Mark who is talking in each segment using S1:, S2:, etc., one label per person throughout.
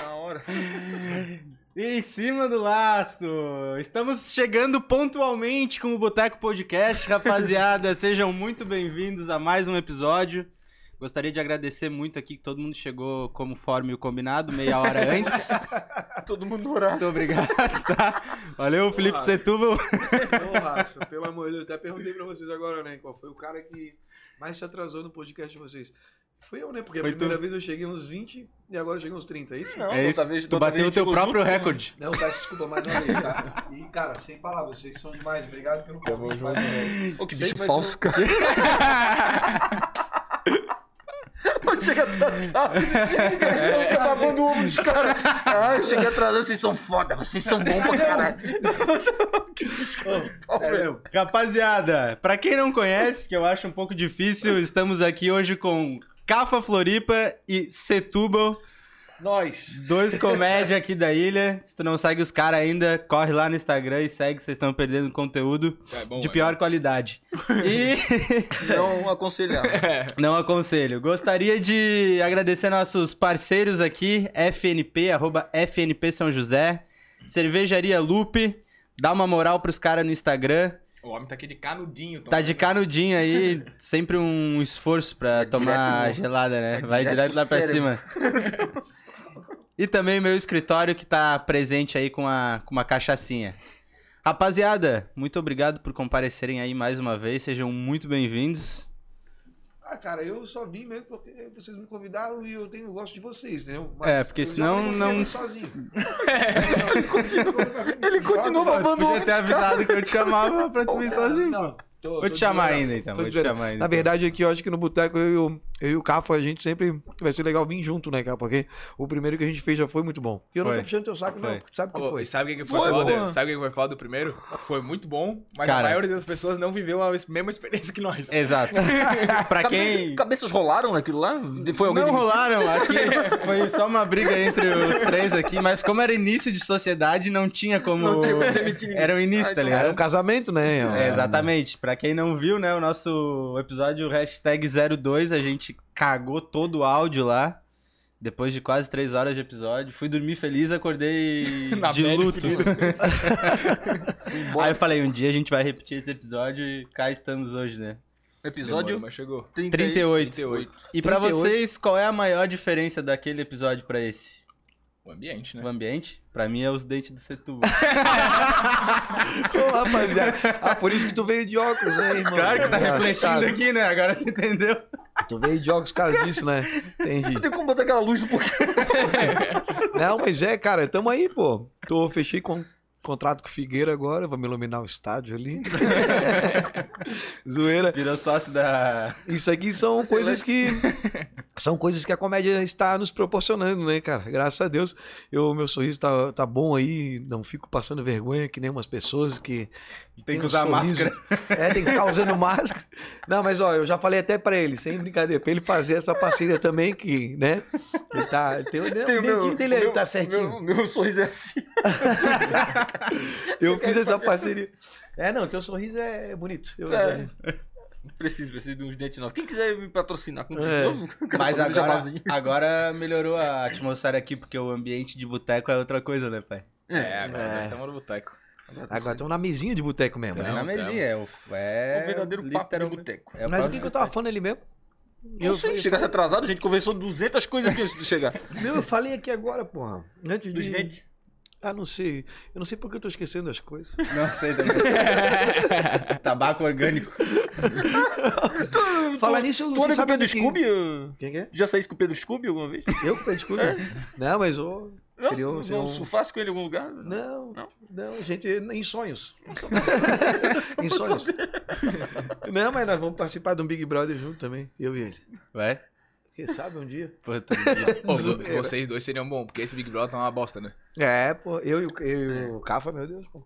S1: Na hora.
S2: E em cima do laço! Estamos chegando pontualmente com o Boteco Podcast, rapaziada. Sejam muito bem-vindos a mais um episódio. Gostaria de agradecer muito aqui que todo mundo chegou conforme o combinado, meia hora antes.
S1: Todo mundo orar.
S2: Muito obrigado, tá? Valeu, Felipe
S3: laço.
S2: Setúbal.
S3: Ô, raça, pelo amor de Deus, até perguntei pra vocês agora, né? Qual foi o cara que mais se atrasou no podcast de vocês? Foi eu, né? Porque
S2: Foi
S3: a primeira
S2: tu.
S3: vez eu cheguei uns 20 e agora eu cheguei uns 30, é isso?
S1: Não,
S2: é
S1: outra
S2: isso.
S1: vez-
S2: tu
S1: outra
S2: bateu
S1: vez
S2: o teu
S1: chegou
S2: próprio
S1: junto, né?
S2: recorde.
S3: Não, peço desculpa mais uma vez, cara. E, cara, sem palavras, vocês são demais. Obrigado pelo convite. mais uma vez.
S1: Ô, que um.
S2: Bicho
S1: bicho falso,
S2: falso,
S1: cara. Chega atrasado. Chega babando o ovo dos caras. Ai, Ah, cheguei atrasado. Vocês são foda. Vocês são bons pra caralho.
S3: É, meu,
S2: Rapaziada, pra quem não conhece, que eu acho um pouco difícil, estamos aqui hoje com Cafa Floripa e Setúbal.
S3: nós.
S2: Dois comédia aqui da ilha. Se tu não segue os caras ainda, corre lá no Instagram e segue, vocês estão perdendo conteúdo de pior qualidade. E
S1: Não aconselhamos.
S2: não aconselho. Gostaria de agradecer nossos parceiros aqui, FNP, arroba FNP São José, Cervejaria Lupe, dá uma moral pros caras no Instagram.
S4: O homem tá aqui de canudinho.
S2: Tá de canudinho aí, sempre um esforço
S4: É
S2: pra tomar
S1: direto no-
S2: gelada, né?
S1: vai
S2: Vai
S1: direto
S2: direto lá
S1: pro
S2: pra
S1: cérebro.
S2: cima. E também meu escritório que tá presente aí com, a, com uma cachaçinha. Rapaziada, muito obrigado por comparecerem aí mais uma vez, sejam muito bem-vindos.
S3: Ah, cara, eu só vim mesmo porque vocês me convidaram e eu tenho eu gosto de vocês, entendeu?
S2: É, porque
S3: eu já
S2: senão
S3: falei que eu
S2: não-
S3: quero sozinho.
S1: Ele continua babando o
S2: Podia
S1: ovo.
S2: ter avisado que eu te chamava pra tu vir sozinho.
S3: Não, tô-
S2: Vou
S3: tô
S2: te chamar
S3: de olho.
S2: ainda então,
S3: Tô
S2: vou
S3: de
S2: te
S3: olho.
S2: chamar ainda.
S3: Na verdade, aqui eu acho que no Boteco eu, e o- eu e o Cafo, a gente sempre vai ser legal vir junto, né, cara? Porque o primeiro que a gente fez já foi muito bom. E eu não
S2: Foi.
S3: tô puxando teu saco,
S2: Foi.
S3: não. Sabe o que
S4: Pô,
S3: foi?
S4: e sabe o que que foi,
S1: Foi,
S4: foda?
S1: boa.
S4: Sabe o que que foi foda do primeiro? Foi muito bom, mas
S2: Cara.
S4: a maioria das pessoas não viveu a es- mesma experiência que nós.
S2: Exato. Pra quem...
S1: Cabeças rolaram naquilo lá? Foi alguém demitido?
S2: não rolaram, aqui foi só uma briga entre os três aqui, mas como era início de sociedade, não tinha como.
S1: Não tem como demitir ninguém.
S2: Era o
S1: Ah,
S2: início, tá
S1: então
S3: Era um
S2: ligado?
S3: casamento, né?
S2: É, exatamente. Pra quem não viu, né, o nosso episódio hashtag 02, a gente cagou todo o áudio lá. Depois de quase três horas de episódio. Fui dormir feliz, acordei
S4: Na
S2: de
S4: pele,
S2: luto.
S4: fudida.
S2: Aí eu falei, um dia a gente vai repetir esse episódio e cá estamos hoje, né?
S1: Episódio um.
S4: Demora, mas chegou.
S1: 38.
S2: 38.
S4: 38.
S2: E pra
S3: 38.
S2: vocês, qual é a maior diferença daquele episódio pra esse?
S4: O ambiente,
S2: O
S4: né?
S2: ambiente, pra mim, é os dentes do Setúbal.
S3: Ô, rapaziada. Ah, por isso que tu veio de óculos, né, irmão?
S2: Claro que tá
S3: Engraçado.
S2: refletindo aqui, né? Agora tu entendeu.
S3: Tu veio de óculos por causa disso, né? Entendi.
S1: Não tem como botar aquela luz um pouquinho.
S3: Não, mas é, cara, tamo aí, pô. Tô, fechei com contrato com o Figueira agora, vou me iluminar o estádio ali. Zoeira.
S2: Virou sócio da.
S3: Isso aqui são coisas que. São coisas que a comédia está nos proporcionando, né, cara? Graças a Deus, eu, meu sorriso tá, tá bom aí, não fico passando vergonha que nem umas pessoas que.
S2: Tem que
S3: um
S2: usar máscara.
S3: É, tem que ficar usando máscara. Não, mas ó, eu já falei até pra ele, sem brincadeira, pra ele fazer essa parceria também, que, né? Ele tá. Tem, o dedinho dele aí, tá certinho.
S1: Meu, meu sorriso é assim.
S3: Eu fiz essa parceria. É, não, teu sorriso é bonito. Eu
S1: É.
S3: já-
S1: Preciso, preciso de uns dentes novos. Quem quiser me patrocinar com um
S3: É.
S1: dentes novos,
S2: Mas
S1: eu vou
S2: agora,
S1: um jabazinho.
S2: agora melhorou a atmosfera aqui, porque o ambiente de boteco é outra coisa, né, pai?
S4: É, agora
S3: É.
S4: nós estamos no boteco.
S3: Agora estamos na mesinha de boteco mesmo,
S2: Não,
S3: né?
S2: na
S4: Tamo,
S2: mesinha, é o.
S1: É
S2: É.
S1: um verdadeiro papo de
S2: literalmente-
S1: boteco.
S2: É
S3: Mas
S2: papo
S3: o que,
S2: de
S3: que eu tava
S2: boteco.
S3: falando ali mesmo? É
S1: Eu sei, chegasse atrasado, a gente conversou 200 coisas aqui antes de chegar.
S3: Meu, eu falei aqui agora, porra. Antes
S1: Dos
S3: de...
S1: dentes.
S3: Ah, não sei. Eu não sei porque eu tô esquecendo as coisas.
S2: Não sei também. Tabaco orgânico.
S3: Falar nisso,
S1: Tu
S3: você
S1: anda com o
S3: sabe
S1: Pedro
S3: do
S1: Scooby? eu-
S3: Quem que é?
S1: Já saísse com o Pedro Scooby alguma vez?
S3: Eu com o Pedro Scooby? Não, mas ô,
S1: Não,
S3: seria um...
S1: não,
S3: seria um-
S1: surfasse com ele em algum lugar?
S3: Não,
S1: Não?
S3: não, gente, em sonhos. em sonhos. Não, mas nós vamos participar de um Big Brother junto também, eu e ele.
S2: Vai?
S3: Quem sabe um dia.
S2: Pô, tu me-
S4: Ô, vo-
S3: Zoeira.
S4: vocês dois seriam bons, porque esse Big Brother tá uma bosta, né?
S3: É, pô, eu e o, eu e o Cafa, meu Deus, pô.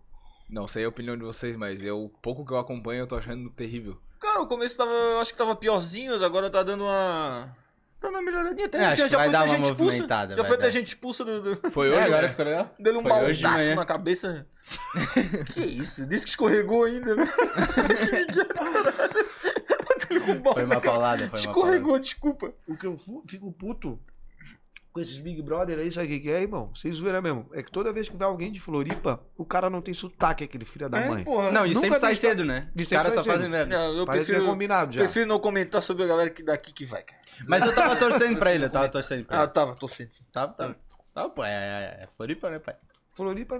S4: Não sei a opinião de vocês, mas eu, pouco que eu acompanho, eu tô achando terrível.
S1: Cara, o começo tava, eu acho que tava piorzinho, mas agora tá dando uma... Tá uma melhoradinha. Até
S2: É, acho que vai
S1: foi
S2: dar
S1: até
S2: uma
S1: gente expulsa.
S2: movimentada,
S1: Já
S2: vai
S1: foi até
S2: dar.
S1: gente expulsa do... do...
S4: Foi
S2: É,
S4: hoje,
S2: agora
S4: né?
S2: ficou legal?
S1: Dele um
S2: Foi hoje de
S1: baldaço
S2: manhã.
S1: na cabeça. que isso? Disse que escorregou ainda. né? Dele um balde na cabeça.
S2: Foi uma paulada, foi uma paulada.
S1: Escorregou, um desculpa.
S3: O que eu fu- fico puto com com esses Big Brother aí, sabe o que, que é, irmão? Vocês zoeira mesmo. É que toda vez que vai alguém de Floripa, o cara não tem sotaque, aquele filho da mãe.
S1: É, porra.
S2: Não, e
S3: Nunca
S2: sempre sai
S3: vi isso.
S2: cedo, né?
S3: E
S2: Os
S3: sempre
S2: caras
S3: sai
S2: só
S3: cedo.
S2: fazem merda.
S1: Não, eu
S3: Parece
S1: prefiro,
S3: que é combinado já.
S1: prefiro não comentar sobre a galera que daqui que vai, cara.
S2: Mas eu tava torcendo pra ele, eu tava torcendo pra
S1: Ah,
S2: ele.
S1: tava, tô sentindo.
S2: Tava, tava. Tava, pô, é, é, é Floripa, né, pai?
S3: Floripa,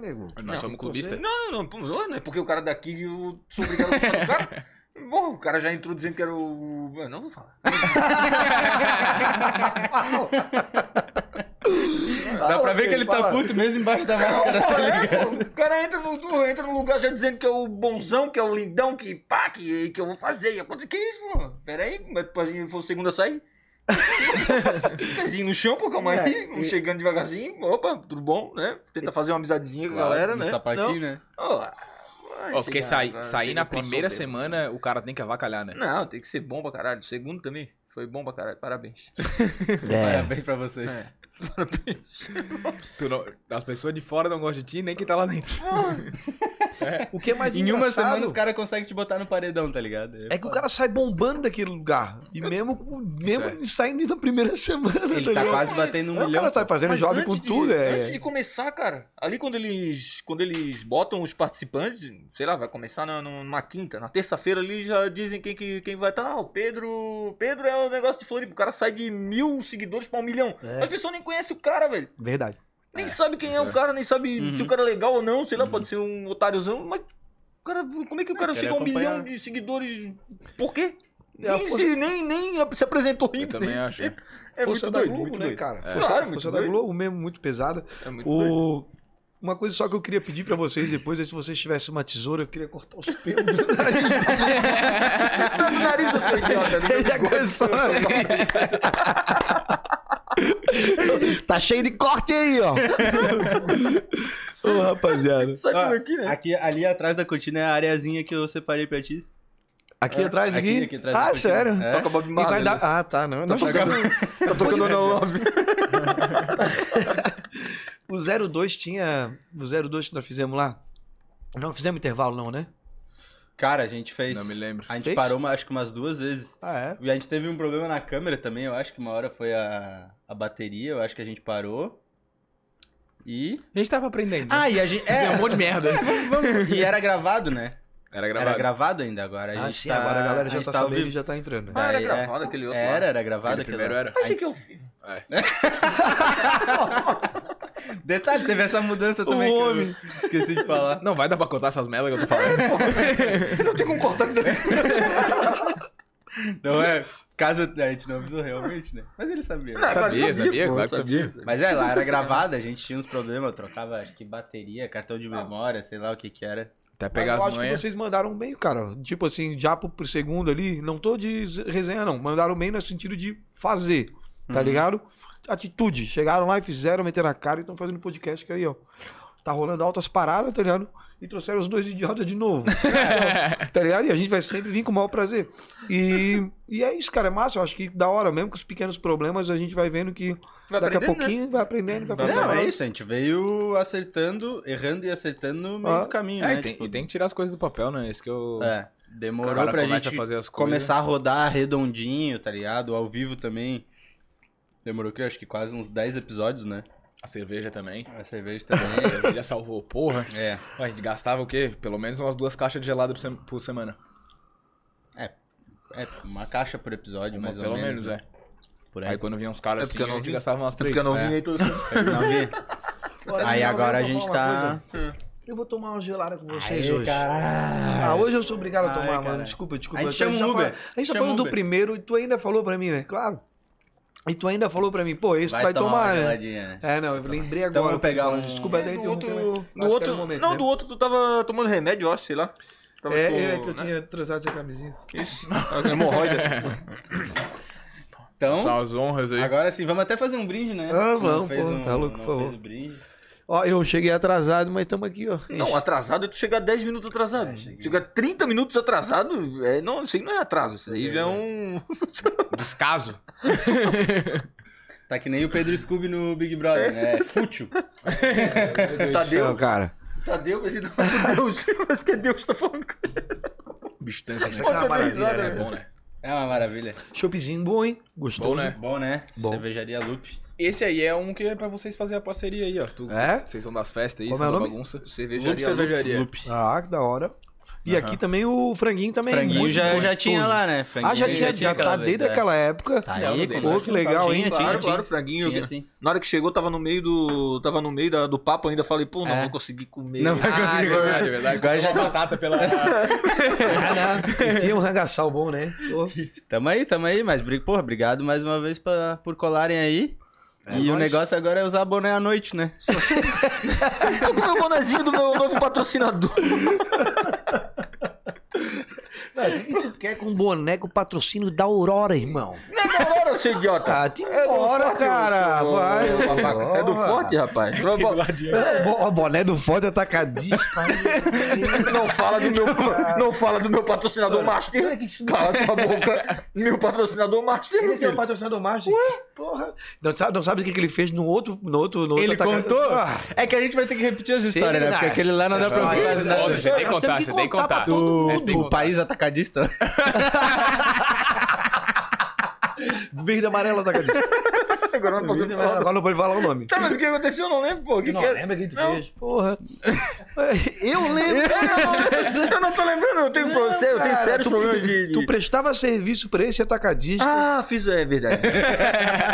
S3: nego.
S4: Nós
S1: Não,
S4: somos clubistas.
S1: Não, não, não, não, não é porque o cara daqui eu sou obrigado a falar do cara. Bom, o cara já entrou dizendo que era o. Eu não vou falar.
S2: Dá pra ver que ele tá
S3: Fala.
S2: puto mesmo embaixo da máscara, tá ligado?
S1: É, pô, o cara entra no, no- entra no lugar já dizendo que é o bonzão, que é o lindão, que pá, que, que eu vou fazer. E eu, que isso, mano? Pera aí, mas depois ele foi o segundo a sair. Pezinho no chão, pô, calma aí.
S3: É, e-
S1: Chegando devagarzinho. Opa, tudo bom, né? Tenta fazer uma amizadezinha com a galera, né?
S2: Um sapatinho, né?
S1: Não. Ó, vai
S4: Ó, porque
S1: chegar,
S4: sair
S1: vai
S4: sair
S1: chegar
S4: na
S1: com a
S4: primeira
S1: soberba.
S4: semana, o cara tem que avacalhar, né?
S1: Não, tem que ser bom pra caralho. Segundo também. Foi bom pra caralho. Parabéns.
S2: Parabéns pra vocês.
S4: Tu não- as pessoas de fora não gostam de ti, nem quem tá lá dentro.
S3: O que é mais
S2: Em uma
S3: engraçado
S2: semana os caras conseguem te botar no paredão, tá ligado?
S3: é que o cara sai bombando daquele lugar. E mesmo, com- mesmo
S4: é.
S3: saindo na primeira semana.
S2: Ele tá
S3: ligado?
S2: quase batendo um
S3: Aí o
S2: milhão.
S3: cara sai fazendo
S1: Mas
S3: jovem
S1: antes
S3: com
S1: de-
S3: tudo. É.
S1: Antes de começar, cara, ali quando eles, quando eles botam os participantes, sei lá, vai começar na- numa quinta, na terça-feira ali já dizem quem, que- quem vai estar. Ah, o Pedro. Pedro é o negócio de Floripa. O cara sai de mil seguidores pra um milhão.
S3: É.
S1: As pessoas nem conhecem o cara, velho.
S3: Verdade.
S1: Nem sabe quem é
S4: isso
S1: o
S4: é.
S1: cara, nem sabe
S2: Uhum.
S1: se o cara é legal ou não, sei lá,
S2: Uhum.
S1: pode ser um otáriozão, mas. Cara, como é que o cara
S2: quero
S1: chega a um
S2: acompanhar.
S1: milhão de seguidores? Por quê?
S3: É a
S1: Nem,
S3: força-
S1: se, nem, nem se apresentou
S4: Eu
S1: ainda.
S4: também acho. é.
S1: É
S3: força
S1: muito
S3: da
S1: doido,
S3: Globo,
S1: muito
S3: né,
S1: doido.
S3: cara?
S1: É.
S3: Força,
S1: Claro,
S3: força
S1: muito
S3: da
S1: doido.
S3: Globo mesmo, muito pesada.
S1: É muito doido.
S3: O... Uma coisa só que eu queria pedir pra vocês depois é se vocês tivessem uma tesoura, eu queria cortar os pelos.
S1: Tá no nariz do seu idiota. né?
S3: Ele agressou. tá cheio de corte aí, ó. Ô, rapaziada.
S1: Saiu aqui, né?
S2: Aqui, ali atrás da cortina é a areazinha que eu separei pra ti.
S3: Aqui atrás, aqui.
S2: É, Aqui, aqui atrás da
S3: ah,
S2: cortina.
S3: sério?
S2: É.
S1: Toca Bob
S3: E
S1: Marley.
S3: vai dar- Ah, tá. Não, não
S1: tocando- Tá tocando na love.
S3: O 02 tinha. O 02 que nós fizemos lá. Não fizemos intervalo, não, né?
S2: Cara, a gente fez.
S4: Não me lembro.
S2: A gente
S3: Fez?
S2: parou, uma- acho que umas duas vezes.
S3: Ah, é?
S2: E a gente teve um problema na câmera também, eu acho que uma hora foi a, a bateria, eu acho que a gente parou. E.
S4: A gente tava aprendendo.
S2: Ah, e a gente.
S4: É.
S2: É,
S4: um monte de merda.
S2: vamos- e era gravado, né?
S4: Era
S2: Era
S4: gravado.
S2: gravado ainda agora. A gente
S3: Ah, sim,
S2: tá-
S3: agora a galera já
S2: gente
S3: tá
S2: ao
S3: sabendo e
S2: vivo.
S3: já tá entrando. né?
S1: Ah, era
S2: Daí, é.
S1: gravado aquele outro
S2: Era,
S1: lá.
S2: era gravado
S4: Aquele
S2: aquele.
S4: primeiro era.
S1: Achei que eu vi.
S4: É.
S2: Detalhe, teve essa mudança também. que eu
S3: homem.
S2: Esqueci de falar.
S4: Não vai dar pra contar essas merdas que eu tô falando.
S1: Eu não tinha concordado
S3: É.
S1: também.
S2: Não é. Caso a gente não avisou realmente, né? Mas ele sabia. né?
S1: Não,
S4: sabia,
S1: eu
S4: sabia,
S1: pô,
S4: claro que
S2: Mas é, lá era gravado, a gente tinha uns problemas, eu trocava acho que bateria, cartão de memória, sei lá o que que era.
S4: Até
S3: Mas
S4: pegar
S3: eu
S4: as
S3: acho que
S4: manhas.
S3: vocês mandaram bem, cara. Tipo assim, já pro, pro segundo ali, não tô de z- resenha, não. Mandaram bem no sentido de fazer, tá
S2: Uhum.
S3: ligado? Atitude. Chegaram lá e fizeram, meteram a cara e estão fazendo podcast que aí, ó. Tá rolando altas paradas, tá ligado? E trouxeram os dois idiotas de novo. tá ligado? E a gente vai sempre vir com o maior prazer. E, e é isso, cara. É massa. Eu acho que da hora mesmo, com os pequenos problemas, a gente vai vendo que
S1: Vai
S3: daqui a
S1: aprendendo, né?
S3: pouquinho vai aprendendo, vai
S1: Vai
S3: fazendo.
S2: Não,
S3: a
S2: é
S3: parada.
S2: isso, a gente veio acertando, errando e acertando no meio
S3: Ah.
S2: do caminho,
S4: É,
S2: né?
S4: e, tem,
S2: Tipo,
S4: e tem que tirar as coisas do papel, né? Esse que eu.
S2: é,
S4: o
S2: demorou
S4: cara
S2: pra
S4: começa
S2: gente
S4: a fazer as coisas.
S2: começar a rodar redondinho, tá ligado? Ao vivo também. Demorou que eu acho que quase uns 10 episódios, né?
S4: A cerveja também.
S2: A cerveja
S4: A
S2: também.
S4: cerveja salvou, porra.
S2: é.
S4: A gente gastava o quê? Pelo menos umas duas caixas de gelada por, sem- por semana.
S2: É, uma caixa por episódio,
S4: Uma,
S2: mais ou
S4: É, pelo
S2: menos.
S4: menos,
S2: né? Por
S4: é.
S2: aí.
S4: Aí quando vinham uns caras
S1: É
S4: assim,
S1: porque eu não
S4: a gente
S1: vi.
S4: gastava umas três.
S1: Porque eu não
S4: É.
S1: vi aí todo esse-
S2: Não vi?
S3: Olha,
S2: Aí
S3: eu
S2: agora a
S3: vou
S2: gente
S3: falar uma
S2: tá-
S3: coisa. Eu vou tomar uma gelada com vocês hoje.
S2: Caralho.
S3: Ah, hoje eu sou obrigado a
S2: é. Ai,
S3: tomar, mano.
S2: caralho.
S3: Desculpa, desculpa.
S2: A gente chama
S3: já
S2: um Uber.
S3: fala- A gente tá
S2: Chama
S3: falando
S2: um
S3: do
S2: Uber.
S3: primeiro e tu ainda falou pra mim, né? Claro. E tu ainda falou pra mim, pô, esse
S2: Vai
S3: vai tomar,
S2: uma
S3: né?
S2: geladinha, né?
S3: É, não, eu lembrei agora.
S2: Então eu vou pegar um-
S3: Desculpa, até
S1: Do
S3: interromper.
S1: outro...
S3: mas acho que
S1: Do
S3: era
S1: outro...
S3: o momento,
S1: não,
S3: né?
S1: do outro tu tava tomando remédio, eu acho, sei lá. Tava
S3: É,
S1: com-
S3: é que eu
S1: né?
S3: tinha transado essa camisinha.
S1: Isso. Tava com Hemorroida.
S2: Então,
S4: Só as honras aí.
S2: agora sim, vamos até fazer um brinde, né?
S3: Ah,
S2: Se não
S3: vamos,
S2: fez
S3: pô, tá louco,
S2: não
S3: por favor.
S2: fez o brinde.
S3: Ó, eu cheguei atrasado, mas estamos aqui, ó.
S1: Não, atrasado é tu chegar 10 minutos
S3: É,
S1: atrasado. chegar 30 minutos atrasado, é, não, isso aí não é atraso. Isso aí já é um.
S4: Descaso.
S2: Tá que nem o Pedro Scooby no Big Brother, né? É fútil.
S1: Tadeu.
S3: cara.
S1: Tadeu, mas ele tá falando com Deus. Mas que é Deus que tá falando com
S4: Bicho tanto, né?
S3: Isso aqui é uma
S1: Bota dois
S3: maravilha,
S1: horas,
S4: É
S3: né?
S4: bom, né?
S2: É uma maravilha.
S3: Chopezinho bom, hein? Gostou,
S4: Bom, né?
S2: Bom, né?
S3: Bom.
S2: Cervejaria Lupe.
S4: Esse aí é um que é pra vocês fazerem a parceria aí, ó. Tu-
S3: É?
S4: Vocês são das festas aí,
S3: Como
S4: são
S3: é o
S4: da
S3: nome?
S4: bagunça. Lupe
S1: Cervejaria.
S4: Cervejaria.
S3: Ah, que da hora. E
S4: Aham.
S3: aqui também o franguinho também. é
S2: Franguinho
S3: muito
S2: já,
S3: gostoso.
S2: já tinha lá, né? Franguinho
S3: Ah, já, tinha, já tá
S2: aquela vez,
S3: desde
S2: é.
S3: aquela época.
S2: Tá
S4: Não,
S2: aí,
S4: deles,
S2: quando
S3: né? Pô, que legal, hein?
S2: Tinha,
S1: Claro,
S2: tinha,
S1: claro,
S2: tinha.
S1: franguinho.
S2: Tinha, sim.
S1: Na hora que chegou, tava no meio do. Tava no meio da- do papo ainda, falei, pô, não
S2: É.
S1: vou conseguir comer.
S2: Não vai
S1: Ah,
S2: conseguir
S4: é verdade, é
S2: Agora
S4: verdade. Agora
S2: já-
S4: já batata pela.
S2: é.
S3: E tinha um rangaçal bom, né? Pô,
S2: Tamo aí, tamo aí, mas bri- porra, obrigado mais uma vez pra- por colarem aí.
S3: É
S2: e o
S3: nóis.
S2: negócio agora é usar boné à noite, né?
S1: Tô com o meu bonezinho do meu novo patrocinador.
S3: Cara, o que tu quer com boneco patrocínio da Aurora, irmão?
S1: Não é da hora, seu idiota. É
S3: Ah, te embora,
S1: forte,
S3: cara.
S1: ô, ô,
S3: Vai.
S1: ô, babaca. É do
S3: Porra.
S1: forte, rapaz. Não, é bo-
S3: É, bo- O boné do Ford atacadista.
S1: não fala do meu, não fala do meu patrocinador master. Cala tua boca. Meu patrocinador master.
S3: Ele tem um
S1: filho.
S3: patrocinador mágico. Ué? Porra. Não sabe, não sabe o que que ele fez no outro. No outro no outro
S2: Ele
S3: atacado?
S2: contou?
S3: Ah,
S2: É que a gente vai ter que repetir as
S3: Sim,
S2: histórias, né? Porque
S3: né?
S2: aquele lá não dá pra
S4: vai-
S2: ver quase
S4: Óbvio,
S2: nada.
S4: você tem que
S3: Nós temos
S4: contar, você tem que
S3: pra
S4: contar.
S3: todo
S4: Essa tem que
S3: mundo.
S2: Do país atacadista.
S3: Verde e amarelo atacadista.
S1: Agora eu não posso
S3: Verde e
S1: falar.
S3: amarelo. Agora não pode falar o nome.
S1: Tá, mas o que aconteceu? Eu não lembro, pô. O que
S3: não
S1: que é?
S3: lembra quem tu
S1: Não.
S3: fez? Porra. Eu lembro.
S1: Eu não tô lembrando, eu tenho, pro- sé- eu tenho
S3: Cara,
S1: sérios
S3: tu,
S1: problemas de. de-
S3: Tu prestava serviço pra esse atacadista.
S1: Ah, fiz, é verdade.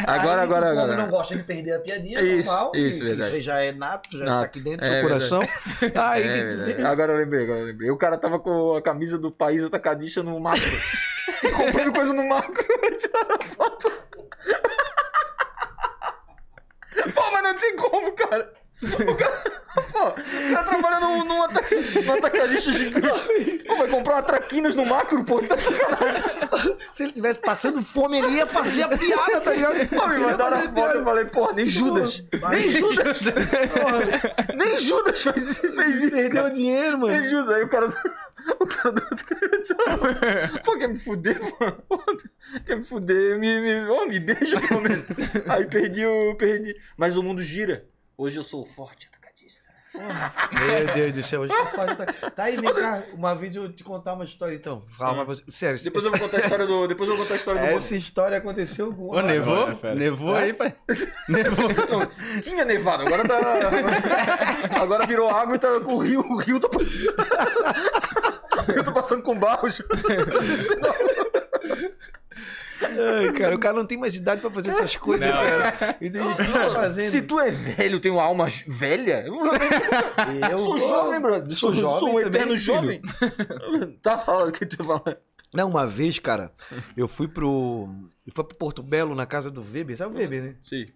S3: Aí
S1: agora, agora,
S3: tu come,
S1: agora.
S3: não gosta de perder a piadinha, é
S1: Isso,
S3: normal.
S1: isso,
S3: que
S1: verdade.
S3: Você já é nato, já está
S1: Nato.
S3: aqui dentro
S1: É
S3: do seu coração. Tá, Aí
S1: É,
S3: que tu
S1: verdade.
S3: fez?
S1: agora eu lembrei, agora eu lembrei. O cara tava com a camisa do país atacadista no macro. comprando coisa no macro. Tiraram a foto. Pô, mas não tem como, cara. O cara, pô, o cara trabalha num, num, ataca, num atacadista gigante. Pô, vai comprar uma traquinas no macro, pô. Tá sacanagem.
S3: Se ele estivesse passando fome, ele ia fazer a piada, tá ligado?
S1: Pô, me mandaram a
S3: é
S1: foto eu falei, pô, nem Judas. Nem Judas.
S3: Porra,
S1: Nem Judas fez, fez isso.
S3: Perdeu o dinheiro,
S1: Aí,
S3: mano.
S1: Júlio, aí o cara. O cara do outro cara. Pô, quer me fuder, pô? Quer me fuder? Me, me, oh, me beija pelo menos. Aí perdi o. Perdi. Mas o mundo gira. Hoje eu sou forte, atacadista.
S3: Meu Deus do céu, hoje eu faço ata- Tá aí, vem cá. Uma vez eu te contar uma história, então. Fala pra você. Sério,
S1: Hum. Depois eu vou contar a história do. Depois eu vou contar a história do.
S3: essa história aconteceu com
S2: Ô, nevou?
S4: é fera.
S2: Nevou aí, pai? Nevou.
S1: Não, tinha nevado, agora tá. Agora virou água e tá com o rio. O rio tá passando. O rio tá passando com barros.
S3: Ai, cara, o cara não tem mais idade pra fazer essas coisas, cara. Então ele fica fazendo.
S1: Se tu é velho, tem uma alma velha?
S3: Eu
S1: Eu sou jovem, brother.
S3: Sou jovem.
S1: Sou um
S3: também,
S1: eterno
S3: filho.
S1: jovem. tá falando o que tu fala.
S3: Não, uma vez, cara, eu fui pro. Eu fui pro Porto Belo na casa do Weber. Sabe o Weber, né?
S1: Sim.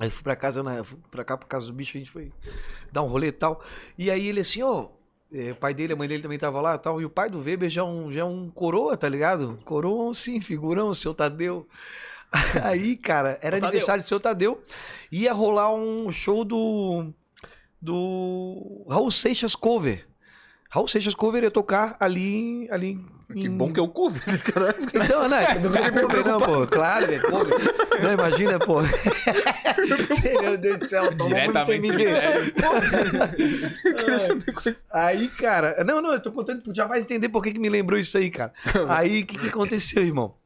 S3: Aí fui pra casa, né? Fui pra cá, pra casa do bicho, a gente foi dar um rolê e tal. E aí ele assim, ó. eh, o pai dele, a mãe dele também tava lá e tal. E o pai do Weber já é um, já é um coroa, tá ligado? Coroa, sim, figurão, seu Tadeu. Aí, cara, era
S4: Tadeu.
S3: aniversário do seu Tadeu. Ia rolar um show do. Do. Raul Seixas Cover. Raul Seixas Cover ia tocar ali, em- ali em-
S1: Que bom que é o couve. Caralho.
S3: então, né? Cover, não, pô. Claro, é cover. Não, imagina, pô. Meu Deus do céu, tomou muito
S4: Diretamente
S3: TMD.
S1: Eu queria saber coisa.
S3: Aí, cara... Não, não, eu tô contando, tu já vai entender por que, que me lembrou isso aí, cara. Aí, o que, que aconteceu, irmão?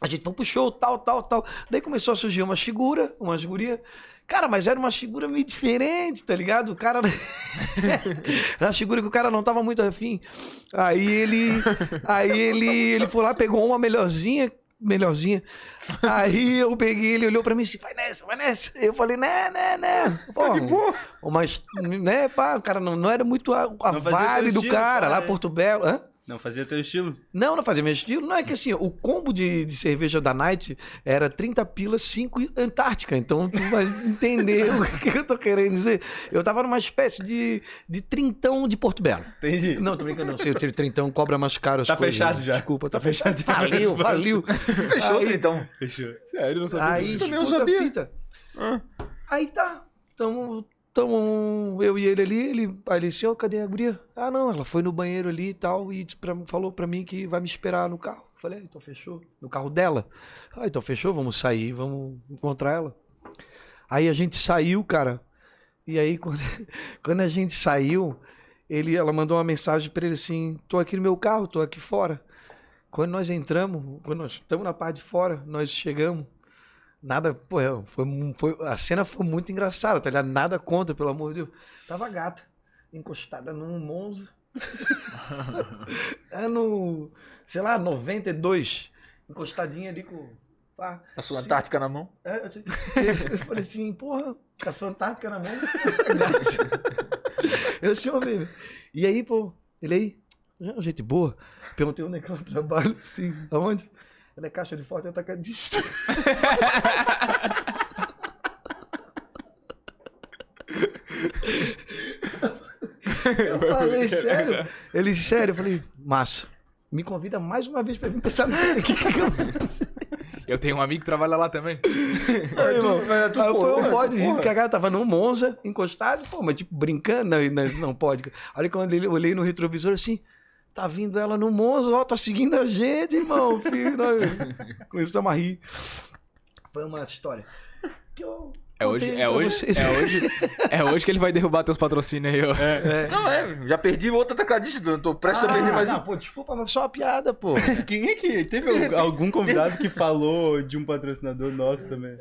S3: A gente foi pro show, tal, tal, tal. Daí começou a surgir umas figuras, umas gurias. Cara, mas era uma figura meio diferente, tá ligado? O cara... era uma figura que o cara não tava muito afim. Aí ele... Aí ele, ele foi lá, pegou uma melhorzinha, melhorzinha. Aí eu peguei, ele olhou pra mim e disse, vai nessa, vai nessa. Eu falei, né, né, né. Pô,
S1: Tá de boa.
S3: mas, né, pá, o cara não, não era muito a, a
S2: Não fazia
S3: vibe
S2: teu
S3: do
S2: estilo, é.
S3: cara, lá
S2: cara.
S3: Porto Belo. Hã?
S2: Não fazia teu estilo.
S3: Não, não fazia meu estilo. Não, é que assim, o combo de, de cerveja da Night era 30 pilas, 5 e Antártica. Então tu vai entender o que, que eu tô querendo dizer. Eu tava numa espécie de, de trintão de Porto Belo.
S2: Entendi.
S3: Não, tô brincando, não. Se eu tiro trintão, cobra mais caro as
S2: Tá
S3: coisas.
S2: fechado já.
S3: Desculpa, tá,
S2: Tá fechado já.
S3: Valeu, valeu.
S1: Fechou,
S3: Aí-
S1: então.
S2: Fechou.
S4: Sério, eu não sabia.
S3: Aí,
S4: disso.
S1: também não
S3: escuta a
S1: sabia.
S3: fita.
S1: Ah.
S3: Aí tá. Tamo, tamo eu e ele ali. Ele, aí ele disse, ô, cadê a guria? Ah, não, ela foi no banheiro ali e tal. E disse pra, falou pra mim que vai me esperar no carro. Eu Falei, ah, então fechou. No carro dela. Ah, então fechou, vamos sair, vamos encontrar ela. Aí a gente saiu, cara. E aí, quando, quando a gente saiu, ele, ela mandou uma mensagem pra ele assim: tô aqui no meu carro, tô aqui fora. Quando nós entramos, quando nós estamos na parte de fora, nós chegamos. Nada, pô, eu- foi, mu- foi, a cena foi muito engraçada, tá ligado? Nada contra, pelo amor de Deus. Tava gata, encostada num Monza. ano, sei lá, 92. Encostadinha ali com. pá.
S1: A sua
S3: Sim.
S1: Antártica na mão.
S3: É, assim, Eu falei assim, porra, com a sua Antártica na mão. grátis. Eu assim, ô, baby. E aí, pô, ele aí, já é um jeito boa. Perguntei onde é que ela trabalha, assim, aonde? Ela é caixa de forte atacadista. Eu falei, sério? Ele, sério, eu falei, massa. Me convida mais uma vez pra vir pensar na que
S4: Eu tenho um amigo que trabalha lá também.
S3: Aí, irmão,
S1: mas é tu
S3: aí foi
S1: porra,
S3: um pode
S1: tu
S3: rir,
S1: porra.
S3: que a cara tava num Monza, encostado, pô, mas tipo, brincando, não, não, não pode. Olha quando eu olhei no retrovisor assim, tá vindo ela no Monza, ó, tá seguindo a gente, irmão, filho. Não, começamos a rir. Foi uma história. Que eu
S4: É hoje,
S3: contei
S4: é
S3: pra
S4: hoje,
S3: vocês.
S4: é hoje, é hoje que ele vai derrubar teus patrocínios aí, ó.
S2: É.
S1: Não, é, já perdi outro atacadista, tô- tô prestes a perder
S3: Ah,
S1: mais
S3: não,
S1: um.
S3: pô, desculpa, mas só uma piada, pô.
S2: Quem é que. Teve al- algum convidado que falou de um patrocinador nosso também?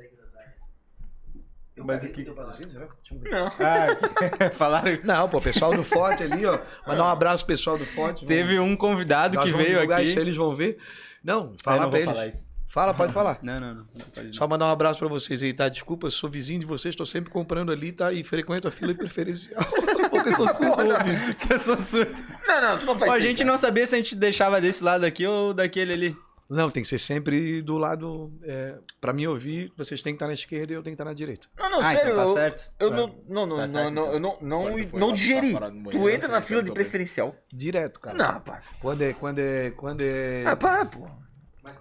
S3: Eu
S2: Mas
S3: paguei
S2: aqui-
S3: teu patrocínio, será? Deixa eu ver.
S1: Não.
S2: Ah, falaram.
S3: Não, pô, pessoal do Forte ali, ó. Mandar um abraço pro pessoal do Forte.
S2: Teve um convidado
S3: Nós
S2: que
S3: vamos
S2: veio
S3: divulgar Isso,
S2: aqui.
S3: eles vão ver. Não,
S2: Ah, eu
S3: falar
S2: não vou
S3: pra eles.
S2: falar isso.
S3: Fala, pode falar.
S2: Não, não, não. não pode
S3: Só mandar um abraço pra vocês aí, tá? Desculpa, eu sou vizinho de vocês, tô sempre comprando ali, tá? E frequento a fila preferencial. Porque eu sou surdo.
S2: não. Que eu sou surdo.
S1: Não, não, tu não faz
S2: Ó, a
S1: isso,
S2: gente
S1: cara.
S2: não sabia se a gente deixava desse lado aqui ou daquele ali.
S3: Não, tem que ser sempre do lado. É, pra me ouvir, vocês têm que estar na esquerda e eu tenho que estar na direita.
S1: Não, não, sério. eu-
S2: Ah, então tá certo.
S1: Eu não, não, não,
S4: Tá
S1: não,
S4: certo,
S1: não,
S4: então.
S1: eu não, não,
S4: Agora tu foi
S1: não
S4: lá, tá
S1: digeri.
S4: parado no
S1: Tu
S4: banheiro,
S1: entra na
S4: então
S1: fila de
S4: tô bem.
S1: preferencial.
S3: Direto, cara.
S1: Não, pá.
S3: Quando é. Quando é. Quando é.
S1: Ah, pá, pô.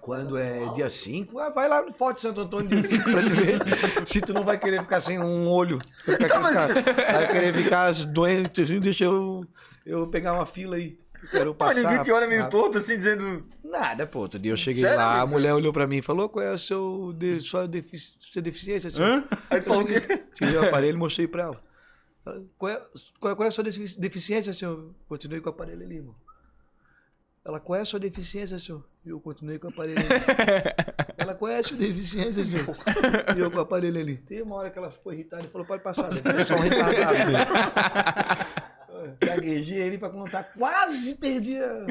S3: Quando é dia 5, ah, vai lá no Forte Santo Antônio dia 5 pra te ver se tu não vai querer ficar sem um olho. Vai
S1: Então,
S3: querer ficar, vai querer ficar doente, assim, deixa eu, eu pegar uma fila aí. Eu Quero
S1: Pô,
S3: passar.
S1: ninguém te olha meio
S3: nada.
S1: torto assim, dizendo.
S3: Nada, pô. Outro dia eu cheguei
S1: Hum, Sério,
S3: lá, a
S1: amigo?
S3: mulher olhou pra mim e falou: qual é a seu de, sua, defi- sua deficiência? senhor?"
S2: Hã?
S1: Aí tu falou o quê?
S3: Tirei o aparelho e mostrei pra ela. Ela, Qual é, qual, é- qual é a sua defi- deficiência, senhor? Continuei com o aparelho ali, irmão. Ela, qual é a sua deficiência, senhor? E eu continuei com o aparelho ali. Ela, qual é a sua deficiência, senhor? E eu com o aparelho ali. Tem uma hora que ela ficou irritada e falou, pode passar, eu sou um retardado. Gaguejei ele pra contar, quase perdi a...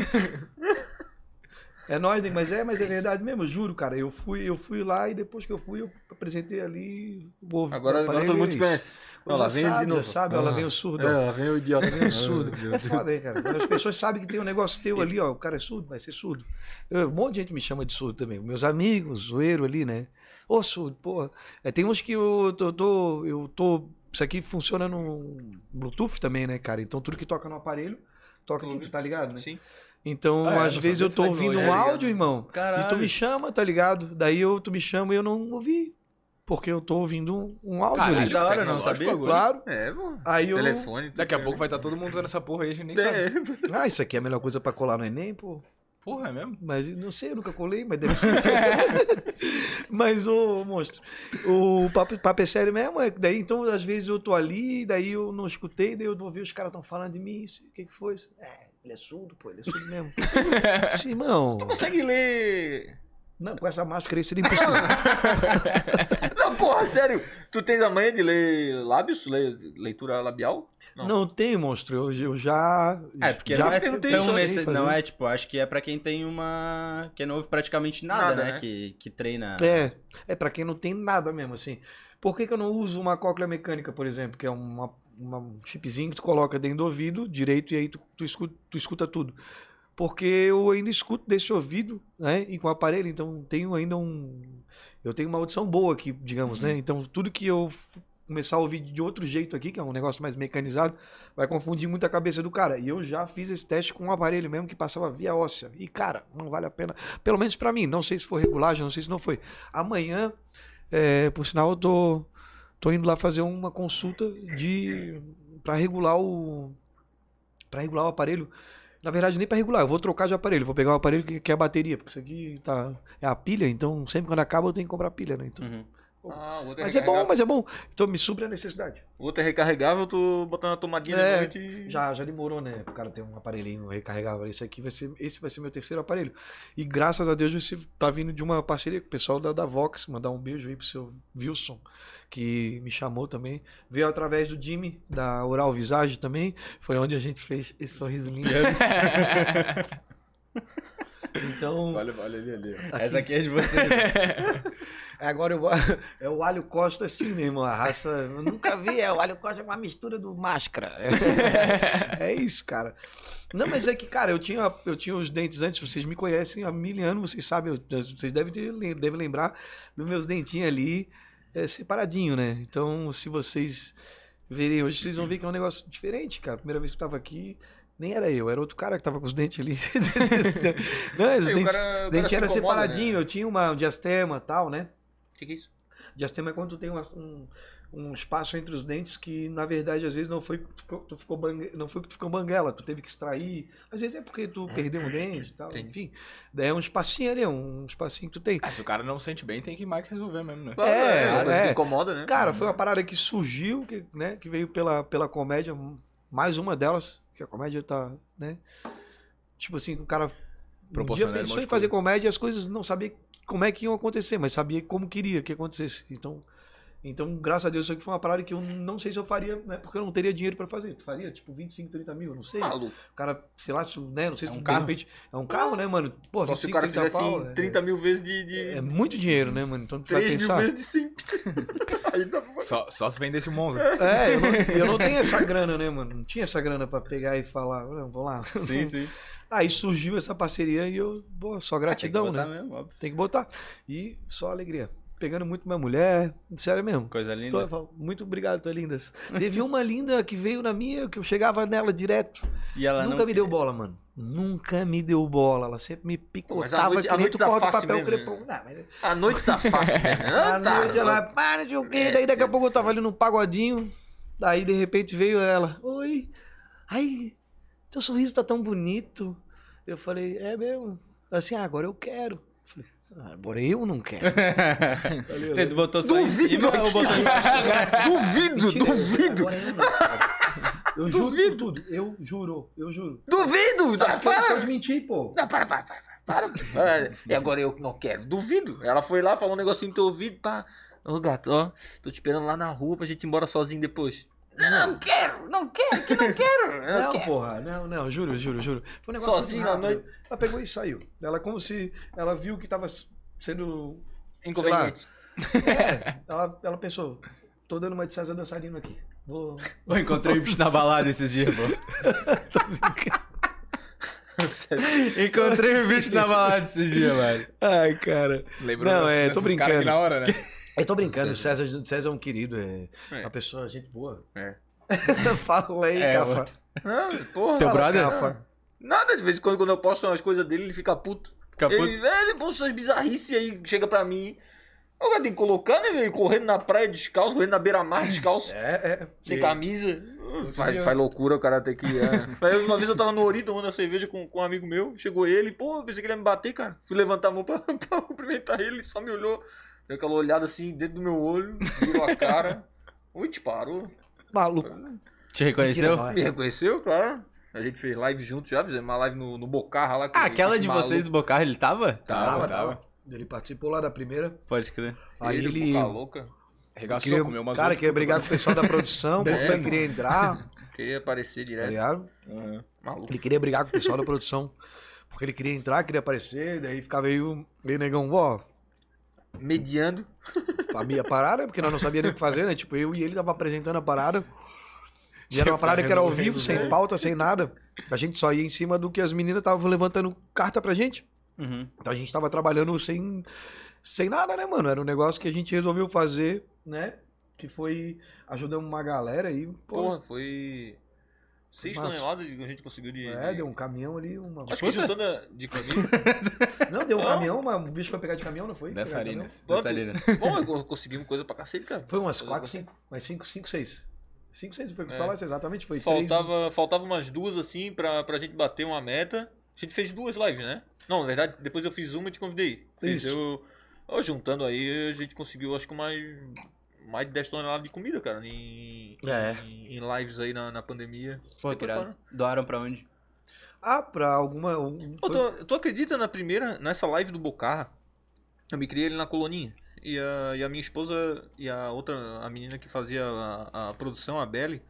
S3: É nóis, nego, mas é, mas é verdade mesmo, juro, cara. Eu fui, eu fui lá e depois que eu fui, eu apresentei ali. vou-
S1: Agora, agora
S3: aparelho,
S1: todo
S3: é
S1: mundo te
S3: isso.
S1: conhece. Olha
S3: Já
S1: lá, vem ele
S3: sabe,
S1: de
S3: já
S1: novo.
S3: sabe, olha lá, vem o surdo, ó.
S1: É, lá vem o idiota.
S3: É surdo.
S1: Meu
S3: É
S1: Deus.
S3: foda, hein, cara? Quando As pessoas sabem que tem um negócio teu ali, ó. O cara é surdo, vai ser surdo. Eu- um monte de gente me chama de surdo também. Meus amigos, zoeiro ali, né? Ô, surdo, porra. É, tem uns que eu tô, tô- Eu tô. Isso aqui funciona no Bluetooth também, né, cara? Então tudo que toca no aparelho, toca aqui, tu tá ligado, né?
S1: Sim.
S3: Então,
S4: Ah, é,
S3: às
S4: não
S3: vezes
S4: sabia
S3: eu
S4: se
S3: tô
S4: vai
S3: ouvindo
S4: longe,
S3: um
S4: tá ligado?
S3: áudio, irmão.
S4: Caralho.
S3: E tu me chama, tá ligado? Daí eu, tu me chama e eu não ouvi. Porque eu tô ouvindo um, um áudio
S4: Caralho,
S3: ali.
S2: da hora, não
S4: tecnológico
S2: sabia?
S4: o bagulho.
S3: Claro.
S1: É, pô.
S3: Aí eu.
S1: Telefone.
S4: Daqui a pouco vai estar todo mundo usando essa porra aí, a gente nem sabe.
S1: É,
S3: Ah, isso aqui é a melhor coisa pra colar no Enem, pô.
S4: Porra, é mesmo?
S3: Mas eu não sei, eu nunca colei, mas deve ser. mas, ô, monstro, o papo, papo é sério mesmo. É que daí, então, às vezes eu tô ali, daí eu não escutei, daí eu vou ver os caras tão falando de mim. isso, O que que foi? isso? É, ele é surdo, pô, ele é surdo mesmo. Sim, irmão.
S1: consegue ler.
S3: Não, com essa máscara aí seria impossível.
S1: Não, porra, sério. Tu tens a manha de ler lábios? Le- leitura labial? Não.
S3: Não, tem, monstro. Eu, eu já.
S2: É, porque
S3: já
S2: não é
S1: perguntei
S2: tão
S1: isso,
S2: nesse,
S3: fazer.
S2: Não é, tipo, acho que é pra quem tem uma. Quem não ouve praticamente nada,
S1: Nada,
S2: né?
S1: né?
S2: Que, que treina.
S3: É, é para quem não tem nada mesmo, assim. Por que, que eu não uso uma cóclea mecânica, por exemplo, que é uma, uma- um chipzinho que tu coloca dentro do ouvido direito e aí tu, tu, escuta, tu escuta tudo? Porque eu ainda escuto desse ouvido, né? E com o aparelho, então tenho ainda um. Eu tenho uma audição boa aqui, digamos, né? Então tudo que eu f- começar a ouvir de outro jeito aqui, que é um negócio mais mecanizado, vai confundir muito a cabeça do cara. E eu já fiz esse teste com um aparelho mesmo que passava via óssea. E, cara, não vale a pena. Pelo menos pra mim. Não sei se foi regulagem, não sei se não foi. Amanhã, é, por sinal, eu tô, tô indo lá fazer uma consulta de para regular o para regular o aparelho. Na verdade, nem para regular, eu vou trocar de aparelho, vou pegar um aparelho que, que é a bateria, porque isso aqui tá é a pilha, então sempre quando acaba eu tenho que comprar pilha, né? Então,
S2: Uhum.
S1: Ah, o outro é
S3: Mas é bom,
S1: recarregável.
S3: mas é bom. Então me supre a necessidade.
S1: O outro é recarregável, eu tô botando a tomadinha
S3: É,
S1: de noite e...
S3: Já, já demorou, né? O cara tem um aparelhinho recarregável. Esse aqui vai ser, esse vai ser meu terceiro aparelho. E graças a Deus você tá vindo de uma parceria com o pessoal da, da Vox. Mandar um beijo aí pro seu Wilson, que me chamou também. Veio através do Jimmy, da Oral Visage também. Foi onde a gente fez esse sorriso lindo. Então,
S4: Olha, olha ali, ali. ó.
S2: Essa aqui é de vocês.
S3: agora eu, vou- é o Alho Costa assim mesmo, a raça. Eu nunca vi, é o Alho Costa é uma mistura do máscara. É isso, cara. Não, mas é que, cara, eu tinha, eu tinha os dentes antes, vocês me conhecem há mil anos, vocês sabem, eu- vocês devem, ter, devem lembrar dos meus dentinhos ali é, separadinho, né? Então, se vocês verem hoje, vocês vão ver que é um negócio diferente, cara. Primeira vez que eu tava aqui, nem era eu, era outro cara que tava com os dentes ali. Não, os
S1: Aí, o
S3: dentes,
S1: cara, o cara
S3: dente
S1: se
S3: era
S1: incomoda,
S3: separadinho,
S1: Né?
S3: eu tinha uma, um diastema e tal, né?
S1: Que que é isso?
S3: Diastema é quando tu tem uma- um, um espaço entre os dentes que, na verdade, às vezes não foi, que tu ficou- tu ficou bangue- não foi que tu ficou banguela, tu teve que extrair. Às vezes é porque tu perdeu um dente e tal,
S1: Entendi.
S3: enfim. É um espacinho ali, um espacinho que tu tem.
S4: Ah, se o cara não sente bem, tem que mais que resolver mesmo, né?
S1: Claro, é, uma
S3: é.
S1: coisa que incomoda, né?
S3: Cara, foi uma parada que surgiu, que, né, que veio pela, pela comédia, um- mais uma delas, que a comédia tá, né? Tipo assim, o cara um dia
S4: Proporcionando um
S3: pensou
S4: monte
S3: em
S4: de
S3: fazer
S4: coisa.
S3: comédia e as coisas não sabia como é que iam acontecer, mas sabia como queria que acontecesse. Então, então graças a Deus, isso aqui foi uma parada que eu não sei se eu faria, né, porque eu não teria dinheiro pra fazer. Tu faria, tipo, 25, 30 mil, eu não sei.
S1: Tá Maluco.
S3: O cara, sei lá, se, né, não sei
S4: Ah. É
S3: se
S4: um
S3: de
S4: carro.
S3: repente... É um carro, né, mano? Pô,
S1: Só
S3: 25,
S1: se o cara
S3: 30
S1: fizesse
S3: pau, é-
S1: 30 mil vezes de... de...
S3: É muito dinheiro, né, mano? Então tu vai
S1: 3 mil
S3: pensar...
S1: vezes de 5. Aí tá dá pra...
S4: Só, só se vendesse o Monza.
S3: É, eu não, eu não tenho essa grana, né, mano? Não tinha essa grana pra pegar e falar, não, vou lá.
S2: sim, sim.
S3: Aí surgiu essa parceria e eu, boa, só gratidão,
S4: Ah, tem que botar
S3: né?
S4: mesmo, óbvio.
S3: Tem que botar. E só alegria. Pegando muito minha mulher, sério mesmo.
S2: Coisa
S3: Tô-
S2: linda.
S3: eu falo, muito obrigado, tua lindas. Teve uma linda que veio na minha, que eu chegava nela direto.
S2: E ela
S3: Nunca
S2: não...
S3: me deu bola, mano. Nunca me deu bola. Ela sempre me
S1: mas a
S3: picotava
S1: noite- a
S3: que nem
S1: noite
S3: tu
S1: tá
S3: corta o
S1: fácil
S3: papel
S1: mesmo, né?
S3: crepom. Não, mas
S1: A noite tá fácil, né?
S3: à
S1: Ah, tá. É,
S3: noite ela, é para de o quê? Daí daqui a pouco eu tava ali num pagodinho. Daí de repente veio ela. Oi. Ai, teu sorriso tá tão bonito. Eu falei, é mesmo? Assim, ah, agora eu quero. Eu falei, ah, agora eu não quero.
S2: Tu botou só em cima ou botou em
S1: Duvido,
S3: Mentira, eu-
S1: duvido.
S3: agora eu não quero. Eu juro por
S1: Duvido.
S3: tudo. Eu juro, eu juro.
S1: Duvido!
S3: Sabe
S1: Tá,
S3: de que eu não sou
S1: para!
S3: de mentir, pô.
S1: Não, para, para, para, para. para. Ah, E agora eu não quero. Duvido. Ela foi lá, falou um negocinho no teu ouvido, pá. Ô gato, ó, tô te esperando lá na rua pra gente ir embora sozinho depois. Não, não quero, não quero, que não quero. eu
S3: Não,
S1: quero.
S3: porra, não, não, juro, juro, juro. Foi um negócio
S1: Sozinho
S3: muito
S1: à
S3: rápido. Ela pegou e saiu. Ela como se ela viu que tava sendo
S1: Inconveniente.
S3: É, ela, ela pensou, tô dando uma de César dançarino aqui. Vou.
S2: Eu encontrei o bicho na balada esses dias, pô. Encontrei o bicho na balada esses dias, mano.
S3: Ai, cara.
S4: Lembrou
S3: Não,
S4: das-
S3: é, tô
S4: desses caras aqui
S3: brincando.
S4: na hora, né?
S3: Eu tô brincando, o César, o César é um querido, é
S1: É.
S3: uma pessoa, gente boa.
S1: É.
S3: Fala aí,
S2: É,
S3: Cafa.
S1: Não, porra.
S2: Teu
S1: Fala,
S2: brother?
S1: cara. Nada, de vez em quando, quando eu posto as coisas dele, ele fica puto.
S2: Caputo.
S1: Ele, ele posta umas bizarrices aí, chega pra mim. O cara tem que colocar, né, velho? Correndo na praia descalço, correndo na beira-mar descalço.
S3: É, é.
S1: Sem
S3: E-
S1: camisa. Hum, Faz,
S3: dia-
S1: faz loucura o cara ter que. É. Aí uma vez eu tava no Ori tomando a cerveja com, com um amigo meu. Chegou ele, pô, pensei que ele ia me bater, cara. Fui levantar a mão pra, pra cumprimentar ele, ele só me olhou. Deu aquela olhada assim dentro do meu olho, virou a cara. Ui, te parou.
S3: Maluco.
S2: Te reconheceu?
S3: Mentira,
S1: Me
S3: não é.
S1: reconheceu, claro. A gente fez live junto já, fizemos uma live no, no Bocarra lá. com
S2: Ah, aquela
S1: esse
S2: de
S1: maluco.
S2: vocês do Bocarra, ele tava?
S4: Tava, tava.
S3: Ele participou lá da primeira.
S2: Pode crer.
S3: Aí
S1: Ele,
S3: ele.
S1: boca louca.
S4: Arregaçou,
S3: queria-
S4: comeu umas
S3: cara,
S4: oito
S3: queria
S4: putas
S3: brigar com o pessoal da produção, o
S4: Deve
S3: pessoal
S4: ser.
S3: queria entrar,
S1: Queria aparecer
S3: tá
S1: direto.
S3: ligado?
S4: Uhum.
S1: Maluco.
S3: Ele queria brigar com o pessoal da produção. Porque ele queria entrar, queria aparecer, daí ficava aí o meio negão, ó,
S1: Mediando.
S3: a minha parada, porque nós não sabíamos nem o que fazer, né? Tipo, eu e ele tava apresentando a parada. E era uma parada que era ao vivo,
S4: né?
S3: sem pauta, sem nada. A gente só ia em cima do que as meninas estavam levantando carta pra gente.
S2: Uhum.
S3: Então a gente tava trabalhando sem, sem nada, né, mano? Era um negócio que a gente resolveu fazer, né? Que foi ajudando uma galera aí. Pô,
S1: Porra, foi. Seis
S3: Massa.
S1: toneladas que a gente conseguiu de.
S3: é,
S1: de-
S3: deu um caminhão ali, uma.
S1: Acho que juntando a- de caminho.
S3: Não, deu um
S1: Não.
S3: caminhão, mas o bicho foi pegar de caminhão, não foi? Pegar de caminhão.
S4: Dançarinas.
S1: Quanto?
S4: Dançarinas.
S1: Bom, eu conseguimos coisa pra cacete, cara.
S3: Foi umas 4, 5. Mas 5, 5, 6. 5, 6 foi o que tu
S1: É.
S3: falaste exatamente. Foi três,
S1: Faltava, faltava umas duas, assim, pra, pra gente bater uma meta. A gente fez duas lives, né? Não, na verdade, depois eu fiz uma e te convidei. Fiz
S3: Isso.
S1: eu. Ó, juntando aí, a gente conseguiu, acho que mais, mais de 10 toneladas de comida, cara, em,
S3: É.
S1: em, em lives aí na, na pandemia.
S2: Foi,
S1: Foi
S2: irado.
S1: para.
S2: Doaram pra onde?
S3: Ah, pra alguma. um-
S1: Pô,
S3: foi-
S1: tu, tu acredita na primeira, nessa live do Bocarra? Eu me criei ele na coloninha. E a, e a minha esposa e a outra, a menina que fazia a, a produção, a Belle,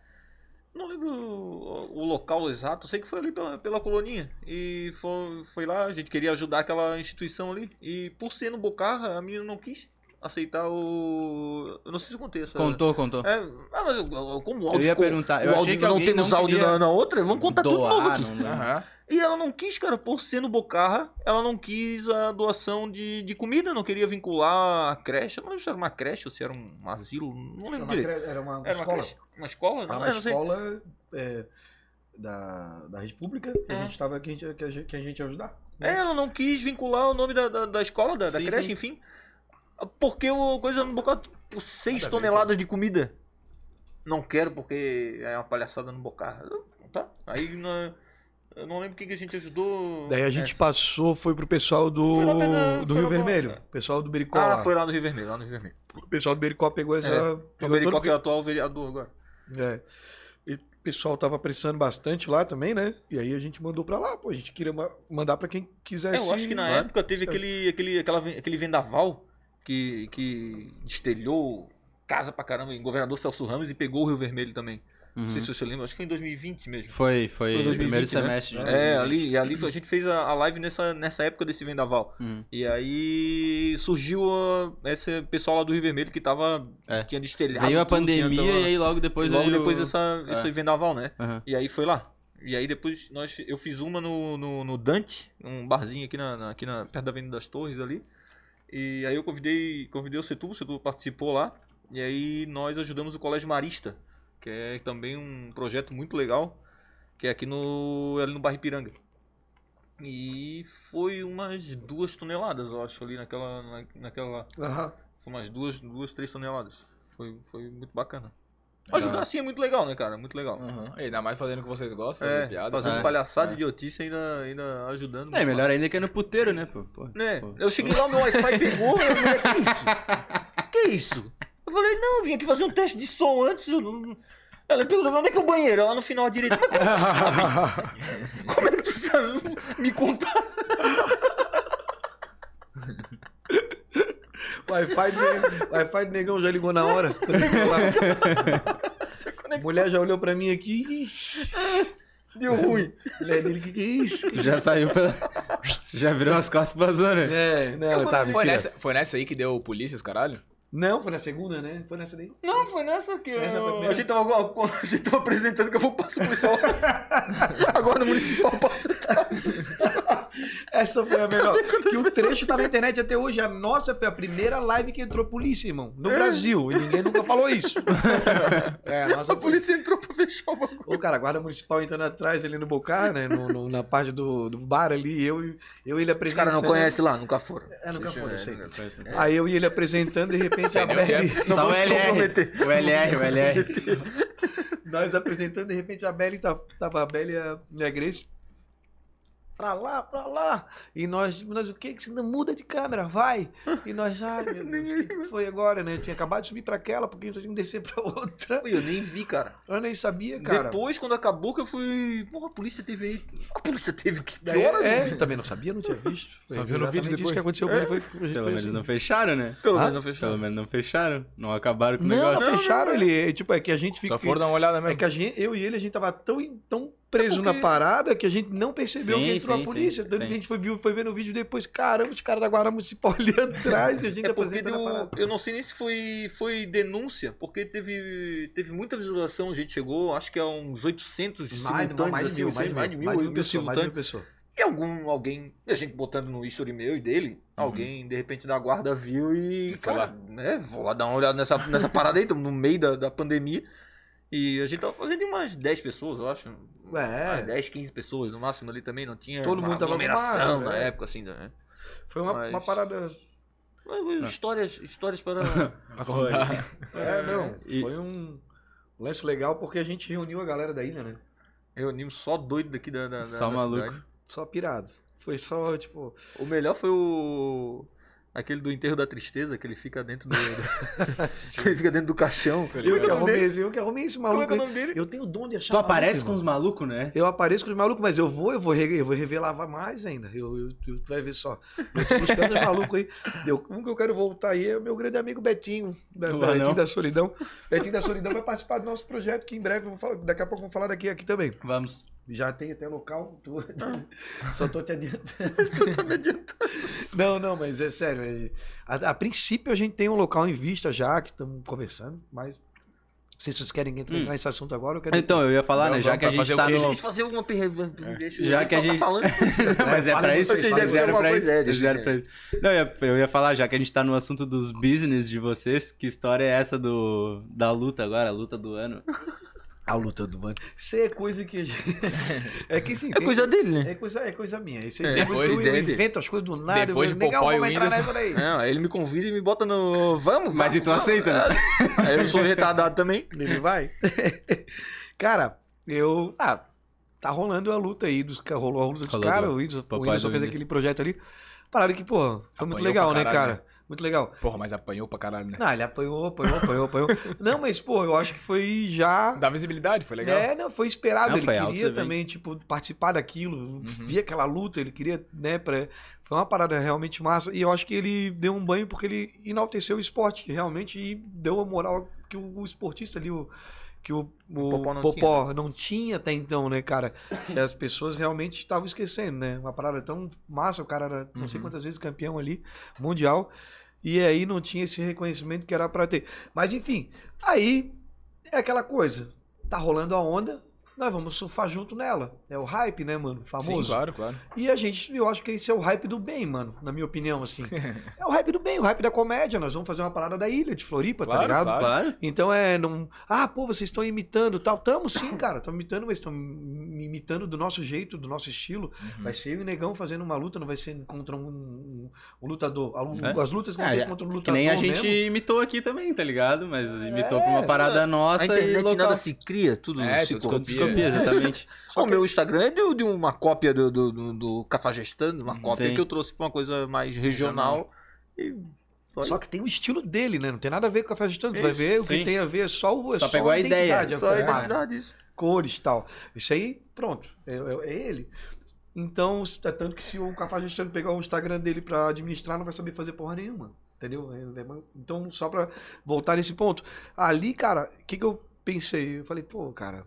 S1: não lembro o, o local exato, sei que foi ali pela, pela coloninha. E foi, foi lá, a gente queria ajudar aquela instituição ali. E por ser no Bocarra, a menina não quis aceitar o. Eu não sei se eu contei essa.
S2: Contou, contou.
S1: É, ah, mas eu- eu- como o
S2: Eu
S1: áudio
S2: ia
S1: ficou-
S2: perguntar.
S1: o
S2: Eu
S1: áudio
S2: achei que
S1: não
S2: alguém
S1: temos
S2: não
S1: áudio
S2: queria
S1: na, na outra, vamos contar tudo né? novo aqui.
S2: doar, não lembro.
S4: Aham.
S1: E ela não quis, cara, por ser no Bocarra, ela não quis a doação de, de comida, não queria vincular a creche. Eu Não sei se era uma creche ou se era um asilo, não
S3: Era
S1: lembro
S3: uma,
S1: direito.
S3: cre- era uma
S1: Era uma
S3: escola.
S1: creche? Uma escola?
S3: Era
S1: Não,
S3: uma
S1: eu não sei.
S3: escola é, da, da Rede Pública que a
S1: Uhum.
S3: gente tava que a gente, que a gente, que a gente ia ajudar.
S1: É, ela não quis vincular o nome da, da, da escola, da, da
S4: Sim,
S1: creche,
S4: sim.
S1: enfim. Porque o coisa no Bocarra, tipo, 6
S4: Nada a ver,
S1: toneladas
S3: né?
S1: de comida. Não quero porque é uma palhaçada no Bocarra. Tá? Aí não, eu não lembro o que, que a gente ajudou.
S3: Daí a gente
S1: É,
S3: passou, foi pro pessoal
S1: Foi lá
S3: do,
S1: pegar-
S3: do
S1: foi
S3: Rio
S1: lá pra-
S3: Vermelho. O pessoal do Bericó.
S1: Ah,
S3: lá.
S1: foi lá no Rio Vermelho, lá no Rio Vermelho.
S3: O pessoal do Bericó pegou essa.
S1: É, O
S3: pegou
S1: Bericó
S3: todo-
S1: que é o atual vereador agora.
S3: É. E o pessoal tava pressando bastante lá também, né? E aí a gente mandou pra lá, pô. A gente queria ma- mandar pra quem
S1: É,
S3: quisesse.
S1: eu acho que na
S3: né?
S1: época teve aquele, aquele, aquela, ven- aquele vendaval que, que destelhou casa pra caramba em governador Celso Ramos e pegou o Rio Vermelho também.
S2: Uhum.
S1: Não sei se você lembra, acho que foi em 2020 mesmo.
S2: Foi,
S1: Foi
S2: foi,
S1: em 2020,
S2: primeiro
S1: né?
S2: semestre. de
S1: É,
S2: 2020.
S1: ali, e ali a gente fez a, a live nessa, nessa época desse vendaval.
S2: Uhum.
S1: E aí surgiu a- esse pessoal lá do Rio Vermelho que tava.
S2: É.
S1: tinha destelhado.
S2: Veio a
S1: tudo, tinha
S2: pandemia
S1: tava-
S2: e aí logo depois...
S1: então, logo
S2: veio-
S1: depois essa,
S2: é.
S1: esse vendaval, né?
S2: Aham.
S1: E aí foi lá. E aí depois nós, eu fiz uma no, no, no Dante, um barzinho aqui, na, na- aqui na, perto da Avenida das Torres ali. E aí eu convidei, convidei o Setúbal, o Setúbal participou lá. E aí nós ajudamos o Colégio Marista, que é também um projeto muito legal, que é aqui no, ali no Barra Ipiranga. E foi umas duas toneladas, eu acho, ali naquela... na- naquela
S3: Aham.
S1: foi umas duas, duas, três toneladas. Foi, foi muito bacana.
S4: Legal.
S1: Ajudar assim é muito legal, né, cara? Muito legal.
S4: Aham. E Ainda mais fazendo o que vocês gostam, fazendo
S1: É,
S4: Hum, piada.
S1: fazendo
S2: É,
S1: palhaçada,
S4: é.
S1: idiotice, ainda, ainda ajudando.
S2: É, melhor ainda que é no puteiro, né, pô? Pô.
S1: Né?
S2: Pô.
S1: Eu cheguei lá, meu Wi-Fi pegou, eu falei, que isso? Que isso? Eu falei, não, eu vim aqui fazer um teste de som antes. eu não- Ela perguntou, onde é que é o banheiro? Lá no final à direita. Mas como,
S3: Ah.
S1: como é que tu sabe? Me contar.
S3: Wi-Fi do, Wi-Fi do negão já ligou na hora. Conectou lá. Mulher já olhou pra mim aqui. Deu ruim. Mulher dele, que que é isso?
S2: Tu já saiu pela... já virou as costas pra zona.
S3: É, não, tá,
S4: Foi
S3: mentira.
S4: nessa, foi nessa aí que deu polícia, os caralho?
S3: Não, foi na segunda, né? Foi nessa daí.
S1: Não, foi nessa que eu...
S3: Essa é a primeira?
S1: a, gente tava, a gente tava apresentando que eu vou passar o policial. Agora no municipal passa.
S3: Essa foi a melhor. Que o trecho tá na internet até hoje. A nossa foi a primeira live que entrou polícia, irmão. No Brasil. E ninguém nunca falou isso. É, a nossa
S1: A polícia entrou pra fechar o bagulho.
S3: Ô, cara, a guarda municipal entrando atrás ali no Bocar, né? No, no- na parte do, do bar ali, eu e eu, e ele
S1: Os
S3: apresentando.
S1: caras não conhecem lá, nunca foram.
S3: né? É, nunca
S1: Deixa-
S3: foram, eu sei.
S1: é,
S3: Aí eu e ele apresentando, de repente a
S4: Sei nem o que é.
S3: Belly.
S1: Não
S2: Só o
S1: vamos
S2: LR.
S1: comprometer.
S2: Ah, O LR, o LR.
S3: Nós apresentando, de repente a Belly tá- tava a Belly e a, e a Grace. Pra lá, pra lá. E nós, nós o que que você não muda de câmera, vai. E nós, ai meu Deus, o que que foi agora, né? Eu tinha acabado de subir pra aquela, porque a gente tinha que descer pra outra.
S1: Eu nem vi, cara.
S3: Eu nem sabia, cara.
S1: Depois, quando acabou, que eu fui. Porra, a polícia teve aí. A polícia teve que.
S3: Daí,
S1: Que hora?
S3: é, eu também não sabia, não tinha visto.
S4: Só viu no
S3: exatamente
S4: vídeo
S3: isso
S4: depois.
S3: que aconteceu.
S1: É.
S3: Foi, foi,
S2: Pelo
S3: foi
S2: menos
S3: assim.
S2: não fecharam, né?
S1: Pelo
S3: Ah,
S1: menos não fechou.
S2: Pelo menos não fecharam. Não acabaram com o
S3: Não,
S2: negócio.
S3: não fecharam ele. Tipo, é que a gente fica.
S4: Só foram dar uma olhada
S3: É
S4: mesmo.
S3: que a gente, eu e ele, a gente tava tão, tão preso
S1: É porque-
S3: na parada que a gente não percebeu
S2: Sim,
S3: que entrou
S2: sim,
S3: a polícia.
S2: sim,
S3: Tanto
S2: sim.
S3: que a gente foi, viu, foi vendo o vídeo depois. Caramba, os caras da Guarda Municipal ali atrás e a gente
S1: É porque
S3: tá aposentando a
S1: deu,
S3: parada.
S1: eu não sei nem se foi, foi denúncia, porque teve, teve muita visualização, a gente chegou, acho que a uns 800 simultâneos, assim, 800, mais de mil,
S3: pessoas, mais de mil
S1: simultâneos.
S3: pessoas.
S1: E algum, alguém, a gente botando no history meu e dele,
S3: Uhum.
S1: alguém de repente da guarda viu e,
S4: E foi
S1: cara, né, vou lá dar uma olhada nessa, nessa parada aí, tamo no meio da, da pandemia. E a gente tava fazendo umas 10 pessoas, eu acho.
S3: É.
S1: Ah, 10, 15 pessoas no máximo ali também, não tinha
S3: Todo
S1: uma
S3: mundo tava com
S1: aglomeração
S3: máscara,
S1: na
S3: é.
S1: época, assim, né?
S3: Foi uma,
S1: Mas-
S3: uma parada. Ah.
S1: Mas, Histórias, histórias para...
S4: Pra
S2: Tá
S4: contar.
S3: É, não.
S2: e-
S3: Foi um lance legal porque a gente reuniu a galera da ilha, né?
S1: Reunimos só doido daqui da, da da-
S2: Só
S1: da
S2: maluco.
S1: cidade.
S3: Só pirado. Foi só, tipo.
S1: O melhor foi o... Aquele do enterro da tristeza, que ele fica dentro do. que ele fica dentro do caixão.
S3: Eu que
S1: Como é o nome
S3: arrumei
S1: dele?
S3: esse, eu que arrumei esse
S1: Como é que
S3: maluco.
S1: é o
S3: aí.
S1: nome dele?
S3: Eu tenho o dom de achar
S2: Tu aparece
S3: maluco,
S2: com os
S3: irmão.
S2: malucos, né?
S3: Eu apareço com os malucos, mas eu vou, eu vou, re- eu vou revelar mais ainda. Eu, eu- tu- tu vai ver só. Eu tô buscando os malucos aí. Eu, um que eu quero voltar aí é o meu grande amigo Betinho, da,
S2: O
S3: da-
S2: anão.
S3: Betinho da Solidão. Betinho da Solidão vai participar do nosso projeto, que em breve, eu vou falar- daqui a pouco eu vou falar daqui aqui também.
S2: Vamos.
S3: Já tem até local, tô-
S2: Ah.
S3: só tô te adiantando. Não, não, mas é sério. é- a, a princípio a gente tem um local em vista já, que estamos conversando, mas não sei se vocês querem entrar
S2: Hum.
S3: nesse assunto agora, eu quero...
S2: Então, eu ia falar,
S4: Não,
S2: né? Já
S4: vamos
S2: que a
S4: pra
S2: gente
S4: fazer
S2: tá
S4: o quê?
S1: Deixa eu
S2: no.
S1: te fazer alguma pergunta. deixa eu-
S2: Já que a
S1: só tá
S2: gente-
S1: falando.
S2: Mas é
S3: Fala
S2: pra
S3: com
S2: isso,
S1: vocês,
S2: eles
S1: deve ter
S2: fizeram
S1: alguma
S2: pra isso.
S1: coisa, é,
S2: Eles fizeram
S1: deve
S2: pra isso. Não, eu ia, eu ia falar, já que a gente tá no assunto dos business de vocês, que história é essa do da luta agora, a luta do ano?
S3: A luta do banco. Isso é coisa que a gente... É que assim,
S1: É
S3: tem-
S1: coisa dele, né?
S3: É coisa, é coisa minha. Isso
S1: É,
S3: é, depois
S1: depois
S3: eu, eu
S1: deve.
S3: invento as coisas do nada.
S4: Depois
S3: eu
S4: de Popeye,
S3: vamos entrar
S4: Windows.
S3: nessa daí.
S1: Não, aí ele me convida e me bota no. Vamos,
S2: Mas
S1: vamos,
S2: e tu
S1: vamos.
S2: aceita, né?
S1: Aí eu sou retardado também.
S3: Ele vai. Cara, eu. Ah, tá rolando a luta aí dos ca- rolou a luta dos
S2: Rolou
S3: caras.
S2: do-
S3: O Whindersson o
S2: Papai
S3: Whindersson
S2: do
S3: fez
S2: Whindersson.
S3: aquele projeto ali. Parada que, pô, foi muito
S4: Apanhou
S3: legal,
S4: pra
S3: né,
S4: caralho,
S3: cara? Muito legal.
S4: Porra, mas apanhou pra caralho, né?
S3: Não, ele apanhou, apanhou, apanhou, apanhou. Não, mas, pô, eu acho que foi já.
S4: Dá visibilidade, foi legal.
S3: É, não, foi esperado.
S2: Não,
S3: ele
S2: foi
S3: queria
S2: auto-evento.
S3: também, tipo, participar daquilo, via aquela luta, ele queria, né, pra... Foi uma parada realmente massa. E eu acho que ele deu um banho porque ele enalteceu o esporte, realmente, e deu a moral que o, o esportista ali, o. Que o, o
S1: Popó não
S3: Popó não tinha até então, né, cara? Que as pessoas realmente estavam esquecendo, né? Uma parada tão massa, o cara era não sei
S4: Uhum.
S3: quantas vezes campeão ali, mundial. E aí não tinha esse reconhecimento que era pra ter. Mas enfim, aí é aquela coisa. Tá rolando a onda, nós vamos surfar junto nela. É o hype, né, mano? Famoso.
S4: Sim, claro, claro.
S3: E a gente, eu acho que esse é o hype do bem, mano, na minha opinião, assim. é o hype do bem, o hype da comédia. Nós vamos fazer uma parada da ilha de Floripa,
S4: Claro,
S3: tá ligado?
S4: claro.
S3: Então é. Não... Ah, pô, vocês estão imitando tal. Tamo sim, cara. Estamos imitando, mas estamos imitando do nosso jeito, do nosso estilo.
S2: Hum.
S3: Vai
S4: Uhum.
S3: ser eu e o negão fazendo uma luta, não vai ser contra um, um- um lutador. A lu-
S2: É.
S3: As lutas vão
S2: É,
S3: ser
S2: é.
S3: contra um
S2: Que
S3: lutador.
S2: nem a gente
S3: mesmo.
S2: imitou aqui também, tá ligado? Mas imitou
S3: É,
S2: pra uma parada
S1: A
S2: nossa e
S1: internet
S2: local.
S1: nada se cria, tudo
S4: É,
S1: se
S4: tudo
S1: corrompe.
S4: se
S2: Descopia,
S4: É.
S2: exatamente.
S1: Só o meu Instagram é de, de uma cópia do, do, do, do Cafajestando, uma cópia
S2: Sim.
S1: que eu trouxe pra uma coisa mais regional. E Olha.
S3: Só que tem o estilo dele, né? Não tem nada a ver com o café de tanto. Vai ver o
S2: Sim.
S3: que tem a ver é só o é
S2: Só
S3: só
S2: pegou a ideia.
S3: identidade,
S1: só é
S3: formato.
S1: verdade isso.
S3: cores e tal. Isso aí, pronto, é, é- é ele. Então, é tanto que se o cafajestano pegar o Instagram dele pra administrar, não vai saber fazer porra nenhuma, entendeu? É- é- Então, só pra voltar nesse ponto. Ali, cara, o que que eu pensei? Eu falei, pô, cara,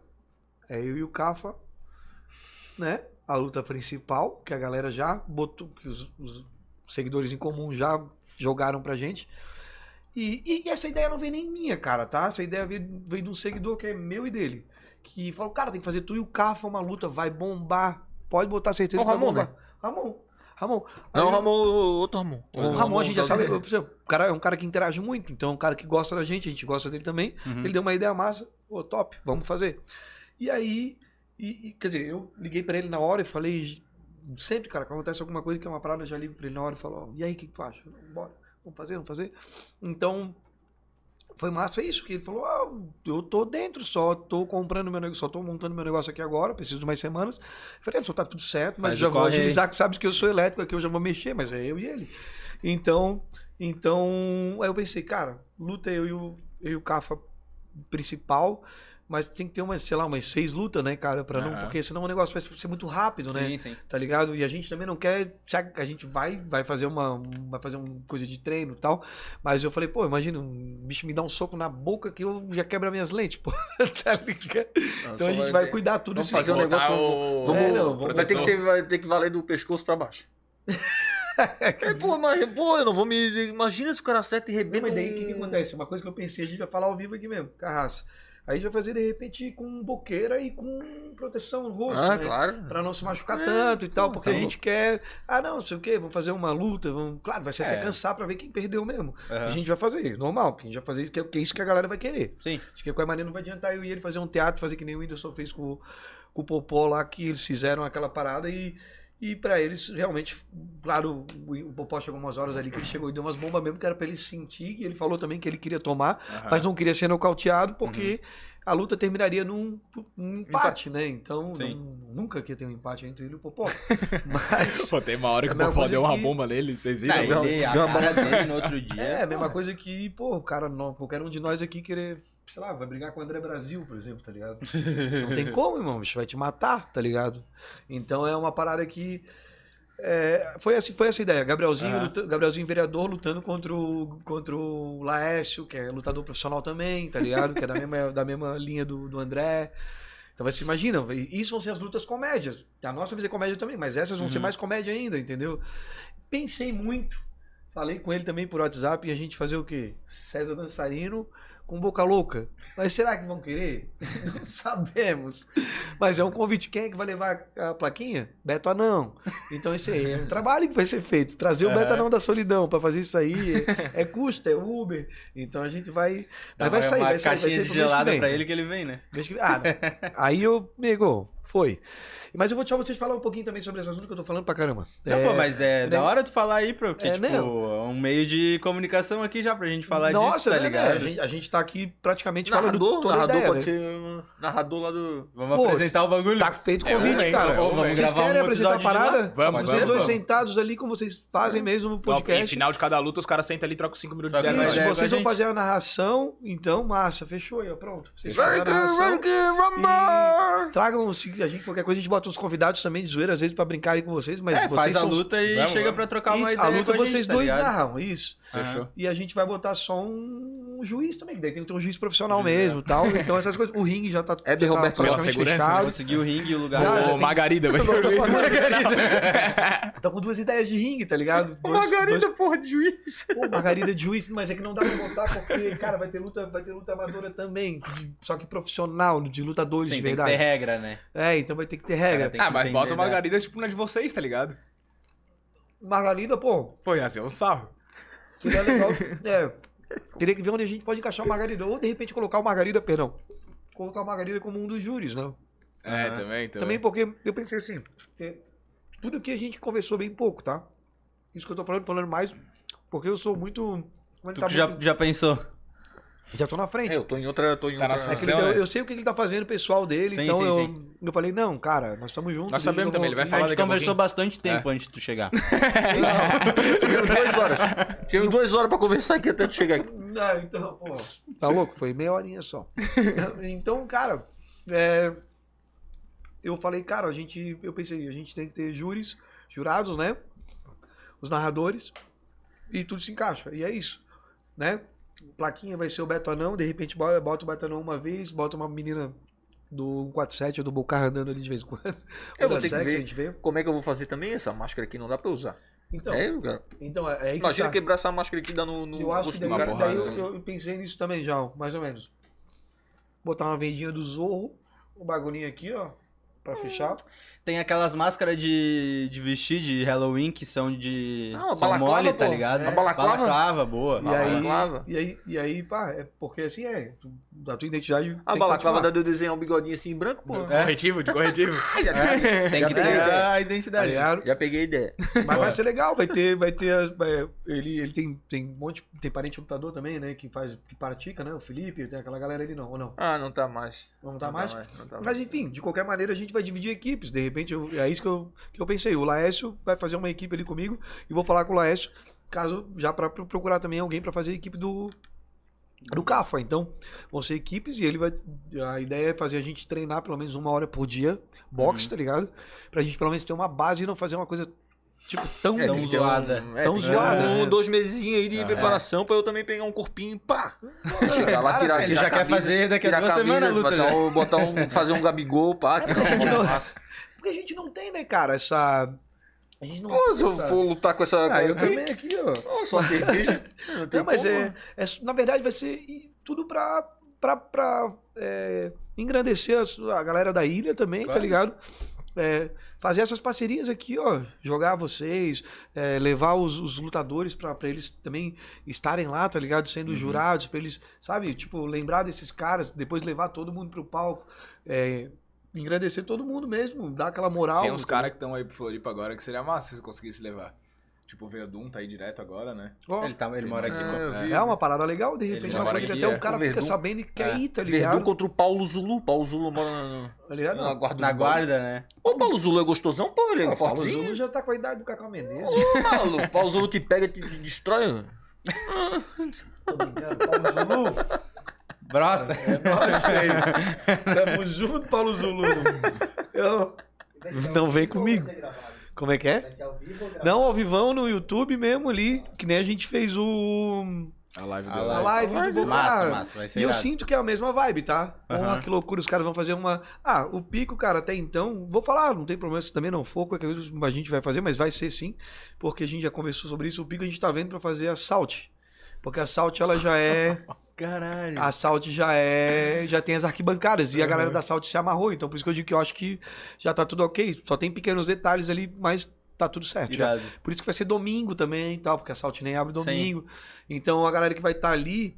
S3: é eu e o Cafa, né? A luta principal, que a galera já botou, que os, os seguidores em comum já jogaram pra gente. E, e essa ideia não veio nem minha, cara, tá? Essa ideia veio, veio de um seguidor que é meu e dele que falou, cara, tem que fazer tu e o Cafa uma luta, vai bombar. Pode botar
S1: É
S3: certeza
S1: o
S3: que vai
S1: Ramon,
S3: bombar. Ramon, Ramon. Aí
S1: Não,
S3: eu-
S1: Ramon, outro Ramon.
S3: O Ramon, a gente já sabe, eu- eu- o cara é um cara que interage muito, então é um cara que gosta da gente, a gente gosta dele também.
S2: Uhum.
S3: Ele deu uma ideia massa, pô, top, vamos fazer. E aí, e- e, quer dizer, eu liguei pra ele na hora e falei, sempre, cara, que acontece alguma coisa que é uma parada, eu já ligo pra ele na hora e falo, ó, e aí, o que que tu acha? Bora, vamos fazer, vamos fazer. Então, foi massa isso, que ele falou, ah, eu tô dentro só, tô comprando meu negócio, só tô montando meu negócio aqui agora, preciso de mais semanas. Eu falei, só tá tudo certo, mas
S2: Faz
S3: já
S2: o
S3: vou
S2: corre aí.
S3: agilizar, que sabes que eu sou elétrico aqui, eu já vou mexer, mas é eu e ele. Então, então, aí eu pensei, cara, luta é eu e o, eu e o Cafa principal, mas tem que ter umas, sei lá, umas seis lutas, né, cara, para não,
S4: Aham.
S3: porque senão o negócio vai ser muito rápido, né?
S2: Sim, sim.
S3: tá ligado? E a gente também não quer, sabe, a gente vai, vai fazer uma, vai fazer uma coisa de treino e tal, mas eu falei, pô, imagina, um bicho me dá um soco na boca que eu já quebra minhas lentes, pô, tá ligado? Então a gente vai cuidar tudo
S1: Vamos
S3: isso.
S1: fazer um
S4: Botar
S1: negócio,
S4: o-
S1: Vamos,
S3: É, não, vamos-
S1: vai, ter que
S4: protetor.
S1: ser, vai ter que valer do pescoço pra baixo. é, pô, mas pô, eu não vou me. Imagina se o cara acerta e
S3: Não,
S1: rebenta.
S3: mas daí o que, que
S1: um-
S3: acontece? Uma coisa que eu pensei, a gente vai falar ao vivo aqui mesmo, carraça. Aí a gente vai fazer de repente com boqueira e com proteção no rosto,
S1: Ah,
S3: né?
S1: claro.
S3: Pra não se machucar
S1: É,
S3: tanto e tal,
S1: não,
S3: porque a
S1: tá
S3: gente quer. Ah, não, sei o quê, vamos fazer uma luta, vamos. Claro, vai ser até
S2: É.
S3: cansar pra ver quem perdeu mesmo. A
S2: Aham.
S3: gente vai fazer, normal, porque a gente vai fazer isso, que é- que é isso que a galera vai querer.
S2: Sim.
S3: Acho que de qualquer maneira não vai adiantar eu e ele fazer um teatro, fazer que nem o Whindersson fez com, o- com o Popó lá, que eles fizeram aquela parada e. E pra eles, realmente, claro, o o Popó chegou umas horas ali que ele chegou e deu umas bombas mesmo, que era pra ele sentir, e ele falou também que ele queria tomar,
S4: Aham.
S3: mas não queria ser nocauteado, porque a luta terminaria num, num empate, né? Então,
S4: Sim.
S3: não- nunca que tem um empate entre ele e o Popó. Mas.
S4: Pô, tem uma hora que o
S3: Não,
S4: Popó
S3: coisa
S4: deu uma
S3: que-
S4: bomba nele, vocês viram?
S1: Tá,
S4: Não,
S1: ele- a cara
S2: dele no outro dia.
S3: É, a mesma coisa que, pô, o cara, não, qualquer um de nós aqui querer, sei lá, vai brigar com o André Brasil, por exemplo, tá ligado? Não tem como, irmão, bicho, vai te matar, tá ligado? Então é uma parada que. é, foi, essa, foi essa a ideia. Gabrielzinho,
S4: Aham.
S3: luta- Gabrielzinho vereador lutando contra o, contra o Laércio, que é lutador profissional também, tá ligado? Que é da mesma, da mesma linha do, do André. Então você imagina, isso vão ser as lutas comédias. A nossa vai ser comédia também, mas essas vão ser
S4: Uhum.
S3: mais comédia ainda, entendeu? Pensei muito. Falei com ele também por WhatsApp e a gente fazer o quê? César Dançarino com boca louca. Mas será que vão querer? Não sabemos. Mas é um convite. Quem é que vai levar a plaquinha? Beto Anão. Então isso aí é um trabalho que vai ser feito. Trazer o Beto Anão da solidão para fazer isso aí é, é custo, é Uber. Então a gente vai. Mas vai sair,
S2: é uma
S3: vai sair. Vai
S2: caixinha de
S3: sair pro mês que
S2: gelada
S3: vem.
S2: pra ele que ele vem, né?
S3: Mês que- Ah, não. aí eu. Nego, foi. Mas eu vou deixar vocês falar um pouquinho também sobre esse assunto que eu tô falando pra caramba.
S2: Não, pô, mas é
S3: né?
S2: da hora tu falar aí, pro, porque,
S3: É,
S2: tipo,
S3: né?
S2: é um meio de comunicação aqui já pra gente falar disso,
S3: Nossa,
S2: tá
S3: né,
S2: ligado?
S3: A gente, a gente tá aqui praticamente falando
S1: Narrador,
S3: toda a
S1: narrador
S3: ideia,
S1: pode
S3: né?
S1: ser um narrador lá do.
S2: Vamos
S3: Pô,
S2: apresentar o bagulho.
S3: Tá feito o
S4: É,
S3: convite,
S4: vamos,
S3: cara.
S4: vamos, vamos
S3: vocês
S2: gravar
S3: querem
S2: um
S3: apresentar a
S2: episode de lá?
S3: parada?
S4: Vamos,
S3: Vocês
S4: vamos,
S3: dois
S4: vamos.
S3: sentados ali, como vocês
S2: É.
S3: fazem mesmo no
S4: E
S3: podcast.
S4: final de cada luta, os caras sentam ali e trocam 5 minutos de
S2: Troca
S4: diálogo.
S2: ideia.
S3: Isso,
S2: É,
S3: vocês
S2: com a
S3: vão
S2: gente.
S3: fazer a narração, então, massa, fechou aí, ó, pronto. Vocês
S4: Fechou.
S3: fazem a narração.
S1: Rumble!
S3: Tragam, se a gente, qualquer coisa, a gente bota uns convidados também de zoeira, às vezes, pra brincar aí com vocês, mas
S2: É,
S3: vocês
S2: faz a
S3: são os-
S2: luta e
S4: Vamos,
S2: chega
S4: vamos.
S2: pra trocar uma
S3: Isso,
S2: ideia
S3: a luta
S2: com a gente,
S3: vocês
S2: tá
S3: dois
S2: ligado?
S3: narram, isso.
S4: Fechou?
S3: E a gente vai botar só um juiz também, que daí tem que ter um juiz profissional
S2: Juiz, né?
S3: mesmo tal. Então essas coisas. O ringue já tá,
S1: É de
S3: já tá
S1: Roberto
S3: praticamente
S4: Melo, segurança,
S3: fechado.
S2: Conseguir o ringue e o lugar.
S3: Não, já
S4: Ô,
S3: tem-
S4: Margarida, vai ser o juiz.
S3: Tá com duas ideias de ringue, tá ligado?
S1: Ô,
S3: Dois- dois-
S1: Margarida, porra de juiz.
S3: Pô, Margarida de juiz, mas é que não dá pra botar porque, cara, vai ter luta, vai ter luta amadora também, de- só que profissional, de lutadores de
S2: Sim, tem que ter
S3: verdade.
S2: regra, né?
S3: É, então vai ter que ter
S2: Cara,
S3: regra.
S2: tem que
S4: Ah, mas bota
S2: entender, né?
S4: o Margarida, tipo, na de vocês, tá ligado?
S3: Margarida, pô,
S4: Pô, ia ser um sarro.
S3: seria legal. é, teria que ver onde a gente pode encaixar o Margarida, ou de repente colocar o Margarida, perdão, colocar o Margarida como um dos júris, né?
S4: É,
S2: Aham.
S4: também, também.
S3: Também porque eu pensei assim, porque tudo que a gente conversou bem pouco, tá? Isso que eu tô falando, falando mais, porque eu sou tá muito...
S2: Tu que já, já pensou.
S3: já tô na frente.
S1: É, eu tô em outra. Tô em
S4: Tá na
S3: É
S1: outra...
S3: que
S4: Sim,
S3: ele deu-
S4: né?
S3: eu sei o que ele tá fazendo, o pessoal dele,
S2: Sim,
S3: então
S2: sim,
S3: eu,
S2: sim.
S3: eu falei, não, cara, nós estamos juntos.
S4: Nós sabemos
S3: eu
S4: também, ele vai falar
S2: A gente
S4: daqui a
S2: conversou
S4: pouquinho.
S2: bastante tempo antes de tu chegar.
S1: Tivemos duas horas. Tivemos duas horas pra conversar aqui até tu chegar aqui.
S3: Não, então, pô. Tá louco? Foi meia horinha só. então, cara, é, eu falei, cara, a gente. Eu pensei, a gente tem que ter júris, jurados, né? Os narradores. E tudo se encaixa. E é isso. Né? Plaquinha vai ser o Beto Anão, de repente bo- bota o Beto Anão uma vez, bota uma menina do 147 ou do Bocarra andando ali de vez em quando.
S1: Eu vou
S3: Ou da
S1: ter que
S3: Sex,
S1: ver.
S3: a gente vê.
S1: Como é que eu vou fazer também? Essa máscara aqui não dá pra usar.
S3: Então,
S1: é, cara.
S3: então é, é aí que
S1: Imagina
S3: tá.
S1: quebrar essa máscara aqui e dar no, no
S3: Eu acho que
S1: rosto
S3: daí,
S1: do
S4: uma
S1: cara.
S3: daí
S4: porrada,
S3: eu, eu pensei nisso também já, ó, mais ou menos. Botar uma vendinha do Zorro, o bagulhinho aqui, ó, pra fechar.
S2: Tem aquelas máscaras de, de vestir de Halloween que são de.
S1: Ah,
S2: são
S1: balaclava,
S2: mole,
S1: pô.
S2: tá ligado?
S1: É. Balaclava?
S2: boa.
S3: E aí,
S1: balaclava.
S3: e aí, e aí, pá, é porque assim é, tu- a tua identidade
S1: A
S3: tem
S1: balaclava
S3: que
S1: da deu desenhar um bigodinho assim em branco, pô.
S2: É.
S4: Corretivo, de corretivo.
S1: Ah, já, peguei-
S2: Tem
S1: Já peguei
S2: que ter
S1: a ideia.
S2: a
S3: tá
S2: identidade.
S3: ligado?
S1: Já peguei a ideia.
S3: Mas vai ser legal, vai ter, vai ter, as- vai- ele, ele tem, tem um monte, tem parente lutador também, né, que faz, que pratica, né, o Felipe, tem aquela galera ali não, ou não,
S1: Ah, não tá mais.
S3: vamos
S1: Não
S3: tá mais?
S1: não tá
S3: Mas
S1: mais.
S3: enfim, de qualquer maneira a gente vai dividir equipes. De repente, eu- é isso que eu, que eu pensei. O Laércio vai fazer uma equipe ali comigo e vou falar com o Laércio, caso já para procurar também alguém para fazer a equipe do do Cafa. Então, vão ser equipes e ele vai a ideia é fazer a gente treinar pelo menos uma hora por dia, boxe,
S1: Uhum.
S3: tá ligado? Pra gente pelo menos ter uma base e não fazer uma coisa tipo tão
S1: É,
S2: tão
S1: tem que ter
S2: zoada.
S1: um- é,
S3: Tão
S1: tem que ter
S3: zoada,
S1: Um,
S3: né?
S1: Dois mesezinhos aí de
S4: Ah,
S1: preparação pra eu também pegar um corpinho e pá. Chegar lá, tirar
S2: Ele
S1: tirar
S2: já
S1: a
S2: quer
S1: camisa,
S2: fazer daqui
S1: tirar
S2: a
S1: a
S2: duas
S1: camisa,
S2: semanas né? a é? luta
S1: botar,
S2: já.
S1: um- botar um, fazer um Gabigol, pá. tirar
S3: porque a gente
S1: uma
S3: não-
S1: massa.
S3: Porque a gente não tem, né, cara, essa a gente não
S1: Pô, se eu
S3: essa-
S1: for lutar com essa...
S3: Ah, eu também aqui, ó.
S1: Pô, só cerveja. Não tem né?
S3: Não, mas
S1: como.
S3: é, é, na verdade vai ser i- tudo pra, pra, pra é, engrandecer a, su- a galera da ilha também,
S2: Claro.
S3: tá ligado? É, fazer essas parcerias aqui, ó, jogar vocês, é, levar os, os lutadores pra pra eles também estarem lá, tá ligado?
S1: Uhum.
S3: Sendo jurados, pra eles, sabe, tipo, lembrar desses caras, depois levar todo mundo pro palco, é, engrandecer todo mundo mesmo, dar aquela moral.
S4: Tem uns caras que estão aí pro Floripa agora que seria massa se conseguisse levar. Tipo, o Verdun tá aí direto agora, né?
S3: Ó,
S4: Ele, tá, ele
S2: Tem
S4: mora
S1: uma-
S4: aqui.
S1: É,
S4: pô.
S1: eu vi.
S3: é uma parada legal, de repente,
S4: Ele
S3: uma
S4: mora
S3: coisa que
S4: aqui,
S3: até
S4: é.
S3: o cara
S1: Com
S3: fica
S1: Verdun.
S3: sabendo e quer
S4: É.
S3: ir, tá
S1: Verdun
S3: ligado?
S1: contra o Paulo Zulu. Paulo Zulu mora na,
S3: Tá ligado?
S1: na guarda
S2: É. Na
S1: do Paulo.
S2: guarda, né?
S1: Pô, o Paulo Zulu é gostosão, pô. Ele é
S3: Pô, o Ah, Paulo
S1: fortinho.
S3: Zulu já tá com a idade do Cacau Menezes.
S1: Ô, Paulo, o Paulo Zulu te pega e te te destrói. mano.
S3: Tô brincando, Paulo Zulu.
S2: Brota.
S5: É nóis, né? Tamo junto, Paulo Zulu. Eu...
S3: Não vem comigo. Como é que é? Não, ao vivão no YouTube mesmo ali, que nem a gente fez o
S4: A live
S2: A
S4: dele.
S3: a live do Boca.
S2: Massa, massa. Vai ser
S3: E eu
S2: irado.
S3: sinto que é a mesma vibe, tá?
S2: Aham.
S3: Porra, que loucura, os caras vão fazer uma. Ah, o pico, cara, até então, vou falar, não tem problema se também não for, qualquer coisa a gente vai fazer, mas vai ser sim, porque a gente já conversou sobre isso. O pico a gente tá vendo pra fazer a Salt. Porque a Salt, ela já é.
S4: Caralho.
S2: Ah,
S3: A Salt já é. Já tem as arquibancadas. E a galera da Salt se amarrou. Então, por isso que eu digo que eu acho que já tá tudo ok. Só tem pequenos detalhes ali, mas tá tudo certo. Já
S2: Irado.
S3: por isso que vai ser domingo também e tal, porque a Salt nem abre domingo. Então a galera que vai estar ali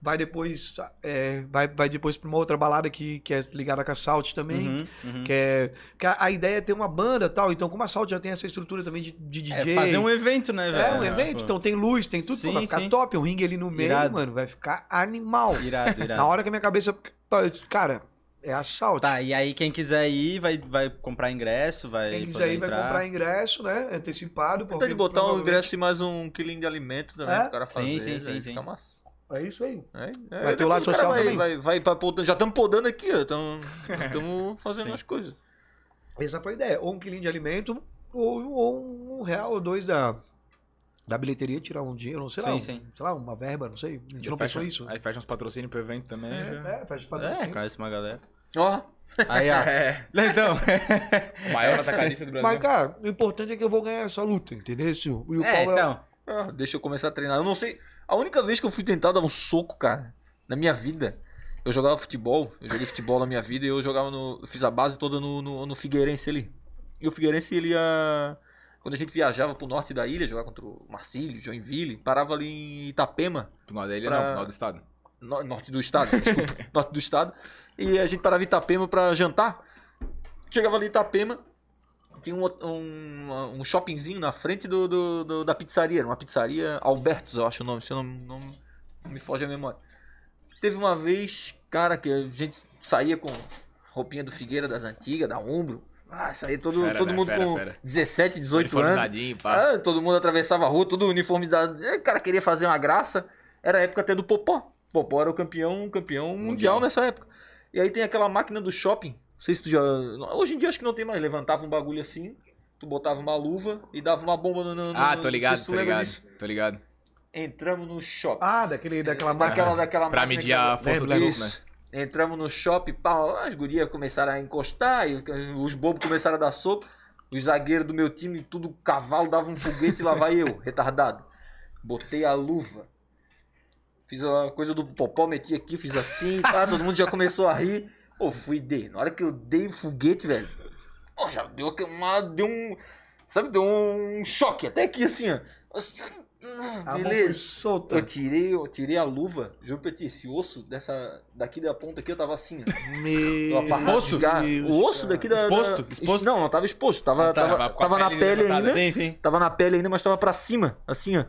S3: vai depois é, vai, vai depois pra uma outra balada que, que é ligada com a Salt também.
S2: Uhum, uhum.
S3: Que é. que a, a ideia é ter uma banda e tal. Então, como a Salt já tem essa estrutura também de, de
S2: É,
S3: DJ.
S2: fazer um evento, né, velho?
S3: é, um evento, então tem luz, tem tudo, pô,
S2: Sim,
S3: vai ficar
S2: sim.
S3: top. Um ringue ali no meio,
S2: Irado.
S3: mano, vai ficar animal.
S2: Irado, irado.
S3: Na hora que a minha cabeça. Cara, é assalto.
S2: É. Tá, e aí quem quiser ir vai, vai comprar ingresso, vai
S3: Quem
S2: poder
S3: quiser ir vai
S2: entrar.
S3: comprar ingresso, né? Antecipado.
S1: Tem
S3: porque
S1: de botar um
S3: provavelmente-
S1: ingresso e mais um quilinho de alimento também
S3: É?
S1: pro cara
S2: Sim,
S1: fazer.
S2: sim, sim,
S1: aí
S2: sim.
S1: fica massa.
S3: É isso aí.
S1: É, é,
S3: Vai ter o lado
S1: depois cara
S3: social
S1: vai-
S3: também.
S1: vai- vai pra podando- já estamos podando aqui, ó. Estamos fazendo
S2: Sim.
S1: as coisas.
S3: Essa foi a ideia. Ou um quilinho de alimento, ou, ou um real ou dois da, da bilheteria, tirar um dinheiro, não sei lá.
S2: Sim,
S3: um-
S2: sim.
S3: Sei lá, uma verba, não sei. A gente
S4: Aí
S3: não
S4: fecha-
S3: pensou isso.
S4: Aí fecha uns patrocínios pro evento também. já.
S3: É, faz
S2: É,
S3: patrocínio.
S2: conhece uma galera.
S1: Ó,
S2: Aí, ó.
S4: É.
S2: Então,
S4: O maior
S1: É.
S4: atacadista do Brasil.
S3: Mas, cara, o importante é que eu vou ganhar essa luta, entendeu? E o Paulo
S2: é,
S3: é-
S2: então.
S1: ah, deixa eu começar a treinar. Eu não sei. A única vez que eu fui tentar dar um soco, cara, na minha vida. Eu jogava futebol, eu joguei futebol na minha vida e eu jogava no. eu fiz a base toda no, no, no Figueirense ali. E o Figueirense, ele ia. Quando a gente viajava pro norte da ilha, jogava contra o Marcílio, Joinville, parava ali em Itapema.
S4: Pro norte da ilha
S1: Pra-
S4: não, pro norte do estado. Tá
S1: no- norte do estado, desculpa, norte do estado. E a gente parava em Itapema pra jantar. Chegava ali em Itapema, tinha um, um, um shoppingzinho na frente do, do- do- da pizzaria, era uma pizzaria Albertos, eu acho o nome, se eu não, não, não me foge a memória. Teve uma vez, cara, que a gente saía com roupinha do Figueira das antigas, da Umbro. Ah, saía todo,
S4: Fera,
S1: todo
S4: né?
S1: mundo
S4: Fera,
S1: com
S4: fera.
S1: 17, 18 anos.
S4: Uniformizadinho, pá.
S1: Ah, todo mundo atravessava a rua, tudo uniformidade. É, O cara queria fazer uma graça. Era a época até do Popó. Popó era o campeão, um campeão mundial,
S4: Mundial.
S1: nessa época. E aí tem aquela máquina do shopping. Não sei se tu já. Hoje em dia acho que não tem mais. Levantava um bagulho assim, tu botava uma luva e dava uma bomba no. no-
S4: Ah,
S1: no-
S4: tô
S1: não
S4: ligado,
S1: sei se tu
S4: tô
S1: lembra
S4: ligado.
S1: disso.
S4: Tô ligado.
S1: Entramos no shopping.
S3: Ah, daquele, daquela
S1: daquela,
S3: máquina.
S1: daquela
S4: Pra
S1: máquina
S4: medir
S1: que-
S4: a força do
S1: Lembra
S4: soco, né?
S1: disso? Entramos no shopping, pau, as gurias começaram a encostar, e os bobos começaram a dar soco. Os zagueiros do meu time, tudo cavalo, dava um foguete e lá vai eu, retardado. Botei a luva. Fiz a coisa do popó, meti aqui, fiz assim, pá, todo mundo já começou a rir. Pô, fui dei. Na hora que eu dei o foguete, velho, pô, já deu uma, deu um, sabe, deu um choque, até aqui assim, ó. Assim,
S3: A mão foi
S1: Beleza.
S3: solta.
S1: Eu tirei, eu tirei a luva, juro pra ti, esse osso dessa, daqui da ponta aqui eu tava assim. ó.
S3: Meu
S1: Tava
S2: Exposto?
S1: rasgado.
S3: Deus,
S1: O osso
S3: cara.
S1: daqui da.
S4: Exposto?
S1: da-
S4: Exposto?
S1: Não, não tava exposto. Tava,
S4: Ah, tá,
S1: tava,
S4: mas com a
S1: tava na pele
S4: levantada.
S1: ainda.
S4: Sim, sim.
S1: Tava na pele ainda, mas tava pra cima, assim, ó.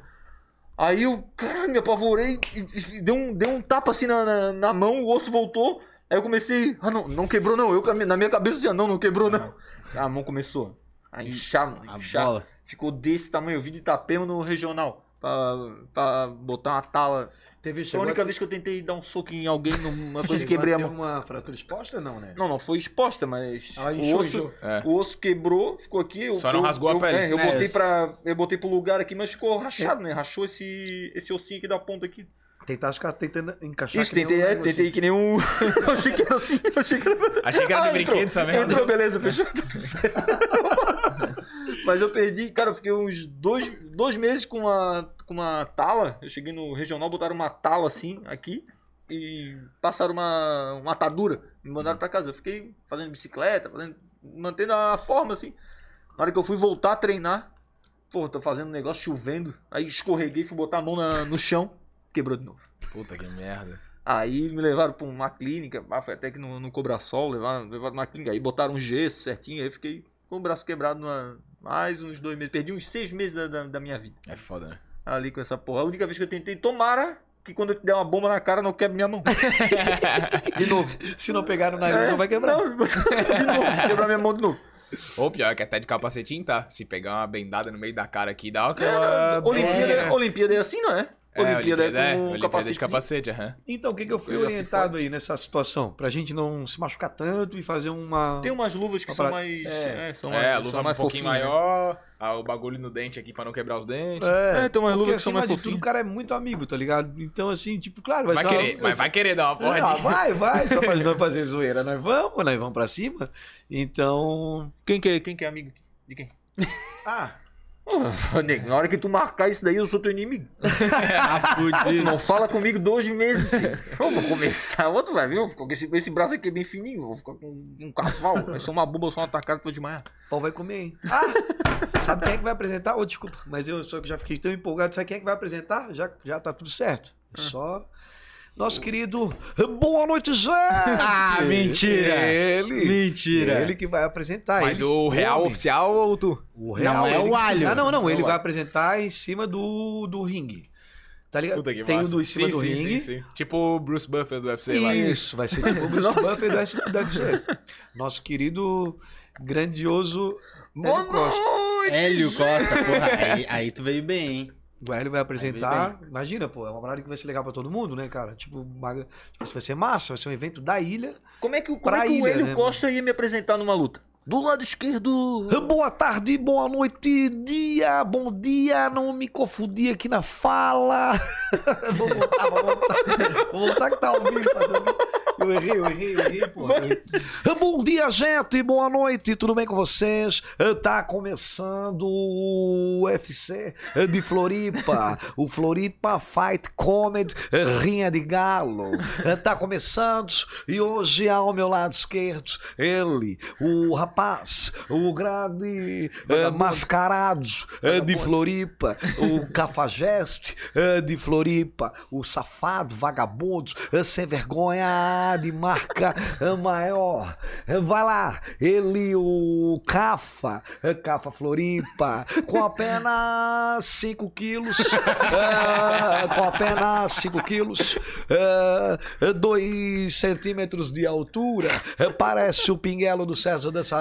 S1: Aí eu, caralho, me apavorei, e- e- e deu um, deu um tapa assim na, na, na mão, o osso voltou. Aí eu comecei, ah não, não quebrou não. Eu, com a minha- na minha cabeça eu dizia, não, não quebrou não. A mão começou a inchar, mano, a inchar. Ficou desse tamanho, eu vi de Itapema no regional. Pra, pra botar uma tala.
S3: Teve
S1: Foi a
S3: chegou
S1: única
S3: a ter-
S1: vez que eu tentei dar um soco em alguém numa coisa e
S3: chegou
S1: quebrei
S3: a
S1: a
S3: ter
S1: mão.
S3: uma fratura exposta, não, né?
S1: Não, não, foi exposta, mas.
S3: Ela
S1: o
S3: inchou,
S1: osso-
S3: inchou.
S4: É.
S1: o osso quebrou, ficou aqui. eu-
S4: Só não
S1: eu-
S4: rasgou a
S1: eu-
S4: pele.
S1: é, eu,
S2: É,
S1: botei
S2: isso.
S1: pra, eu botei pro lugar aqui, mas ficou rachado, né? Rachou esse, esse ossinho aqui da ponta aqui.
S3: Tentar ficar tentando encaixar.
S1: Isso,
S3: que nem
S1: tentei,
S3: um
S1: é,
S3: negocinho.
S1: tentei que nem um. eu achei que era assim, eu achei que era.
S4: Achei que era
S1: Ah,
S4: de
S1: entrou.
S4: brinquedo, sabe?
S1: Entrou, beleza, fechou. Tudo certo. Mas eu perdi, cara, eu fiquei uns dois, dois meses com uma, com uma tala. Eu cheguei no regional, botaram uma tala assim, aqui, e passaram uma, uma atadura. Me mandaram
S4: Hum.
S1: pra casa. Eu fiquei fazendo bicicleta, fazendo, mantendo a forma assim. Na hora que eu fui voltar a treinar, pô, tô fazendo um negócio chovendo. Aí escorreguei, fui botar a mão na- no chão, quebrou de novo.
S4: Puta que merda.
S1: Aí me levaram pra uma clínica, ah, foi até que no, no Cobra Sol, levaram, levaram numa clínica, aí botaram um gesso certinho, aí eu fiquei com o braço quebrado numa, Mais uns dois meses. Perdi uns seis meses da, da, da minha vida.
S4: É foda, né?
S1: Ali com essa porra. A única vez que eu tentei, tomara que quando eu te der uma bomba na cara, não quebre minha mão.
S3: De novo, se não pegar no nariz, não vai quebrar.
S1: É, Não, de novo, quebrar minha mão de novo.
S4: Ou pior, que é até de capacetinho tá. Se pegar uma bendada no meio da cara aqui, dá aquela.
S1: Olimpíada, Olimpíada é assim, não é?
S4: né? É, Olimpíada, é,
S1: com
S4: Olimpíada
S1: capacete.
S4: de capacete, aham.
S3: Então, o que, que eu fui
S1: Eu já fui
S3: orientado aí nessa situação? Pra gente não se machucar tanto e fazer uma.
S1: Tem um umas luvas que
S3: Uma
S1: são
S3: parada-
S1: mais.
S3: É.
S1: É, são mais,
S4: É, a
S1: são
S4: luva um
S1: mais
S4: pouquinho
S1: fofinhas, né?
S4: maior, ah, o bagulho no dente aqui pra não quebrar os dentes.
S3: É,
S1: É, tem umas
S3: porque
S1: luvas que são
S3: acima
S1: mais
S3: de tudo, o
S1: fofinhas.
S3: cara é muito amigo, tá ligado? Então, assim, tipo, claro, vai,
S4: vai
S3: ser uma-
S4: querer, mas vai querer dar uma porra
S3: Ah,
S4: aqui.
S3: vai, vai, só pra não fazer zoeira. Nós vamos, nós vamos pra cima. Então.
S1: Quem que, é, quem que é amigo de quem?
S3: Ah,
S1: Ah, nego, na hora que tu marcar isso daí, eu sou teu inimigo.
S2: Ah,
S1: Tu
S2: fudido.
S1: não fala comigo dois meses. filho. Eu vou começar. O outro vai ver, eu vou ficar com esse, com esse braço aqui é bem fininho. eu Vou ficar com um cavalo. Vai ser uma bomba, eu sou um atacado pra desmaiar.
S3: o pau vai comer, hein? Ah! Sabe quem é que vai apresentar? Ô, desculpa, mas eu só que já fiquei tão empolgado. Sabe quem é que vai apresentar? Já, já tá tudo certo.
S4: Ah.
S3: É só. Nosso querido. Boa noite, Zé!
S2: Ah, mentira.
S3: Ele!
S2: Mentira.
S3: Ele que vai apresentar.
S4: Mas
S3: ele-
S4: o real
S3: homem.
S4: oficial ou tu?
S3: O real,
S2: Não, é
S3: ele
S2: o
S3: que-
S2: alho.
S3: Ah, não, não.
S4: É
S3: Ele
S4: o
S3: vai
S4: alho.
S3: apresentar em cima do, do ringue. Tá ligado?
S4: Puta que
S3: Tem o
S4: massa.
S3: do em cima
S4: sim,
S3: do
S4: sim,
S3: ringue.
S4: Sim, sim. Tipo o Bruce Buffer do UFC lá.
S3: Isso, vai ser tipo o Bruce
S1: Nossa.
S3: Buffer do S- do UFC. Nosso querido, grandioso
S1: Boa
S3: Hélio Costa.
S1: noite!
S2: Hélio Costa, porra. Aí, aí tu veio bem, hein?
S3: O Hélio vai apresentar. Imagina, pô, é uma parada que vai ser legal pra todo mundo, né, cara? Tipo, uma- tipo, isso vai ser massa, vai ser um evento da ilha.
S1: Como é que, o- como
S3: Pra
S1: é que o
S3: ilha,
S1: Hélio
S3: né,
S1: Costa ia me apresentar numa luta? Do lado esquerdo.
S3: Boa tarde, boa noite, dia, bom dia, não me confundi aqui na fala. vou voltar, vou voltar. Vou voltar que tá ao vivo. tá tudo bem. Eu errei, eu errei, eu errei, pô. Bom dia, gente, boa noite, tudo bem com vocês? Eh, Tá começando o UFC de Floripa, o Floripa Fight Comedy eh, Rinha de Galo. Eh, Tá começando e hoje ao meu lado esquerdo, ele, o rapaz, o grande eh, mascarado eh, de Floripa, o cafajeste eh, de Floripa, o safado, vagabundo, eh, sem vergonha de marca eh, maior. Eh, Vai lá, ele, o Cafa, eh, Cafa Floripa, com apenas 5 quilos, eh, com apenas 5 quilos, 2 centímetros de altura, eh, parece o pinguelo do César Dançarino.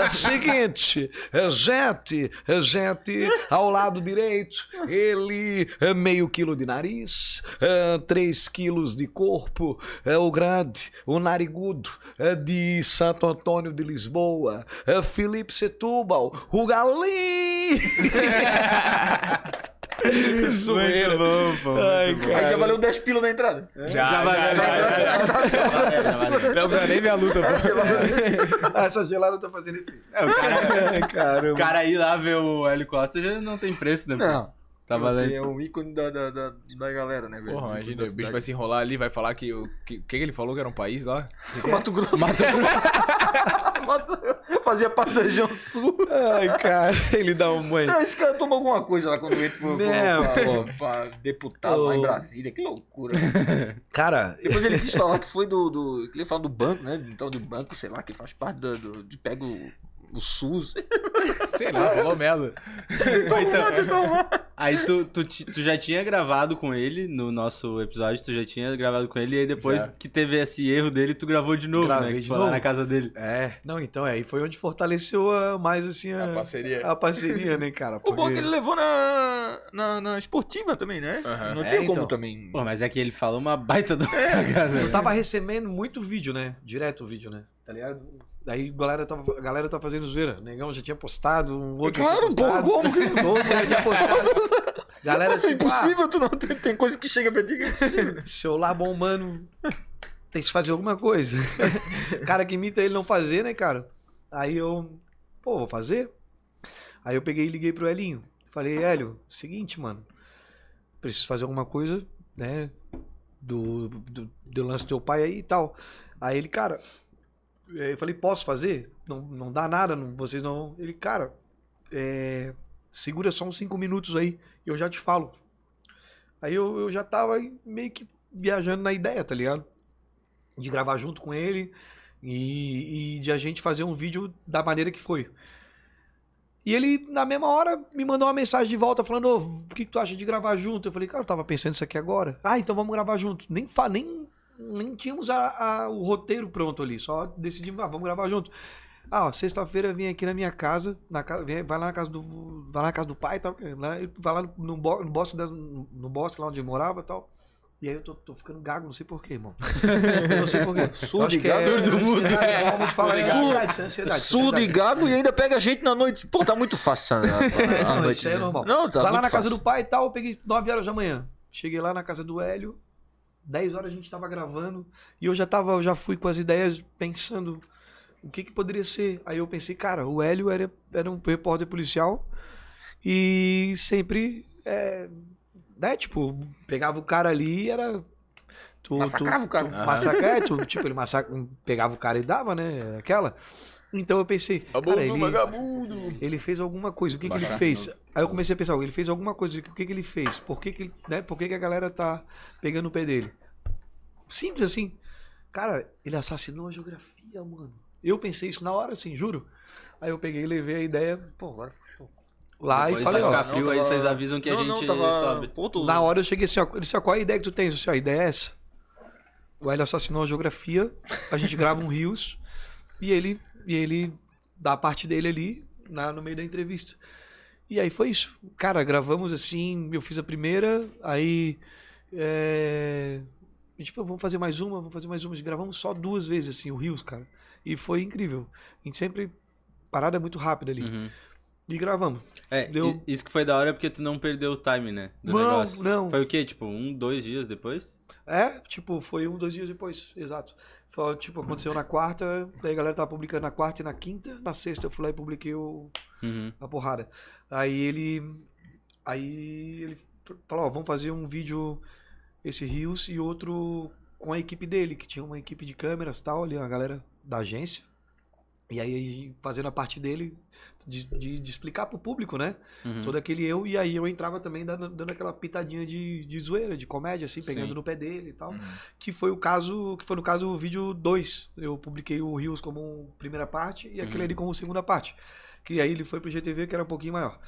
S3: É o seguinte, eh, gente, eh, gente, ao lado direito, ele, eh, meio quilo de nariz, 3 quilos de corpo, é o grande, o narigudo eh, de Santo Antônio de Lisboa, eh, Felipe Setúbal, o galim! Isso
S2: Muito
S3: mesmo.
S2: bom, pô.
S3: Ai,
S2: muito
S1: Aí
S2: bom.
S3: cara.
S1: já valeu 10 pila na entrada.
S4: Já, já,
S2: vai,
S4: já,
S2: vai, vai,
S4: já,
S2: vai,
S4: já.
S2: Valeu, já valeu.
S4: Não precisa nem ver a luta,
S1: É,
S4: pô.
S3: Essa gelada tá fazendo efeito.
S2: É, o cara,
S3: Ai,
S2: o
S3: caramba.
S2: cara ir lá ver o Hélio Costa já não tem preço, né? pô? Tá valendo.
S1: É o ícone da, da, da, da galera, né, velho?
S4: Porra, imagina,
S1: Da
S4: o bicho
S1: cidade.
S4: vai se enrolar ali, vai falar que o. que, que ele falou que era um país lá?
S1: Mato Grosso. Mato Grosso. Fazia parte da região sul.
S3: Ai, cara, ele dá um banho.
S1: Esse cara toma alguma coisa lá quando entra pro- pro-
S3: Não,
S1: pra, pra deputado lá em
S3: Ô.
S1: Brasília. Que loucura.
S3: Cara,
S1: Depois ele quis falar que foi do. do que ele fala do banco, né? Então, do banco, sei lá, que faz parte do. do- de pega o, o SUS. Então,
S4: Sei lá, falou merda.
S3: Então,
S2: Aí tu, tu, ti- tu já tinha gravado com ele no nosso episódio, tu já tinha gravado com ele, e aí depois
S4: Já.
S2: que teve esse erro dele, tu gravou de novo,
S3: Gravei
S2: né? Que
S3: de
S2: foi lá
S3: novo.
S2: na casa dele.
S3: É, não, então, é, aí foi onde fortaleceu ah, mais, assim, a,
S4: A É. parceria.
S3: a parceria, né, cara?
S1: O bom é que
S3: porque-
S1: ele levou na, na, na esportiva também, né?
S4: Aham.
S1: Não
S3: É,
S1: tinha como
S3: então.
S1: também.
S2: Pô, mas é que ele falou uma baita do cara. né?
S3: Eu tava recebendo muito vídeo, né? Direto o vídeo, né? Tá ligado? Daí a galera tava, a galera tava fazendo zoeira. Negão já tinha postado, um outro
S1: Claro,
S3: já tinha postado.
S1: pô, como
S3: que Todo mundo já tinha postado. Galera,
S1: É
S3: tipo, ah,
S1: impossível, tu não. Tem, tem coisa que chega pra ti que.
S3: Seu lá bom mano tem que fazer alguma coisa. cara que imita ele não fazer, né, cara? Aí eu, pô, vou fazer. Aí eu peguei e liguei pro Elinho. Falei, Hélio, seguinte, mano, preciso fazer alguma coisa, né, do, do, do lance do teu pai aí e tal. Aí ele, cara, eh, eu falei, posso fazer? Não, não dá nada, não- vocês não... Ele, cara, é, segura só uns cinco minutos aí, eu já te falo. Aí eu, eu já tava aí meio que viajando na ideia, tá ligado? De gravar junto com ele e, e de a gente fazer um vídeo da maneira que foi. E ele, na mesma hora, me mandou uma mensagem de volta falando: Ô, o que, que tu acha de gravar junto? Eu falei, cara, eu tava pensando isso aqui agora. Ah, então vamos gravar junto. Nem, fa nem, nem tínhamos a- a- o roteiro pronto ali, só decidimos, ah, vamos gravar junto. Ah, ó, sexta-feira vem aqui na minha casa, na casa vem, vai lá na casa do. Vai lá na casa do pai e tal, né? E vai lá no, bo- no bosque das- no bosque lá onde eu morava e tal. E aí eu tô, tô ficando gago, não sei porquê, irmão. Eu não sei porquê.
S1: Surdo
S3: Acho
S1: e
S3: que é,
S1: gago. Surdo
S3: mudo. É, forma de falar, é
S1: Surdo.
S3: ansiedade, isso é ansiedade.
S1: Surdo e
S3: ansiedade.
S1: gago e ainda pega gente na noite. Pô, tá muito fácil. né? A
S3: Não,
S1: noite,
S3: isso aí é
S1: né?
S3: normal.
S1: Não, tá
S3: Vai lá
S1: muito
S3: na casa
S1: fácil.
S3: do pai e tal, eu peguei 9 horas da manhã. Cheguei lá na casa do Hélio, 10 horas a gente tava gravando, e eu já tava, eu já fui com as ideias pensando o que que poderia ser. Aí eu pensei, cara, o Hélio era, era um repórter policial e sempre, é, né, tipo, pegava o cara ali e era... Tu,
S1: Massacrava o cara.
S3: Tu, massacra- é, tu- tipo, ele massacra, pegava o cara e dava, né, aquela. Então eu pensei, cara, ele,
S4: vagabundo.
S3: ele fez alguma coisa. O que, que ele
S4: Baixar,
S3: fez? Aí eu comecei a pensar, ele fez alguma coisa. O que, que ele fez? Por que, que, ele- né? Por que, que a galera tá pegando o pé dele? Simples assim. Cara, ele assassinou a geografia, mano. Eu pensei isso na hora, assim, juro. Aí eu peguei, levei a ideia
S1: Pô, agora.
S3: lá
S2: Depois
S3: e falei,
S2: vai
S3: ó.
S2: ficar frio, aí vocês avisam que a
S1: não,
S2: gente
S1: não, tava...
S2: sobe.
S1: Pô, tô...
S3: Na hora eu cheguei assim, ó. Ele disse, ó, qual é a ideia que tu tens? Eu disse, ó, a ideia é essa. O Hélio assassinou a geografia, a gente grava um Rios e ele, e ele dá a parte dele ali na, no meio da entrevista. E aí foi isso. Cara, gravamos assim, eu fiz a primeira, aí. É... a gente, pô, vamos fazer mais uma, vamos fazer mais uma. Gravamos só duas vezes, assim, o Rios, cara. E foi incrível. A gente sempre. Parada é muito rápida ali.
S2: Uhum.
S3: E gravamos.
S2: É,
S3: Deu-
S2: i- isso que foi da hora é porque tu não perdeu o time, né? Do
S3: não,
S2: negócio.
S3: não.
S2: Foi o quê? Tipo, um, dois dias depois?
S3: É, tipo, foi um, dois dias depois, exato. Falou, tipo, aconteceu na quarta, daí a galera tava publicando na quarta e na quinta, na sexta eu fui lá e publiquei o,
S2: Uhum.
S3: a porrada. Aí ele. Aí ele falou, ó, vamos fazer um vídeo, esse Rios, e outro com a equipe dele, que tinha uma equipe de câmeras e tal, ali, a galera da agência. E aí, fazendo a parte dele, de, de, de explicar pro público, né?
S2: uhum.
S3: todo aquele eu, e aí eu entrava também dando, dando aquela pitadinha de, de zoeira, de comédia, assim, pegando
S2: Sim.
S3: no pé dele e tal.
S4: Hum,
S6: Uhum.
S3: Que foi o caso, que foi no caso o vídeo 2. Eu publiquei o Rios como primeira parte e aquele
S2: Uhum.
S3: ali como segunda parte. Que aí ele foi pro GTV, que era um pouquinho maior.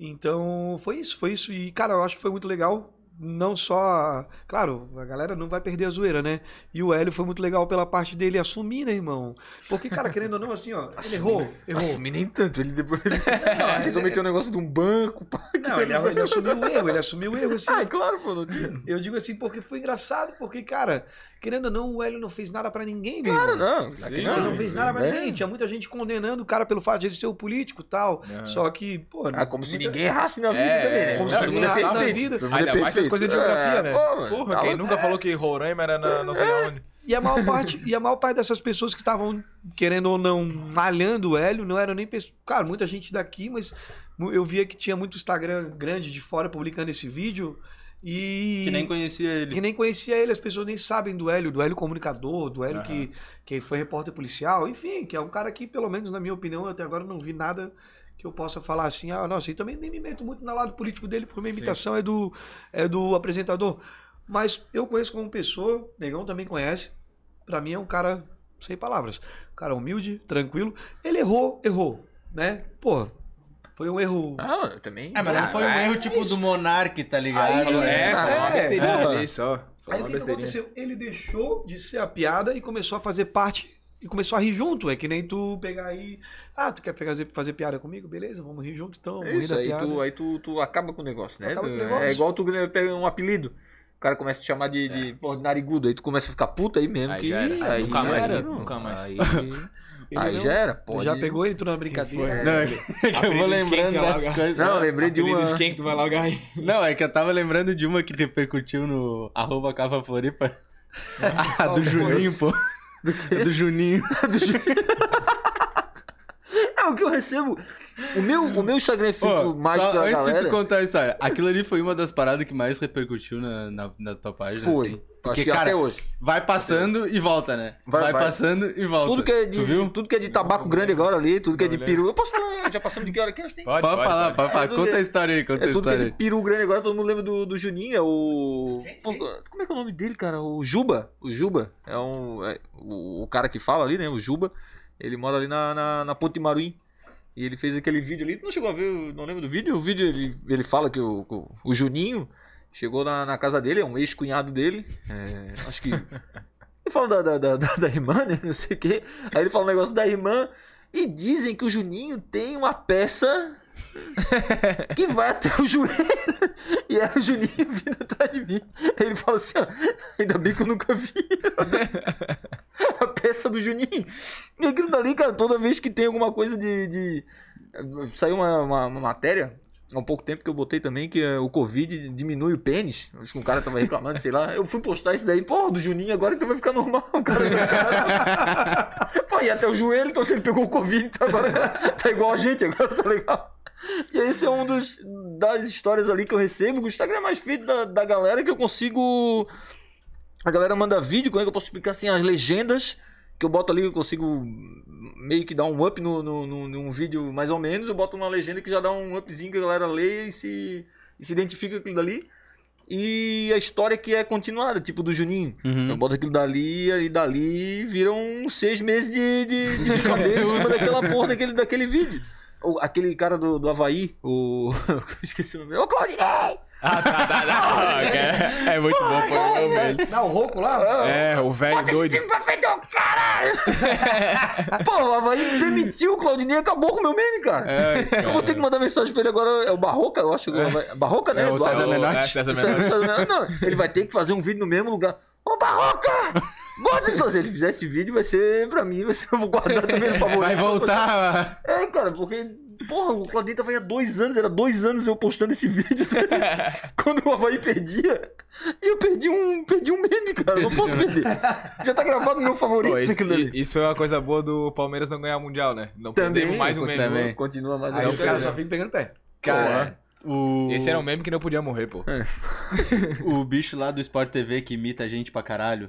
S3: Então, foi isso, foi isso. E, cara, eu acho que foi muito legal. Não só. Claro, a galera não vai perder a zoeira, né? E o Hélio foi muito legal pela parte dele assumir, né, irmão? Porque, cara, querendo ou não, assim, ó, ele errou, errou.
S1: Assumi nem tanto. Ele depois. Ele tentou meter um negócio de um banco. pá.
S3: Não, ele,
S1: um
S3: ele assumiu o erro, ele assumiu o erro, assim.
S1: Ah, é claro, pô. Não tinha.
S3: Eu digo assim porque foi engraçado, porque, cara, querendo ou não, o Hélio não fez nada pra ninguém, né?
S1: Cara,
S3: irmão?
S1: não.
S4: Sim,
S1: aqui
S3: Ele não
S4: sim,
S3: fez nada pra
S1: É.
S3: ninguém. Tinha muita gente condenando o cara pelo fato de ele ser um político e tal.
S4: É.
S3: Só que, pô.
S1: Ah, como se
S3: muita-
S1: ninguém errasse na vida
S4: É,
S1: também, né?
S3: Como
S4: Não,
S3: se
S4: todo
S3: ninguém
S4: mundo é
S3: errasse na
S4: perfeito.
S3: vida.
S1: Todo mundo é
S4: Ainda mais essas
S1: perfeito.
S4: coisas de geografia,
S1: É,
S4: né?
S1: pô, mano.
S4: Porra, quem nunca falou que Roraima era na não sei lá onde.
S3: E a maior parte, e a maior parte dessas pessoas que estavam, querendo ou não, malhando o Hélio, não eram nem pessoas. Claro, muita gente daqui, mas mu- eu via que tinha muito Instagram grande de fora publicando esse vídeo. E.
S2: Que nem conhecia ele.
S3: E nem conhecia ele, as pessoas nem sabem do Hélio, do Hélio comunicador, do Hélio que, que foi repórter policial, enfim, que é um cara que, pelo menos na minha opinião, eu até agora não vi nada que eu possa falar assim, ah, nossa, e também nem me meto muito no lado político dele, porque minha
S4: Sim.
S3: imitação é do, é do apresentador. Mas eu conheço como pessoa, Negão também conhece, pra mim é um cara sem palavras, um cara humilde, tranquilo, ele errou, errou, né? Pô, foi um erro.
S1: Ah, mano, eu também.
S2: mas não foi um erro tipo do Monark, tá
S3: ligado? Aí-
S4: É,
S3: É,
S4: falou uma
S3: é,
S4: besteirinha
S1: é.
S4: ali só. Falou
S3: Aí o
S4: uma
S3: que, que
S4: besteirinha.
S3: aconteceu? Ele deixou de ser a piada e começou a fazer parte. E começou a rir junto. É que nem tu pegar aí. Ah, tu quer fazer, fazer piada comigo? Beleza, vamos rir junto então.
S1: É
S3: Vamos rir
S1: isso,
S3: da
S1: aí
S3: piada.
S1: tu, aí tu, tu acaba com o negócio, né?
S3: Acaba com o
S1: É
S3: negócio.
S1: igual tu pega um apelido. O cara começa a te chamar de, de pô, narigudo, aí tu começa a ficar puto É. aí mesmo.
S4: Aí
S1: que,
S4: já era.
S1: aí
S4: Nunca
S1: já
S4: mais,
S1: era,
S4: né?
S1: mano.
S4: Nunca mais.
S1: Aí,
S3: Ele
S1: aí
S3: não-
S1: já era,
S3: ele
S1: pode.
S3: já pegou, ele entrou na brincadeira.
S4: Foi.
S2: é que eu
S4: Apelido
S2: vou
S4: de
S2: lembrando
S4: quem tu ia
S2: das
S4: largar.
S2: coisas.
S1: Não, eu lembrei de
S4: Apelido
S1: uma.
S4: de quem que tu vai largar aí?
S2: Não, é que eu tava lembrando de uma que repercutiu no arroba Cava Floripa. Ah, do
S3: Qual
S2: Juninho, pô. Do, Juninho.
S1: É o que eu recebo. O meu, o meu Instagram é feito
S2: Pô,
S1: mais
S2: só
S1: da
S2: antes de
S1: galera.
S2: tu contar a história, aquilo ali foi uma das paradas que mais repercutiu na, na, na tua página,
S1: Foi.
S2: assim.
S1: Acho
S2: Porque,
S1: que até
S2: cara,
S1: hoje.
S2: vai passando e volta, né?
S1: Vai,
S2: Vai,
S1: vai.
S2: passando e volta.
S1: Tudo que, é
S2: Tu
S1: de,
S2: viu?
S1: tudo que é de tabaco grande agora ali, tudo que é de
S4: Não,
S2: né?
S1: peru. Eu posso falar, já passamos de que hora aqui? Acho que tem.
S4: Pode,
S2: Pode
S4: pode,
S2: falar,
S4: pode.
S2: pode falar.
S1: É tudo
S2: Conta a
S1: de-
S2: história aí, conta
S1: É
S2: a
S1: tudo que é
S2: história
S1: de
S2: aí.
S1: peru grande agora, todo mundo lembra do, do Juninho, é o. Pô, Como é que é o nome dele, cara? O Juba. O Juba. É um. é o, o cara que fala ali, né? O Juba. Ele mora ali na, na, na Ponte Maruim. E ele fez aquele vídeo ali. Tu não chegou a ver, eu não lembro do vídeo. O vídeo ele, ele fala que o, o- o Juninho chegou na, na casa dele, é um ex-cunhado dele. é, acho que. Ele fala da, da, da, da- da irmã, né? Não sei o quê. Aí ele fala um negócio da irmã. E dizem que o Juninho tem uma peça que vai até o joelho. E aí o Juninho vindo atrás de mim. Aí ele fala assim: ó, ainda bem que eu nunca vi a peça do Juninho. E aquilo dali, cara, toda vez que tem alguma coisa de. de- Saiu uma, uma- uma matéria há um pouco tempo que eu botei também que eh, o Covid diminui o pênis. Acho que um cara tava reclamando, sei lá. Eu fui postar isso daí, porra, do Juninho, agora então vai ficar normal. O cara. Pô, e até o joelho, então se ele pegou o Covid, então agora tá igual a gente, agora tá legal. E esse é um dos das histórias ali que eu recebo. que O Instagram é mais feito da, da galera que eu consigo. A galera manda vídeo, como é que eu posso explicar assim? As legendas que eu boto ali, eu consigo meio que dar um up no, no, no- num vídeo mais ou menos. Eu boto uma legenda que já dá um upzinho que a galera lê e se, e se identifica com aquilo dali. E a história que é continuada, tipo do Juninho.
S4: Uhum.
S1: Eu boto aquilo dali e dali viram seis meses de, de, de brincadeira em cima daquela porra daquele, daquele vídeo. O- aquele cara do, do Havaí, o. Esqueci o nome. Ô, Claudinei!
S4: Ah, tá, tá, tá. É, é muito bom, foi o meu velho.
S3: Dá o rouco lá?
S4: É, o velho
S1: Bota esse
S4: doido.
S1: time pra frente, ô caralho! Pô, o Havaí demitiu o Claudinei e acabou com o meu meme, cara.
S4: É, cara.
S1: Eu vou ter que mandar mensagem pra ele agora. É o Barroca, eu acho. que o Havaí- Barroca, né?
S4: É, o
S1: Do
S4: César
S1: Havaí.
S4: Menotti.
S1: É,
S4: César
S1: o César
S4: Menotti.
S1: Menotti. Não, ele vai ter que fazer um vídeo no mesmo lugar. Ô, Barroca! Bota ele fazer. Se ele fizer esse vídeo, vai ser pra mim, vai ser, eu vou guardar do meu favorito.
S2: Vai voltar.
S1: É, cara, porque. Porra, o Claudinho tava aí há dois anos, era dois anos eu postando esse vídeo. quando o Havaí perdia. E eu perdi um, perdi um meme, cara. Não posso perder. Já tá gravado no meu favorito
S4: Pô, isso,
S1: aquilo ali.
S4: isso foi uma coisa boa do Palmeiras não ganhar Mundial, né? Não
S1: Também,
S4: perdemos mais um meme.
S1: continua,
S2: também.
S1: Continua mais
S3: Aí
S1: um
S3: os caras
S1: meme.
S3: só ficam pegando pé.
S4: Cara,
S2: O...
S4: esse era um meme que não podia morrer, pô.
S2: o bicho lá do Sport TV que imita a gente pra caralho.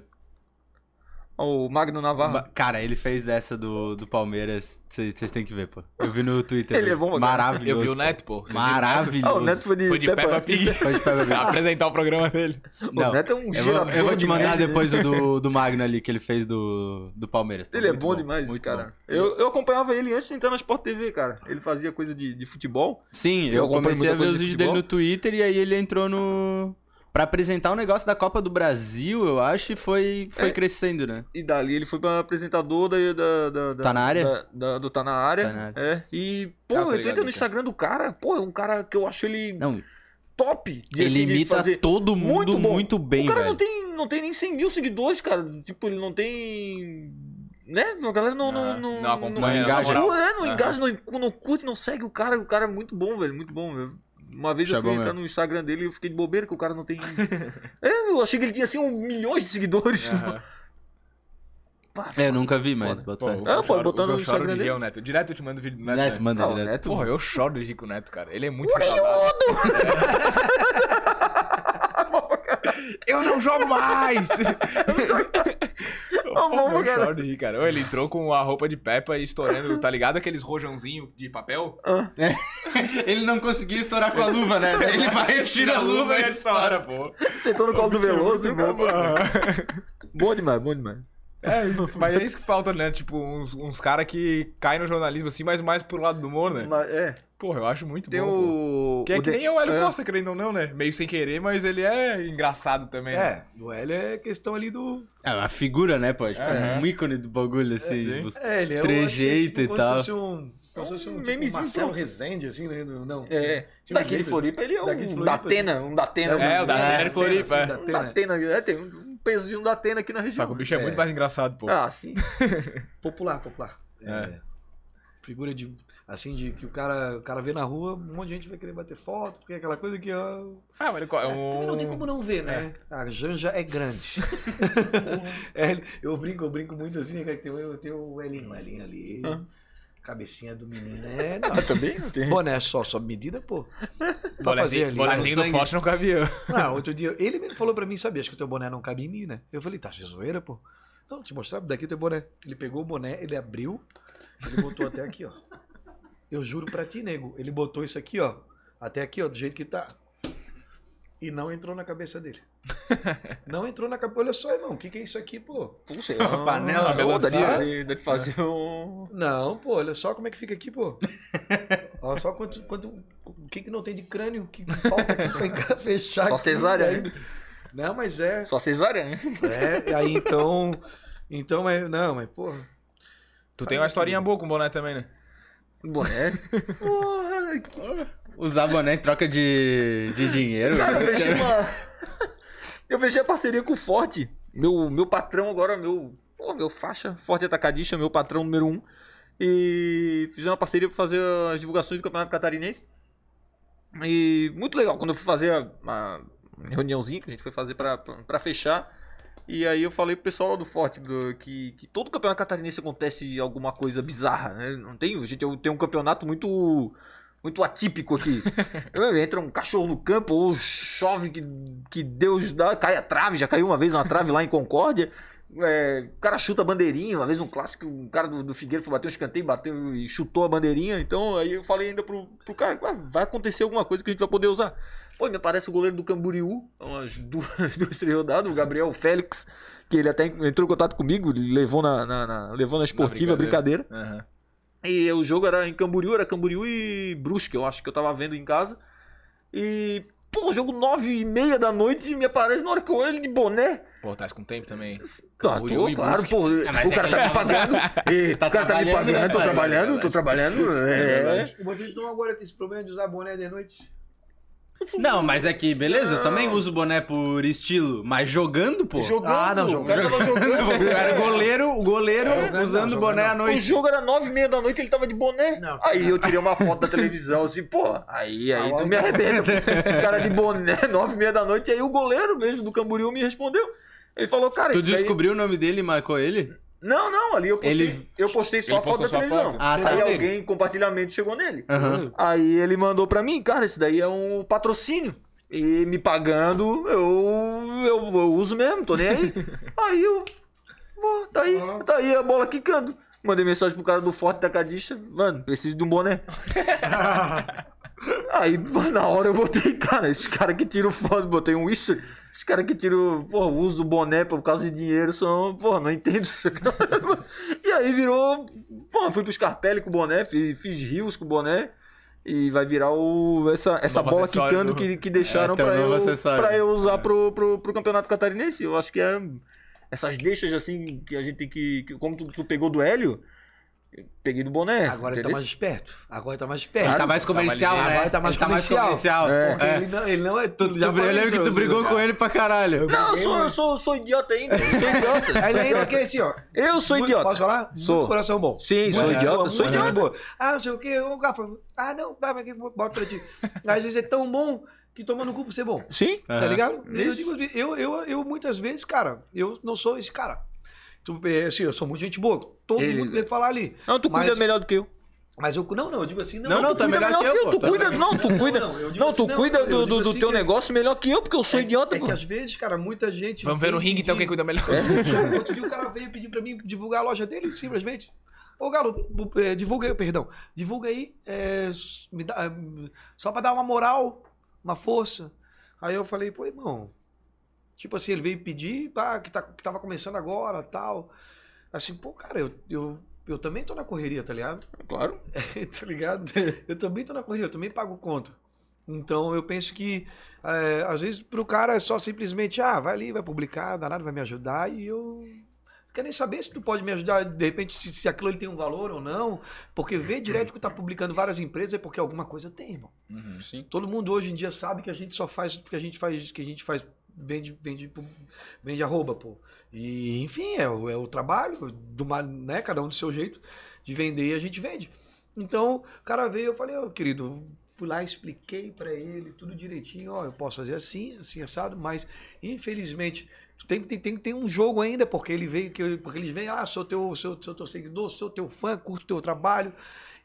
S1: O Magno Navarro.
S2: Ba- Cara, ele fez dessa do, do Palmeiras. Vocês têm que ver, pô. Eu vi no Twitter.
S1: Ele
S2: hoje.
S1: é bom, cara.
S2: Maravilhoso.
S4: Eu vi o
S2: pô.
S4: Neto, pô. Você viu o Neto?
S2: Maravilhoso.
S1: Ah, o Neto foi de,
S4: Foi de
S1: Peppa
S4: Peppa Pig.
S2: Foi de Peppa Pig.
S4: Pra apresentar o programa dele.
S1: O
S2: Não.
S1: Neto é um
S2: Eu vou,
S1: gerador
S2: eu vou te
S1: de
S2: mandar
S1: meme.
S2: depois o do, do Magno ali, que ele fez do, do Palmeiras. pô.
S1: Ele é
S2: Muito
S1: bom, demais,
S2: muito bom.
S1: cara. Eu, eu acompanhava ele antes de entrar na Sport TV, cara. Ele fazia coisa de, de futebol.
S2: Sim,
S1: Eu
S2: eu,
S1: acompanho
S2: comecei
S1: muita
S2: a ver
S1: coisa
S2: os
S1: de
S2: vídeos dele
S1: futebol.
S2: no Twitter e aí ele entrou no. Pra apresentar um negócio da Copa do Brasil, eu acho, e foi, foi
S1: É.
S2: crescendo, né?
S1: E dali ele foi pra apresentador da. da, da- da-
S2: Tá na área?
S1: da- da- do Tá na área.
S2: Tá na área.
S1: É. E, pô,
S4: Ah,
S1: eu
S4: tô ligado,
S1: tento no
S4: cara.
S1: Instagram do cara. Pô, é um cara que eu acho ele
S2: Não,
S1: top de,
S2: ele
S1: assim, de
S2: imita
S1: fazer.
S2: todo mundo
S1: Muito
S2: muito,
S1: bom.
S2: bem,
S1: o cara não
S2: velho.
S1: tem, não tem nem 100 mil seguidores, cara. Tipo, ele não tem. Né? A galera não. Não,
S4: Ah, não acompanha,
S2: não engaja.
S1: Não, é, não
S4: Aham.
S1: engaja, não, não curte, não segue o cara. O cara é muito bom, velho. Muito bom, velho. Uma vez
S2: Isso
S1: eu
S2: é
S1: fui
S2: bom
S1: entrar
S2: mesmo.
S1: no Instagram dele e eu fiquei de bobeira que o cara não tem. é, eu achei que ele tinha assim um milhões de seguidores.
S4: Aham.
S1: Pá,
S2: É, eu nunca vi, mas bota fé.
S4: o que
S1: Ah,
S4: eu
S1: pô,
S4: choro-
S1: botando
S4: o que eu
S1: no
S4: choro
S1: Instagram
S4: de rir é o Neto. Direto eu te mando vídeo do Neto.
S2: Neto,
S4: né?
S2: manda
S1: Ah, o
S2: direto.
S4: Porra, eu choro de rir com o Neto, cara. Ele é muito saudável. Eu não jogo mais! Eu,
S1: bom,
S4: eu
S1: cara.
S4: choro de rir, cara. Ou Ele entrou com a roupa de Peppa e estourando, tá ligado? Aqueles rojãozinho de papel?
S2: Ele não conseguia estourar com a luva, né? Ele vai, tira a luva e estoura.
S4: pô.
S1: Sentou no colo do Veloso. Bom,
S4: né?
S1: bom demais, bom demais.
S4: É, isso- mas é isso que falta, né? Tipo, uns, uns caras que caem no jornalismo assim, mas mais pro lado do humor, né?
S1: Mas, é,
S4: Porra, eu acho muito
S1: tem
S4: bom. pô.
S1: o.
S4: Que é
S1: o
S4: que
S1: de-
S4: nem o Hélio
S1: é.
S4: Costa, querendo ou não, né? Meio sem querer, mas ele é engraçado também. né?
S3: É, o Hélio é questão ali do.
S2: É uma figura, né, pô? Tipo,
S4: É.
S2: um ícone do bagulho, assim.
S4: É, sim.
S2: você-
S3: É, ele é o-
S2: Trejeito
S3: é, tipo,
S2: e
S3: como
S2: tal.
S3: Se fosse um, como se fosse
S1: Um
S3: um, tipo,
S1: memezinho,
S3: Marcelo
S1: pô.
S3: Resende, assim, né? Não.
S1: É,
S3: Tinha um
S1: daqui de
S3: jeito,
S1: Floripa ele é um
S3: Daqui de
S1: da
S3: Floripa,
S1: Atena, um da Atena.
S4: É, o da Atena de Floripa, é.
S3: assim, Da né?
S1: Um da
S3: Atena.
S1: Atena, é, tem um peso de um da Atena aqui na
S4: Só
S1: região.
S4: que o bicho é,
S3: É.
S4: muito mais engraçado, pô.
S1: Ah, sim.
S3: Popular, popular.
S4: É.
S3: Figura de. Assim, de que o cara, o cara vê na rua, um monte de gente vai querer bater foto, porque é aquela coisa que. ó,
S4: Ah, mas ele co- é
S3: Também não tem
S4: um...
S3: como não ver, né? A Janja é grande. É, eu brinco, eu brinco muito assim, né, cara? que Tem, o- tem o Elinho, o Elinho ali.
S1: Ah.
S3: Cabecinha do menino. É,
S1: Ah,
S3: não.
S1: também não tem.
S3: Boné só, sob medida, pô. Pra fazer
S4: Bonezinho,
S3: ali.
S4: bonezinho do forte não cabia.
S3: Ah, outro dia, ele mesmo falou pra mim, sabia, acho que o teu boné não cabe em mim, né? Eu falei, tá de zoeira, pô. Não, te mostrar daqui o teu boné. Ele pegou o boné, ele abriu, ele botou até aqui, ó. Eu juro pra ti, nego, ele botou isso aqui, ó, até aqui, ó, do jeito que tá. E não entrou na cabeça dele. não entrou na cabeça. Olha só, irmão, o que, que é isso aqui, pô?
S1: Puxa, é uma
S3: panela
S1: uma
S4: melancia.
S1: daria de- dá de fazer um.
S3: Não, pô, olha só como é que fica aqui, pô. olha só quanto. quanto o que, que não tem de crânio? O que que falta aqui pra enca- fechar
S1: Só
S3: aqui,
S1: cesárea, né?
S3: velho? Não, mas é.
S1: Só né? cesariana.
S3: É, e aí então. Então, mas. Não, mas, porra.
S4: Tu tem uma historinha boa com o boné também, né?
S1: Boné. Porra.
S2: Usar boné em troca de, de dinheiro.
S1: Cara, eu fechei uma. Eu fechei a parceria com o Forte. Meu, meu patrão agora, meu. Pô, meu faixa, Forte Atacadista, meu patrão número um. E fizemos uma parceria pra fazer as divulgações do Campeonato Catarinense. E muito legal, quando eu fui fazer a, a reuniãozinha que a gente foi fazer pra, pra, pra fechar. E aí eu falei pro pessoal lá do Forte do- que, que todo campeonato catarinense acontece alguma coisa bizarra, né? Não tem, a gente tem um campeonato muito muito atípico aqui. Entra um cachorro no campo, ou chove que, que Deus dá, cai a trave, já caiu uma vez uma trave lá em Concórdia. É, o cara chuta a bandeirinha, uma vez um clássico, um cara do, do Figueiro foi bater um escanteio, bateu e chutou a bandeirinha. Então aí eu falei ainda pro, pro cara, "Ah, vai acontecer alguma coisa que a gente vai poder usar. Pô, me aparece o goleiro do Camboriú, umas duas, duas três rodadas, o Gabriel Félix, que ele até entrou em contato comigo, ele levou na, na, na- levou na esportiva,
S4: brincadeira.
S1: brincadeira.
S4: Aham.
S1: E o jogo era em Camboriú, era Camboriú e Brusque, eu acho que eu tava vendo em casa. E, pô, jogo nove e meia da noite e me aparece na hora que eu olho ele de boné.
S4: Pô, tá com tempo também.
S1: Ah,
S4: Camboriú
S1: tô,
S4: e
S1: claro,
S4: Brusque.
S1: pô,
S2: Ah, mas é
S1: o cara tá me pagando. Ih,
S2: Tá
S1: o cara tá me
S2: trabalhando,
S1: pagando, tô
S2: né,
S1: trabalhando,
S4: pai?
S1: tô trabalhando. É.
S3: E vocês estão agora com esse problema de usar boné de noite?
S2: Não, mas é que, beleza, eu também uso boné por estilo, mas jogando, pô.
S3: Ah, não,
S1: o cara tá
S3: jogando.
S1: tava jogando.
S2: Era goleiro, o goleiro
S3: É, jogando
S2: usando
S3: não,
S2: boné
S3: jogando
S2: à
S1: O
S2: noite.
S1: jogo era nove e meia da noite ele tava de boné.
S3: Não,
S1: aí eu tirei uma foto da televisão, assim, pô, aí, aí
S3: Ah,
S1: tu me arrebenta. pô. O cara de boné, nove e meia da noite, aí o goleiro mesmo do Camboriú me respondeu. Ele falou, cara,
S2: Tu
S1: isso aí...
S2: descobriu o nome dele e marcou ele?
S1: Não, não, ali eu postei,
S2: Ele-
S1: eu postei só
S4: ele
S1: a foto
S4: postou
S1: da
S4: só a
S1: televisão. Uhum.
S4: foto?
S2: Ah, tá.
S1: Aí
S2: Nele.
S1: alguém, compartilhamento, chegou nele.
S2: Aham.
S1: Aí ele mandou pra mim, cara, isso daí é um patrocínio. E me pagando, eu, eu, eu uso mesmo, tô nem aí. aí eu. pô, tá aí, tá aí a bola quicando. Mandei mensagem pro cara do Forte da Cadista, mano, preciso de um boné. Aí, na hora eu botei, cara, esses caras que tiram foto, botei um isso. Esses caras que tiram, pô, uso boné por causa de dinheiro, são, pô, não entendo isso. cara. e aí virou, pô, fui pro Scarpelli com o boné, fiz, fiz rios com o boné. E vai virar o, essa, essa
S4: Novo
S1: bola
S4: acessório
S1: quicando
S4: do-
S1: que, que deixaram
S2: É, teu
S1: pra,
S2: novo
S1: eu,
S2: acessório. É.
S1: pra eu usar pro, pro, pro campeonato catarinense. Eu acho que é essas deixas assim que a gente tem que. que- como tu, tu pegou do Hélio, eu peguei do boné.
S3: Agora ele tá
S1: entendeu?
S3: mais esperto. Agora ele tá mais
S2: Ele
S3: esperto.
S2: tá mais comercial,
S3: ligeiro.
S2: né?
S3: Agora tá mais
S2: Ele tá mais
S3: comercial.
S2: comercial.
S1: É.
S3: Porque Ele, não, ele não é
S2: Tu,
S3: tudo.
S2: tu,
S3: já
S2: eu
S3: falei
S2: lembro
S3: isso, né?
S2: que tu
S3: eu
S2: briguou
S3: sei.
S2: com ele pra caralho.
S1: Não, eu tá
S3: né?
S1: sou, eu sou, eu sou idiota ainda. Eu sou idiota.
S3: Aí ele ainda quer assim, ó.
S1: Eu sou
S3: Muito-
S1: idiota.
S3: Posso falar?
S1: Sou.
S3: Muito coração bom.
S1: Sim,
S3: Muito
S1: sou
S3: gente
S1: idiota,
S3: boa,
S1: sou
S3: muito gente
S1: idiota.
S3: boa. Ah, não sei o quê. O cara falou, ah, não, dá, mas que bota pra ti. Às vezes é tão bom que toma no cu por ser bom.
S1: Sim?
S3: Tá
S2: Aham.
S3: ligado? Eu digo, eu, eu, eu muitas vezes, cara, eu não sou esse cara. Tu, eh, assim, eu sou muito gente boa. Todo
S1: Ele-
S3: mundo deve falar ali.
S1: Não, tu
S3: Mas-
S1: cuida melhor do que eu.
S3: Mas eu, não, não, eu digo assim, não.
S2: Não, não,
S3: tu
S2: tá
S3: cuida-
S2: melhor que eu, pô,
S1: Tu
S2: tá
S1: cuida,
S2: melhor.
S1: não, tu cuida.
S3: não, eu digo
S1: Não, tu
S3: assim, não,
S1: cuida
S3: eu
S1: do, do,
S3: digo
S1: do
S3: assim
S1: teu
S3: que-
S1: negócio melhor que eu, porque eu sou idiota,
S3: É
S1: pô.
S3: que às vezes, cara, muita gente.
S4: Vamos ver no
S3: vem
S4: ringue então
S3: pedir-
S4: quem cuida melhor.
S1: É.
S3: Cara, Outro dia o cara veio pedir pra mim divulgar a loja dele, simplesmente. Ô, Galo, bu- eh, divulga aí, perdão. Divulga aí, eh, s- me dá, eh, só pra dar uma moral, uma força. Aí eu falei, pô, irmão. Tipo assim, ele veio pedir, pá, que, tá, que tava começando agora tal. Assim, pô, cara, eu, eu, eu também tô na correria, tá ligado?
S1: Claro.
S3: tá ligado? Eu também tô na correria, eu também pago conta. Então eu penso que é, às vezes pro cara é só simplesmente, ah, vai ali, vai publicar, danado, vai me ajudar e eu. não Quero nem saber se tu pode me ajudar, de repente, se, se aquilo ali tem um valor ou não. Porque ver direto que tá publicando várias empresas é porque alguma coisa tem, irmão.
S4: Uhum, sim.
S3: Todo mundo hoje em dia sabe que a gente só faz porque a gente faz, que a gente faz vende, vende, pu- vende arroba, pô. E enfim, é, o- é o trabalho de uma, né, cada um do seu jeito de vender e a gente vende. Então, o cara veio, eu falei, ó, querido, fui lá, expliquei pra ele tudo direitinho, ó, eu posso fazer assim, assim assado, mas infelizmente tu tem tem tem, tem um jogo ainda, porque ele veio que eu- porque eles vêm, ah, sou teu, sou, sou teu seguidor, sou teu fã, curto teu trabalho.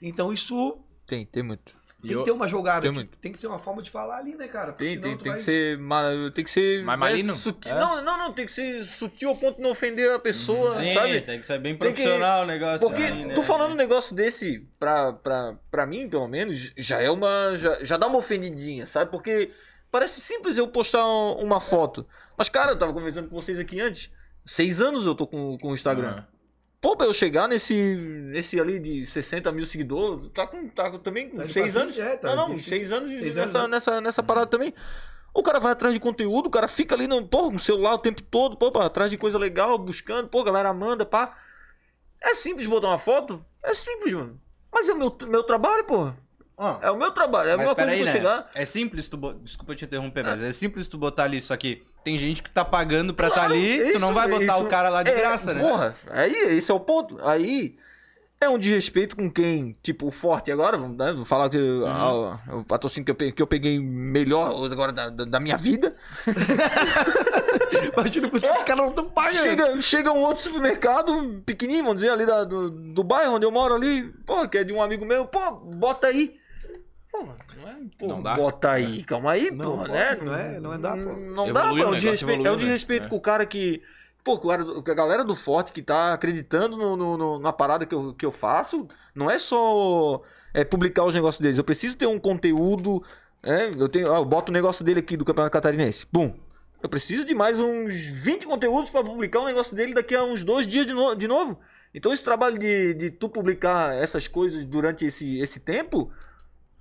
S3: Então, isso
S1: Tem, tem um muito.
S4: E
S3: tem
S4: eu-
S3: que ter uma jogada,
S1: Tem
S3: tem,
S1: muito.
S3: tem que ser uma forma de falar ali, né, cara? Porque
S1: Tem,
S3: senão
S1: tem,
S3: tu
S1: tem
S3: vai-
S1: que ser. ma- Tem que ser.
S4: Mais malino?
S1: é, sutil.
S4: É?
S1: Não, não, não, tem que ser sutil ao ponto de não ofender a pessoa,
S3: Uhum.
S1: sabe?
S2: tem que ser bem
S1: Tem que- profissional
S2: o negócio. assim, né?
S1: Porque tu falando um negócio desse, pra, pra, pra mim, pelo menos, já é uma. Já, já dá uma ofendidinha, sabe? Porque Parece simples eu postar um- uma foto. Mas, cara, eu tava conversando com vocês aqui antes. Seis anos eu tô com, com o Instagram. Pô, pra eu chegar nesse, nesse ali de 60 mil seguidores, tá com, tá com também com
S3: Tá de
S1: seis
S3: bastante-
S1: anos.
S3: é, tá
S1: não, não,
S3: de-
S1: seis anos,
S3: seis
S1: nessa,
S3: anos, né?
S1: nessa, nessa parada também. O cara vai atrás de conteúdo, o cara fica ali no, porra, no celular o tempo todo, pô, pá, atrás de coisa legal, buscando, pô, galera manda, pá. É simples botar uma foto? É simples, mano. Mas é o meu, meu trabalho, pô.
S2: Ó,
S1: É o meu trabalho, é a
S2: mas
S1: mesma coisa que
S2: peraí,
S1: eu
S2: né?
S1: chegar.
S2: É simples tu. bo- Desculpa te interromper, mas é simples tu botar ali, só que tem gente que tá pagando pra tá
S1: Claro,
S2: ali, tu não
S1: isso-
S2: vai botar
S1: isso
S2: o cara lá de
S1: é,
S2: graça, né?
S1: Porra, aí esse é o ponto. Aí é um desrespeito com quem, tipo, o forte agora, vamos né, vou falar que
S2: Uhum.
S1: ah, o patrocínio que eu, pe- que eu peguei melhor agora da, da- da minha vida.
S7: Imagina que os caras não estão
S3: é.
S7: pagando.
S1: Chega, chega um outro supermercado um pequenininho, vamos dizer, ali da- do, do bairro onde eu moro ali, pô, que é de um amigo meu, pô, bota aí. Pô, não é, pô,
S4: Não dá.
S1: Bota aí, calma aí,
S3: É. Não,
S1: pô,
S3: pô,
S1: né?
S3: não é- não é dá, pô.
S1: Não
S4: Evoluiu
S1: dá, pô,
S4: o
S1: é um
S4: negócio,
S1: desrespeito, é um
S4: evoluiu, né?
S1: desrespeito
S4: É.
S1: com o cara que... Pô, com o cara do- com a galera do Forte que tá acreditando no, no- no- na parada que eu, que eu faço, não é só é, publicar os negócios deles. Eu preciso ter um conteúdo. né? eu, tenho, ah, eu boto o negócio dele aqui do Campeonato Catarinense. Bum. Eu preciso de mais uns 20 conteúdos para publicar o negócio dele daqui a uns dois dias de, no- de novo. Então esse trabalho de, de tu publicar essas coisas durante esse, esse tempo.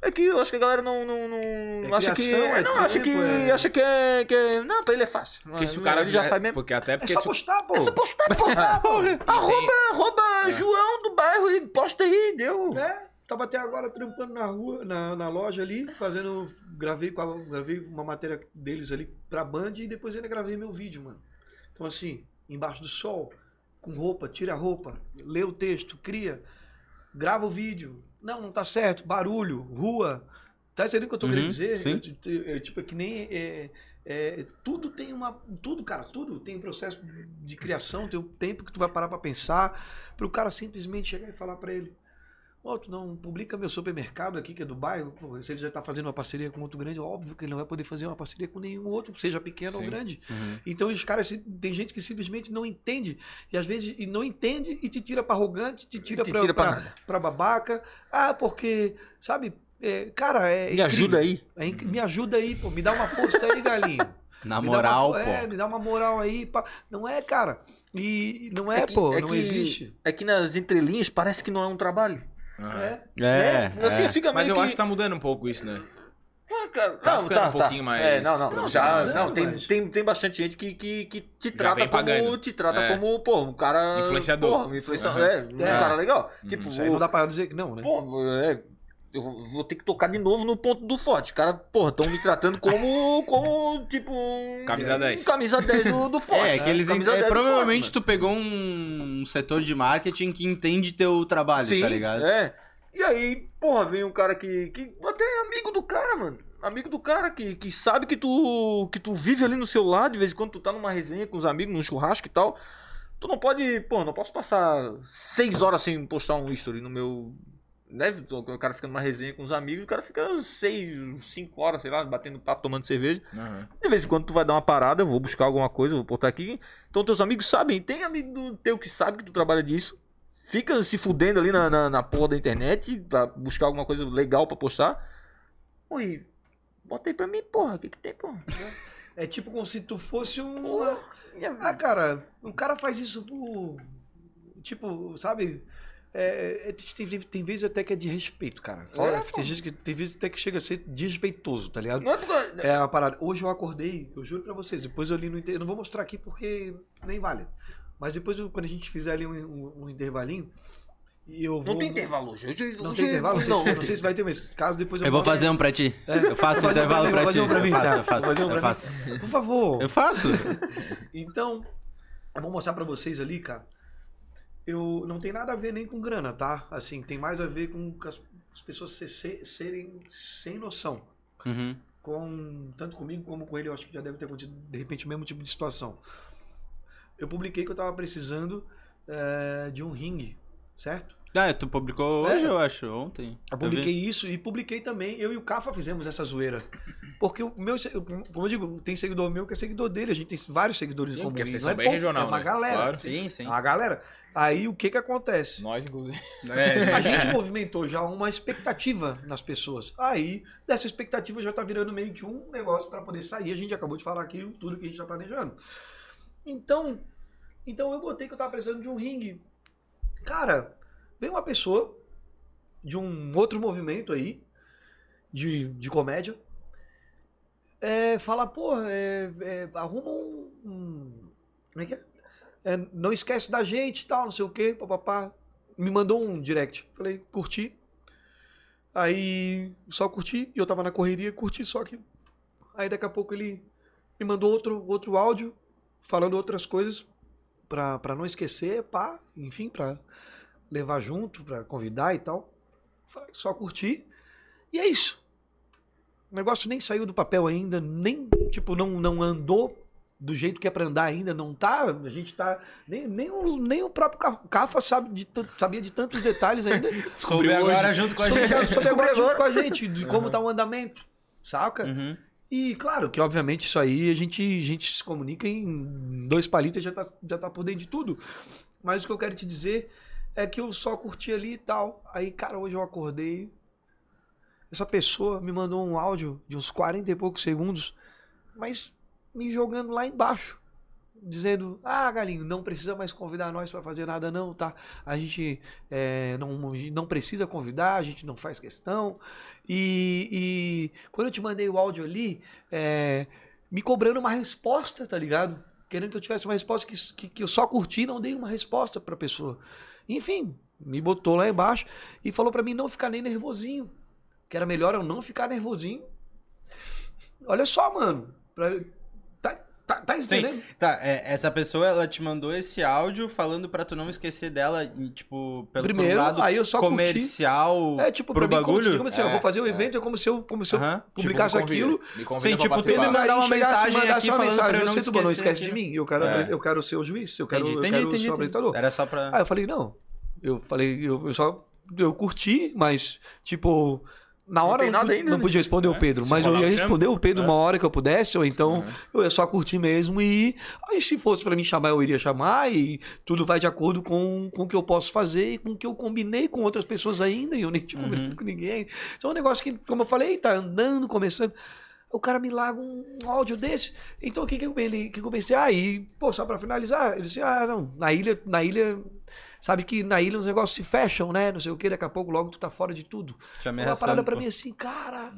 S1: É que eu acho que a galera não. não, não acha que.
S3: criação, é
S1: não, acha que.
S3: tempo, é-
S1: Acha que é, que é- Não, pra ele é fácil.
S4: Porque se o cara
S1: ele já
S4: vier-
S1: faz mesmo.
S4: Porque até
S3: É
S4: porque
S3: só
S4: se-
S3: postar, pô.
S1: É só postar, postar, porra. Arroba, arroba
S4: É.
S1: João do bairro e posta aí, deu.
S3: É, tava até agora trampando na rua, na, na loja ali, fazendo. Gravei, com a- gravei uma matéria deles ali pra Band e depois ainda gravei meu vídeo, mano. Então, assim, embaixo do sol, com roupa, tira a roupa, lê o texto, cria, grava o vídeo. Não, não tá certo, barulho, rua. Tá entendendo o que eu tô
S2: Uhum,
S3: querendo dizer?
S2: sim.
S3: Eu- eu- eu, tipo, é que nem. é, é, tudo tem uma. Tudo, cara, tudo tem um processo de criação, tem um tempo que tu vai parar pra pensar, pro cara simplesmente chegar e falar pra ele. Ó, tu não publica meu supermercado aqui, que é do bairro, pô, se ele já tá fazendo uma parceria com outro grande, óbvio que ele não vai poder fazer uma parceria com nenhum outro, seja pequeno
S4: Sim.
S3: ou grande.
S2: Uhum.
S3: Então os caras, se- tem gente que simplesmente não entende, e às vezes e não entende e te tira pra arrogante, te tira,
S1: Te
S3: pra,
S1: tira pra
S3: pra-
S1: nada.
S3: pra babaca. Ah, porque, sabe, é, cara, é.
S1: Me ajuda aí.
S3: É incri- Me ajuda aí, pô, me dá uma força aí, galinho.
S2: Na
S3: Me dá uma
S2: moral,
S3: fo- É,
S2: pô.
S3: me dá uma moral aí. pá. Não é, cara. E não é,
S1: É que-
S3: pô,
S1: é
S3: não
S1: que-
S3: existe.
S1: É que nas entrelinhas parece que não é um trabalho.
S4: Aham.
S3: É.
S2: É,
S1: né? Assim,
S2: é.
S1: fica meio
S4: Mas eu
S1: que...
S4: acho que tá mudando um pouco isso, né?
S1: Ah, cara,
S4: Tá
S1: não,
S4: ficando
S1: tá, tá.
S4: um pouquinho mais
S1: É, não, não. Já,
S4: profissional,
S3: né?
S1: não, tem,
S3: Mas-
S1: tem, tem bastante gente que, que, que te
S4: Já
S1: trata
S4: vem
S1: como.
S4: pagando.
S1: Te trata
S4: É.
S1: como, pô, um cara.
S4: Influenciador.
S1: Porra, um influenciador.
S4: Aham.
S1: É, um
S3: É.
S1: cara legal.
S4: Uhum,
S1: tipo,
S3: Isso aí não dá pra dizer que não, né?
S1: Pô, é, eu vou- vou ter que tocar de novo no ponto do forte. Cara, porra, estão me tratando como, como tipo, um...
S4: Camisa 10.
S1: um camisa 10 do, do forte. né?
S2: É, que eles
S1: Camisa
S2: é,
S1: 10 do
S2: provavelmente
S1: Forte,
S2: tu pegou um setor de marketing que entende teu
S1: mano.
S2: trabalho,
S1: Sim,
S2: tá ligado?
S1: é. E aí, porra, vem um cara que, que até é amigo do cara, mano. Amigo do cara que, que sabe que tu, que tu vive ali no seu lado, de vez em quando tu tá numa resenha com os amigos, num churrasco e tal. Tu não pode, pô, não posso passar seis horas sem postar um history no meu. Né? O cara fica numa resenha com os amigos, o cara fica seis, cinco horas, sei lá, batendo papo, tomando cerveja.
S4: Aham.
S1: De vez em quando tu vai dar uma parada, eu vou buscar alguma coisa, eu vou botar aqui. Então teus amigos sabem, tem amigo do teu que sabe que tu trabalha disso. Fica se fudendo ali na, na, na porra da internet pra buscar alguma coisa legal pra postar. Oi, bota aí pra mim, porra, o que que tem, porra?
S3: É tipo como se tu fosse um.
S1: Porra,
S3: Ah,
S1: minha-
S3: cara, o cara faz isso por. Tipo, sabe? É, é, tem, tem- tem vezes até que é de respeito, cara. Fala-
S1: É, pô.
S3: tem, gente que, tem vezes até que chega a ser desrespeitoso, tá ligado?
S1: Não é porque...
S3: É uma parada. Hoje eu acordei, eu juro pra vocês, depois eu li no inter... Eu não vou mostrar aqui porque nem vale. Mas depois, eu- quando a gente fizer ali um, um- um intervalinho, e eu vou.
S1: Não tem intervalo hoje. hoje
S3: Não
S1: hoje-
S3: tem intervalo?
S1: Não,
S3: Não, não sei se vai ter, mas caso depois eu.
S2: Eu vou
S3: mando-
S2: fazer um pra ti. Eu faço
S3: Vou fazer um
S2: intervalo
S3: pra mim,
S2: pra
S3: vou
S2: ti.
S3: fazer um pra
S2: Eu
S3: mim,
S2: faço,
S3: tá?
S2: eu faço,
S3: Vou fazer um
S2: eu
S3: pra mim.
S2: faço.
S3: Por favor.
S2: Eu faço.
S3: Então, eu vou mostrar pra vocês ali, cara. Eu não tem nada a ver nem com grana, tá? Assim, tem mais a ver com que as, as pessoas se- se- serem sem noção.
S2: Uhum.
S3: com tanto comigo como com ele, eu acho que já deve ter acontecido de repente o mesmo tipo de situação. Eu publiquei que eu tava precisando eh, de um ringue, certo?
S2: Ah, tu publicou
S3: É.
S2: hoje, eu acho, ontem.
S3: Eu
S2: vi.
S3: publiquei isso e publiquei também, eu e o Cafa fizemos essa zoeira. Porque o meu, se- como eu digo, tem seguidor meu que é seguidor dele, a gente tem vários seguidores
S4: Sim,
S3: comuns.
S4: porque vocês
S3: não
S4: são
S3: é
S4: bem
S3: pouco,
S4: regional,
S3: é uma
S4: né?
S3: galera.
S4: Claro.
S2: Sim, sim.
S3: É uma galera. Aí o que que acontece?
S4: Nós, inclusive.
S3: A
S2: É,
S3: gente movimentou já uma expectativa nas pessoas. Aí, dessa expectativa já tá virando meio que um negócio para poder sair. A gente acabou de falar aqui tudo que a gente tá planejando. Então, então eu botei que eu tava precisando de um ringue. Cara, veio uma pessoa de um outro movimento aí, de, de comédia, é, fala, pô, é, é, arruma um, um- Como é que é? É, Não esquece da gente e tal, não sei o quê, papapá me mandou um direct. Falei, curti. Aí só curti, e eu tava na correria, curti, só que. Aí daqui a pouco ele me mandou outro, outro áudio, falando outras coisas, pra, pra não esquecer, pá, enfim, pra levar junto, pra convidar e tal. Falei, só curti. E é isso. O negócio nem saiu do papel ainda, nem, tipo, não, não andou do jeito que é pra andar ainda, não tá. A gente tá. Nem, nem, o, nem o próprio Ca- Cafa sabe de tan- sabia de tantos detalhes ainda.
S2: soube agora junto com a
S3: sobre,
S2: gente.
S3: sobre agora junto com a gente, de como tá o andamento, saca?
S2: Uhum.
S3: E claro que, obviamente, isso aí a gente, a gente se comunica em dois palitos e já tá, já tá por dentro de tudo. Mas o que eu quero te dizer é que eu só curti ali e tal. Aí, cara, hoje eu acordei. Essa pessoa me mandou um áudio de uns 40 e poucos segundos, mas me jogando lá embaixo. Dizendo, ah, Galinho, não precisa mais convidar nós pra fazer nada, não, tá? A gente é, não, não precisa convidar, a gente não faz questão. E, e quando eu te mandei o áudio ali, é, me cobrando uma resposta, tá ligado? Querendo que eu tivesse uma resposta que, que, que eu só curti e não dei uma resposta pra pessoa. Enfim, me botou lá embaixo e falou pra mim não ficar nem nervosinho. Que era melhor eu não ficar nervosinho. Olha só, mano. pra- tá, tá, tá entendendo?
S2: Tá, é, essa pessoa, ela te mandou esse áudio falando pra tu não esquecer dela, e, tipo, pelo, pelo
S3: Primeiro,
S2: lado
S3: aí eu só curti.
S2: comercial.
S3: É, tipo,
S2: pro
S3: pra mim, como,
S2: bagulho?
S3: digamos assim, eu
S4: É,
S3: vou fazer o evento, é como se eu, como se eu
S2: Aham. tipo,
S3: publicasse
S4: me convida,
S3: aquilo
S4: Me convida
S2: Sim,
S4: pra
S2: tipo,
S4: participar.
S2: tudo mandar uma
S3: Aí chegasse e
S2: mensagem
S3: mandasse
S2: aqui
S3: uma
S2: falando
S3: mensagem,
S2: pra eu não
S3: eu sei, tu, não
S2: esquecer
S3: esquece de
S2: aqui,
S3: mim. Eu quero,
S4: É.
S3: eu quero ser o juiz, eu quero,
S2: Entendi,
S3: eu
S2: entendi,
S3: quero
S2: entendi, É.
S3: ser o
S2: entendi.
S3: apresentador.
S2: Era só pra...
S3: Aí eu falei, não. Eu falei, eu, eu só. Eu curti, mas, tipo. Na
S1: Não
S3: hora
S1: tem
S3: eu não,
S1: nada
S3: pu-
S1: ainda,
S3: não
S1: né?
S3: podia responder
S4: É,
S3: o Pedro,
S4: se
S3: mas eu
S4: falar
S3: ia
S4: o tema,
S3: responder o Pedro
S4: é.
S3: uma hora que eu pudesse, ou
S1: É.
S3: então
S4: Uhum.
S3: eu ia só curtir mesmo e. Aí se fosse pra mim chamar, eu iria chamar e tudo vai de acordo com, com o que eu posso fazer e com o que eu combinei com outras pessoas ainda e eu nem tinha combinado
S2: Uhum.
S3: com ninguém. Então é um negócio que, como eu falei, tá andando, começando. O cara me larga um áudio desse. Então o que que eu, ele, que que eu pensei? Ah, e, pô, só pra finalizar, ele disse, ah, não, na ilha, na ilha, sabe que na ilha os negócios se fecham, né? Não sei o que, daqui a pouco logo tu tá fora de tudo.
S2: Já me
S3: Uma parada
S2: arrastando,
S3: pra
S2: pô.
S3: mim assim, cara,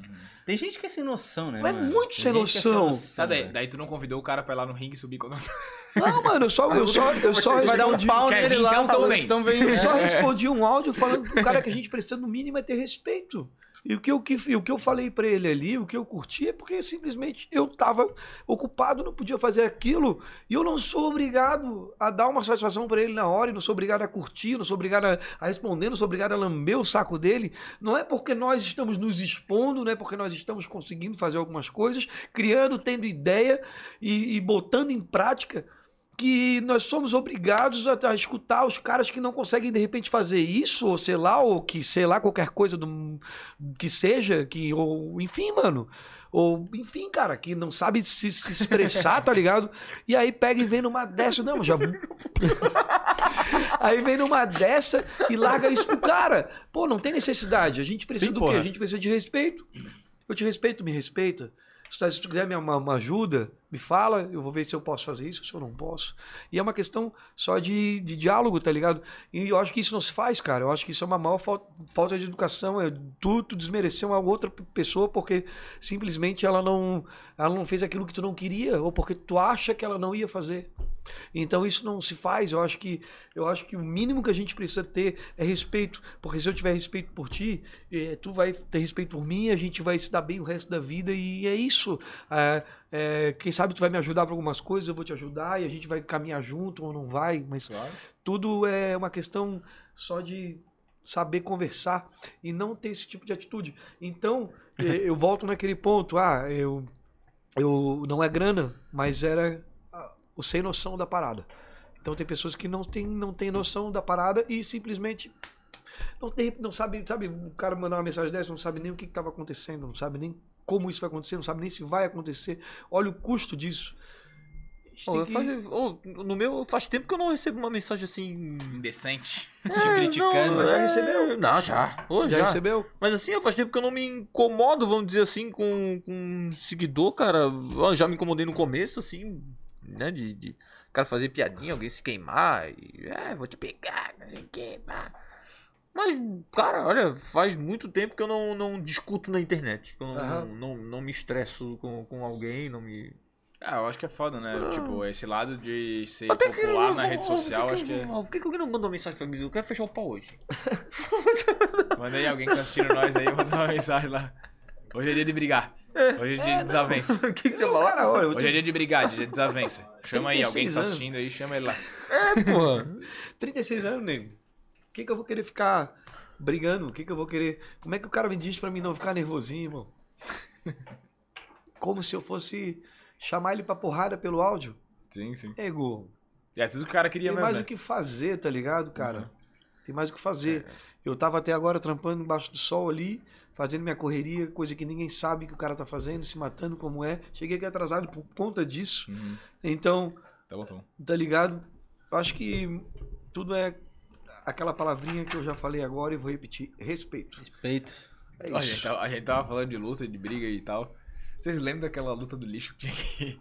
S2: Tem gente que é sem noção, né?
S3: Mas é
S2: mano?
S3: muito
S2: Tem
S3: sem
S2: gente que é
S3: noção.
S4: Tá, daí,
S2: velho.
S4: daí tu não convidou o cara pra ir lá no ringue e subir com nós.
S3: não, mano, eu só, eu só, eu só
S2: Vai dar um
S3: respondi,
S2: pau
S4: Quer
S2: nele
S4: vir,
S2: lá,
S4: então,
S2: falando,
S4: vem.
S2: então vem.
S3: eu só respondi um áudio falando pro cara que a gente precisa no mínimo é ter respeito. E o que, eu, que, e o que eu falei pra ele ali, o que eu curti é porque simplesmente eu tava ocupado, não podia fazer aquilo, e eu não sou obrigado a dar uma satisfação pra ele na hora, e não sou obrigado a curtir, não sou obrigado a, a responder, não sou obrigado a lamber o saco dele. Não é porque nós estamos nos expondo, não é porque nós estamos conseguindo fazer algumas coisas, criando, tendo ideia e, e botando em prática, que nós somos obrigados a, a escutar os caras que não conseguem de repente fazer isso, ou sei lá, ou que sei lá, qualquer coisa do, que seja, que, ou enfim, mano. Ou, enfim, cara, que não sabe se, se expressar, tá ligado? E aí pega e vem numa dessa. Não, já. aí vem numa dessa e larga isso pro cara. Pô, não tem necessidade. A gente precisa
S2: Sim,
S3: do quê?
S2: porra.
S3: A gente precisa de respeito. Eu te respeito, me respeita. Se tu- se tu quiser me- uma, uma ajuda, me fala, eu vou ver se eu posso fazer isso, se eu não posso. E é uma questão só de, de diálogo, tá ligado? E eu acho que isso não se faz, cara. Eu acho que isso é uma maior fal- falta de educação. É tu, tu desmerecer uma outra p- pessoa porque simplesmente ela não, ela não fez aquilo que tu não queria ou porque tu acha que ela não ia fazer. Então isso não se faz. Eu acho que eu acho que o mínimo que a gente precisa ter é respeito, porque se eu tiver respeito por ti, eh, tu vai ter respeito por mim, a gente vai se dar bem o resto da vida e é isso. Ah, eh, quem sabe tu vai me ajudar para algumas coisas, eu vou te ajudar e a gente vai caminhar junto ou não vai, mas
S4: Claro.
S3: tudo é uma questão só de saber conversar e não ter esse tipo de atitude. Então, eh, eu volto naquele ponto, ah, eu eu não é grana, mas era ah, o sem noção da parada. Então tem pessoas que não tem, não tem noção da parada e simplesmente não, tem- não sabe, sabe, o cara mandar uma mensagem dessa, não sabe nem o que estava acontecendo, não sabe nem como isso vai acontecer, não sabe nem se vai acontecer. Olha o custo disso. A gente
S1: Ô,
S3: tem
S1: eu
S3: que-
S1: faz- ô, no meu, faz tempo que eu não recebo uma mensagem assim.
S2: Indecente.
S1: é,
S2: Te criticando.
S1: não,
S3: Já
S1: é,
S3: recebeu?
S1: Não, já. Ô,
S3: Já
S1: já.
S3: recebeu?
S1: Mas assim, ó, faz tempo que eu não me incomodo, vamos dizer assim, com, com um seguidor, cara. Ó, já me incomodei no começo, assim, né? De, de cara fazer piadinha, alguém se queimar. E, é, vou te pegar, não sei o que, pá." Mas, cara, olha, faz muito tempo que eu não, não discuto na internet. que Eu não,
S3: Aham.
S1: não, não me estresso com, com alguém, não me.
S4: Ah, eu acho que é foda, né?
S1: Ah.
S4: Tipo, esse lado de ser
S1: Até que
S4: popular
S1: eu-
S4: na rede
S1: ó, por
S4: social, acho tá que é.
S1: ó, Por que, que alguém não mandou mensagem pra mim? Eu quero fechar o pau hoje.
S4: Manda aí alguém que tá assistindo nós aí, manda uma mensagem lá. Hoje é dia de brigar. Hoje é dia de desavença.
S1: O que, que você
S3: Não,
S1: fala?
S3: cara, olha, eu
S4: Hoje é
S3: tenho
S4: dia de brigar, dia de desavença. Chama aí, alguém que tá
S3: 36 anos.
S4: assistindo aí, chama ele lá.
S1: É, porra.
S3: 36 anos, nego. O que, que eu vou querer ficar brigando? O que, que eu vou querer. Como é que o cara me diz pra mim não ficar nervosinho, irmão? Como se eu fosse chamar ele pra porrada pelo áudio?
S4: Sim, sim.
S3: Nego,
S4: E é tudo que o cara queria
S3: Tem
S4: mesmo.
S3: mais
S4: né?
S3: o que fazer, tá ligado, cara? Tem mais o que fazer. Eu tava até agora trampando embaixo do sol ali, fazendo minha correria, coisa que ninguém sabe que o cara tá fazendo, se matando como é. Cheguei aqui atrasado por conta disso.
S4: Uhum.
S3: Então,
S4: Tá bom, tá bom.
S3: tá ligado? Acho que tudo é aquela palavrinha que eu já falei agora e vou repetir: respeito.
S2: Respeito.
S3: É
S4: A gente,
S3: isso.
S4: tava, a gente tava falando de luta, de briga e tal. Vocês lembram daquela luta do lixo que tinha aqui?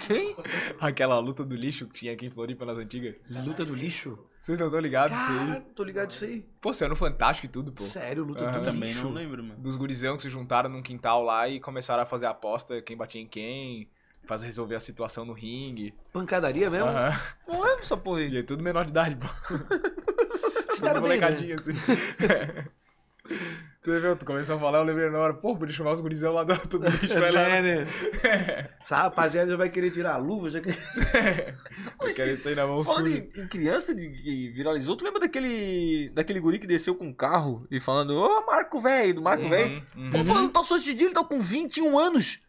S1: Quem?
S4: Aquela luta do lixo que tinha aqui em Floripa nas antigas?
S3: Luta do lixo?
S4: Vocês não estão ligados disso
S3: Cara,
S4: aí?
S3: tô ligado disso aí.
S4: Pô, saiu no Fantástico e tudo, Ah, pô.
S3: Sério, luta
S4: Aham.
S3: do
S2: Também
S3: lixo.
S2: não né? lembro, mano.
S4: Dos gurizão que se juntaram num quintal lá e começaram a fazer a aposta, quem batia em quem, fazer resolver a situação no ringue.
S3: Pancadaria mesmo?
S4: Aham.
S1: Não lembro essa porra aí.
S4: E é tudo menor de idade, pô.
S3: Se
S4: Tudo
S3: deram bem, né?
S4: molecadinho, assim. Tu viu? Tu começou a falar, eu lembrei na hora, pô, podia chamar os gurizão lá do do lixo, vai lá.
S3: É, né? Essa rapaziada já vai querer tirar a luva, já que
S4: Eu quero isso aí na mão
S1: Falando
S4: suja.
S1: em, em criança de, que viralizou, tu lembra daquele, daquele guri que desceu com um carro e falando, ô Marco velho, do Marco velho?
S4: Uhum,
S1: Pô,
S4: uhum.
S1: falando, passou esse dia, ele tá com 21 anos.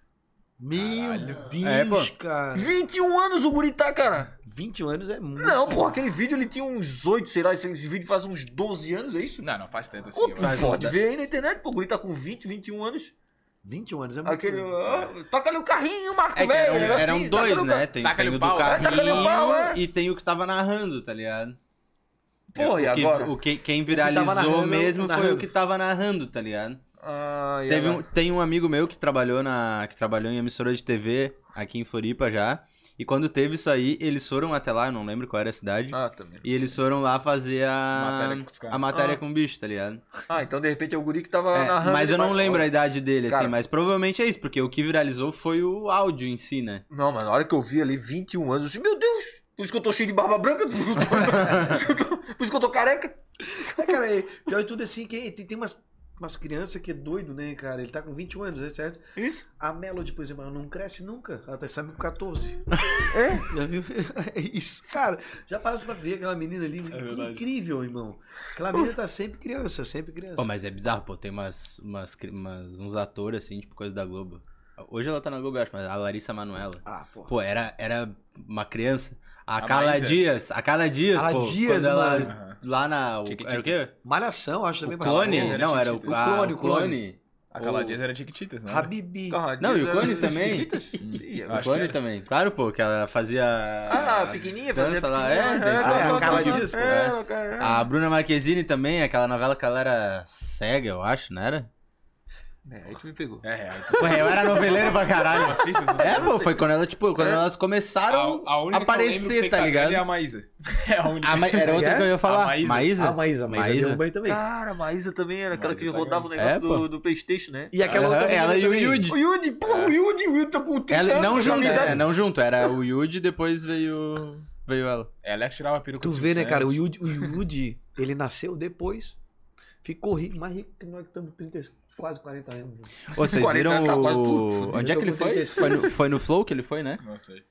S3: Meu
S4: Caralho.
S2: É, pô.
S3: Deus, cara.
S1: 21 anos o guri tá, cara.
S3: 21 anos é muito.
S1: Não,
S2: Uhum.
S1: porra, aquele vídeo ele tinha uns 8, sei lá, esse vídeo faz uns 12 anos, é isso?
S4: Não, não faz tanto assim.
S1: Pô,
S4: eu
S1: tu
S4: acho.
S1: pode ver aí na internet, pô, o guri tá com 20, 21 anos.
S3: 21 anos é muito.
S1: Aquele, ó, toca ali o carrinho, Marco
S2: É que
S1: velho.
S2: eram,
S1: assim, taca
S2: eram
S1: ali
S2: dois,
S1: o
S2: né? Tem, tem
S4: Taca-lhe
S2: o
S4: o
S2: do
S4: pau, é.
S1: Taca-lhe o Tá pau, é.
S2: carrinho e tem o que tava narrando, tá ligado?
S1: Pô, e
S2: o que-
S1: agora?
S2: O que, quem
S3: O que
S2: viralizou
S3: tava narrando,
S2: mesmo foi
S3: narrando.
S2: o que tava narrando, tá ligado?
S1: Ah, e
S2: Teve um,
S1: agora?
S2: tem um amigo meu que trabalhou na que trabalhou em emissora de TV aqui em Floripa já. E quando teve isso aí, eles foram até lá, eu não lembro qual era a cidade.
S1: Ah, também.
S2: E eles foram lá fazer a
S4: Matéria com os caras.
S2: a matéria
S1: Ah.
S2: com o bicho, tá ligado?
S1: Ah, então de repente é o guri que tava
S2: É,
S1: narrando.
S2: mas eu
S1: ele
S2: não
S1: vai-
S2: lembro a idade dele, assim,
S1: Cara.
S2: mas provavelmente é isso, porque o que viralizou foi o áudio em si, né?
S1: Não, mas na hora que eu vi ali 21 anos, eu disse, meu Deus, por isso que eu tô cheio de barba branca, por isso que eu tô, por isso que eu tô careca.
S3: É, cara, é, pior de tudo assim, que tem, tem umas, umas crianças que é doido, né, cara? Ele tá com 21 anos, né, certo?
S1: Isso.
S3: A Melody, por exemplo, ela não cresce nunca. Ela tá saindo com 14. É? Já viu? É isso, cara. Já passa pra ver aquela menina ali.
S4: verdade.
S3: incrível, irmão. Aquela menina tá sempre criança, sempre criança.
S2: Pô, mas é bizarro, pô, tem umas, umas, cri- umas- uns atores, assim, tipo coisa da Globo. Hoje ela tá na Globo, eu acho, mas a Larissa Manoela.
S3: Ah, pô.
S2: Pô, era, era uma criança. A,
S4: A
S2: Carla
S4: Maísa.
S2: Dias, a Carla Dias,
S3: Carla
S2: pô.
S3: Dias,
S2: quando ela,
S4: mano.
S2: Lá na... O, era o quê?
S3: Malhação,
S2: O
S3: acho também
S2: clone?
S3: bastante. né?
S4: era
S2: Não, era o,
S4: Chiquititas.
S2: ah,
S3: O clone,
S2: o
S3: o
S2: clone.
S4: Aquela
S2: O-
S4: dias era Chiquititas, né?
S3: Habibi.
S2: Não, e o Clone
S1: Carradinho, né?
S2: também?
S1: Chiquititas? Ih,
S2: O
S1: agora-
S4: acho que
S2: clone
S4: era.
S2: também. Claro, pô, que ela fazia...
S1: Ah, pequenininha,
S2: dança
S1: fazia
S2: lá,
S1: pequenininha,
S2: é,
S1: é,
S2: dança
S3: é,
S2: lá,
S3: a Carla
S2: dança lá.
S3: Dias, pô,
S2: É.
S1: É, cara,
S2: A Bruna Marquezine também, aquela novela que ela era cega, eu acho, não era?
S1: é, aí tu me pegou.
S4: É, aí tu
S2: Pô, eu era noveleiro pra caralho.
S4: assiste essas
S2: É, pô, foi quando ela, tipo, quando
S1: É.
S2: elas começaram
S4: A, a única
S2: aparecer,
S4: que eu lembro que sei
S2: tá
S4: cagar
S2: ligado?
S4: É a Maísa. É a única.
S2: Ah, mas era outra
S3: É?
S2: que eu ia falar.
S4: A Maísa.
S2: Maísa?
S3: A Maísa, a Maísa,
S2: Maísa.
S3: deu um banho também.
S1: Cara, a Maísa também era aquela
S4: Maísa
S1: que
S4: tá
S1: rodava o
S2: ganhando.
S1: negócio
S2: É, pô.
S1: do, do Playstation, né?
S3: E aquela
S2: Aham,
S3: outra menina
S2: ela e o
S3: também.
S2: Yudi. É.
S1: O Yudi, porra, o Yudi, o Yudi tá com 30
S2: Ela,
S1: anos.
S2: não junto,
S1: tá
S2: é, não junto, era o Yudi e depois veio, veio ela.
S4: Ela é que tirava a peruca
S3: Tu
S4: do
S3: vê,
S4: Silvio
S3: né, cara? O
S4: Santos.
S3: Yudi, o Yudi, ele nasceu depois, ficou rico, mais rico que nós que estamos com 30, quase 40 anos.
S2: Ô, vocês
S1: 40
S2: viram
S1: tá quase tudo
S2: o...
S1: fudido.
S2: Onde é
S3: Eu
S2: que ele
S3: tô com
S2: foi?
S3: 36.
S2: Foi no, foi no Flow que ele foi, né?
S4: Não sei.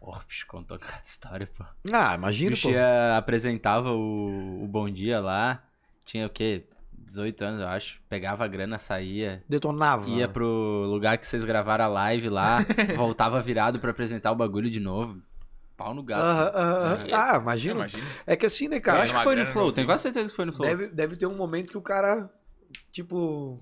S2: Ó, bicho, contou cada história, pô.
S3: Ah,
S2: O
S3: imagina,
S2: bicho ia- apresentava o, o Bom Dia lá, tinha o quê? 18 anos, eu acho. Pegava a grana, saía,
S3: Detonava.
S2: ia é pro lugar que vocês gravaram a live lá, voltava virado pra apresentar o bagulho de novo. Pau no gato.
S3: Aham, aham, aham. Ah, imagina.
S4: Imagina.
S3: É que assim, né,
S2: Eu
S3: cara?
S2: acho que foi no
S4: Grana,
S2: Flow,
S4: não
S2: tenho quase certeza que foi no Flow.
S3: Deve, deve ter um momento que o cara, tipo,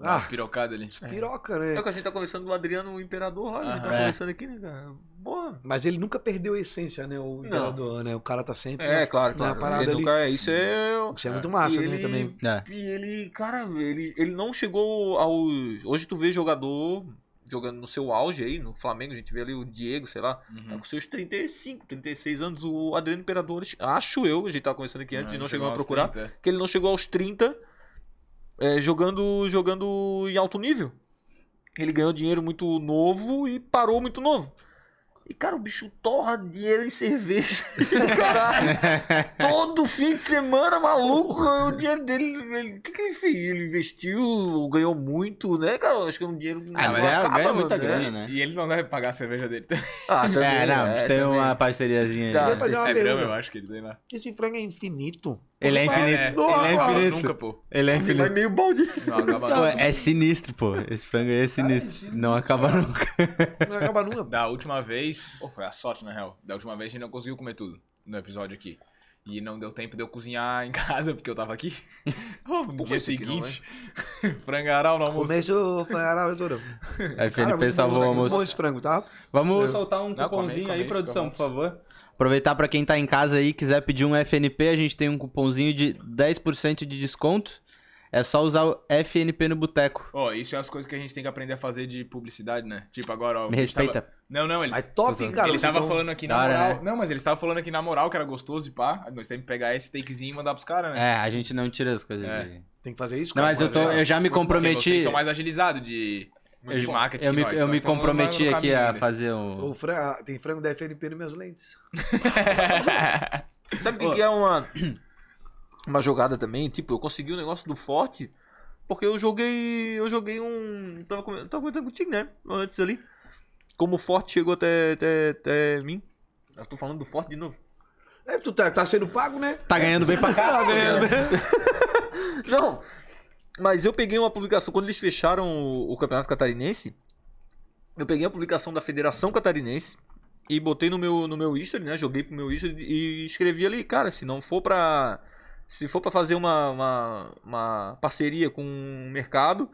S8: Ah.
S3: Ah,
S8: Pirocada ali.
S3: piroca,
S1: É
S3: né?
S1: que a gente tá conversando do Adriano o Imperador, olha, a gente tá
S2: Aham. É.
S1: conversando aqui, né, cara? Boa.
S3: Mas ele nunca perdeu a essência, né? O imperador, né? O cara tá sempre.
S1: É, claro,
S3: na
S1: claro.
S3: parada
S1: Ele
S3: ali.
S1: nunca- isso é.
S3: Isso é muito massa,
S1: E
S3: né?
S1: ele-
S3: Também.
S2: É.
S1: E ele, cara, ele, ele não chegou aos. Hoje tu vê jogador jogando no seu auge aí, no Flamengo, a gente vê ali o Diego, sei lá, tá
S4: Uhum.
S1: com seus 35, 36 anos, o Adriano Imperador, acho eu, a gente tava conversando aqui antes e não chegou a procurar, que ele não chegou aos 30 é, jogando, jogando em alto nível. Ele ganhou dinheiro muito novo e parou muito novo. E, cara, o bicho torra dinheiro em cerveja. Caralho. Todo fim de semana, maluco, o dinheiro dele. ele- O que, que ele fez? Ele investiu, ganhou muito, né, cara? Acho que é um dinheiro. que
S2: Ah, mas
S1: não
S2: é,
S1: acaba,
S2: ganha
S1: mano,
S2: muita
S1: né?
S2: grana, né?
S4: E ele não deve pagar a cerveja dele.
S1: Ah, também,
S2: É, não, a
S1: é,
S2: gente tem
S1: também.
S2: uma parceriazinha
S1: Dá.
S3: Eu ia
S2: ali.
S3: fazer uma
S4: É grama, eu
S3: pergunta.
S4: acho que ele tem lá.
S3: Esse frango é infinito.
S2: Ele é infinito.
S3: Não,
S2: Ele é infinito.
S4: Nunca, pô.
S2: Ele é
S1: Mas
S2: infinito.
S1: meio balde.
S4: Não, acaba
S2: Pô,
S4: não.
S2: é sinistro, pô. Esse frango aí é sinistro. Não acaba nunca.
S3: Não acaba nunca.
S4: Da última vez, pô, foi a sorte na real. Da última vez a gente não conseguiu comer tudo no episódio aqui. E não deu tempo de eu cozinhar em casa porque eu tava aqui. No dia
S1: isso aqui
S2: né?
S1: não,
S4: seguinte, frangaral no almoço.
S3: Começo foi a Aradora.
S2: Aí Felipe salvou o
S3: Muito bom
S2: almoço.
S3: esse frango, tá?
S2: Vamos
S3: Eu-
S2: soltar um cupomzinho
S4: Não, come aí, come aí,
S2: aí,
S4: fica
S2: produção,
S4: bom.
S2: por favor. Aproveitar pra quem tá em casa aí e quiser pedir um FNP, a gente tem um cupomzinho de 10% de desconto. É só usar o FNP no boteco.
S4: Ó, isso é as coisas que a gente tem que aprender a fazer de publicidade, né? Tipo, agora, ó.
S2: Me
S4: a gente
S2: respeita.
S4: tava- Não, não, ele.
S3: Mas top, hein, cara. Então,
S4: ele
S3: vocês
S4: tava
S3: tão-
S4: falando aqui na
S2: Da hora,
S4: moral.
S2: né?
S4: Não, mas ele tava falando aqui na moral que era gostoso e pá. Nós temos que pegar esse takezinho e mandar pros caras, né?
S2: É, a gente não tira as coisas
S4: É.
S2: dele.
S3: Tem que fazer isso,
S2: Não,
S3: cara.
S2: mas eu, tô,
S4: mas é,
S2: eu já me
S4: Porque
S2: comprometi.
S4: Vocês são mais agilizados de, de
S2: Eu,
S4: marketing.
S2: eu
S4: que
S2: me,
S4: nós,
S2: eu
S4: nós
S2: me
S4: estamos no-
S2: comprometi
S4: no
S2: aqui
S4: caminho
S2: a
S4: ainda.
S2: fazer um.
S3: O frango, ah, tem frango da FNP nas minhas lentes.
S1: Sabe o que, que é uma, uma jogada também? Tipo, eu consegui o negócio do forte porque eu joguei. Eu joguei um. Tava, com- tava comentando contigo, né? Antes ali. Como o forte chegou até, até, até mim. Eu tô falando do forte de novo.
S3: É, tu tá, tá sendo pago, né?
S2: Tá ganhando bem pra cá.
S1: Não! Mas eu peguei uma publicação, quando eles fecharam o, o Campeonato Catarinense, eu peguei a publicação da Federação Catarinense e botei no meu, no meu history, né? Joguei pro meu history e escrevi ali, cara, se não for pra. Se for pra fazer uma, uma, uma parceria com o mercado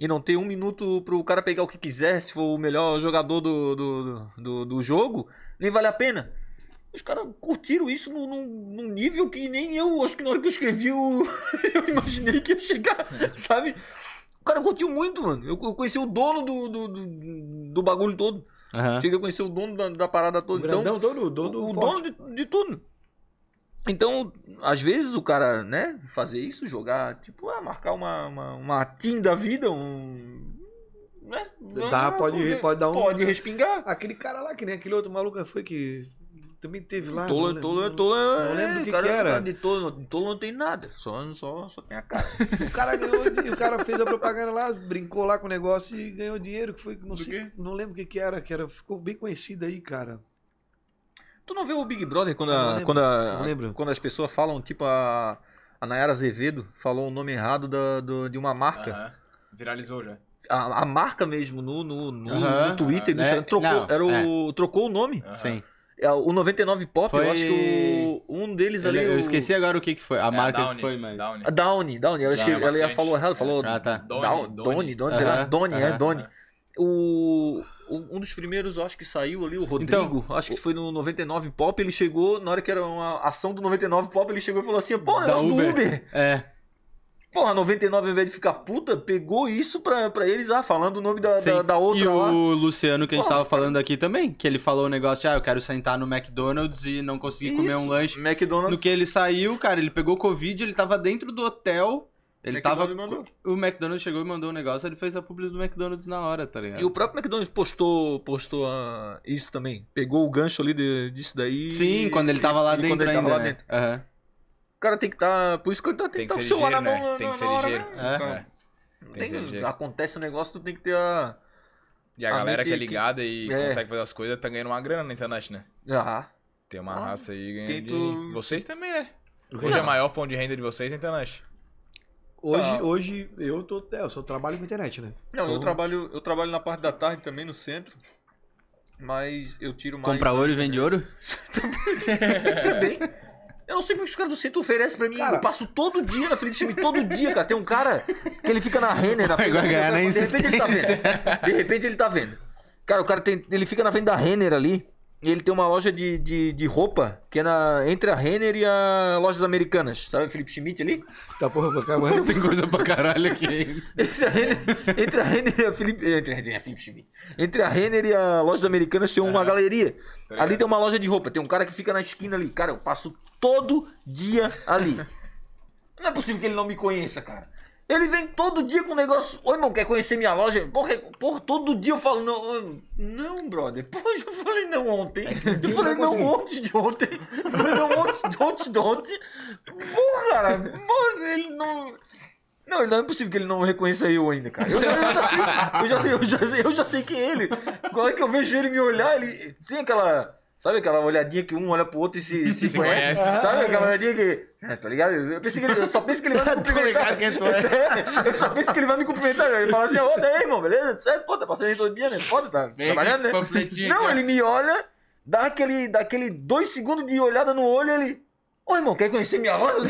S1: e não ter um minuto pro cara pegar o que quiser, se for o melhor jogador do, do, do, do jogo, nem vale a pena. Os caras curtiram isso num, num- num nível que nem eu, acho que na hora que eu escrevi o, eu imaginei que ia chegar, sabe? O cara curtiu muito, mano. Eu, eu conheci o dono do, do, do, do bagulho todo.
S2: Aham.
S1: Cheguei a conhecer o dono da, da parada
S3: É. O
S1: toda. Então,
S3: grandão, dono, dono,
S1: o dono
S3: forte.
S1: de, de tudo. Então, às vezes o cara, né, fazer isso, jogar, tipo, ah, marcar uma, uma, uma team da vida, um. Né?
S3: Dá, pode- pode dar um-
S1: Pode respingar.
S3: Aquele cara lá, que nem aquele outro maluco foi que também teve lá. né? não
S1: Tola,
S3: lembro-
S1: tola,
S3: não-
S1: tola.
S3: não lembro
S1: é,
S3: o que
S1: cara,
S3: que era.
S1: De tola, de tola não tem nada. Só, só, só tem a cara.
S3: O cara ganhou, e o cara fez a propaganda lá, brincou lá com o negócio e ganhou dinheiro, que foi, não
S1: Do
S3: sei,
S1: quê?
S3: não lembro o que que era, que era, ficou bem conhecido aí, cara.
S1: Tu não vê o Big Brother quando,
S3: Não
S1: a-
S3: lembro,
S1: quando, a-
S3: não lembro.
S1: quando as pessoas falam, tipo a, a Nayara Azevedo falou o nome errado da, do- de uma marca.
S4: Aham. Viralizou já.
S1: A, a marca mesmo no, no, no,
S2: Aham.
S1: no Twitter, no
S2: É,
S1: Instagram, trocou,
S2: não,
S1: era o, trocou o nome.
S4: Aham.
S2: Sim.
S1: É, O 99 Pop,
S2: Foi-
S1: eu acho que o- um deles
S2: Eu,
S1: ali.
S2: eu
S1: o-
S2: esqueci agora o que, que foi. A
S4: É,
S2: marca
S4: Downy,
S2: que foi, mas.
S4: Downy.
S1: A Downy, Downy. Ela, escreve-
S2: Downy,
S1: ela
S4: bastante.
S1: falou errado,
S4: É.
S1: falou.
S2: Ah, tá.
S1: Down- Doni,
S4: Doni,
S1: Doni, sei lá,
S2: Aham,
S1: Doni, é,
S2: aham.
S1: Doni. O, o- um dos primeiros, eu acho que saiu ali, o
S2: Então,
S1: Rodrigo, acho que foi no 99 Pop, ele chegou, na hora que era uma ação do 99 Pop, ele chegou e falou assim, pô,
S2: Da
S1: negócio
S2: Uber.
S1: do Uber.
S2: É.
S1: Porra, 99 ao invés de ficar puta, pegou isso pra, pra eles, ah, falando o nome da, da,
S2: sim.
S1: da outra
S2: e
S1: lá.
S2: o Luciano que a gente
S1: Porra,
S2: tava falando aqui também, que ele falou o negócio de, ah, eu quero sentar no McDonald's e não consegui comer
S1: Isso.
S2: um lanche.
S1: McDonald's.
S2: No que ele saiu, cara, ele pegou Covid, ele tava dentro do hotel, ele
S1: McDonald's
S2: tava...
S1: mandou.
S2: O McDonald's chegou e mandou um negócio, ele fez a publi do McDonald's na hora, tá ligado?
S1: E o próprio McDonald's postou, postou ah, isso também. Pegou o gancho ali de- disso daí.
S2: Sim, quando ele tá- tava lá
S1: E quando
S2: dentro
S1: ele tava
S2: ainda,
S1: lá
S2: né?
S1: dentro.
S2: Aham.
S1: O cara tem que estar. Por isso que ele tá,
S4: Tem
S1: tem,
S4: que
S1: que
S4: ser
S1: estar com o celular
S4: ligeiro,
S1: na mão.
S4: né?
S1: na-
S4: Tem que ser
S1: na hora,
S4: ligeiro.
S1: né?
S2: É.
S1: Cara,
S4: É. Tem que
S1: tem-
S4: ser ligeiro.
S1: acontece um negócio, tu tem que ter a.
S4: E a
S1: Ah,
S4: galera
S1: meio
S4: que
S1: que-
S4: é ligada e
S1: é.
S4: consegue fazer as coisas tá ganhando uma grana na internet, né?
S1: Ah,
S4: Tem uma
S1: Ah,
S4: raça aí
S1: tem
S4: ganhando.
S1: tu-
S4: dinheirinho. Vocês também, né?
S3: O que
S4: Hoje
S3: é?
S4: a maior fonte de renda de vocês é a internet.
S3: Hoje,
S1: Ah.
S3: hoje eu tô, é, eu só trabalho com internet, né?
S1: não, eu
S3: Então-
S1: trabalho, eu trabalho na parte da tarde também no centro, mas eu tiro mais É.
S2: Compra ouro e vende ouro?
S1: também. Eu não sei como é que os caras do centro oferecem pra mim.
S3: Cara-
S1: eu passo todo dia na Felipe Schmidt, todo dia, cara. Tem um cara que ele fica na Renner, na frente da
S2: Vai ganhar
S1: Renner,
S2: na
S1: De repente ele tá vendo. De repente ele tá vendo. Cara, o cara tem, ele fica na frente da Renner ali. E ele tem uma loja de, de, de roupa que é na, entre a Renner e a Lojas Americanas. Sabe o Felipe Schmidt ali?
S3: Tá porra, pra cá, mano.
S2: Tem coisa pra caralho aqui ainda.
S1: Entre a Renner, entre a Renner e a Felipe. Entre a Renner e a Felipe Schmidt. Entre a Renner e a Lojas Americanas tem uma galeria. ali tem uma loja de roupa. Tem um cara que fica na esquina ali. Cara, eu passo todo dia ali. não é possível que ele não me conheça, cara. Ele vem todo dia com um negócio. Ô, irmão, quer conhecer minha loja? Porra, é- porra, todo dia eu falo, não, ô, não, brother. Porra, eu falei não ontem. Eu falei não ontem de ontem. Eu falei não ontem de ontem de ontem. Porra, cara. Porra, ele não. Não, não é possível que ele não reconheça eu ainda, cara. Eu já, eu já sei, eu já, eu já sei, eu já sei que é ele. Quando é que eu vejo ele me olhar, ele tem aquela. Sabe aquela olhadinha que um olha pro outro e se, se, conhece?
S2: Ah.
S1: Sabe aquela olhadinha que. É, tá ligado? Eu, pensei que ele, eu só penso que ele vai me cumprimentar.
S2: ligado quem tu
S1: é. Eu só penso que ele vai me cumprimentar. Ele fala assim, ô, daí, irmão, beleza? Tudo Certo? Pô, tá passando aí todo dia, né? Foda, tá
S2: Vem aqui,
S1: trabalhando, né?
S2: panfletinho
S1: Não,
S2: aqui, ó.
S1: ele me olha, dá aquele, dá aquele dois segundos de olhada no olho, ele... Ô, irmão, quer conhecer minha loja?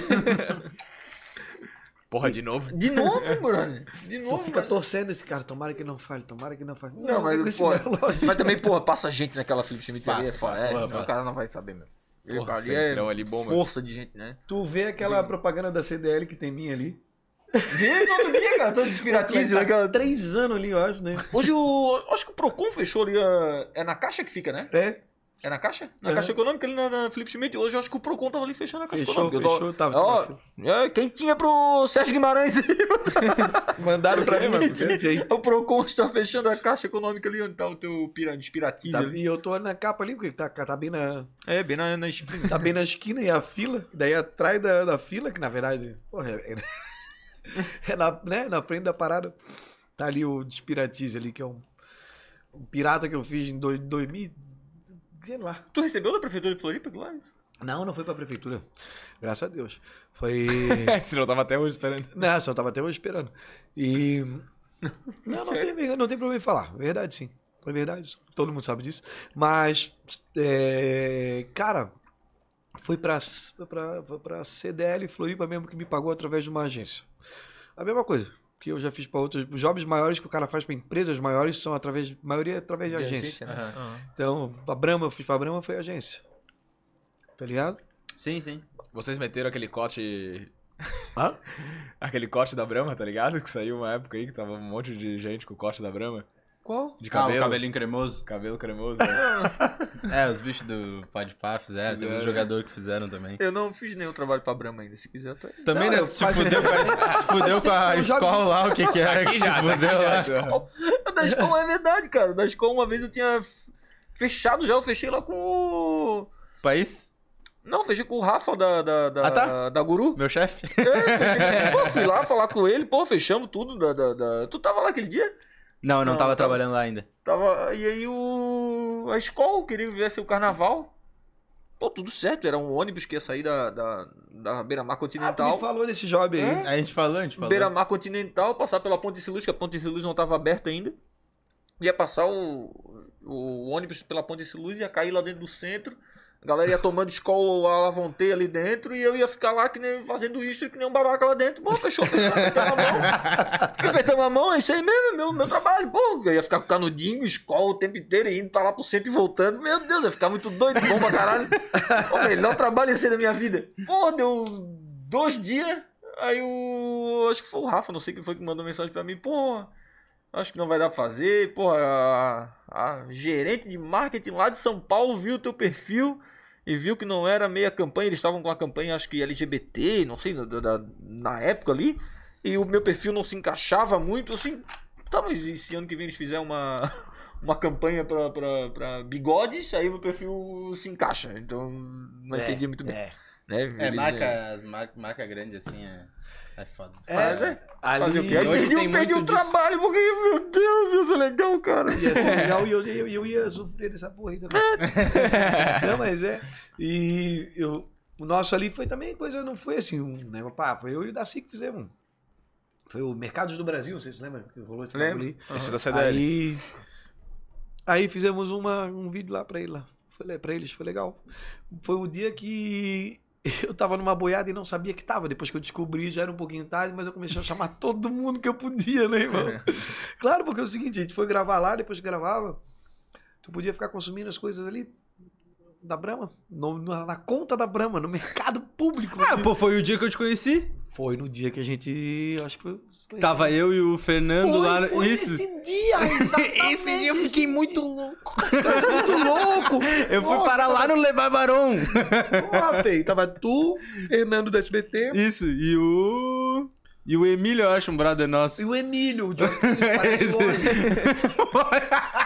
S4: Porra, de novo?
S1: De novo, brother. De
S3: Tu
S1: novo,
S3: fica
S1: cara.
S3: torcendo esse cara, tomara que não fale, tomara que não fale.
S1: Não,
S3: eu
S1: mas,
S3: conheci
S1: pô,
S3: minha loja.
S1: mas também, porra, passa gente naquela Felipe Schmidt ali, é
S4: Passa,
S1: foda.
S4: passa,
S1: É,
S4: porra,
S1: não,
S4: passa.
S1: o cara não vai saber mesmo. Ele
S4: Porra,
S1: ali é
S4: centrão ali bom, mano.
S1: força de gente, né?
S3: Tu vê aquela propaganda da CDL que tem minha ali.
S1: Vê todo dia, cara, todo né,
S3: Ela
S1: despiratize.
S3: tá
S1: naquela-
S3: Três anos ali, eu acho, né?
S1: Hoje o. Acho que o Procon fechou ali. a- É na caixa que fica, né?
S3: É,
S1: É na caixa? Na
S3: É.
S1: caixa econômica ali na, na Felipe Schmidt. Hoje eu acho que o Procon tava ali fechando a caixa
S3: fechou,
S1: econômica. Eu tô-
S3: fechou, tava.
S1: Ó,
S3: tava-
S1: é, quem tinha pro Sérgio Guimarães
S3: Mandaram pra mim, mas tu vende aí.
S1: o Procon está fechando a caixa econômica ali onde tá o teu pira- despiratize
S3: Tá-
S1: ali.
S3: e eu tô na capa ali, porque tá, tá bem na,
S1: É, bem na, na esquina.
S3: tá bem na esquina e a fila, daí atrás da, da fila, que na verdade, porra, é, é na, né, na frente da parada, tá ali o Despiratize ali, que é um, um pirata que eu fiz em dois- 2000, sei lá.
S1: Tu recebeu da prefeitura de Floripa, claro?
S3: Não, não foi pra prefeitura, graças a Deus. Foi...
S4: É, senão eu tava até hoje esperando.
S3: não, só tava até hoje esperando. E... Não, não tem, vergonha- não tem problema em falar, verdade sim. É verdade, todo mundo sabe disso. Mas, é, cara, foi pra, foi pra, foi pra CDL Floripa mesmo que me pagou através de uma agência. A mesma coisa que eu já fiz pra outros jobs maiores que o cara faz pra empresas maiores são através, maioria é através de, agência.
S1: né?
S3: Então, a Brahma, eu fiz pra Brahma foi agência. Tá ligado?
S2: Sim, sim.
S4: Vocês meteram aquele corte.
S3: Hã?
S4: aquele corte da Brahma, tá ligado? Que saiu uma época aí que tava um monte de gente com o corte da Brahma.
S2: Qual?
S4: De
S2: Ah,
S4: cabelo.
S2: o cabelinho cremoso.
S4: Cabelo cremoso. né?
S1: Ah,
S2: É, os bichos do Pode Pá fizeram, teve os
S4: Fizeram.
S2: jogadores que fizeram também.
S1: Eu não fiz nenhum trabalho pra Brahma ainda, se quiser. Tá...
S2: Também, né? Se fudeu com a, se fudeu com a escola lá, o que que era que
S4: tá
S2: se fudeu lá.
S1: Da escola é verdade, cara. Da escola uma vez eu tinha fechado já, eu fechei lá com o.
S2: País?
S1: Não, fechei com o Rafa da, da, da,
S2: Ah, tá.
S1: da Guru.
S2: Meu chefe?
S1: É, fechei- pô, fui lá falar com ele, pô, fechamos tudo. Da, da, da- Tu tava lá aquele dia?
S2: Não, eu não
S1: Não,
S2: tava
S1: tá.
S2: trabalhando lá ainda.
S1: Tava. E aí o. A escola queria que viesse o carnaval. Pô, tudo certo, era um ônibus que ia sair da, da, da Beira-Mar
S3: Ah, tu me
S1: Continental.
S3: falou desse job aí.
S1: Hã?
S2: A gente falou, a gente falou.
S1: Beira-mar continental, passar pela Ponte Siluz, que a Ponte Siluz não estava aberta ainda. Ia passar o, o ônibus pela Ponte Siluz, ia cair lá dentro do centro. A galera ia tomando escola a lavonte ali dentro e eu ia ficar lá que nem, fazendo isso que nem um babaca lá dentro. Pô, fechou, fechou, apertamos a mão. Apertamos a mão, é isso aí mesmo, é meu, meu trabalho. Pô, eu ia ficar com canudinho, escola o tempo inteiro, e indo pra lá pro centro e voltando. Meu Deus, eu ia ficar muito doido, bom pra caralho. Pô, melhor trabalho ia ser da minha vida. Pô, deu dois dias, Aí o. Acho que foi o Rafa, não sei quem foi que mandou mensagem pra mim. Pô, acho que não vai dar pra fazer. Pô, a, a gerente de marketing lá de São Paulo viu o teu perfil e viu que não era meia campanha. Eles estavam com a campanha, acho que LGBT, não sei, da, da- na época ali. E o meu perfil não se encaixava muito. Assim, tá, mas e se ano que vem eles fizerem uma. Uma campanha pra, pra, pra bigodes, aí meu perfil se encaixa. Então, não
S2: É,
S1: entendi muito bem.
S2: é.
S1: Né?
S2: É,
S1: Eles,
S2: marca, mar- marca grande assim é, é foda.
S1: Mas é, Fazer o
S2: Ali,
S1: quê? Aí
S2: hoje
S1: perdi,
S2: tem
S1: um- perdi
S2: muito
S1: um
S2: disso.
S1: trabalho, porque, meu Deus, isso é legal, cara.
S3: Ia ser legal e eu, eu, eu ia sofrer dessa porra aí também.
S2: assim-
S3: não, mas é. E eu, o nosso ali foi também coisa, não foi assim, um negócio. Pá, foi eu e o Daci que fizemos. Foi o Mercados do Brasil, não sei se lembra que rolou esse bagulho
S1: Lembro.
S3: ali.
S4: Isso da CDL.
S3: Aí, aí fizemos uma, um vídeo lá pra ele lá. Foi, le- pra eles, foi legal. Foi o dia que Eu tava numa boiada e não sabia que tava. Depois que eu descobri, já era um pouquinho tarde, mas eu comecei a chamar todo mundo que eu podia, né, irmão? Claro, porque é o seguinte, a gente foi gravar lá, depois que gravava, tu podia ficar consumindo as coisas ali da Brahma, no- na, na conta da Brahma, no mercado público.
S2: Ah, pô, foi o dia que eu te conheci.
S3: Foi no dia que a gente, acho que foi...
S2: Tava eu e o Fernando
S3: Foi,
S2: lá.
S3: foi
S2: Isso.
S3: Esse dia, exatamente.
S4: Esse dia eu fiquei muito louco.
S3: Cara, muito louco.
S2: Eu fui
S3: Nossa,
S2: parar lá no Lebar Baron.
S3: Vamos lá, Fê. Ah, Tava tu, Fernando do SBT
S2: Isso. E o. E o Emílio, eu acho, um brother nosso. É
S3: e o Emílio, o John Cleese, parece
S2: Esse.
S3: longe.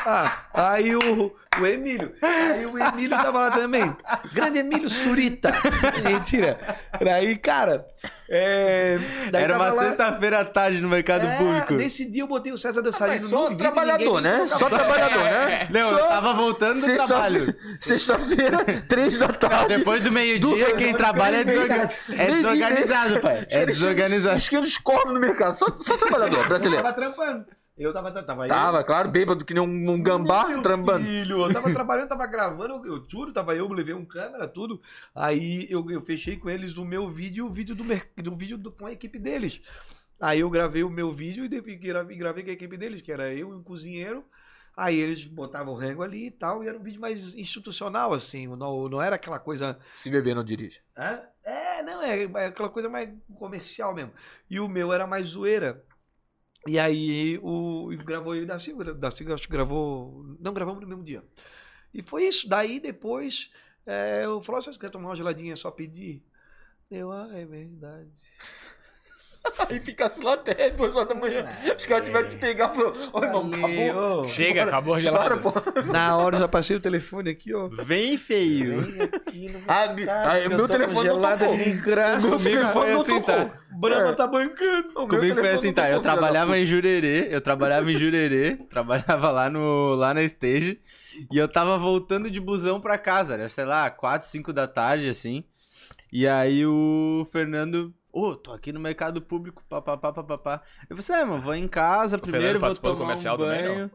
S3: Ah, aí o, o Emílio. Aí o Emílio tava lá também. Grande Emílio Surita. Mentira. Aí, cara. é, daí
S2: Era
S3: tava
S2: uma
S3: lá-
S2: sexta-feira à tarde no mercado
S3: É,
S2: público.
S3: Nesse dia eu botei o César Dançarino
S1: Mas
S3: no
S1: só
S2: é
S3: vídeo,
S1: trabalhador,
S3: ninguém-
S1: né? Só trabalhador, né?
S2: Não, eu tava voltando do
S1: Sexta-
S2: trabalho.
S1: Sexta-feira, três da tarde.
S2: Depois do meio-dia, quem trabalha é, desorga- é desorganizado, pai. É desorganizado.
S1: Esquina os cornos no mercado. Só, só trabalhador
S3: Eu
S1: brasileiro.
S3: tava trampando. Eu tava, tava, eu,
S1: Tava, claro, bêbado que nem um, um gambá
S3: Meu
S1: trambando.
S3: Filho, eu tava trabalhando, tava gravando, eu- eu juro, tava eu, levei um câmera, tudo. Aí eu, eu fechei com eles o meu vídeo e o vídeo do, mer- do vídeo do- com a equipe deles. Aí eu gravei o meu vídeo e deve- gravei, gravei com a equipe deles, que era eu e um cozinheiro. Aí eles botavam o rango ali e tal, e era um vídeo mais institucional, assim. Não, não era aquela coisa.
S1: Se beber, não dirige.
S3: Hã? É, não, é, é aquela coisa mais comercial mesmo. E o meu era mais zoeira. E aí o e gravou eu e o Darcy, o Darcy acho que gravou. Não, gravamos no mesmo dia. E foi isso. Daí depois é, eu falou: "Ó, vocês querem tomar uma geladinha, é só pedir? Eu, ah, é verdade.
S1: Aí ficasse lá até duas horas da manhã. Os caras tiveram
S2: é.
S1: que pegar pro. Ô, irmão,
S3: Falei,
S1: acabou.
S3: "Ô,
S8: Chega, acabou a gelada.
S1: Para, pô.
S3: Na hora eu já passei o telefone aqui, ó.
S2: Vem feio.
S3: Vem aqui no
S1: Ah, me- ah,
S3: eu
S1: meu
S3: tô com
S1: telefone não
S3: gelada
S1: tocou.
S3: de graça.
S1: Meu
S2: Comigo
S1: telefone
S2: foi
S1: não
S2: assim,
S1: tocou. É,
S2: tá?
S3: Brama tá bancando.
S1: O meu
S2: Comigo foi
S1: telefone
S2: assim,
S1: não
S2: tá?
S1: tocou,
S2: Eu
S1: filha da
S2: trabalhava
S1: puta.
S2: em Jurerê, eu trabalhava em Jurerê, trabalhava lá, no, lá na stage, e eu tava voltando de busão pra casa, era, sei lá, 4, 5 da tarde, assim. E aí o Fernando, ô, tô aqui no mercado público, papapá, papapá. Eu falei, é, mano, vou em casa primeiro, vou
S4: Fernando participou do
S2: tomar
S4: comercial
S2: um
S4: também,
S2: banho.
S4: não?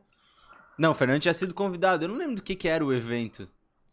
S2: Não, o Fernando tinha sido convidado, eu não lembro do que que era o evento.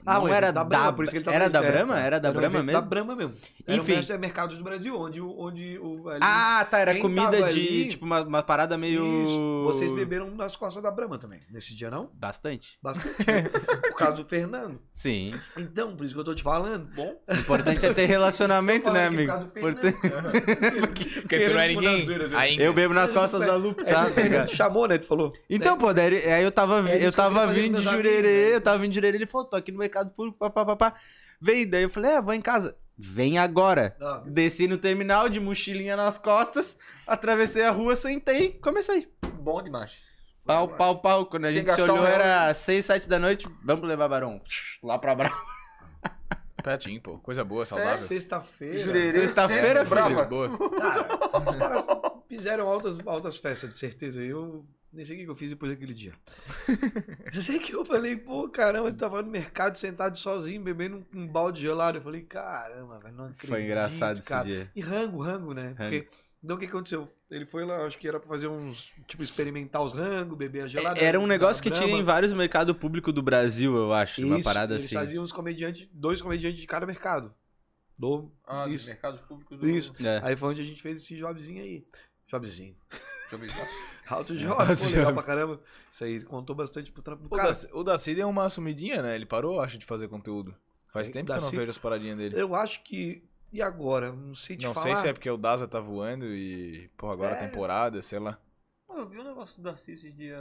S3: Ah,
S2: não
S3: o
S2: era
S3: evento
S2: da,
S3: da Brahma, por isso que ele tava
S2: era
S3: aí,
S2: da
S3: é,
S2: Brahma? Era da
S3: Era um
S2: Brahma
S3: evento
S2: mesmo?
S3: Da Brama mesmo.
S2: Enfim.
S3: Era um o mercado do Brasil, onde, o- onde o. ali-
S2: Ah, tá, era
S3: Quem
S2: comida
S3: tava
S2: de,
S3: ali-
S2: tipo, uma, uma parada meio...
S3: Isso. Vocês beberam nas costas da Brama também. Nesse dia, não?
S2: Bastante.
S3: Bastante. né? Por causa do Fernando.
S2: Sim.
S3: Então, por isso que eu tô te falando. Bom.
S2: O importante é ter relacionamento, né,
S3: Falando que
S2: amigo?
S3: Por causa do
S2: Importante-
S3: Fernando.
S4: Porque tu não é ninguém. Aí
S2: Eu bebo nas costas da Lupe,
S3: É,
S2: tá?
S3: o Fernando te chamou, né? Tu falou.
S2: Então, pô, daí, ele- aí eu tava, vi-
S3: É,
S2: eu
S3: isso que eu
S2: tava
S3: queria fazer
S2: vindo
S3: com
S2: de
S3: meus
S2: Jurerê,
S3: amigos, né?
S2: eu tava vindo de Jurerê, ele falou, tô aqui no mercado público, papapá. Vem, daí eu falei, é, vou em casa. Vem agora.
S3: Ah,
S2: Desci no terminal de mochilinha nas costas, atravessei a rua, sentei, comecei.
S1: Bom demais.
S2: Pau, pau, pau. Quando a
S1: Sem
S2: gente se
S1: gastar um
S2: olhou,
S1: real,
S2: era seis, sete da noite, vamos levar Barão. Lá pra Brava.
S4: Pertinho, pô. Coisa boa, saudável.
S3: Sexta-feira.
S1: Jurerê.
S4: é
S2: Sexta-feira,
S1: sempre
S2: filho.
S1: é brava.
S4: Boa.
S3: Cara, os caras fizeram altas, altas festas, de certeza. Eu nem sei o que eu fiz depois daquele dia. Eu sei que eu falei, pô, caramba, eu tava no mercado sentado sozinho, bebendo um, um balde de gelado. Eu falei, caramba, velho, não acredito.
S2: Foi engraçado esse
S3: cara.
S2: dia.
S3: E rango, rango, né? Porque, então o que aconteceu? Ele foi lá, acho que era pra fazer uns. Tipo, experimentar os rangos, beber a gelada.
S2: Era um negócio que
S3: da
S2: tinha em
S3: Brahma.
S2: vários mercados públicos do Brasil, eu acho. uma
S3: Isso,
S2: parada
S3: eles
S2: assim.
S3: faziam uns comediantes, dois comediantes de cada mercado. Do,
S1: Ah, dos
S3: isso.
S1: mercados públicos do.
S3: Isso.
S2: É.
S3: Aí foi onde a gente fez esse jobzinho aí. Jobzinho.
S1: Deixa eu ver.
S2: É.
S3: Alto Job, pô,
S2: Job.
S3: legal pra caramba. Isso aí contou bastante pro trampo do
S4: O
S3: cara.
S4: Daci- O Daci deu uma sumidinha, né? Ele parou, acho, de fazer conteúdo. Faz
S3: Ei,
S4: tempo que eu não
S3: Daci-
S4: vejo as paradinhas dele.
S3: Eu acho que. E agora? Não sei te
S4: Não
S3: falar.
S4: sei se é porque o Daza tá voando e, pô, agora a
S3: É.
S4: temporada, sei lá.
S1: Pô, eu vi um negócio do Darcy esses dias.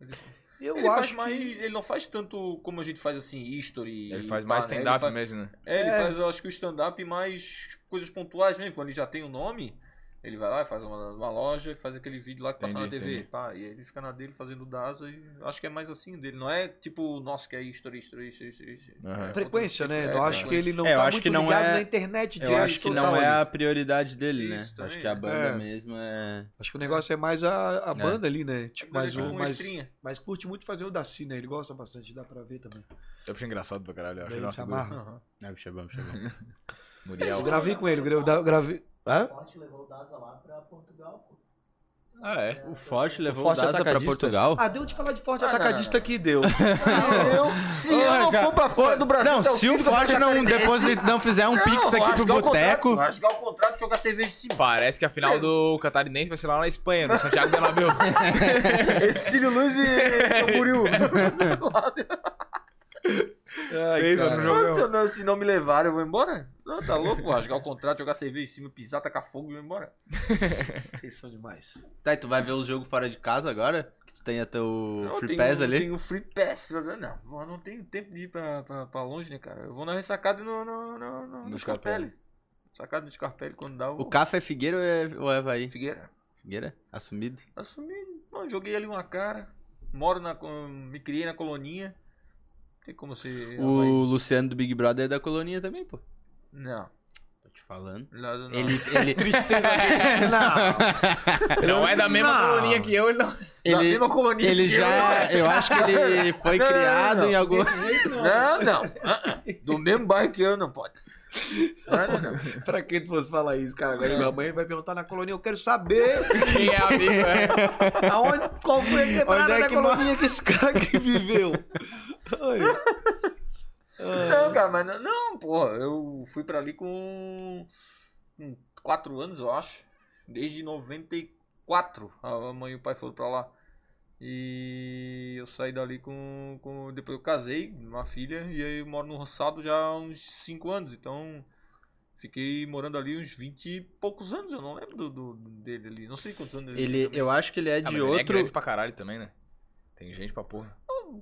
S1: Ele,
S3: Eu
S1: ele faz
S3: acho
S1: mais.
S3: que.
S1: Ele não faz tanto como a gente faz assim, history.
S4: Ele
S1: e
S4: faz
S1: pá,
S4: mais
S1: né? Ele
S4: stand-up
S1: faz-
S4: mesmo, né?
S1: É, ele
S3: É.
S1: faz, eu acho que o stand-up e mais coisas pontuais mesmo. Quando ele já tem o nome, ele vai lá e faz uma, uma loja e faz aquele vídeo lá que passa na
S4: Entendi,
S1: TV.
S4: entendi.
S1: Pá, e aí ele fica na dele fazendo Daza e acho que é mais assim dele. Não é tipo, nossa, que é history, history, history, history.
S4: Aham.
S1: É,
S3: Frequência, né?
S1: é,
S3: eu acho
S1: frequência.
S3: que ele não
S2: É, eu
S3: tá
S2: acho
S3: muito
S2: que não
S3: ligado
S2: é-
S3: na internet
S2: Eu
S3: direito
S2: acho que
S3: total
S2: não é
S3: ali.
S2: a prioridade dele, né?
S1: Isso
S2: acho
S1: também,
S2: que a
S1: né?
S2: banda
S3: É.
S2: mesmo é.
S3: Acho que o negócio é mais a, a banda ali, né? Tipo, mas, o,
S1: com
S3: mas,
S1: estrinha.
S3: mas curte muito fazer o Daci, né? Ele gosta bastante, dá pra ver também.
S4: Eu achei engraçado pra caralho. Eu acho ele
S3: Ele
S4: uma
S3: se
S4: figura.
S3: amarra.
S1: Aham.
S2: É, bicho, é bom, bicho, é bom.
S4: Muriel.
S2: É,
S3: Eu gravei com ele, eu gra- eu gravei.
S2: Hã?
S9: Forte levou o Daza lá pra Portugal, pô.
S2: Ah, é. O Forte tá levou o
S1: Forte
S2: Daza pra
S1: Atacadista.
S2: Portugal.
S3: Ah, deu de falar de forte
S1: Ah, não,
S3: atacadista que deu.
S1: Eu, se eu não for pra fora do Brasil,
S2: Não,
S1: tá
S2: se o
S1: filho da
S2: Forte não,
S1: Maria Teresa.
S2: deposit, não fizer um
S1: Não,
S2: pix
S1: vou
S2: aqui pro
S1: rasgar é o contrato,
S2: boteco.
S1: vou Rasgar o contrato e jogar cerveja em cima.
S4: Parece que a final do Catarinense vai ser lá na Espanha, no Santiago Bernabéu.
S1: Cílio Luz e Tamburil.
S4: Pensa no jogo.
S1: se, eu não, se não me levarem, eu vou embora? Não, tá louco? Vou rasgar o contrato, jogar cerveja em cima, pisar, tacar fogo e vou embora.
S3: Vocês são demais.
S2: Tá, e tu vai ver o jogo fora de casa agora? Que tu tem até o
S1: Não,
S2: Free
S1: tenho,
S2: Pass ali?
S1: tenho free pass. pra- Não, eu não tenho tempo de ir pra, pra, pra longe, né, cara? Eu vou na ressacada e no, no, no, no, no
S4: Scarpelli.
S1: Scarpelli. Sacado no Scarpelli quando dá o...
S2: O Cafa é Figueira ou é, ou é Havaí?
S1: Figueira.
S2: Figueira? Assumido.
S1: Assumi, não, joguei ali uma cara. Moro na... co- Me criei na colonia. Não tem como ser... Havaí.
S2: O Luciano do Big Brother é da colônia também, pô.
S1: Não.
S2: Tô te falando.
S1: lá do
S2: Ele. ele... Tristeza
S4: Não é da mesma
S3: Não.
S4: colonia que eu, ele não.
S1: Na
S2: Ele,
S1: mesma colonia
S2: ele
S1: que
S2: já. Eu acho que ele foi
S1: Não, não, não,
S2: criado
S1: não.
S2: em algum.
S1: eu. Não, não. Ah, ah. Do mesmo bairro que eu, não pode. Não, não, não.
S3: pra quem tu fosse falar isso, cara? Agora minha mãe vai perguntar na colônia. Eu quero saber
S4: Quem é amigo, é.
S3: aonde, qual foi a
S2: Onde
S3: quebrada
S2: é
S3: da
S2: que
S3: colônia que esse cara que viveu. Ai,
S1: Não, cara, mas não, não, porra. Eu fui pra ali com. com 4 anos, eu acho. Desde 94. A mãe e o pai foram pra lá. E eu saí dali com. com- depois eu casei, uma filha, e aí eu moro no roçado já há uns 5 anos. Então. Fiquei morando ali uns 20 e poucos anos, eu não lembro do, do- dele ali. Não sei quantos anos ele
S2: Ele,
S1: também.
S2: eu acho que ele é
S4: Ah, mas
S2: de
S4: ele é
S2: outro.
S4: grande pra caralho também, né? Tem gente pra porra.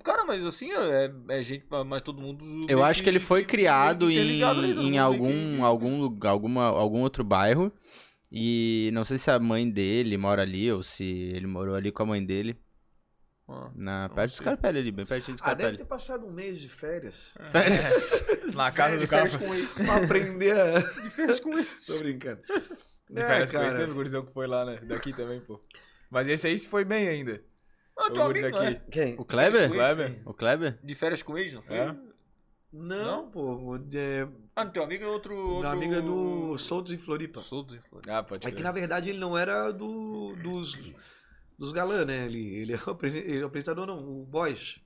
S1: Cara, mas assim, é, é gente, mas todo mundo.
S2: eu
S1: meio
S2: acho que ele foi
S1: meio que
S2: criado em,
S1: interligado ali, todo mundo
S2: em
S1: meio
S2: algum,
S1: que-
S2: algum, lugar- alguma, algum outro bairro. E não sei se a mãe dele mora ali ou se ele morou ali com a mãe dele.
S1: Ah.
S2: Na,
S1: não
S2: perto do
S1: sei.
S2: Scarpelli ali, bem pertinho do
S3: ah, deve
S2: Scarpelli.
S3: ter passado um mês de férias.
S2: Férias. É,
S4: Na casa do
S3: de
S4: cara.
S3: férias com ex. Pra aprender a...
S1: De férias com ele.
S3: Tô brincando.
S4: De férias
S3: é,
S4: com esse
S3: cara.
S4: teve gurizão que foi lá, né? Daqui também, pô. Mas esse aí se foi bem ainda.
S1: Ah,
S4: O
S1: teu
S4: guri
S1: amigo, não é?
S4: daqui.
S3: Quem?
S2: O Kleber?
S4: Kleber?
S2: O Kleber?
S1: De férias com ex, não foi?
S4: É.
S3: Não, pô. É,
S1: Ah, teu amigo é outro. outro... né?
S3: meu amigo é do Soltos em Floripa.
S1: Solto, hein, Flor?
S4: Ah, pode
S3: É que
S4: crer.
S3: na verdade ele não era do, dos, dos galã, né? Ele, ele, é o apresen- ele é o apresentador, não, o Boys.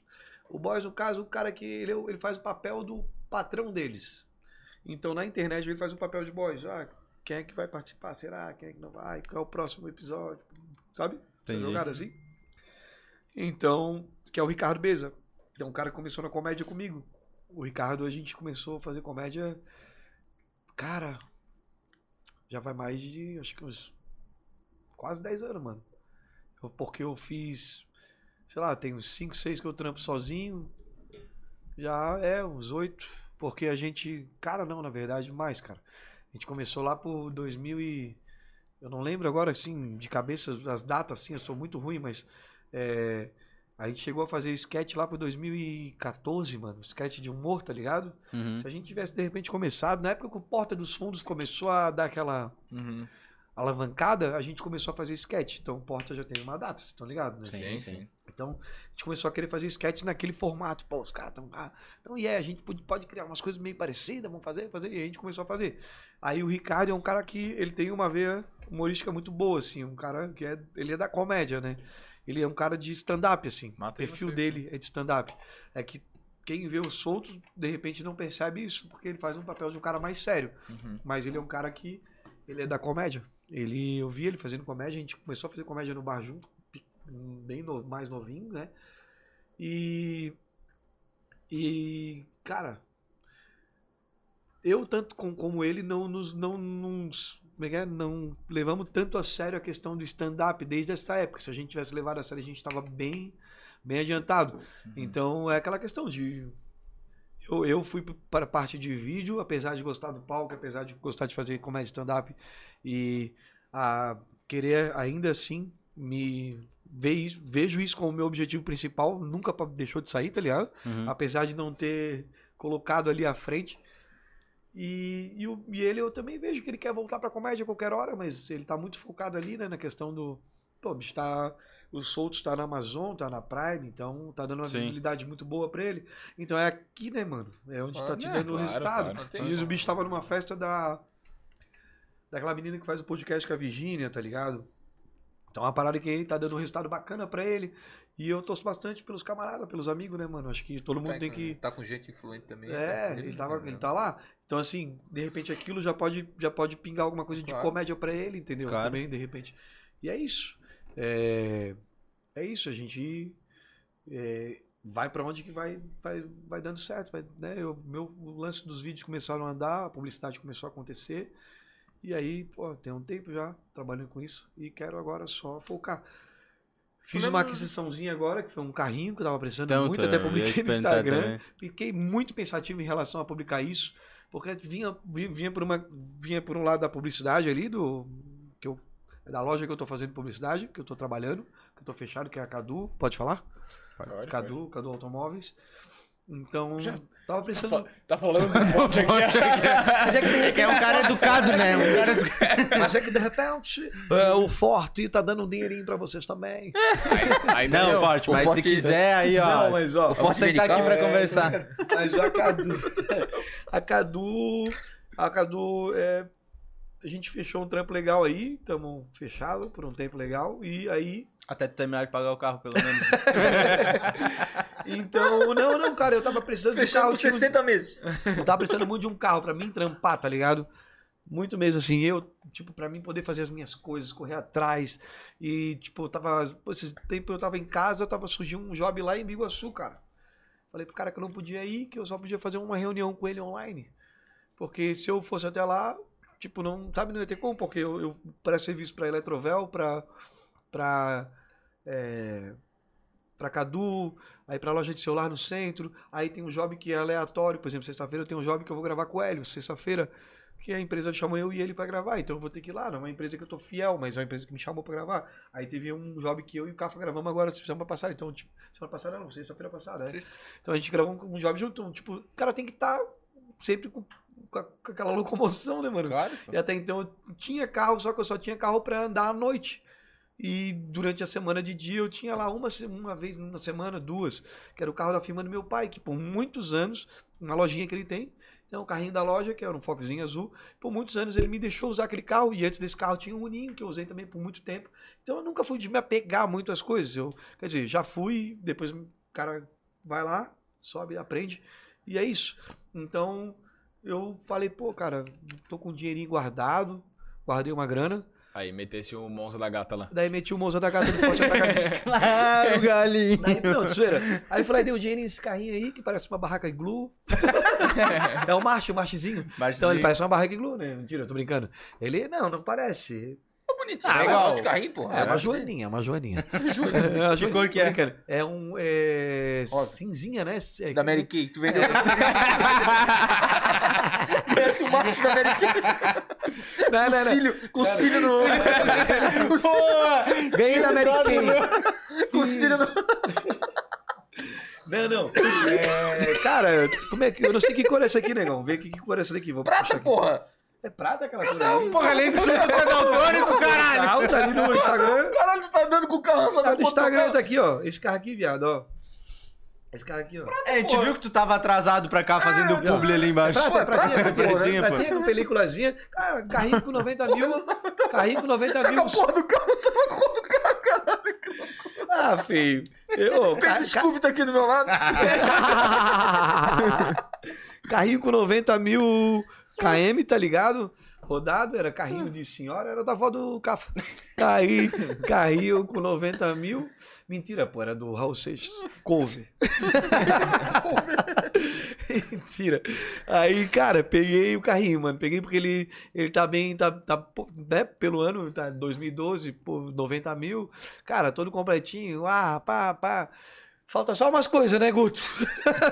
S3: O Boys, no caso, o cara que ele, é o- ele faz o papel do patrão deles. Então na internet ele faz o papel de Boys. Ah, quem é que vai participar? Será? Quem é que não vai? Qual é o próximo episódio? Sabe? Vocês
S2: Entendi.
S3: jogaram assim? Então, que é o Ricardo Beza. Que é um cara que começou na comédia comigo. O Ricardo, a gente começou a fazer comédia. Cara, já vai mais de, acho que uns quase 10 anos, mano. Eu- Porque eu fiz, sei lá, tem uns 5, 6 que eu trampo sozinho. Já é, uns 8. Porque a gente, cara, não, na verdade, mais, cara. A gente começou lá por 2000 e... Eu não lembro agora, assim, de cabeça as datas, assim, eu sou muito ruim, mas... É... A gente chegou a fazer sketch lá por 2014, mano. Sketch de humor, tá ligado?
S2: Uhum.
S3: Se a gente tivesse, de repente, começado... Na época que o Porta dos Fundos começou a dar aquela
S4: Uhum.
S3: alavancada, a gente começou a fazer sketch. Então, Porta já tem uma data, vocês estão ligados? Né?
S4: Sim, sim.
S3: Então, a gente começou a querer fazer sketch naquele formato. Pô, os caras estão. Ah, então, e é, a gente pode, pode criar umas coisas meio parecidas, vamos fazer, fazer. E a gente começou a fazer. Aí o Ricardo é um cara que ele tem uma veia humorística muito boa, assim. Um cara que é. Ele é da comédia, né? Ele é um cara de stand-up, assim. O
S4: Mata aí
S3: perfil
S4: vocês,
S3: dele é de stand-up. É que quem vê os soltos, de repente, não percebe isso, porque ele faz um papel de um cara mais sério.
S4: Uhum.
S3: Mas ele é um cara que. Ele é da comédia. Ele, eu vi ele fazendo comédia, a gente começou a fazer comédia no bar junto, pe- bem no- mais novinho, né? E. E. Cara. Eu, tanto com- como ele, não nos. Não, nos- como é que é? não levamos tanto a sério a questão do stand-up desde essa época. Se a gente tivesse levado a sério, a gente estava bem, bem adiantado.
S4: Uhum.
S3: Então é aquela questão de. Eu, eu fui para a parte de vídeo, apesar de gostar do palco, apesar de gostar de fazer comédia stand-up e a, querer ainda assim me ver isso- vejo isso como meu objetivo principal, nunca pa- deixou de sair, tá ligado?
S2: Uhum.
S3: Apesar de não ter colocado ali à frente. E, e, o- e ele eu também vejo que ele quer voltar pra comédia a qualquer hora, mas ele tá muito focado ali, né, na questão do. Pô, bicho, tá. O Soltos tá na Amazon, tá na Prime, então tá dando uma
S2: Sim.
S3: visibilidade muito boa pra ele. Então é aqui, né, mano? É onde
S1: Ah,
S3: tá te
S4: né,
S3: dando o
S4: claro,
S3: resultado.
S4: claro.
S3: Esses dias o bicho tava numa festa da. Daquela menina que faz o podcast com a Virgínia, tá ligado? Então é uma parada que tá dando um resultado bacana pra ele. E eu torço bastante pelos camaradas, pelos amigos, né, mano? Acho que todo mundo
S1: tá,
S3: tem
S1: com-
S3: que.
S1: Tá com gente influente também. tá
S3: É,
S1: com
S3: ele, tava,
S1: né?
S3: ele tá lá. Então, assim, de repente aquilo já pode, já pode pingar alguma coisa
S1: Claro.
S3: de comédia pra ele, entendeu?
S2: Claro.
S3: Também, de repente. E é isso. É, é isso, a gente é, vai pra onde que vai, vai, vai dando certo. vai, né? Eu- meu, o lance dos vídeos começaram a andar, a publicidade começou a acontecer. E aí, pô, tem um tempo já trabalhando com isso e quero agora só focar. Fiz
S1: Lembra-
S3: uma aquisiçãozinha agora, que foi um carrinho que eu tava precisando muito,
S2: Então, tá, eu
S3: até
S2: ia
S3: publiquei no
S2: perguntar
S3: Instagram
S2: também.
S3: fiquei muito pensativo em relação a publicar isso, porque vinha, vi- vinha, por, uma, vinha por um lado da publicidade ali, do, que eu, é da loja que eu tô fazendo publicidade, que eu tô trabalhando, que eu tô fechado, que é a Cadu, pode falar?
S4: Pode,
S3: Cadu, Cadu Automóveis. Então, tava
S4: Tá,
S3: pensando...
S4: fa- tá falando muito forte aqui.
S2: É, um cara educado, né? Um cara educado.
S3: Mas é que de repente é, o Forte tá dando um dinheirinho pra vocês também.
S4: Aí- aí
S2: Não,
S4: deu.
S2: forte, mas se quiser aí, ó.
S3: Não, mas ó,
S2: o Forte tá aqui
S1: Dominical,
S2: pra
S1: é.
S2: conversar.
S3: Mas a Cadu. A Cadu. A Cadu. é, a gente fechou um trampo legal aí. Estamos fechado por um tempo legal. E aí.
S2: Até tu terminar de pagar o carro, pelo menos.
S3: Então, não, não, cara, eu tava precisando
S1: Fechado por
S3: de um carro.
S1: 60 meses.
S3: Tipo, eu tava precisando muito de um carro pra mim trampar, tá ligado? Muito mesmo, assim, eu, tipo, pra mim poder fazer as minhas coisas, correr atrás. E, tipo, eu tava. pô, Esse tempo eu tava em casa, eu tava surgindo um job lá em Biguaçu, cara. Falei pro cara que eu não podia ir, que eu só podia fazer uma reunião com ele online. Porque se eu fosse até lá, tipo, não, sabe, não ia ter como, porque eu, eu presto serviço pra Eletrovel, pra. pra. É, pra Cadu, aí pra loja de celular no centro, aí tem um job que é aleatório, por exemplo, sexta-feira eu tenho um job que eu vou gravar com o Hélio, sexta-feira, que a empresa chamou eu e ele pra gravar, então eu vou ter que ir lá, não é uma empresa que eu tô fiel, mas é uma empresa que me chamou pra gravar. Aí teve um job que eu e o Cafa gravamos agora, semana passada, então, tipo, semana passada não, sexta-feira passada, né? Então a gente gravou um, um job junto, então, tipo, o cara tem que estar sempre com, com a- com aquela locomoção, né, mano?
S4: Claro.
S3: E até então eu tinha carro, só que eu só tinha carro pra andar à noite. E durante a semana de dia eu tinha lá uma, se- uma vez na semana, duas, que era o carro da firma do meu pai, que por muitos anos, uma lojinha que ele tem, então o carrinho da loja, que era um Foxzinho azul, por muitos anos ele me deixou usar aquele carro, e antes desse carro tinha um Uninho, que eu usei também por muito tempo. Então eu nunca fui de me apegar muito às coisas. Eu, quer dizer, já fui, depois o cara vai lá, sobe, aprende, e é isso. Então eu falei, pô, cara, tô com um dinheirinho guardado, guardei uma grana.
S4: Aí metesse o Monza da gata lá.
S3: Daí meti o mozão da casa do pote atacadista.
S2: claro, galinho.
S3: Daí, não, de zoeira. Aí eu falei, dei um dinheirinho nesse carrinho aí, que parece uma barraca iglu. é o macho, o machizinho. Então ele parece uma barraca iglu, né? Mentira, eu tô brincando. Ele, não, não parece.
S1: Tá bonitinho.
S2: Ah,
S1: né?
S2: igual.
S1: Um monte de carrinho, porra.
S3: É uma joaninha, é uma joaninha.
S2: Que cor que é?
S3: É um. É,
S1: Rosa.
S3: cinzinha, né? É,
S1: Da Mary Kay. Tu vendeu. Conhece o Marcos da Mary Kay.
S3: Não,
S1: Com
S3: não, não.
S1: cílio. Com cílio no.
S2: Boa!
S3: Ganhei da Mary Kay.
S1: Com cílio no.
S3: Não, não. É, cara, como é que. Eu não sei que cor é essa aqui, negão. Vê que, que cor é essa daqui. Vou puxar
S1: Prata,
S3: aqui.
S1: porra.
S3: É prata aquela cor aí?
S2: Porra, além disso, tu é daltônico, caralho.
S3: Tá, tá ali no Instagram.
S1: Caralho, tu tá andando com o carro. Sabe
S3: Tá no
S1: quanto
S3: Instagram,
S1: carro?
S3: tá aqui, ó. Esse carro aqui, viado, ó. Esse carro aqui, ó.
S2: É, a gente viu que tu tava atrasado pra cá fazendo
S1: Ah,
S2: publi ali embaixo.
S3: Prata, é pratinha,
S2: Essa
S3: pratinha,
S2: pratinha, pô.
S3: pratinha com peliculazinha. Cara, carrinho com 90 mil. Carrinho com 90 mil.
S1: A porra do carro. Sabe quanto carro, cara?
S3: Ah, feio. Eu, ô, ca- ca-
S1: Desculpe, tá aqui do meu lado.
S3: carrinho com 90 mil KM, tá ligado? Rodado, era carrinho de senhora, era da avó do Cafa. Aí, carrinho com 90 mil. Mentira, pô, era do Raul Seixas. Couve. Mentira. Aí, cara, peguei o carrinho, mano. Peguei porque ele, ele tá bem, tá, tá, pô, né, pelo ano, tá 2012, pô, 90 mil. Cara, todo completinho, ah, pá, pá. Falta só umas coisas, né, Guto?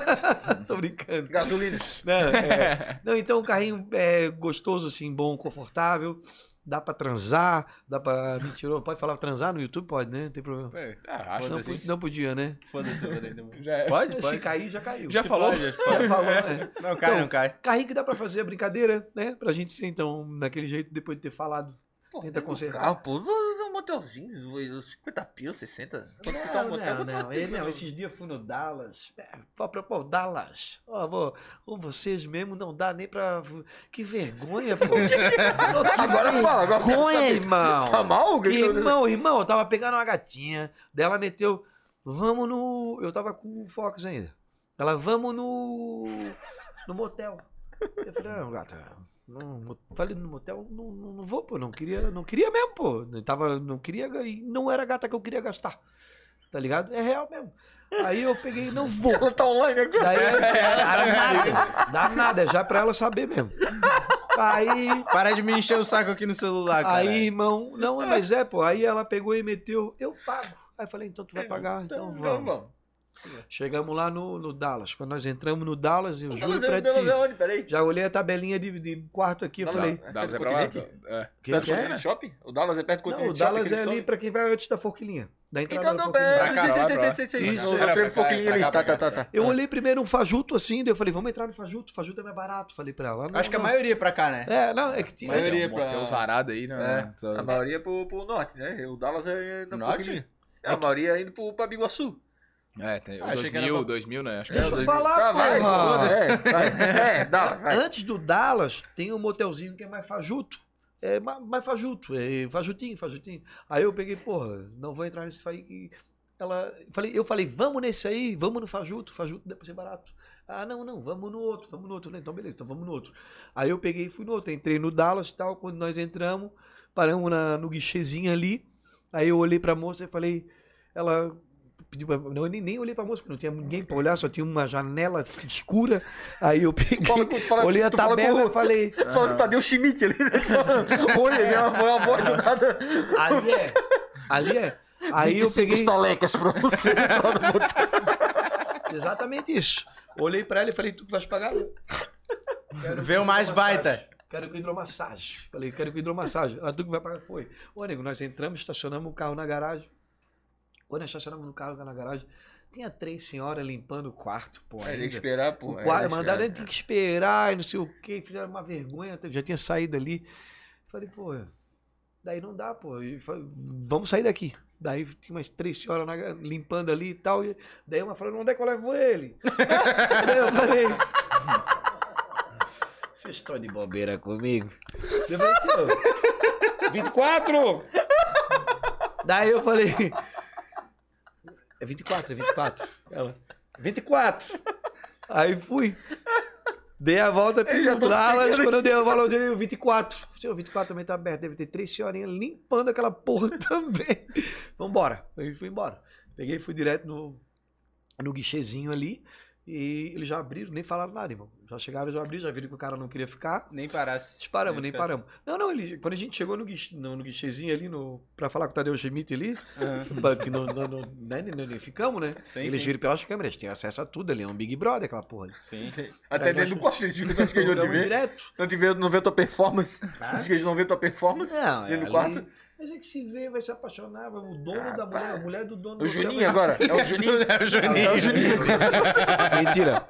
S3: Tô brincando.
S1: Gasolina.
S3: Não, é. Não, então o carrinho é gostoso, assim, bom, confortável. Dá pra transar, dá pra. Mentira, pode falar transar no YouTube? Pode, né? Não tem problema.
S4: Ah, acho
S3: Não,
S4: que
S3: pu- não podia, né?
S2: Foda-se, eu vou daí, demorou.
S4: já é.
S2: Pode?
S3: Se
S2: Pode.
S3: cair, já caiu.
S4: Já falou?
S3: Já falou, né?
S2: Não cai, não cai.
S3: Carrinho que dá pra fazer a brincadeira, né? Pra gente ser, então, daquele jeito, depois de ter falado.
S1: Porra,
S3: Tenta
S1: dentro do
S3: consertar.
S1: Carro, pô. Um monte hotelzinho, 50 pila, 60. Quando
S3: Não,
S1: ficar um hotel,
S3: não,
S1: quanto
S3: não.
S1: vai ter,
S3: Ele, não.
S1: meu?
S3: Esses dias eu fui no Dallas. É, Pô, pô, pô, Dallas. Ó, vou- ou vocês mesmo não dá nem pra. Que vergonha, pô.
S1: Agora fala, agora eu quero
S3: vergonha,
S1: saber.
S3: irmão.
S1: Tá mal?
S3: Que irmão, irmão, eu tava pegando uma gatinha. Daí ela meteu. Vamos no. Eu tava com o Fox ainda. Ela, vamos no. No motel. Eu falei, não, gata. Não, mo- falei no motel, não, não, não vou, pô. Não queria, não queria mesmo, pô. Eu tava, não queria. ga- e Não era a gata que eu queria gastar. Tá ligado? É real mesmo. Aí eu peguei, não vou.
S1: Ela tá online agora.
S3: Daí danada, danada, é já pra ela saber mesmo. Aí
S2: Para de me encher o saco aqui no celular, cara.
S3: Aí, irmão, não, mas é, pô. Aí ela pegou e meteu, eu pago. Aí eu falei, então tu vai pagar, então vamos.
S1: vamos.
S3: Chegamos lá no, no Dallas. Quando nós entramos no Dallas, eu juro
S1: Dallas é-
S3: pra
S1: Dallas
S3: ti.
S1: é onde? Peraí.
S3: Já olhei a tabelinha de, de quarto aqui, eu
S1: Dallas-
S3: falei.
S1: É
S4: Dallas
S1: perto
S4: é
S1: do
S4: pra lá?
S1: continente?
S4: É.
S3: Que
S1: Perto do
S3: que é?
S1: continente shopping? O Dallas é perto do
S3: Não,
S1: continente
S3: o
S1: shopping,
S3: Dallas é
S1: aquele
S3: ali
S1: shopping?
S3: pra quem vai antes da forquilhinha. Da entrada
S1: Então
S3: da
S1: não,
S3: forquilhinha.
S1: pera.
S4: Pra cá, lá, pra lá.
S1: Sei, sei, sei, sei,
S3: Isso,
S1: sei.
S4: pra
S1: Eu treino
S4: cá,
S1: foquinho
S4: pra
S1: ali.
S4: cá,
S1: Tá,
S4: pra
S1: tá,
S4: cá.
S1: tá, tá.
S3: Eu olhei primeiro um fajuto assim, daí eu falei, vamos entrar no fajuto, fajuto é mais barato. Falei pra ela. Não,
S2: Acho que a
S3: não.
S2: maioria é pra cá, né?
S3: É, não, é que tinha.
S2: Maioria
S4: Tem um
S2: pra-
S4: motel zarado aí, né? Só-
S1: A maioria é pro, pro norte, né? O Dallas é na
S4: Norte?
S1: Forquilinha. É, a maioria é indo pro, pra Biguaçu.
S4: É, tem o
S2: Ah, achei que era
S4: 2000,
S2: pra-
S4: 2000, né? Acho que
S3: Deixa
S4: é o
S3: eu
S4: 2000.
S3: falar,
S1: Tá,
S3: Ah.
S1: vai,
S3: porra.
S1: é, vai. É, dá, vai.
S3: Antes do Dallas, tem um motelzinho que é mais fajuto. É ma- mais fajuto, é fajutinho, fajutinho. Aí eu peguei, porra, não vou entrar nesse aí que. Ela, falei, eu falei, vamos nesse aí, vamos no fajuto, fajuto deve ser barato. Ah, não, não, vamos no outro, vamos no outro. Eu falei, Então, beleza, então vamos no outro. Aí eu peguei e fui no outro, entrei no Dallas e tal. Quando nós entramos, paramos na- no guichezinho ali. Aí eu olhei pra moça e falei, ela pediu pra, não, eu nem, nem olhei pra moça, porque não tinha ninguém pra olhar, só tinha uma janela escura. Aí eu peguei.
S1: Fala com- fala-
S3: Olhei a
S1: tu fala
S3: tabela
S1: com-
S3: e falei.
S1: Fala que o Tadeu Schmidt ali. né? Olha, ele é uma- foi uma voz do nada.
S3: Ali é. Ali é. Aí eu
S1: 25
S3: peguei.
S1: estalecas pra você.
S3: Exatamente isso. Olhei pra ela e falei, tu que vais pagar? Quero
S2: Vê o mais
S3: hidromassagem.
S2: baita.
S3: Quero com hidromassagem. Falei, quero com hidromassagem. Ela, tu que vai pagar? Foi. Ô, nego, nós entramos, estacionamos o carro na garagem. Quando nós estacionamos no carro na garagem, tinha três senhoras limpando o quarto, pô.
S1: Tem que
S3: ainda.
S1: esperar, pô. É,
S3: O quadro, mandaram ele tinha que é, esperar e não sei o que, fizeram uma vergonha, já tinha saído ali. Falei, pô, daí não dá, pô, e fa- vamos sair daqui. Daí tinha umas três senhoras na- limpando ali e tal, e daí uma falou, onde é que eu levo ele? daí eu falei... Vocês estão de bobeira comigo? Eu falei, "Tio,
S2: 24!
S3: Daí eu falei... É 24, é 24. Ela,
S2: 24!
S3: Aí fui. Dei a volta
S1: já
S3: pelo
S1: tô
S3: Dallas. Quando eu dei a volta, eu dei o 24. Tinha o 24 também tá aberto. Deve ter três senhorinhas limpando aquela porra também. Vambora. Aí fui embora. Peguei e fui direto no, no guichezinho ali. E eles já abriram, nem falaram nada, irmão. Já chegaram, já abriram, já viram que o cara não queria ficar.
S2: Nem parasse.
S3: Disparamos, nem paramos. Não, não, ele, quando a gente chegou no, guiche, no, no guichezinho ali, no, pra falar com o Tadeu Schmidt ali, que não, não, não, né, nem- nem ficamos, né?
S2: Sim,
S3: Eles
S2: sim.
S3: viram pelas câmeras, tem acesso a tudo ali, é um Big Brother aquela porra ali.
S2: Sim.
S1: Até dentro do quarto, eles não te
S3: Jogamos
S1: ver.
S3: é. direto.
S1: Não te ver, não vê tua performance. Acho que eles não vê tua performance.
S3: Não, é
S1: Dentro do quarto?
S3: Mas é que se vê, vai se apaixonar, vai- o dono
S1: Ah,
S3: da mulher,
S1: pá.
S3: a mulher do dono
S1: O
S3: do hotel
S1: Juninho
S3: vai-
S1: agora. É o Juninho.
S2: É o
S1: É o
S2: Juninho.
S1: Juninho.
S3: Mentira.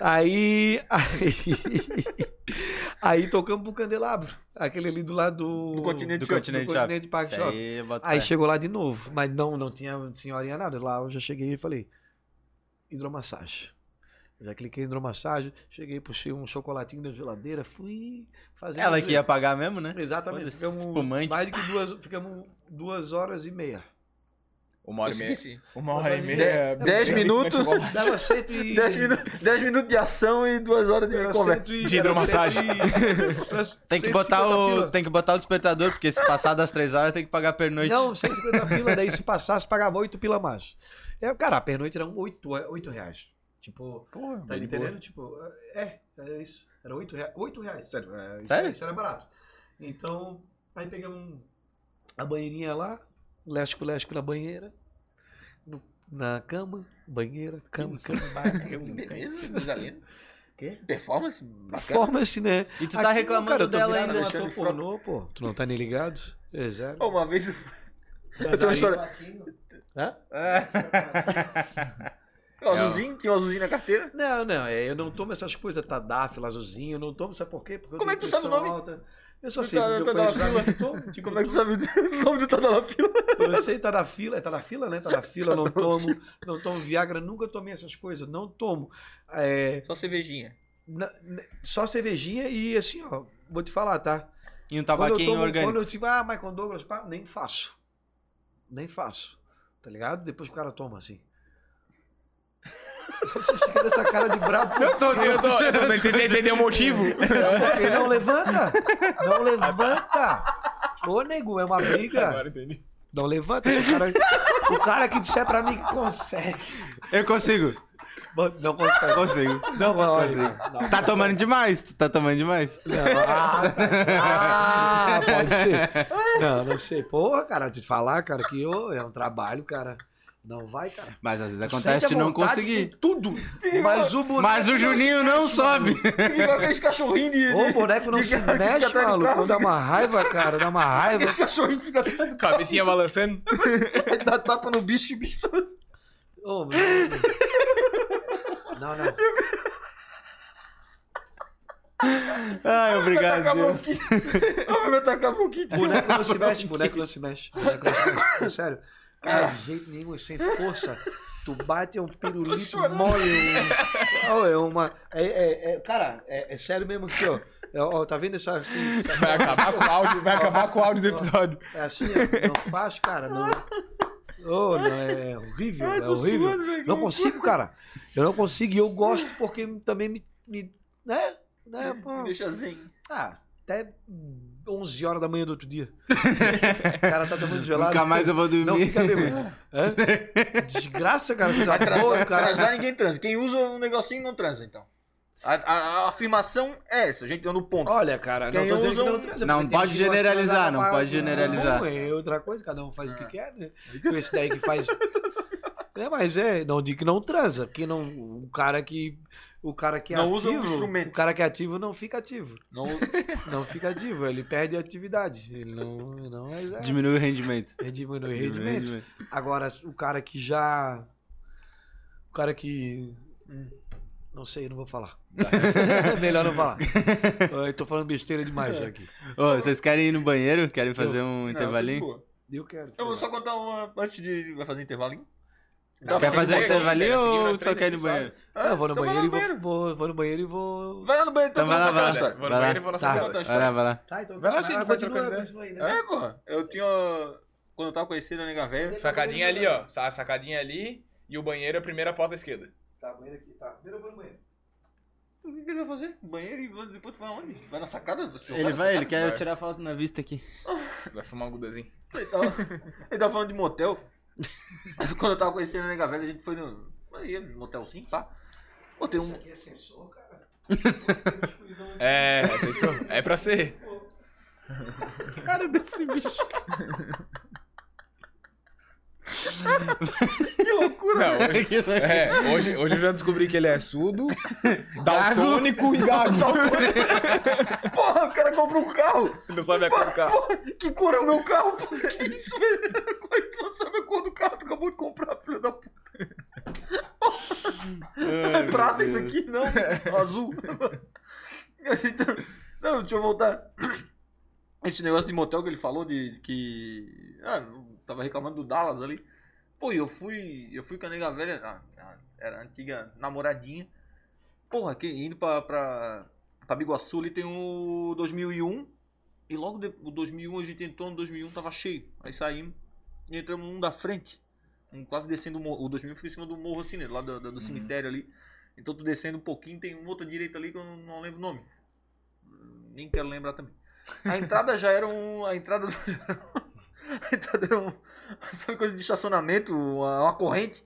S3: Aí, aí, aí tocamos pro candelabro, aquele ali do lado do,
S1: Do Continente né,
S3: do
S1: Shopping.
S3: Continente
S2: Do
S3: Continente Park
S2: Isso
S3: Shopping.
S2: aí, bota
S3: Aí
S2: fé.
S3: chegou lá de novo, mas não, não tinha senhorinha nada. Lá eu já cheguei e falei, hidromassagem. Eu já cliquei em hidromassagem, cheguei, puxei um chocolatinho da geladeira, fui fazer. um
S2: Ela que ia pagar mesmo, né?
S3: Exatamente.
S2: Foda-se,
S3: Ficamos
S2: espumante.
S3: mais do que duas, ficamos duas horas e meia.
S4: Uma hora e meia.
S1: Esqueci.
S4: Uma hora e
S3: Dez
S4: meia. né?
S1: Dez minutos.
S3: Dava cento e...
S1: 10 minutos, dez minutos de ação e 2 horas de
S3: Era
S1: conversa.
S3: cento e-
S4: De
S3: era
S4: hidromassagem.
S3: cento e- era
S2: Tem que,
S3: 150
S2: botar o,
S3: pila.
S2: tem que botar o despertador, porque se passar das três horas tem que pagar pernoite.
S3: Não, 150 pila, daí se passasse, pagava 8 pila a mais. É, cara, a pernoite era 8, oito reais. Tipo,
S4: Porra,
S3: tá
S4: bem de
S3: entendendo?
S4: boa.
S3: Tipo, é, é isso. Era 8 reais. 8 reais, sério. é, isso,
S2: Sério?
S3: Isso era barato. Então, aí pegamos a banheirinha lá, lésbico-lésbico na banheira, no- na cama, banheira, cama, cama.
S1: Beleza, coisa linda.
S3: Quê?
S1: Performance bacana.
S3: Performance, né?
S2: E tu tá
S3: Aqui,
S2: reclamando
S3: cara, eu tô
S2: dela
S3: virado
S2: ainda.
S3: um
S1: Alexandre
S3: ator pornô, pô. Tu não tá nem ligado? É zero.
S1: Uma vez. Eu tenho uma história.
S3: Hã?
S1: O azulzinho, tinha um azulzinho na carteira.
S3: Não, não, é, tá eu não tomo essas coisas, Tadaf, Lazuzinho, eu não tomo, sabe por quê? Porque eu
S1: Como é
S3: tenho
S1: que tu sabe o
S3: pressão
S1: nome?
S3: Alta. Eu só
S1: Do
S3: sei
S1: tá-
S3: porque eu tipo,
S1: tá na
S3: conheço
S1: fila.
S3: o nome,
S1: Como é que tu sabe o nome do Tadala Fila?
S3: Eu sei, tá na fila, é, tá na fila, né? Tá na fila, não tomo, não tomo Viagra, nunca tomei essas coisas, não tomo. É,
S1: Só cervejinha.
S3: na- na- só cervejinha e assim, ó, vou te falar, tá?
S2: E um
S3: Quando eu
S2: tabaquinho
S3: tomo,
S2: orgânico.
S3: quando eu tipo, ah, Michael Douglas, pá, nem faço. Nem faço, tá ligado? Depois o cara toma assim. Vocês ficaram essa cara de brabo. Eu tô,
S4: Eu tô, eu tô tentando entender o motivo.
S3: Porque não levanta! Não levanta! Ô, nego, é uma briga.
S4: Agora entendi.
S3: Não levanta, se o cara, o cara que disser pra mim que consegue.
S2: Eu consigo.
S3: Bom, Não consegue.
S2: Consigo.
S3: assim. Não, não,
S2: Consigo.
S3: não, não.
S2: Tá tomando demais. Tu tá tomando demais.
S3: Ah, tá. Ah, pode ser. Não, não sei. Porra, cara, te falar, cara, que ô, é um trabalho, cara. Não vai, cara.
S2: Mas às vezes
S3: Tu
S2: acontece
S3: sente
S2: de
S3: a
S2: não
S3: vontade,
S2: conseguir.
S3: tem Tudo. Mas o boneco.
S2: Mas o
S3: não
S2: Juninho
S3: se
S2: não
S3: mexe,
S2: sobe.
S3: maluco.
S1: Igual aqueles cachorrinhos de.
S3: Ô, O boneco não
S1: de-
S3: se
S1: de- de- de-
S3: mexe,
S1: de- de-
S2: tá.
S3: maluco. Dá uma raiva, cara. Dá uma raiva.
S1: Aqueles cachorrinhos que dá,
S4: Cabecinha balançando.
S1: dá tapa no bicho e o bicho todo.
S3: Ô, meu- Não, não.
S2: Ai,
S1: vai
S2: obrigado,
S1: tacar a
S2: Deus.
S1: boquinha. Ah, Vai tacar a boquinha.
S3: Boneco não se mexe, boneco não se mexe. Boneco não se mexe. Pô, Sério. Cara, de jeito nenhum, é sem força. Tu bate, é um pirulito mole. é um- É uma. É, é- é- cara, é, é sério mesmo aqui, ó. É, ó, tá vendo essa. Assim,
S4: Vai acabar com o áudio, vai acabar com o áudio do episódio.
S3: é assim, ó, não faço, cara. Não. Ô, não, é horrível,
S1: Ai,
S3: é
S1: tô
S3: horrível.
S1: suando, velho, que
S3: Não
S1: loucura.
S3: consigo, cara. Eu não consigo e eu gosto porque também me. me né? Né? Pô.
S1: Deixa assim.
S3: Ah, até 11 horas da manhã do outro dia. o cara tá tomando gelado.
S2: Nunca mais eu vou
S3: Não
S2: dormir.
S3: fica bêbado. Hã? Desgraça, cara. Coisa Tá boa, cara.
S1: Transar ninguém transa. Quem usa um negocinho não transa, então. A, a- a afirmação é essa, gente. Eu no ponto.
S3: Olha, cara, não
S1: Quem
S3: tô dizendo
S1: usa
S3: que não
S1: um-
S3: transa.
S2: Não
S3: porque tem
S2: pode
S3: gente que gosta de
S2: generalizar,
S3: transar
S2: não
S3: na
S2: pode
S3: barra.
S2: generalizar.
S3: Não, é outra coisa, cada um faz o que quer, né? Esse daí que faz... É, mas é, não digo que não transa, porque não, o cara que... O cara que é
S1: Não
S3: ativo,
S1: usa um instrumento.
S3: o cara que é ativo não fica ativo,
S1: Não,
S3: não fica ativo, ele perde a atividade, ele não, não mas é,
S2: Diminui o rendimento.
S3: é diminui
S2: Diminui
S3: o
S2: o
S3: rendimento. Agora, o cara que já. O cara que. hum, Não sei, não vou falar. Melhor não falar. Eu tô falando besteira demais já aqui.
S2: Ô, vocês querem ir no banheiro? Querem fazer um
S1: não,
S2: intervalinho?
S1: tá de boa.
S3: Eu quero.
S1: Eu vou só contar uma antes de. Vai fazer intervalinho? tá
S2: Quer fazer um
S4: Banheiro,
S2: intervalinho
S4: galera, seguindo
S2: ou
S4: nós
S2: só
S4: três
S2: quer ir no
S4: aqui,
S2: banheiro?
S3: Não, eu vou no
S1: Então vai
S3: banheiro e
S1: lá no
S3: vou, vou. Vou no banheiro e vou.
S1: Vai lá no banheiro, então,
S2: Então vai
S1: pra
S2: lá,
S1: sacar a
S2: vai lá.
S1: história.
S2: Vai
S4: Vou no
S2: lá.
S3: Tá.
S4: banheiro e vou lá sacar.
S1: Conta a
S2: Vai
S1: história.
S2: lá, vai lá.
S3: Tá, então.
S4: Vai lá, gente,
S3: Ah,
S4: vai
S3: continua,
S4: trocando
S3: continua aí, né?
S1: É, pô. Eu tinha. Quando eu tava conhecendo a nega velha.
S4: Sacadinha ali, ó. Sa- Sacadinha ali e o banheiro é a primeira porta à esquerda.
S3: Tá, banheiro aqui, tá. Primeiro eu vou no banheiro.
S1: O que que ele vai fazer? Banheiro e vai- depois tu vai aonde? Vai na sacada?
S2: Ele vai, ele quer
S4: Vai.
S2: tirar foto na vista aqui.
S4: Vai fumar um gudazinho.
S1: Ele tava, ele tava falando de motel. Quando eu tava conhecendo a nega velha, a gente foi no. Aí, motelzinho, pá. Pô, tem um.
S3: Aqui é sensor, cara.
S4: É, é pra ser.
S2: Cara desse bicho.
S4: Não, hoje,
S2: né?
S4: é, hoje, hoje eu já descobri que ele é surdo, daltônico e gago.
S1: Porra, o cara comprou um carro!
S4: Ele não sabe a cor do carro.
S1: Porra, que cor é o meu carro? Pô, que isso, velho? Como é que tu não sabe a cor do carro? Tu acabou de comprar, filho da puta. É prata isso aqui, não? Azul. Então, não, deixa eu voltar. Esse negócio de motel que ele falou de que. Ah, eu tava reclamando do Dallas ali. Pô, e eu fui. Eu fui com a nega velha. a- a- Era a antiga namoradinha. Porra, que, indo pra, pra, pra Biguaçu ali tem o 2001. E logo de, o 2001, a gente entrou no 2001, tava cheio. Aí saímos e entramos num da frente. Um, quase descendo o morro. O 2001 fica em cima do morro assim, né? Lá do, do- do cemitério ali. Então tu descendo um pouquinho, tem um outro direito ali que eu não, não lembro o nome. Hum, Nem quero lembrar também. A entrada já era um. A entrada. a entrada era um. Sabe coisa de estacionamento? Uma, uma corrente.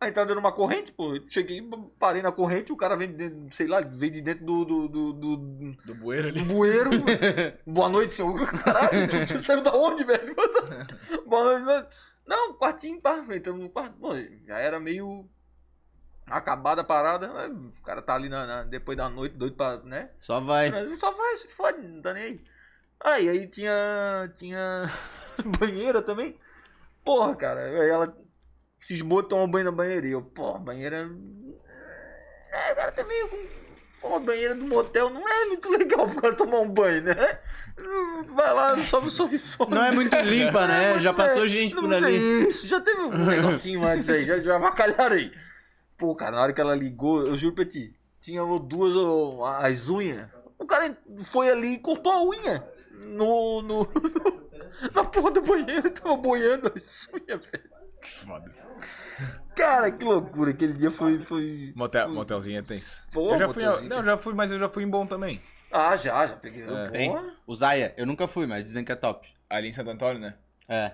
S1: A entrada era tá uma corrente, pô. Eu Cheguei, parei na corrente, o cara vem de dentro, sei lá, vem de dentro do- do- do- do
S4: Do bueiro ali.
S1: um bueiro. Boa noite, seu. Caralho, tu, tu saiu da onde, velho? Boa noite, mano. Não, quartinho, pá. Entramos no quarto. Bom, já era meio acabada a parada. mas O cara tá ali na- na- depois da noite, doido pra, né?
S2: Só vai.
S1: Mas Só vai, se fode, não tá nem aí. Aí, aí tinha. Tinha. banheira também. Porra, cara. Aí ela cismou de tomar banho na banheira. E eu, porra, banheira. É, o cara tá meio com Pô, uma banheira do motel não é muito legal pra tomar um banho, né? Hum, Vai lá, sobe o sorriso.
S2: Não é muito limpa, né? Já passou gente por
S1: Não
S2: ali.
S1: tem Isso, já teve um negocinho antes aí, já, já avacalharam aí. Pô, cara, na hora que ela ligou, eu juro pra ti, tinha duas ó, as unhas. O cara foi ali e cortou a unha no. no na porra do banheiro, tava boiando as unhas, velho.
S4: Foda.
S1: Cara, que loucura, aquele dia foi. foi...
S4: Motel, motelzinho é tenso.
S1: Pô,
S4: eu já fui,
S1: motelzinho.
S4: não, eu já fui, mas eu já fui em bom também.
S1: Ah, já, já peguei. Pô,
S2: É. Tem. O Zaya, eu nunca fui, mas dizem que é top.
S4: Ali em Santo Antônio, né?
S2: É.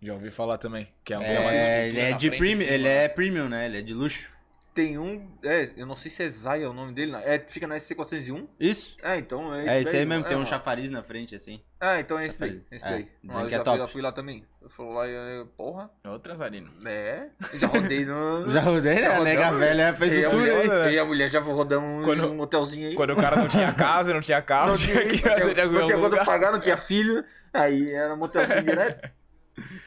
S4: Já ouvi falar também. Que é um tem umas
S2: É, ele é
S4: na
S2: de
S4: frente,
S2: premium,
S4: assim,
S2: ele
S4: lá.
S2: é premium, né? Ele é de luxo.
S1: Tem um. É, eu não sei se é Zaya o nome dele, não. É, fica na SC401.
S2: Isso?
S1: É, então é esse.
S2: É esse
S1: daí,
S2: aí mesmo,
S1: é,
S2: tem um
S1: mano.
S2: chafariz na frente, assim.
S1: Ah, então é esse
S2: Tá
S1: daí.
S2: aí.
S1: Esse
S2: É,
S1: daí.
S2: dizem
S1: eu
S2: que é
S1: já,
S2: top.
S1: já fui lá também. Eu fui lá e eu, porra,
S4: Outro azarino.
S1: é. Eu Já rodei no.
S2: Já rodei, né?
S1: Já
S2: A nega
S1: rodamos.
S2: velha fez
S1: eu, e
S2: o
S1: a
S2: tour aí.
S1: mulher, eu e a mulher já rodamos
S4: Quando-
S1: um hotelzinho aí.
S4: Quando o cara não tinha casa, não tinha carro, não tinha que fazer de
S1: não,
S4: algum
S1: não tinha quando
S4: lugar.
S1: pagar, não tinha filho. Aí era um motelzinho direto.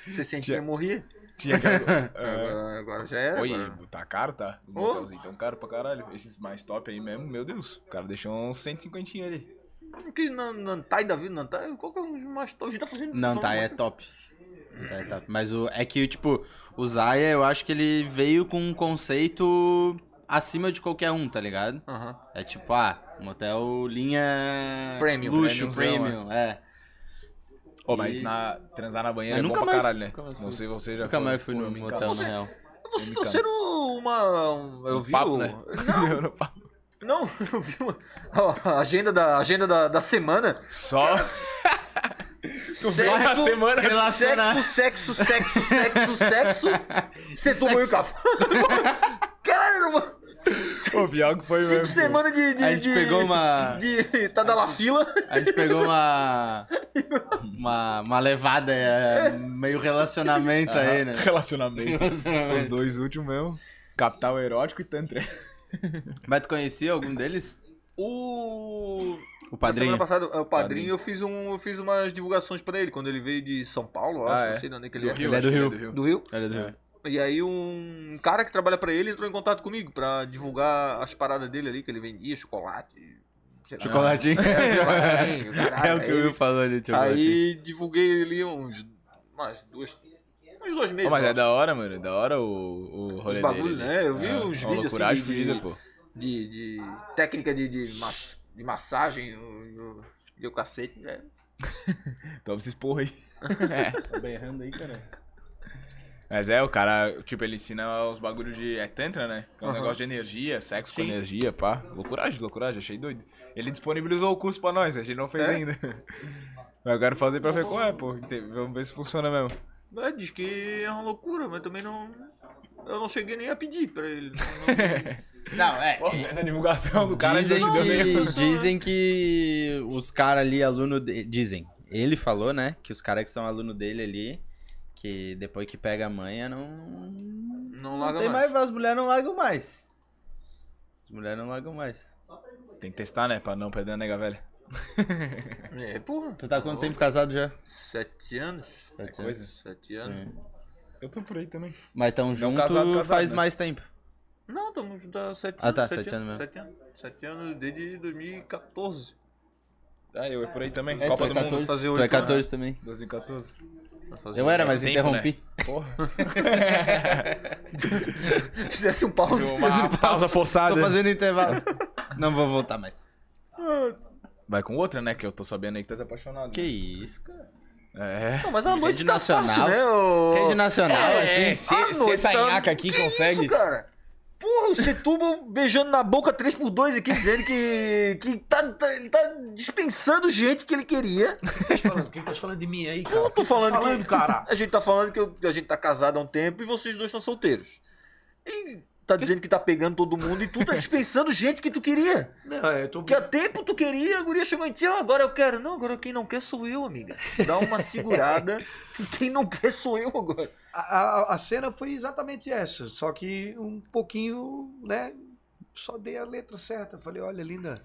S1: Você sentia
S4: Tinha-
S1: morria.
S4: Tinha que... É.
S1: Agora, agora já era.
S4: Oi,
S1: agora.
S4: tá caro, tá? O
S1: Ô.
S4: motelzinho tão caro pra caralho. Esses mais top aí mesmo, meu Deus. O cara deixou uns 150 ali.
S1: Que na- Nantai da vida, Nantai, qual que é um mais. A gente tá fazendo.
S2: Não, tá, é top. Tá, é top. Mas o, é que, tipo, o Zaya, eu acho que ele veio com um conceito acima de qualquer um, tá ligado?
S1: Aham.
S2: É tipo, ah, motel linha...
S1: Premium,
S2: Luxo,
S4: premiumzão,
S2: premium, é.
S4: Ô, mas
S2: E-
S4: na, transar na
S2: Eu
S4: banheira é bom
S2: nunca
S4: pra
S2: mais-
S4: caralho, né?
S2: nunca mais
S4: Não
S2: fui.
S4: sei você já
S2: Nunca mais fui
S4: Pô,
S2: no
S4: me
S2: motel, na
S4: encanta.
S2: real.
S1: Vocês
S4: Americano.
S1: torceram tá uma. um- eu
S4: Um
S1: vi
S4: papo,
S1: o.
S4: né? Eu não falo.
S1: Não, eu vi uma, a agenda da, a agenda da, da semana.
S4: Só... Tu vem na
S2: Sexo,
S4: semana...
S1: né?
S2: Relaciona...
S1: Sexo, sexo, sexo, sexo, sexo. Você tomou o café. Caralho, mano.
S4: Ô, pior que foi
S1: Cinco
S4: mesmo.
S1: semanas de, de.
S2: A gente
S1: de-
S2: pegou uma...
S1: De. Tá da la fila.
S2: A gente pegou uma. Uma, uma levada, é, meio relacionamento aí, né?
S4: Relacionamento. Os
S2: Relacionamento.
S4: dois últimos mesmo. Capital erótico e tantra.
S2: Mas tu conhecia algum deles?
S1: O.
S2: O
S1: Na Semana
S2: padrinho?
S1: passada, é, o padrinho,
S4: Padrinho.
S1: eu fiz, um, eu fiz umas divulgações pra ele quando ele veio de São Paulo, eu acho,
S4: Ah, é.
S1: não sei de onde é que ele é.
S2: Ele é do
S4: acho que
S2: Rio. É.
S1: Do Rio.
S2: Olha, Adriano.
S1: E aí um cara que trabalha pra ele entrou em contato comigo pra divulgar as paradas dele ali, que ele vendia chocolate. sei lá. É,
S2: Chocolatinho.
S1: Chocolatinho, caralho.
S2: É o que o Will falou ali, chocolatinho.
S1: Aí divulguei ali uns. Umas duas. Uns dois meses.
S4: Pô, mas
S1: eu
S4: é
S1: acho,
S4: da hora, mano. É da hora o, o rolê
S1: Os bagulho,
S4: dele.
S1: né? Eu vi
S4: É,
S1: uns
S4: uma
S1: vídeos,
S4: loucuragem
S1: assim, de-
S4: fodida, pô.
S1: de, de técnica de, de, mas- de massagem. o- E o, e o cacete. né?
S4: Toma esses porra aí.
S8: Tá berrando aí, cara.
S4: Mas é, o cara, tipo, ele ensina os bagulhos de. É Tantra, né? Que é um
S1: Aham.
S4: negócio de energia, sexo com energia, pá. Loucuragem, loucuragem, achei doido. Ele disponibilizou o curso pra nós, a gente não fez
S1: É?
S4: ainda. Mas eu quero fazer pra ver qual é, pô. Ente- Vamos ver se funciona mesmo.
S1: Mas diz que é uma loucura, mas também não. Eu não cheguei nem a pedir pra ele. não-
S2: Não, é.
S4: Pô, essa divulgação do cara é né?
S2: dizem,
S4: ainda te deu meio-
S2: que, dizem que os caras ali, aluno. de- dizem. Ele falou, né? Que os caras que são aluno dele ali, que depois que pega a manha, não.
S1: Não, não
S2: Não
S1: larga
S2: tem
S1: mais.
S2: mais, as mulheres não largam mais. As mulheres não largam mais.
S4: Tem que testar, né? Pra não perder a nega velha.
S1: É, porra.
S2: Tu tá há quanto tempo casado já?
S1: Sete anos.
S2: Sete
S4: É coisa.
S1: Sete anos.
S4: Eu tô por aí também.
S2: Mas tão junto
S4: casado, casado,
S2: faz
S4: né?
S2: mais tempo.
S1: Não, estamos juntos há sete
S2: Ah,
S1: anos.
S2: tá, sete anos mesmo.
S1: Sete anos. Sete anos desde 2014.
S4: Ah, eu é por aí também. Copa do Mundo.
S1: fazer
S2: tu
S1: oito
S2: é
S1: anos.
S2: 14 também.
S4: 2014.
S1: Pra fazer
S2: Eu
S1: um-
S2: era, mas
S4: tempo, né?
S2: interrompi.
S4: Porra.
S1: Fizesse um pause.
S4: Uma pausa forçada.
S2: Tô fazendo intervalo. não vou voltar mais.
S4: Vai com outra, né? Que eu tô sabendo aí que tu tá apaixonado.
S2: Que isso, cara.
S4: É.
S1: Não, mas a noite
S2: Rede
S1: tá
S2: nacional.
S1: fácil, né? ô-
S2: Rede nacional,
S4: É,
S2: assim.
S4: se,
S1: A
S4: se
S1: noite
S4: essa
S1: tá-
S4: nhaca aqui
S1: que
S4: consegue.
S1: Isso, cara? Porra, o Setúbal beijando na boca 3x2 aqui, dizendo que, que tá, tá- ele tá dispensando gente que ele queria.
S3: tá falando? O que tá falando de mim aí, cara?
S1: Eu tô falando,
S3: Tá falando,
S1: que,
S3: cara.
S1: A gente tá falando que eu- a gente tá casado há um tempo e vocês dois estão solteiros. E tá dizendo que tá pegando todo mundo e tu tá dispensando gente que tu queria.
S3: Não, é, eu tô...
S1: Que há tempo tu queria, a guria chegou em ti, ó, agora eu quero. Não, agora quem não quer sou eu, amiga. Dá uma segurada. quem não quer sou eu agora.
S3: a, a- a cena foi exatamente essa, só que um pouquinho, né? Só dei a letra certa. Falei, olha, linda.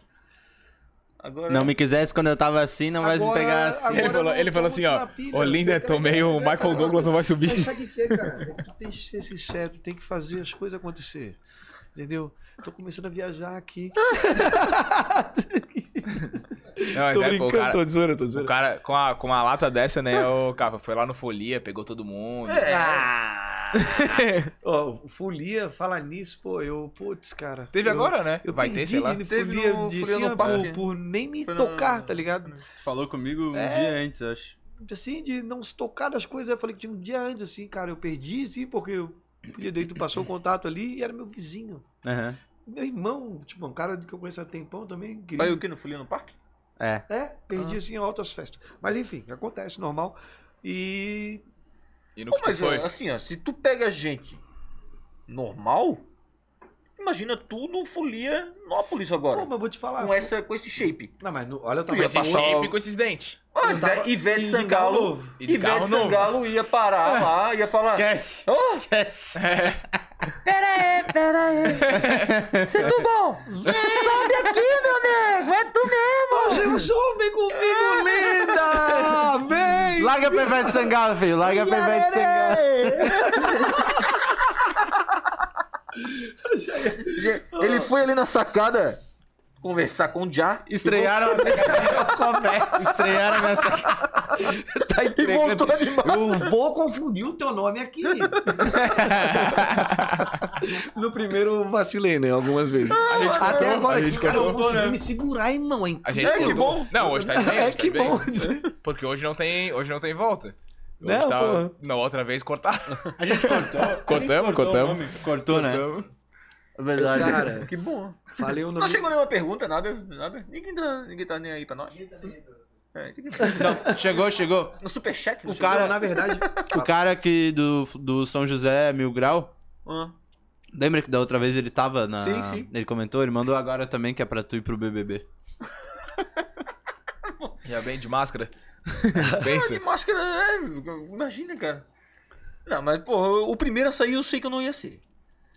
S1: Agora.
S2: Não me quisesse quando eu tava assim, não vai me
S3: Agora-
S2: pegar assim.
S4: Ele
S3: Agora
S4: falou,
S3: eu não
S4: ele
S3: tô
S4: falou
S3: muito
S4: assim,
S3: na
S4: ó.
S3: pilha,
S4: Ô, linda,
S3: eu quero-
S4: tomei o
S3: eu quero-
S4: Michael Douglas, não vai subir.
S3: É Mas sabe o que, é, cara? Tu tem que ser sincero, tu tem que fazer as coisas acontecer. Entendeu? Tô começando a viajar aqui.
S4: Não, mas
S3: tô
S4: é, pô, o
S3: brincando,
S4: cara,
S3: tô zoando, tô
S4: o
S3: zoando.
S4: cara com, a, com uma lata dessa, né? O cara foi lá no Folia, pegou todo mundo.
S1: É,
S3: Ó, folia, falar nisso, pô, eu, putz, cara.
S4: Teve
S3: eu-
S4: agora, né?
S3: Eu
S4: Vai ter, sei lá.
S1: Teve
S3: folia,
S1: no-
S3: de,
S1: folia
S3: assim,
S1: no
S3: ó,
S1: parque.
S3: por, por nem me
S1: Foi no-
S3: tocar, tá ligado?
S2: Tu falou comigo um dia antes, eu acho.
S3: Assim, de não se tocar das coisas. Eu falei que tinha um dia antes, assim, cara, eu perdi, assim, porque eu, porque daí tu passou o contato ali e era meu vizinho.
S2: Aham.
S3: Meu irmão, tipo, um cara que eu conheço há tempão também.
S1: Vai
S3: Querido.
S1: o que no Folia no Parque?
S2: É.
S3: É,
S1: Ah.
S3: perdi assim em altas festas. Mas enfim, acontece, normal. E.
S4: E no
S1: Pô,
S4: que tu
S1: mas
S4: foi?
S1: ó, assim, ó, se tu pega gente normal, imagina tu no Folia Nópolis
S3: Pô,
S1: agora.
S3: mas eu vou te falar.
S1: com, essa, com esse shape.
S3: Não, mas no- olha, eu tava
S1: ia
S4: Esse
S1: passar
S4: assim, shape
S1: o-
S4: com esses dentes.
S1: Ah,
S3: Eu tava-
S1: Ive- Ivete
S3: de
S1: Sangalo.
S3: carro novo.
S4: E de carro
S1: Ivete
S4: novo.
S1: Sangalo ia parar lá, ia falar.
S2: Esquece.
S1: Oh,
S2: Esquece.
S1: pera aí, pera aí. Você é bom. Sobe aqui, meu nego. É tu mesmo.
S3: Ô, Gilson, vem comigo, linda! Vem!
S2: Larga a Pevete Sangalo, filho. Larga a Pevete Sangalo.
S1: Ele foi ali na sacada conversar com o Já
S2: Estrearam a Estrearam nessa.
S3: Tá
S1: e
S3: entregando.
S1: voltou animado.
S3: Eu vou confundir o teu nome aqui. no primeiro eu vacilei, né? Algumas vezes. Até agora que cara, eu não consegui me segurar, irmão. hein?
S4: né? A gente
S1: É, que
S4: cortou.
S1: bom.
S4: Não, hoje tá bem.
S3: É,
S4: hoje tá
S3: que
S4: bem.
S3: bom.
S4: Porque hoje não tem, hoje não tem volta. Hoje
S3: Não,
S4: tá-
S3: porra.
S4: não, outra vez cortaram.
S2: A gente cortou.
S4: Cortamos, cortamos.
S2: Cortou, né?
S4: Então,
S2: Verdade.
S3: Cara,
S1: Que bom.
S3: falei o
S1: Não
S3: nome.
S1: chegou nenhuma pergunta, nada, nada. Ninguém tá, ninguém tá nem aí pra nós. É, ninguém-
S2: Chegou, chegou.
S1: no superchat, não
S3: O
S1: chegou?
S3: cara, na verdade.
S2: O cara que do, do São José Mil Grau,
S1: Ah,
S2: lembra que da outra vez ele tava na.
S3: Sim, sim.
S2: Ele comentou, ele mandou agora também que é pra tu ir pro BBB.
S4: Já bem de máscara. Pensa.
S1: de máscara, é, imagina, cara. Não, mas, porra, o primeiro a sair eu sei que eu não ia ser.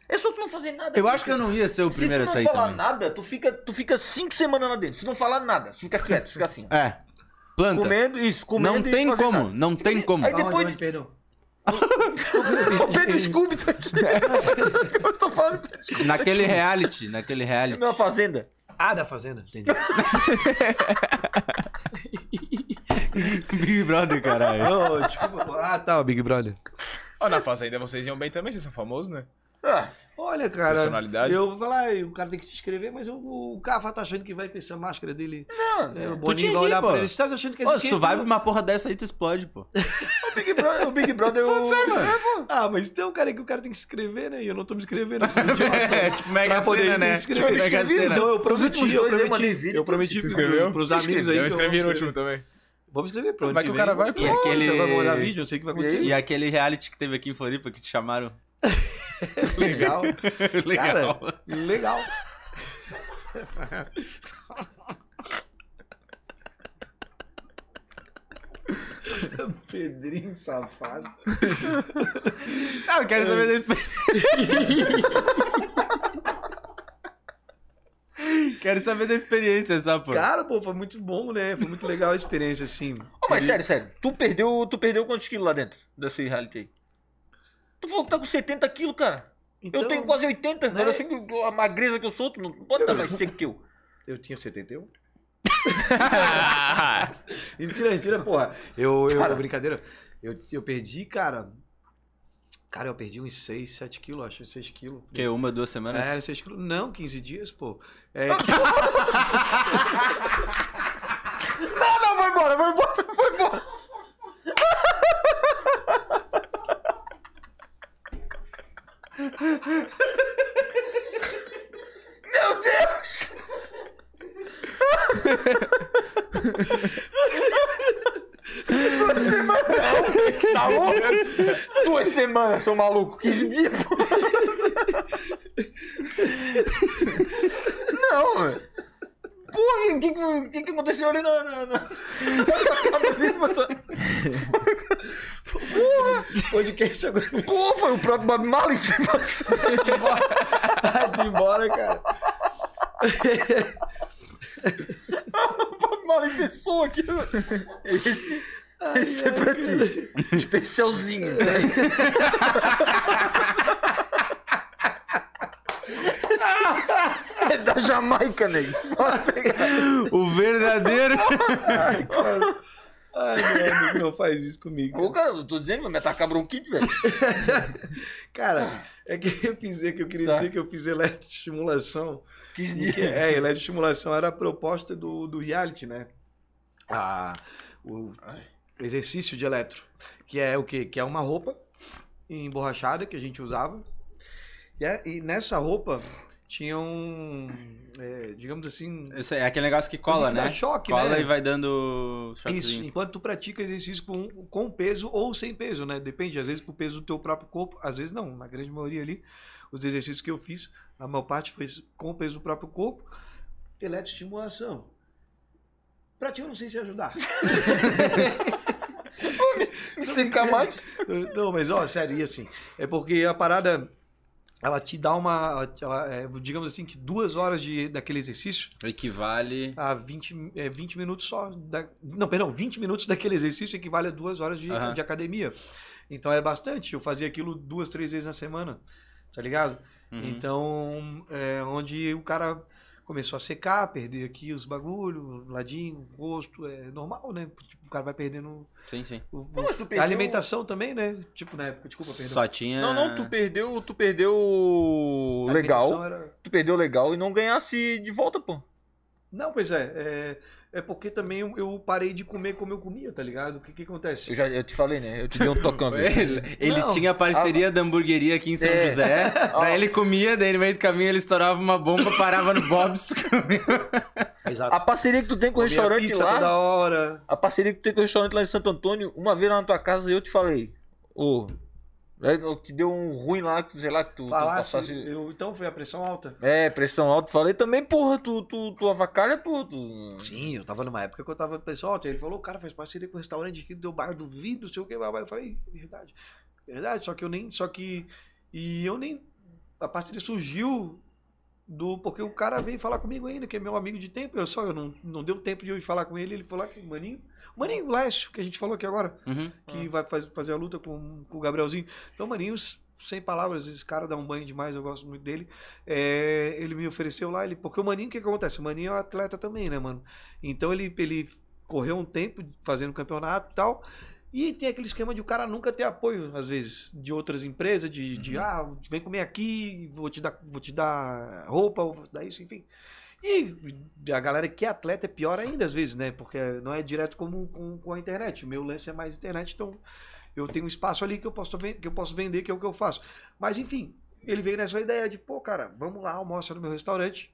S1: É só tu não fazer nada.
S2: Eu
S1: cara.
S2: acho que eu não ia ser o
S1: Se
S2: primeiro a
S1: tu não
S2: sair
S1: falar
S2: também.
S1: nada, tu fica, tu fica cinco semanas lá dentro. Se não falar nada, fica quieto, fica assim. ó.
S2: É. Planta.
S1: Comendo, isso, comendo.
S2: não
S1: e
S2: tem
S1: fazer
S2: como,
S1: nada.
S2: não tem como.
S1: Aí
S10: Aonde,
S1: depois.
S10: onde, perdão?
S1: O Pedro Scooby tá aqui.
S2: É.
S1: eu tô falando do Pedro Scooby.
S2: Naquele reality, naquele reality.
S1: Na fazenda.
S10: Ah, da Fazenda, entendi.
S2: Big Brother, caralho.
S3: Não, desculpa. Ah, tá, o Big Brother.
S4: Ó, na fazenda vocês iam bem também, vocês são famosos, né?
S1: Ah,
S3: Olha, cara.
S4: Personalidade.
S3: Eu vou falar, o cara tem que se inscrever, mas eu- o Cafa tá achando que vai com essa máscara dele.
S1: não,
S3: É, o
S2: tinha
S3: Boninho
S2: que
S3: vai
S2: ir,
S3: olhar
S2: pô.
S3: pra ele. Você tá achando que é
S2: Ô, se tu vai pra uma porra dessa aí, tu explode, pô.
S1: o Big Brother. O Big Brother eu...
S3: Ah, mas tem um cara que o cara tem que se inscrever, né? E eu não tô me inscrevendo. Eu sou um idiota.
S2: É, tipo mega
S3: Pra poder ter que se inscrever.
S2: Tipo,
S3: Eu escrevi, então eu prometi, eu
S1: dois aí, mandei
S3: prometi.
S1: vídeo.
S3: Eu prometi pro-
S4: escreveu?
S3: pros amigos aí.
S4: Eu
S3: que
S4: escrevi
S3: vou
S4: no
S3: escrever.
S4: último também.
S3: Vamos escrever pro ano
S4: Vai que o
S3: vem.
S4: cara vai, pô.
S2: E aquele-
S3: Você vai mandar vídeo, eu sei o que vai
S1: E aí?
S3: acontecer.
S2: E aquele reality que teve aqui em Floripa que te chamaram.
S3: Legal.
S2: Legal.
S3: Cara, legal. Pedrinho safado.
S2: Ah, eu quero saber da Quero saber da experiência, sabe, pô?
S3: Cara, pô, foi muito bom, né? Foi muito legal a experiência, assim.
S1: Ô, mas sério, sério. Tu perdeu, tu perdeu quantos quilos lá dentro desse reality aí? Tu falou que tá com 70 quilos, cara. eu
S3: Então,
S1: tenho quase 80.
S3: né?
S1: Eu sei que a magreza que eu sou, tu não pode estar mais seco que eu.
S3: Eu tinha 71? mentira, mentira, porra. Eu, eu, brincadeira. Eu, eu perdi, cara. Cara, eu perdi uns 6, 7 quilos, acho, 6 quilos.
S2: Que uma, duas semanas?
S3: É, 6 quilos. Não, 15 dias, pô. É,
S1: Não, Ah, não, vai embora, vai embora, vai embora. Meu Deus! Duas semanas! Tá louco? Duas semanas, seu maluco! 15 dias, pô! Não, velho! Porra, o que, que- que, que aconteceu ali na. na, na... Tá-
S3: podcast é agora.
S1: Pô, foi o próprio Bob Marley que passou.
S3: Tá indo embora, cara.
S1: O Bob Marley pessoa aqui. Esse, esse é pra ti. né? Especialzinho. É da Jamaica, nego. Pode pegar.
S3: É.
S2: O verdadeiro.
S3: Ai, meu amigo, não faz isso comigo.
S1: Ô, cara, eu tô dizendo, vai me atacar bronquite, velho.
S3: Cara, é que eu fiz, é que eu queria
S1: Tá.
S3: dizer que eu fiz eletroestimulação.
S1: 15
S3: E que-
S1: dias.
S3: É, eletroestimulação era a proposta do, do reality, né? Ah, o exercício de eletro. Que é o quê? Que é uma roupa emborrachada que a gente usava. E, é- e nessa roupa tinham, é, digamos assim...
S2: Isso aí, é aquele negócio que
S3: coisa
S2: cola,
S3: que dá
S2: né?
S3: Choque,
S2: Cola
S3: né?
S2: e vai dando.
S3: Isso,
S2: choquezinho.
S3: enquanto tu pratica exercício com, com peso ou sem peso, né? Depende, às vezes pro peso do teu próprio corpo, às vezes não, na grande maioria ali, os exercícios que eu fiz, a maior parte foi com o peso do próprio corpo, eletroestimulação. Pra ti eu não sei se ajudar.
S1: Me secar mais.
S3: Eu- Não, mas ó, sério, e assim, é porque a parada, ela te dá uma, ela- ela, é, digamos assim, que duas horas de, daquele exercício,
S2: Equivale.
S3: a 20, é, 20 minutos só. Da, não, perdão, 20 minutos daquele exercício equivale a duas horas de,
S2: Aham.
S3: de academia. Então é bastante. Eu fazia aquilo duas, três vezes na semana, tá ligado?
S2: Uhum.
S3: Então, é onde o cara começou a secar, perder aqui os bagulhos, ladinho, rosto, é normal, né? Tipo, o cara vai perdendo.
S2: Sim, sim.
S3: o- o-
S1: Não, mas tu
S3: a
S1: É, perdeu-
S3: alimentação também, né? Tipo, na época, desculpa, perdão.
S2: Só tinha.
S1: Não, não, tu perdeu, tu perdeu
S3: A
S1: legal,
S3: alimentação é- era-
S1: tu perdeu legal e não ganhasse de volta, pô.
S3: Não, pois é, é. é porque também eu- eu parei de comer como eu comia, tá ligado? O que que acontece?
S1: Eu já eu te falei, né? Eu te dei um tocando.
S2: Ele, ele
S3: Não. Ah.
S2: tinha a parceria da hamburgueria aqui em São
S1: É.
S2: José.
S1: Ó.
S2: Daí ele comia, daí no meio do caminho ele estourava uma bomba, parava no Bob's. comia.
S3: Exato.
S1: A parceria que tu tem com o
S3: Comia
S1: restaurante
S3: pizza
S1: lá,
S3: toda hora.
S1: a parceria que tu tem com o restaurante lá em Santo Antônio, uma vez lá na tua casa eu te falei, ô, aí eu te deu um ruim lá, que, sei lá, que tu, tu
S3: Falasse,
S1: passasse...
S3: eu, então foi a pressão alta.
S1: É, pressão alta, falei também, porra, tu, tu, tu avacalha, porra, tu...
S3: Sim, eu tava numa época que eu tava com pressão alta. Ele falou, cara, faz parceria com um restaurante aqui do teu bairro, duvido, não sei o que, babá. Eu falei, "É verdade, é verdade, só que eu nem, só que, e eu nem, a parceria surgiu do, porque o cara veio falar comigo ainda, que é meu amigo de tempo, eu só, eu não, não deu tempo de eu ir falar com ele, ele falou, "Ah, que maninho, maninho, Lécio, que a gente falou aqui agora,
S2: Uhum.
S3: que vai faz- fazer a luta com, com o Gabrielzinho. Então, Maninho, s- sem palavras, esse cara dá um banho demais, eu gosto muito dele. É, ele me ofereceu lá, ele, porque o Maninho, o que, que acontece? O Maninho é um atleta também, né, mano? Então, ele, ele correu um tempo fazendo campeonato e tal. E tem aquele esquema de o cara nunca ter apoio, às vezes, de outras empresas, de, de ah, vem comer aqui, vou te dar, vou te dar roupa, vou te dar isso, enfim. E a galera que é atleta é pior ainda, às vezes, né? Porque não é direto como com, com a internet. O meu lance é mais internet, então eu tenho um espaço ali que eu, posso, ven- que eu posso vender, que é o que eu faço. Mas, enfim, ele veio nessa ideia de, pô, cara, vamos lá, almoça no meu restaurante.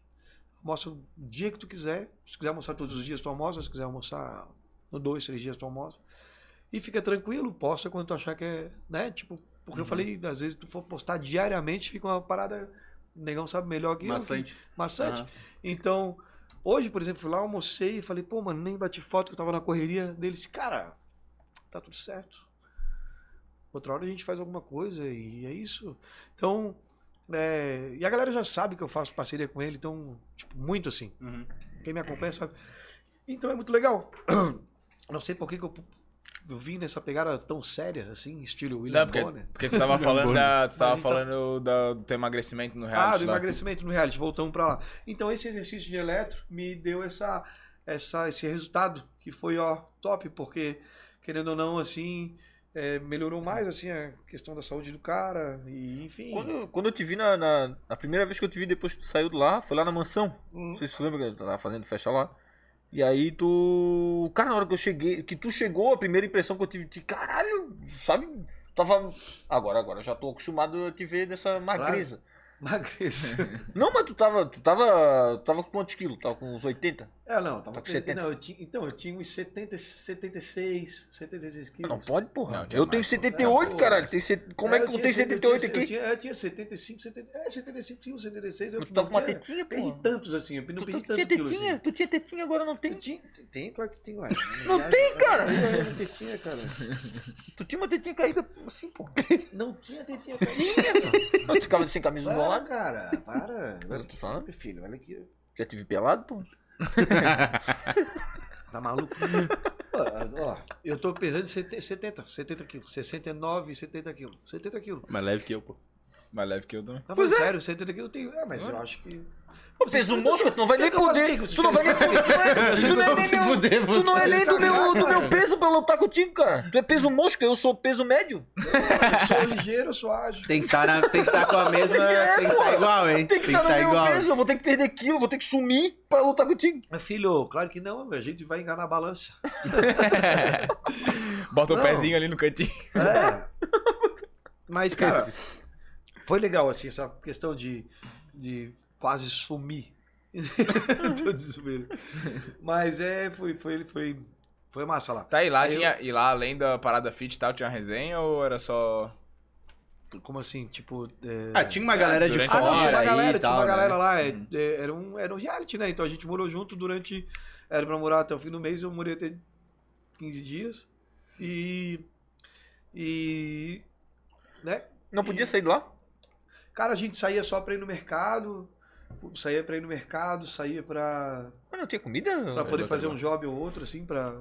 S3: Almoça o dia que tu quiser. Se quiser almoçar todos os dias, tu almoça. Se quiser almoçar no dois, três dias, tu almoça. E fica tranquilo, posta quando tu achar que é, né? Tipo, porque eu falei, às vezes tu for postar diariamente, fica uma parada... O negão sabe melhor que eu, que-
S2: Maçante.
S3: Maçante.
S2: Aham.
S3: Então, hoje, por exemplo, fui lá, almocei e falei, pô, mano, nem bati foto que eu tava na correria deles. Cara, tá tudo certo. Outra hora a gente faz alguma coisa e é isso. Então, é, e a galera já sabe que eu faço parceria com ele, então, tipo, muito assim.
S2: Uhum.
S3: Quem me acompanha sabe. Então é muito legal. Não sei por que, que eu, eu vim nessa pegada tão séria, assim, estilo William
S4: Não, porque,
S3: Bonner.
S4: porque tu tava falando, da, tu tava
S3: Mas então-
S4: falando da- do teu emagrecimento no
S3: Ah,
S4: reality
S3: do
S4: lá.
S3: emagrecimento no reality, voltamos pra lá. Então esse exercício de eletro me deu essa, essa, esse resultado que foi ó top, porque querendo ou não assim é, melhorou mais assim a questão da saúde do cara e enfim.
S1: Quando, quando eu te vi na, na- A primeira vez que eu te vi depois que tu saiu de lá, foi lá na mansão.
S3: Hum.
S1: Não sei se tu lembra que eu tava fazendo festa lá. E aí tu. Cara, na hora que eu cheguei. Que tu chegou, a primeira impressão que eu tive de caralho, sabe? Tava. Agora, agora, eu já tô acostumado a te ver dessa magreza.
S3: Emagrecer.
S1: Não, mas tu tava. Tu tava. Tu tava com quantos quilos? Tava com uns 80?
S3: É, não, tava
S1: Tá com
S3: com
S1: 70.
S3: não, eu tinha, então eu tinha uns 70, 76, 76 quilos.
S1: Ah, Não pode, porra.
S4: Não, tinha
S1: eu
S4: mais,
S1: tenho
S4: pô.
S1: 78,
S3: Não,
S1: caralho. Tem se- Como é que
S3: eu
S1: tu
S3: tinha
S1: tem 78
S3: eu tinha, Eu
S1: aqui?
S3: tinha, eu tinha 75, 70, é, 75 quilos, 76. Eu,
S1: Tu tava com uma
S3: não tinha-
S1: tetinha,
S3: perdi
S1: porra.
S3: tantos assim, eu não
S1: Tu,
S3: perdi
S1: tu
S3: tanto
S1: tinha
S3: quilo assim.
S1: tetinha? Tu tinha tetinha, agora não tem?
S3: Tem, tem, tem, claro que tem, ué.
S1: Não tem, cara.
S3: Não tinha tetinha, cara.
S1: Tu tinha uma tetinha caída assim, porra.
S3: Não tinha tetinha, cara.
S1: Eu ficava sem camisa do
S3: Para,
S1: lado.
S3: cara. Para.
S1: Eu tô falando.
S3: Meu filho, olha aqui.
S1: Já tive pelado, pô.
S3: Tá maluco? Pô, ó, eu tô pesando 70, 70 quilos. 69, 70 quilos. 70 quilos.
S2: Mais leve que eu, pô.
S4: Mais leve que eu também.
S3: Tá
S1: Pois
S3: falando
S1: é.
S3: sério, 180 quilos eu tenho. É, mas eu acho que.
S1: Pô, peso mosca, tu não vai
S3: Por que
S1: nem
S3: que eu faço
S1: poder.
S3: pico?
S1: Tu não vai nem poder. Tu não é nem meu-
S2: fuder,
S1: Tu não é nem do meu, do meu
S3: cara.
S1: peso pra lutar contigo, cara. Tu é peso mosca, eu sou peso médio.
S3: Eu sou ligeiro, eu sou ágil.
S2: Tem que estar com a mesma. Tem que estar igual, hein?
S1: Tem que estar
S3: tá
S1: no meu peso, eu vou ter que perder quilo, vou ter que sumir pra lutar contigo.
S3: Mas, filho, claro que não, a gente vai enganar a balança.
S4: Bota o
S3: Não.
S4: pezinho ali no cantinho.
S3: É. Mas, cara, foi legal, assim, essa questão de, de quase sumir. Tô de sumir. Mas é, foi, foi, foi, foi massa lá.
S4: Tá, e lá,
S3: Aí eu-
S4: tinha, e lá além da parada fit e tal, tinha uma resenha ou era só.
S3: Como assim, tipo... é,
S2: Ah, tinha uma galera de
S4: Durante
S3: Ah,
S2: fora.
S3: não, tinha uma
S2: aí
S3: galera,
S2: e
S3: tinha
S2: tal,
S3: uma
S2: né?
S3: galera lá. é- é, era, um, era um reality, né? Então a gente morou junto durante. Era pra morar até o fim do mês, eu morei até 15 dias. E. E. Né?
S1: Não podia sair de lá?
S3: Cara, a gente saía só pra ir no mercado. Saía pra ir no mercado, saía pra,
S1: Mas não é tinha comida?
S3: pra poder
S4: botar
S3: fazer
S4: lá.
S3: um job ou outro, assim, pra.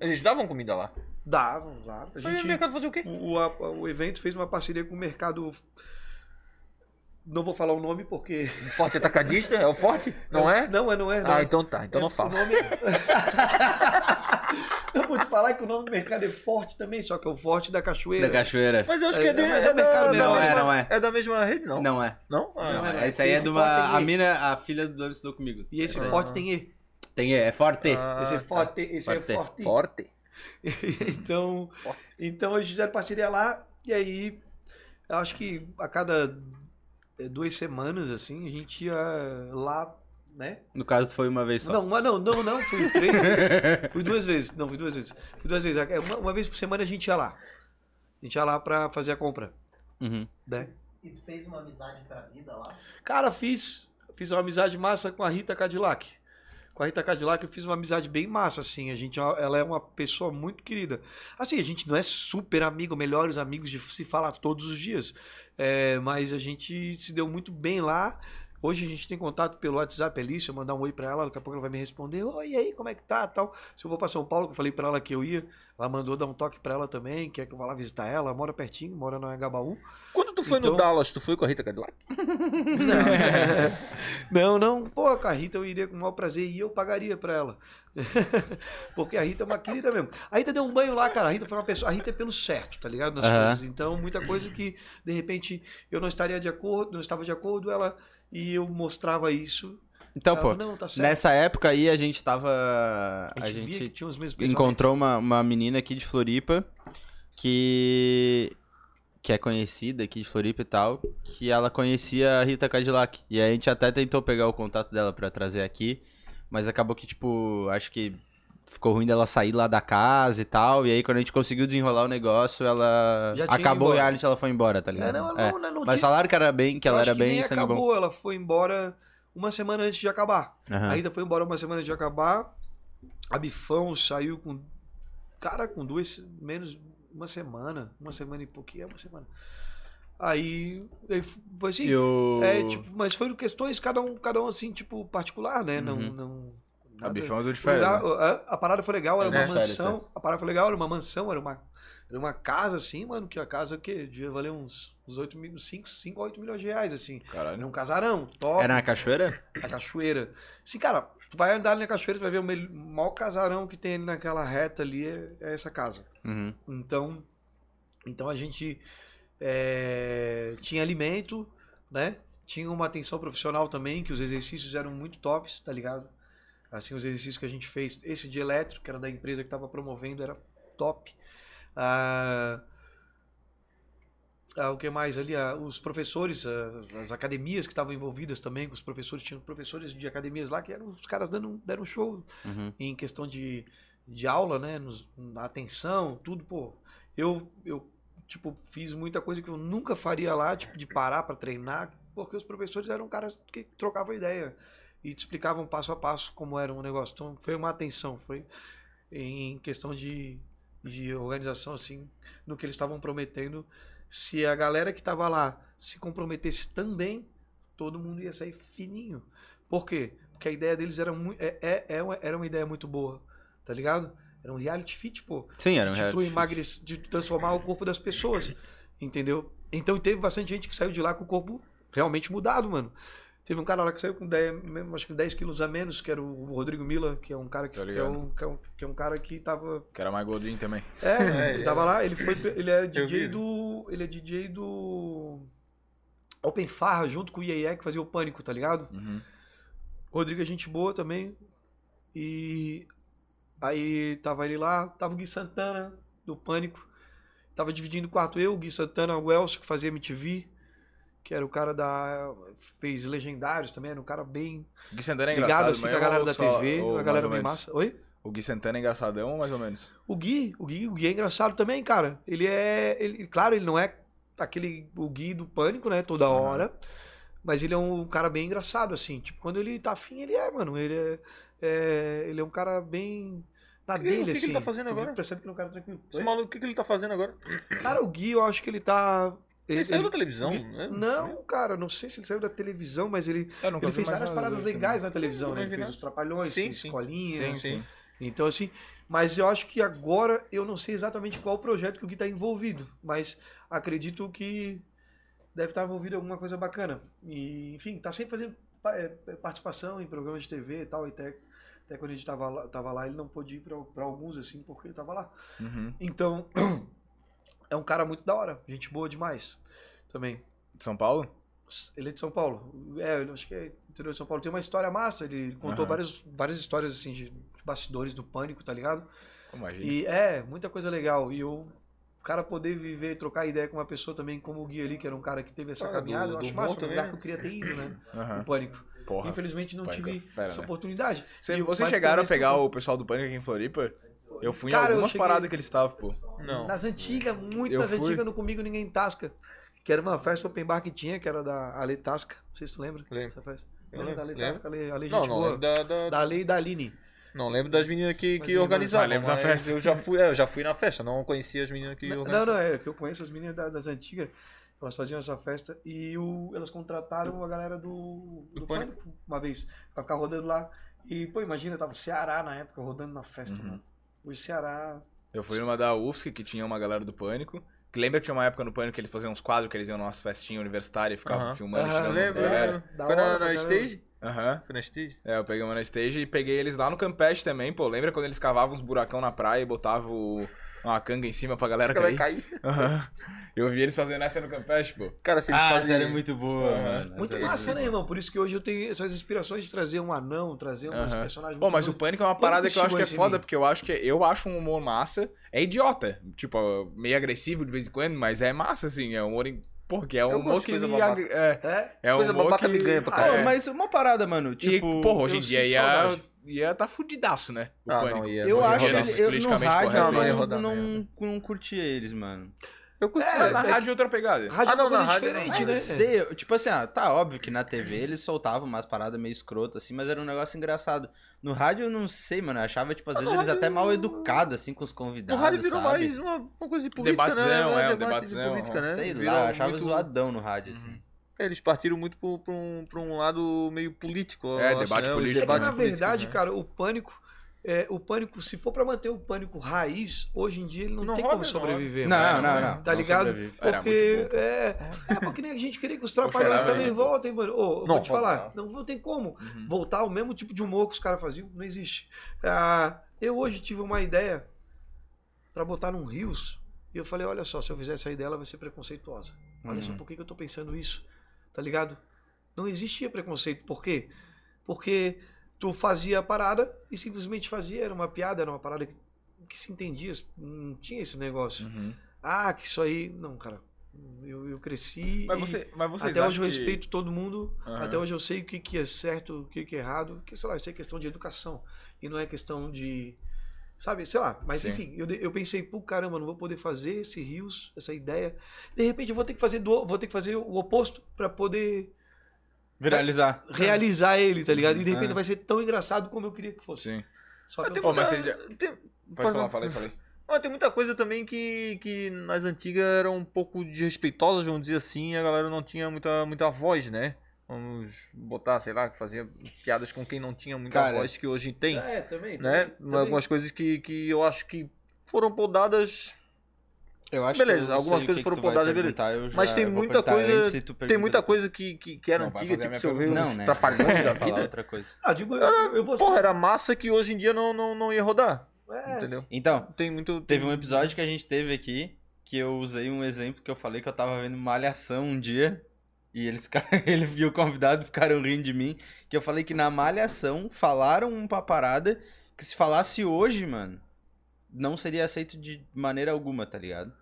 S1: Eles davam comida lá.
S3: Davam, lá. A
S1: Mas no
S3: gente.
S1: mercado fazer o quê?
S3: O, o, a- o evento fez uma parceria com o mercado. Não vou falar o nome porque.
S1: Um Forte atacadista? É o forte? Não é?
S3: Não, é, não é. Não
S1: Ah,
S3: é.
S1: então tá. Então
S3: É,
S1: não
S3: o
S1: fala.
S3: nome- eu vou te falar que o nome do mercado é forte também, só que é o forte da cachoeira.
S2: Da cachoeira.
S1: Mas eu acho
S3: É,
S1: que é, de,
S3: mas
S1: é
S3: é mercado
S1: da,
S3: mesmo.
S1: da
S3: Não é,
S1: mesma,
S2: não é.
S1: da mesma rede, não?
S2: Não é.
S1: Não? Ah,
S3: Não é.
S2: Essa aí é
S3: Esse
S2: de uma.
S3: forte
S2: A
S3: aí.
S2: mina, a filha do dono estudou comigo.
S3: E esse
S2: Essa aí.
S3: forte tem E.
S2: Tem, é forte.
S1: ah,
S3: Esse é
S1: tá.
S3: forte, esse é
S2: Forte.
S3: forte.
S1: Forte.
S3: Então, então eles fizeram parceria lá, e aí eu acho que a cada eh, duas semanas, assim, a gente ia lá, né?
S2: No caso, tu foi uma vez só.
S3: Não, mas não, não, não, fui três vezes. Fui duas vezes, não, fui duas vezes. Fui duas vezes. É, Uma, uma vez por semana a gente ia lá. A gente ia lá pra fazer a compra,
S2: Uhum.
S3: né?
S9: E tu fez uma amizade pra vida lá?
S3: Cara, fiz. Fiz uma amizade massa com a Rita Cadillac. Com a Rita Cadillac eu fiz uma amizade bem massa, assim. A gente, ela é uma pessoa muito querida. Assim, a gente não é super amigo, melhores amigos de se falar todos os dias. É, mas a gente se deu muito bem lá. Hoje a gente tem contato pelo WhatsApp ali, se eu mandar um oi pra ela, daqui a pouco ela vai me responder, oi, e aí, como é que tá, tal. Se eu vou pra São Paulo, que eu falei pra ela que eu ia, ela mandou dar um toque pra ela também, quer que eu vá lá visitar ela, mora pertinho, mora no Engabaú.
S1: Quando tu foi no
S3: Então-
S1: Dallas, tu foi com a Rita Cadillac?
S3: Não, não. Pô, com a Rita eu iria com o maior prazer e eu pagaria pra ela. Porque a Rita é uma querida mesmo. A Rita deu um banho lá, cara. A Rita foi uma pessoa. A Rita é pelo certo, tá ligado? Nas
S2: Aham.
S3: coisas. Então, muita coisa que, de repente, eu não estaria de acordo, não estava de acordo, ela. E eu mostrava isso.
S2: Então,
S3: ela,
S2: pô,
S3: não, tá certo.
S2: nessa época aí a gente tava. A gente,
S3: via que tinha os mesmos pensamentos.
S2: encontrou uma, uma menina aqui de Floripa que. que é conhecida aqui de Floripa e tal. Que ela conhecia a Rita Cadillac. E a gente até tentou pegar o contato dela pra trazer aqui. Mas acabou que, tipo, acho que ficou ruim dela sair lá da casa e tal. E aí, quando a gente conseguiu desenrolar o negócio, ela.
S3: Já tinha ido
S2: Acabou o
S3: embora.
S2: reality, ela foi embora, tá ligado?
S3: É, não,
S2: É.
S3: não, não, não
S2: Mas
S3: tinha-
S2: falaram que era bem, que
S3: eu
S2: ela
S3: acho
S2: era bem
S3: nem
S2: sangue bom.
S3: acabou, ela foi embora uma semana antes de acabar.
S2: Aham.
S3: A Rita foi embora uma semana de acabar. A Bifão saiu com. Cara, com duas. Menos uma semana. Uma semana e pouquinho. É uma semana. Aí. aí foi assim.
S2: E o-
S3: É, tipo, mas foram questões, cada um, cada um assim, tipo, particular, né? Não.
S2: Uhum.
S3: não
S4: A
S3: nada-
S4: bifão do
S3: o
S4: de
S3: lugar-
S4: férias. né?
S3: a, a parada foi legal, era
S2: É, né?
S3: uma
S2: Férias,
S3: mansão. A parada foi legal, era uma mansão, era uma, era uma casa assim, mano, que a casa o quê? Devia valer uns, uns 8 mil, 5, 5 a 8 milhões de reais, assim. Era
S4: né? Caralho.
S3: um casarão, top.
S2: Era na cachoeira?
S3: A cachoeira. Assim, cara, tu vai andar ali na cachoeira, tu vai ver o mel- maior casarão que tem ali naquela reta ali, é, é essa casa.
S2: Uhum.
S3: Então, então a gente é, tinha alimento, né? Tinha uma atenção profissional também, que os exercícios eram muito tops, tá ligado? Assim, os exercícios que a gente fez, esse de elétrico, que era da empresa que tava promovendo, era top. Ah, ah, o que mais ali? Ah, os professores, ah, as academias que estavam envolvidas também, com os professores, tinham professores de academias lá que eram os caras dando, um- deram um show
S2: Uhum.
S3: em questão de, de aula, né? Nos, na atenção, tudo, pô. Eu, eu, tipo, fiz muita coisa que eu nunca faria lá, tipo, de parar pra treinar, porque os professores eram caras que trocavam ideia e te explicavam passo a passo como era o negócio. Então, foi uma atenção, foi em questão de, de organização, assim, no que eles estavam prometendo. Se a galera que tava lá se comprometesse também, todo mundo ia sair fininho. Por quê? Porque a ideia deles era, mui- é, é- é uma, era uma ideia muito boa, tá ligado? Era um reality fit, pô.
S2: Sim, era um
S3: de
S2: reality.
S3: tu emagrecer, de tu transformar o corpo das pessoas, entendeu? Então teve bastante gente que saiu de lá com o corpo realmente mudado, mano. Teve um cara lá que saiu com 10, mesmo, acho que 10 quilos a menos, que era o Rodrigo Mila, que é um cara
S1: Tá
S3: que,
S4: Tô
S3: que, é,
S4: ligado.
S3: um, que, é um, que é um cara que tava.
S4: Que era mais gordinho também.
S3: É, ele
S1: é.
S3: tava lá, ele foi. Ele era DJ
S1: vi.
S3: do. Ele é DJ do. Open Farra, junto com o Iê que fazia o pânico, tá ligado?
S4: Uhum.
S3: Rodrigo é gente boa também. E aí tava ele lá, tava o Gui Santana, do Pânico. Tava dividindo o quarto eu, o Gui Santana, o Elcio, que fazia MTV, que era o cara da. fez Legendários também, era um cara bem
S4: O Gui Santana é
S3: ligado
S4: engraçado,
S3: assim com
S4: mas
S3: a galera
S4: eu
S3: da
S4: só-
S3: TV,
S4: ou
S3: a
S4: mais
S3: galera
S4: ou
S3: bem
S4: menos.
S3: massa. Oi?
S4: O Gui Santana é engraçadão, mais ou menos.
S3: O Gui, o Gui, o Gui é engraçado também, cara. Ele é. Ele, claro, ele não é aquele. O Gui do pânico, né? Toda
S4: Aham.
S3: hora. Mas ele é um cara bem engraçado, assim. Tipo, quando ele tá afim, ele é, mano. Ele é. é- ele é um cara bem. Na
S1: Que- o
S3: dele,
S1: que que ele
S3: assim.
S1: tá fazendo
S3: Tu
S1: agora?
S3: vê- Percebe que ele é um cara tranquilo.
S1: Esse maluco, o que, que ele tá fazendo agora?
S3: Cara, o Gui, eu acho que ele tá.
S1: Ele,
S3: ele-
S1: saiu da
S3: ele-
S1: televisão, né?
S3: Não, cara, não sei se ele saiu da televisão, mas ele,
S4: É, Eu nunca
S3: ele
S4: vi
S3: fez
S4: mais
S3: várias
S4: nada
S3: paradas
S4: dele
S3: legais na televisão, né?
S1: Também
S3: Ele
S1: vi
S3: fez
S1: nada.
S3: os Trapalhões,
S1: Sim,
S3: fez
S1: sim.
S3: Escolinha,
S4: também. Sim,
S1: Sim,
S4: sim.
S3: então, assim, mas eu acho que agora eu não sei exatamente qual o projeto que o Gui está envolvido, mas acredito que deve estar envolvido em alguma coisa bacana. E, enfim, tá sempre fazendo pa- eh, participação em programas de TV e tal, e até, até quando a gente tava lá, tava lá, ele não pôde ir para alguns, assim, porque ele tava lá.
S4: Uhum.
S3: Então, é um cara muito da hora, gente boa demais também.
S4: De São Paulo?
S3: Ele é de São Paulo. É, eu acho que é interior de São Paulo. Tem uma história massa, ele contou
S4: Aham.
S3: várias, várias histórias, assim, de bastidores do pânico, tá ligado?
S4: Imagina.
S3: E é, muita coisa legal. E eu, o cara poder viver, trocar ideia com uma pessoa também como o Gui ali, que era um cara que teve essa
S1: Ah,
S3: caminhada,
S1: do-
S3: eu
S1: do
S3: acho massa,
S1: Morto
S3: um lugar
S1: também.
S3: que eu queria ter ido, né?
S4: Aham.
S3: O Pânico.
S4: Porra.
S3: Infelizmente não
S4: Pânico
S3: tive
S4: é fera,
S3: essa
S4: né?
S3: oportunidade.
S4: Você,
S3: E-
S4: vocês
S3: mas
S4: chegaram a
S3: talvez
S4: pegar
S3: tu-
S4: o pessoal do Pânico aqui em Floripa? Eu fui em
S3: Cara, eu
S4: algumas
S3: cheguei-
S4: paradas que eles estavam, pô.
S1: Não.
S3: Nas antigas, muito
S4: Eu
S3: nas
S4: fui.
S3: antigas, no Comigo Ninguém Tasca. Que era uma festa open bar que tinha, que era da Ale Tasca. Não sei se tu lembra.
S1: Lembro.
S3: Essa festa.
S1: Eu
S3: Lembra da Ale
S1: lembro,
S3: Tasca? Ale, Ale
S1: Não,
S3: gente
S1: não
S3: boa.
S1: lembro, da, da-
S3: Da Ale e da Aline.
S1: não lembro das meninas que,
S3: Mas
S1: que
S3: eu lembro-
S1: organizavam.
S4: Ah, lembro da
S1: mas
S4: festa.
S1: Eu já fui, é, eu já fui na festa, não conhecia as meninas que
S3: Não,
S1: organizavam.
S3: não, não, é que eu conheço as meninas da- das antigas, elas faziam essa festa e o- elas contrataram a galera do, do,
S1: Do
S3: Pânico.
S1: Pânico.
S3: uma vez, pra ficar rodando lá. E, pô, imagina, tava o Ceará na época rodando na festa,
S4: Uhum.
S3: mano. O Ceará.
S4: Eu fui numa da UFSC que tinha uma galera do Pânico. Que lembra que tinha uma época no Pânico que eles faziam uns quadros que eles iam nas festinhas universitárias e ficavam
S1: Aham.
S4: filmando,
S3: Aham,
S4: tirando
S1: Eu lembro,
S4: da
S1: eu
S4: galera.
S1: lembro.
S3: Da
S1: Foi
S3: hora
S1: na,
S3: pra
S1: na
S3: caramba.
S1: stage?
S4: Aham.
S1: Foi na stage?
S4: É, eu peguei uma na stage e peguei eles lá no Campest também, pô. Lembra quando eles cavavam uns buracão na praia e botavam uma canga em cima pra galera
S1: Ela vai
S4: cair?
S1: cair.
S4: Aham. Eu vi eles fazendo essa no Campest, pô.
S1: Cara, se eles
S2: Ah, essa
S1: fazem.
S2: era muito boa,
S4: Aham.
S2: mano.
S3: É, Muito
S2: Essa-
S3: massa, né, irmão? Por isso que hoje eu tenho essas inspirações de trazer um anão, trazer uns
S4: Aham.
S3: personagens
S4: Pô,
S3: muito
S4: mas o
S3: doidos.
S4: pânico é uma
S3: Como
S4: parada que eu
S3: chegou
S4: acho que é
S3: esse
S4: foda,
S3: nível?
S4: porque eu acho que eu acho um humor massa. É idiota, tipo, meio agressivo de vez em quando, mas é massa, assim. É um humor. em- Pô, que é um
S1: Eu
S4: humor
S1: gosto de
S4: que
S1: coisa
S4: me.
S1: babaca.
S4: ag- É,
S3: É?
S4: é um
S1: Coisa
S4: humor
S1: babaca
S4: que...
S1: me ganha pra
S4: Ah,
S1: caralho.
S4: é.
S2: Pô, mas uma parada, mano. Tipo,
S4: e, porra, hoje
S2: eu
S4: em dia
S2: sinto
S4: ia,
S2: saudade.
S4: ia tá fudidaço, né? O
S1: Ah,
S4: pânico.
S1: não, ia.
S2: Eu
S1: não ia
S2: acho
S1: rodar.
S4: eles-
S2: que eu, no
S4: politicamente
S2: rádio
S4: correto, né?
S2: eu
S1: não ia
S2: não,
S1: rodar,
S2: não,
S1: não ia
S2: não curti eles, mano.
S1: Eu curti.
S4: É, na rádio é outra pegada.
S3: Rádio
S1: Ah, não,
S3: é uma
S1: na
S3: coisa
S1: rádio não.
S3: diferente,
S2: Mas
S3: né?
S2: não sei, eu- tipo assim, ah, tá óbvio que na TV eles soltavam umas paradas meio escrotas, assim, mas era um negócio engraçado. No rádio eu não sei, mano, eu achava, tipo, às
S1: Ah,
S2: vezes
S1: no
S2: eles
S1: rádio-
S2: até mal educados, assim, com os
S1: O
S2: convidados,
S1: rádio virou
S2: sabe?
S1: mais uma, uma coisa de política,
S4: Debatezão,
S1: né?
S4: é, um
S1: debate
S4: debatezão,
S1: de política,
S4: aham.
S1: né?
S2: Sei
S1: Virou
S2: lá, eu achava
S1: muito-
S2: zoadão no rádio, assim.
S1: É, Eles partiram muito pro- pra um, pra um lado meio político. eu
S4: É,
S1: acho,
S4: debate
S1: né? Os
S4: político.
S3: É que,
S1: debates
S3: na
S1: políticos,
S3: verdade,
S1: né?
S3: cara, o pânico. é, o pânico, se for pra manter o pânico raiz, hoje em dia ele não,
S1: Não
S3: tem
S1: roda,
S3: como
S1: não roda.
S3: sobreviver. mano.
S2: Não, não, não.
S3: Tá
S2: não
S3: ligado?
S2: sobrevive.
S4: Era
S3: Porque
S4: muito bom.
S3: é, é porque nem a gente queria que os trapalhões
S4: Eu chorava,
S3: também
S4: né?
S3: voltem, mano. Ô, eu
S1: Não,
S3: vou te falar,
S2: voltar.
S3: não, não tem como
S4: Uhum.
S3: voltar ao mesmo tipo de humor que os caras faziam, não existe. Ah, eu hoje tive uma ideia pra botar num Rios e eu falei, olha só, se eu fizer essa ideia, ela vai ser preconceituosa. Olha
S4: Uhum.
S3: só, por que, que eu tô pensando isso? Tá ligado? Não existia preconceito, por quê? Porque tu fazia a parada e simplesmente fazia, era uma piada, era uma parada que, que se entendia, não tinha esse negócio.
S4: Uhum.
S3: Ah, que isso aí. Não, cara. Eu, eu cresci.
S4: Mas,
S3: e
S4: você, mas vocês
S3: até hoje
S4: acham
S3: eu
S4: que-
S3: respeito todo mundo.
S4: Aham.
S3: Até hoje eu sei o que, que é certo, o que, que é errado. Porque, sei lá, isso é questão de educação. E não é questão de. Sabe, sei lá. Mas
S4: Sim.
S3: enfim, eu, de- eu pensei, pô, caramba, não vou poder fazer esse rios, essa ideia. De repente eu vou ter que fazer, do, vou ter que fazer o oposto pra poder
S1: Tá.
S2: Viralizar.
S4: É.
S3: realizar ele, tá ligado? E de repente
S2: É.
S3: não vai ser tão engraçado como eu queria que fosse.
S4: Sim. um
S3: Só que eu-
S4: Pô, mas vocês já...
S1: Tem-
S4: Pode falar, falei, falei.
S1: Mas tem muita coisa também que, que nas antigas eram um pouco desrespeitosas, vamos dizer assim, e a galera não tinha muita, muita voz, né? Vamos botar, sei lá, que fazia piadas com quem não tinha muita
S2: Cara.
S1: voz que hoje tem,
S3: É, também.
S1: né?
S3: também, também.
S1: Algumas coisas que, que eu acho que foram podadas
S2: Eu acho
S1: Beleza,
S2: eu não
S1: algumas
S2: sei o
S1: coisas
S2: que
S1: foram
S2: que tu vai
S1: pontuadas, beleza.
S2: perguntar, eu já-
S1: Mas tem
S2: eu vou
S1: muita
S2: perguntar
S1: coisa-
S2: antes e tu
S1: Tem
S2: pergunta
S1: muita
S2: depois.
S1: coisa que, que, que era
S4: Não, vai
S1: antiga, tipo,
S4: fazer a minha
S1: se eu ver
S2: pergunta. Não,
S1: os
S2: né?
S1: trapalhões da
S2: Falar
S1: vida.
S2: outra coisa.
S3: Ah, digo, eu, eu, eu vou.
S1: Porra, era massa que hoje em dia não, não, não ia rodar.
S3: É,
S1: Entendeu?
S2: Então,
S1: Tem muito.
S2: teve um episódio que a gente teve aqui que eu usei um exemplo que eu falei que eu tava vendo Malhação um dia. E eles ficaram, ele viu o convidado ficaram rindo de mim. Que eu falei que na Malhação falaram uma parada que se falasse hoje, mano, não seria aceito de maneira alguma, tá ligado?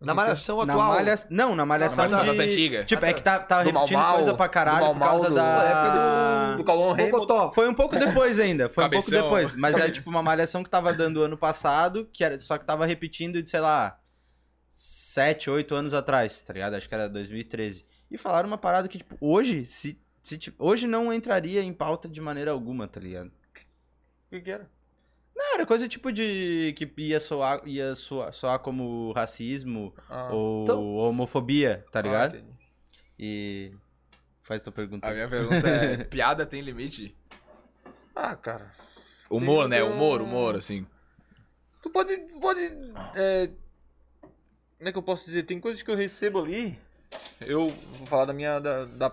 S3: na malhação
S2: Na
S3: atual.
S2: malha... Não, na Malhação.
S4: Mas
S2: de...
S4: das antigas.
S2: Tipo, é que tá, tá
S1: Do
S2: repetindo
S1: Mau-Mau,
S2: coisa pra caralho
S1: do
S2: por causa
S1: Mau-Mau,
S2: da.
S1: do- Do Calon Rei.
S3: Bocotó.
S2: Foi um pouco depois ainda, foi um
S4: Cabeção.
S2: pouco depois. Mas era tipo uma malhação que tava dando ano passado, que era, só que tava repetindo de, sei lá, 7, 8 anos atrás, tá ligado? Acho que era 2013. E falaram uma parada que, tipo, hoje, se, se, tipo, hoje não entraria em pauta de maneira alguma, tá ligado?
S1: O que que era?
S2: Não, era coisa tipo de. que ia soar, ia soar, soar como racismo
S1: Ah,
S4: tá
S2: ou
S3: Então-
S2: homofobia, tá
S1: ah,
S2: ligado?
S1: entendi.
S2: E. Faz tua pergunta.
S4: A minha pergunta é: piada tem limite?
S1: Ah, cara.
S4: Humor, né?
S1: Tem um- muita-
S4: Humor, humor, assim.
S1: Tu pode. pode é, como é que eu posso dizer? Tem coisas que eu recebo ali. Eu vou falar da minha. Da, da,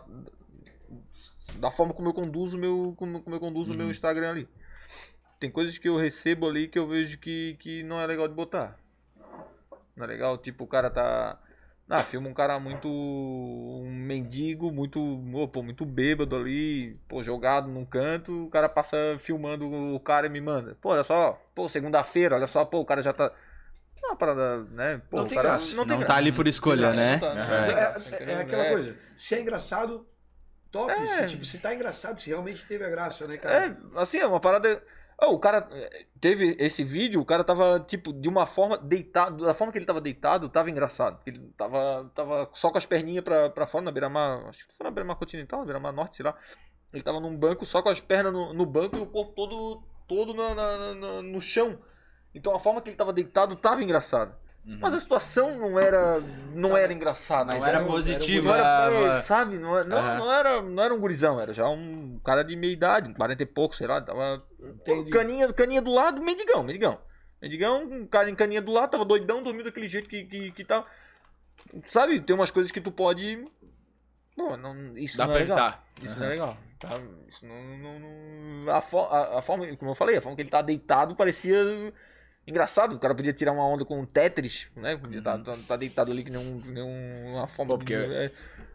S1: da forma como eu conduzo meu. Como, como eu conduzo meu Instagram ali. Tem coisas que eu recebo ali que eu vejo que, que não é legal de botar. Não é legal, tipo, o cara tá. Ah, filma um cara muito. um mendigo, muito. ô, pô, muito bêbado ali, pô, jogado num canto, o cara passa filmando o cara e me manda. Pô, olha só, pô, segunda-feira, olha só, pô, o cara já tá. É uma parada, né? Pô,
S3: Não
S1: o
S3: tem
S1: cara
S3: graça.
S1: não tem
S2: Não
S1: graça.
S2: tá ali por escolha, né?
S1: Não tá,
S3: É,
S1: não tem
S3: é-
S1: graça,
S3: é
S1: entendeu?
S3: aquela
S1: É.
S3: coisa. Se é engraçado, top.
S1: É.
S3: Se, tipo, se tá engraçado, se realmente teve a graça, né, cara?
S1: É, assim, é uma parada. Ah, o cara. eh, Teve esse vídeo, o cara tava, tipo, de uma forma deitado. Da forma que ele tava deitado, tava engraçado. porque Ele tava, tava só com as perninhas pra, pra fora, na beira-mar. Acho que foi na beira-mar continental, na beira-mar norte, sei lá. Ele tava num banco, só com as pernas no, no banco e o corpo todo, todo na- na- na- no chão. Então a forma que ele tava deitado tava engraçada. Mas a situação não era. não era engraçada.
S2: Tá Não
S1: sabe?
S2: era
S1: Não
S2: positiva.
S1: era, é, sabe? Não, era- não,
S2: Aham.
S1: não era, não era um gurizão, era já um cara de meia idade, um 40 e pouco, sei lá. Tava um
S3: Entendi.
S1: caninha, caninha do lado, mendigão, mendigão. Mendigão, um cara em caninha do lado, tava doidão, dormindo daquele jeito que, que, que tá. Sabe? Tem umas coisas que tu pode. Pô, não, isso
S4: Dá
S1: não
S4: pra
S1: é legal.
S4: evitar.
S1: Isso não é legal. tá? Isso não, não- não- a, fo- a- a forma, como eu falei, a forma que ele tá deitado parecia engraçado. O cara podia tirar uma onda com um Tetris, né? Podia estar deitado ali que nem, um, que nem um- uma forma
S4: Pô, porque-
S1: de, é,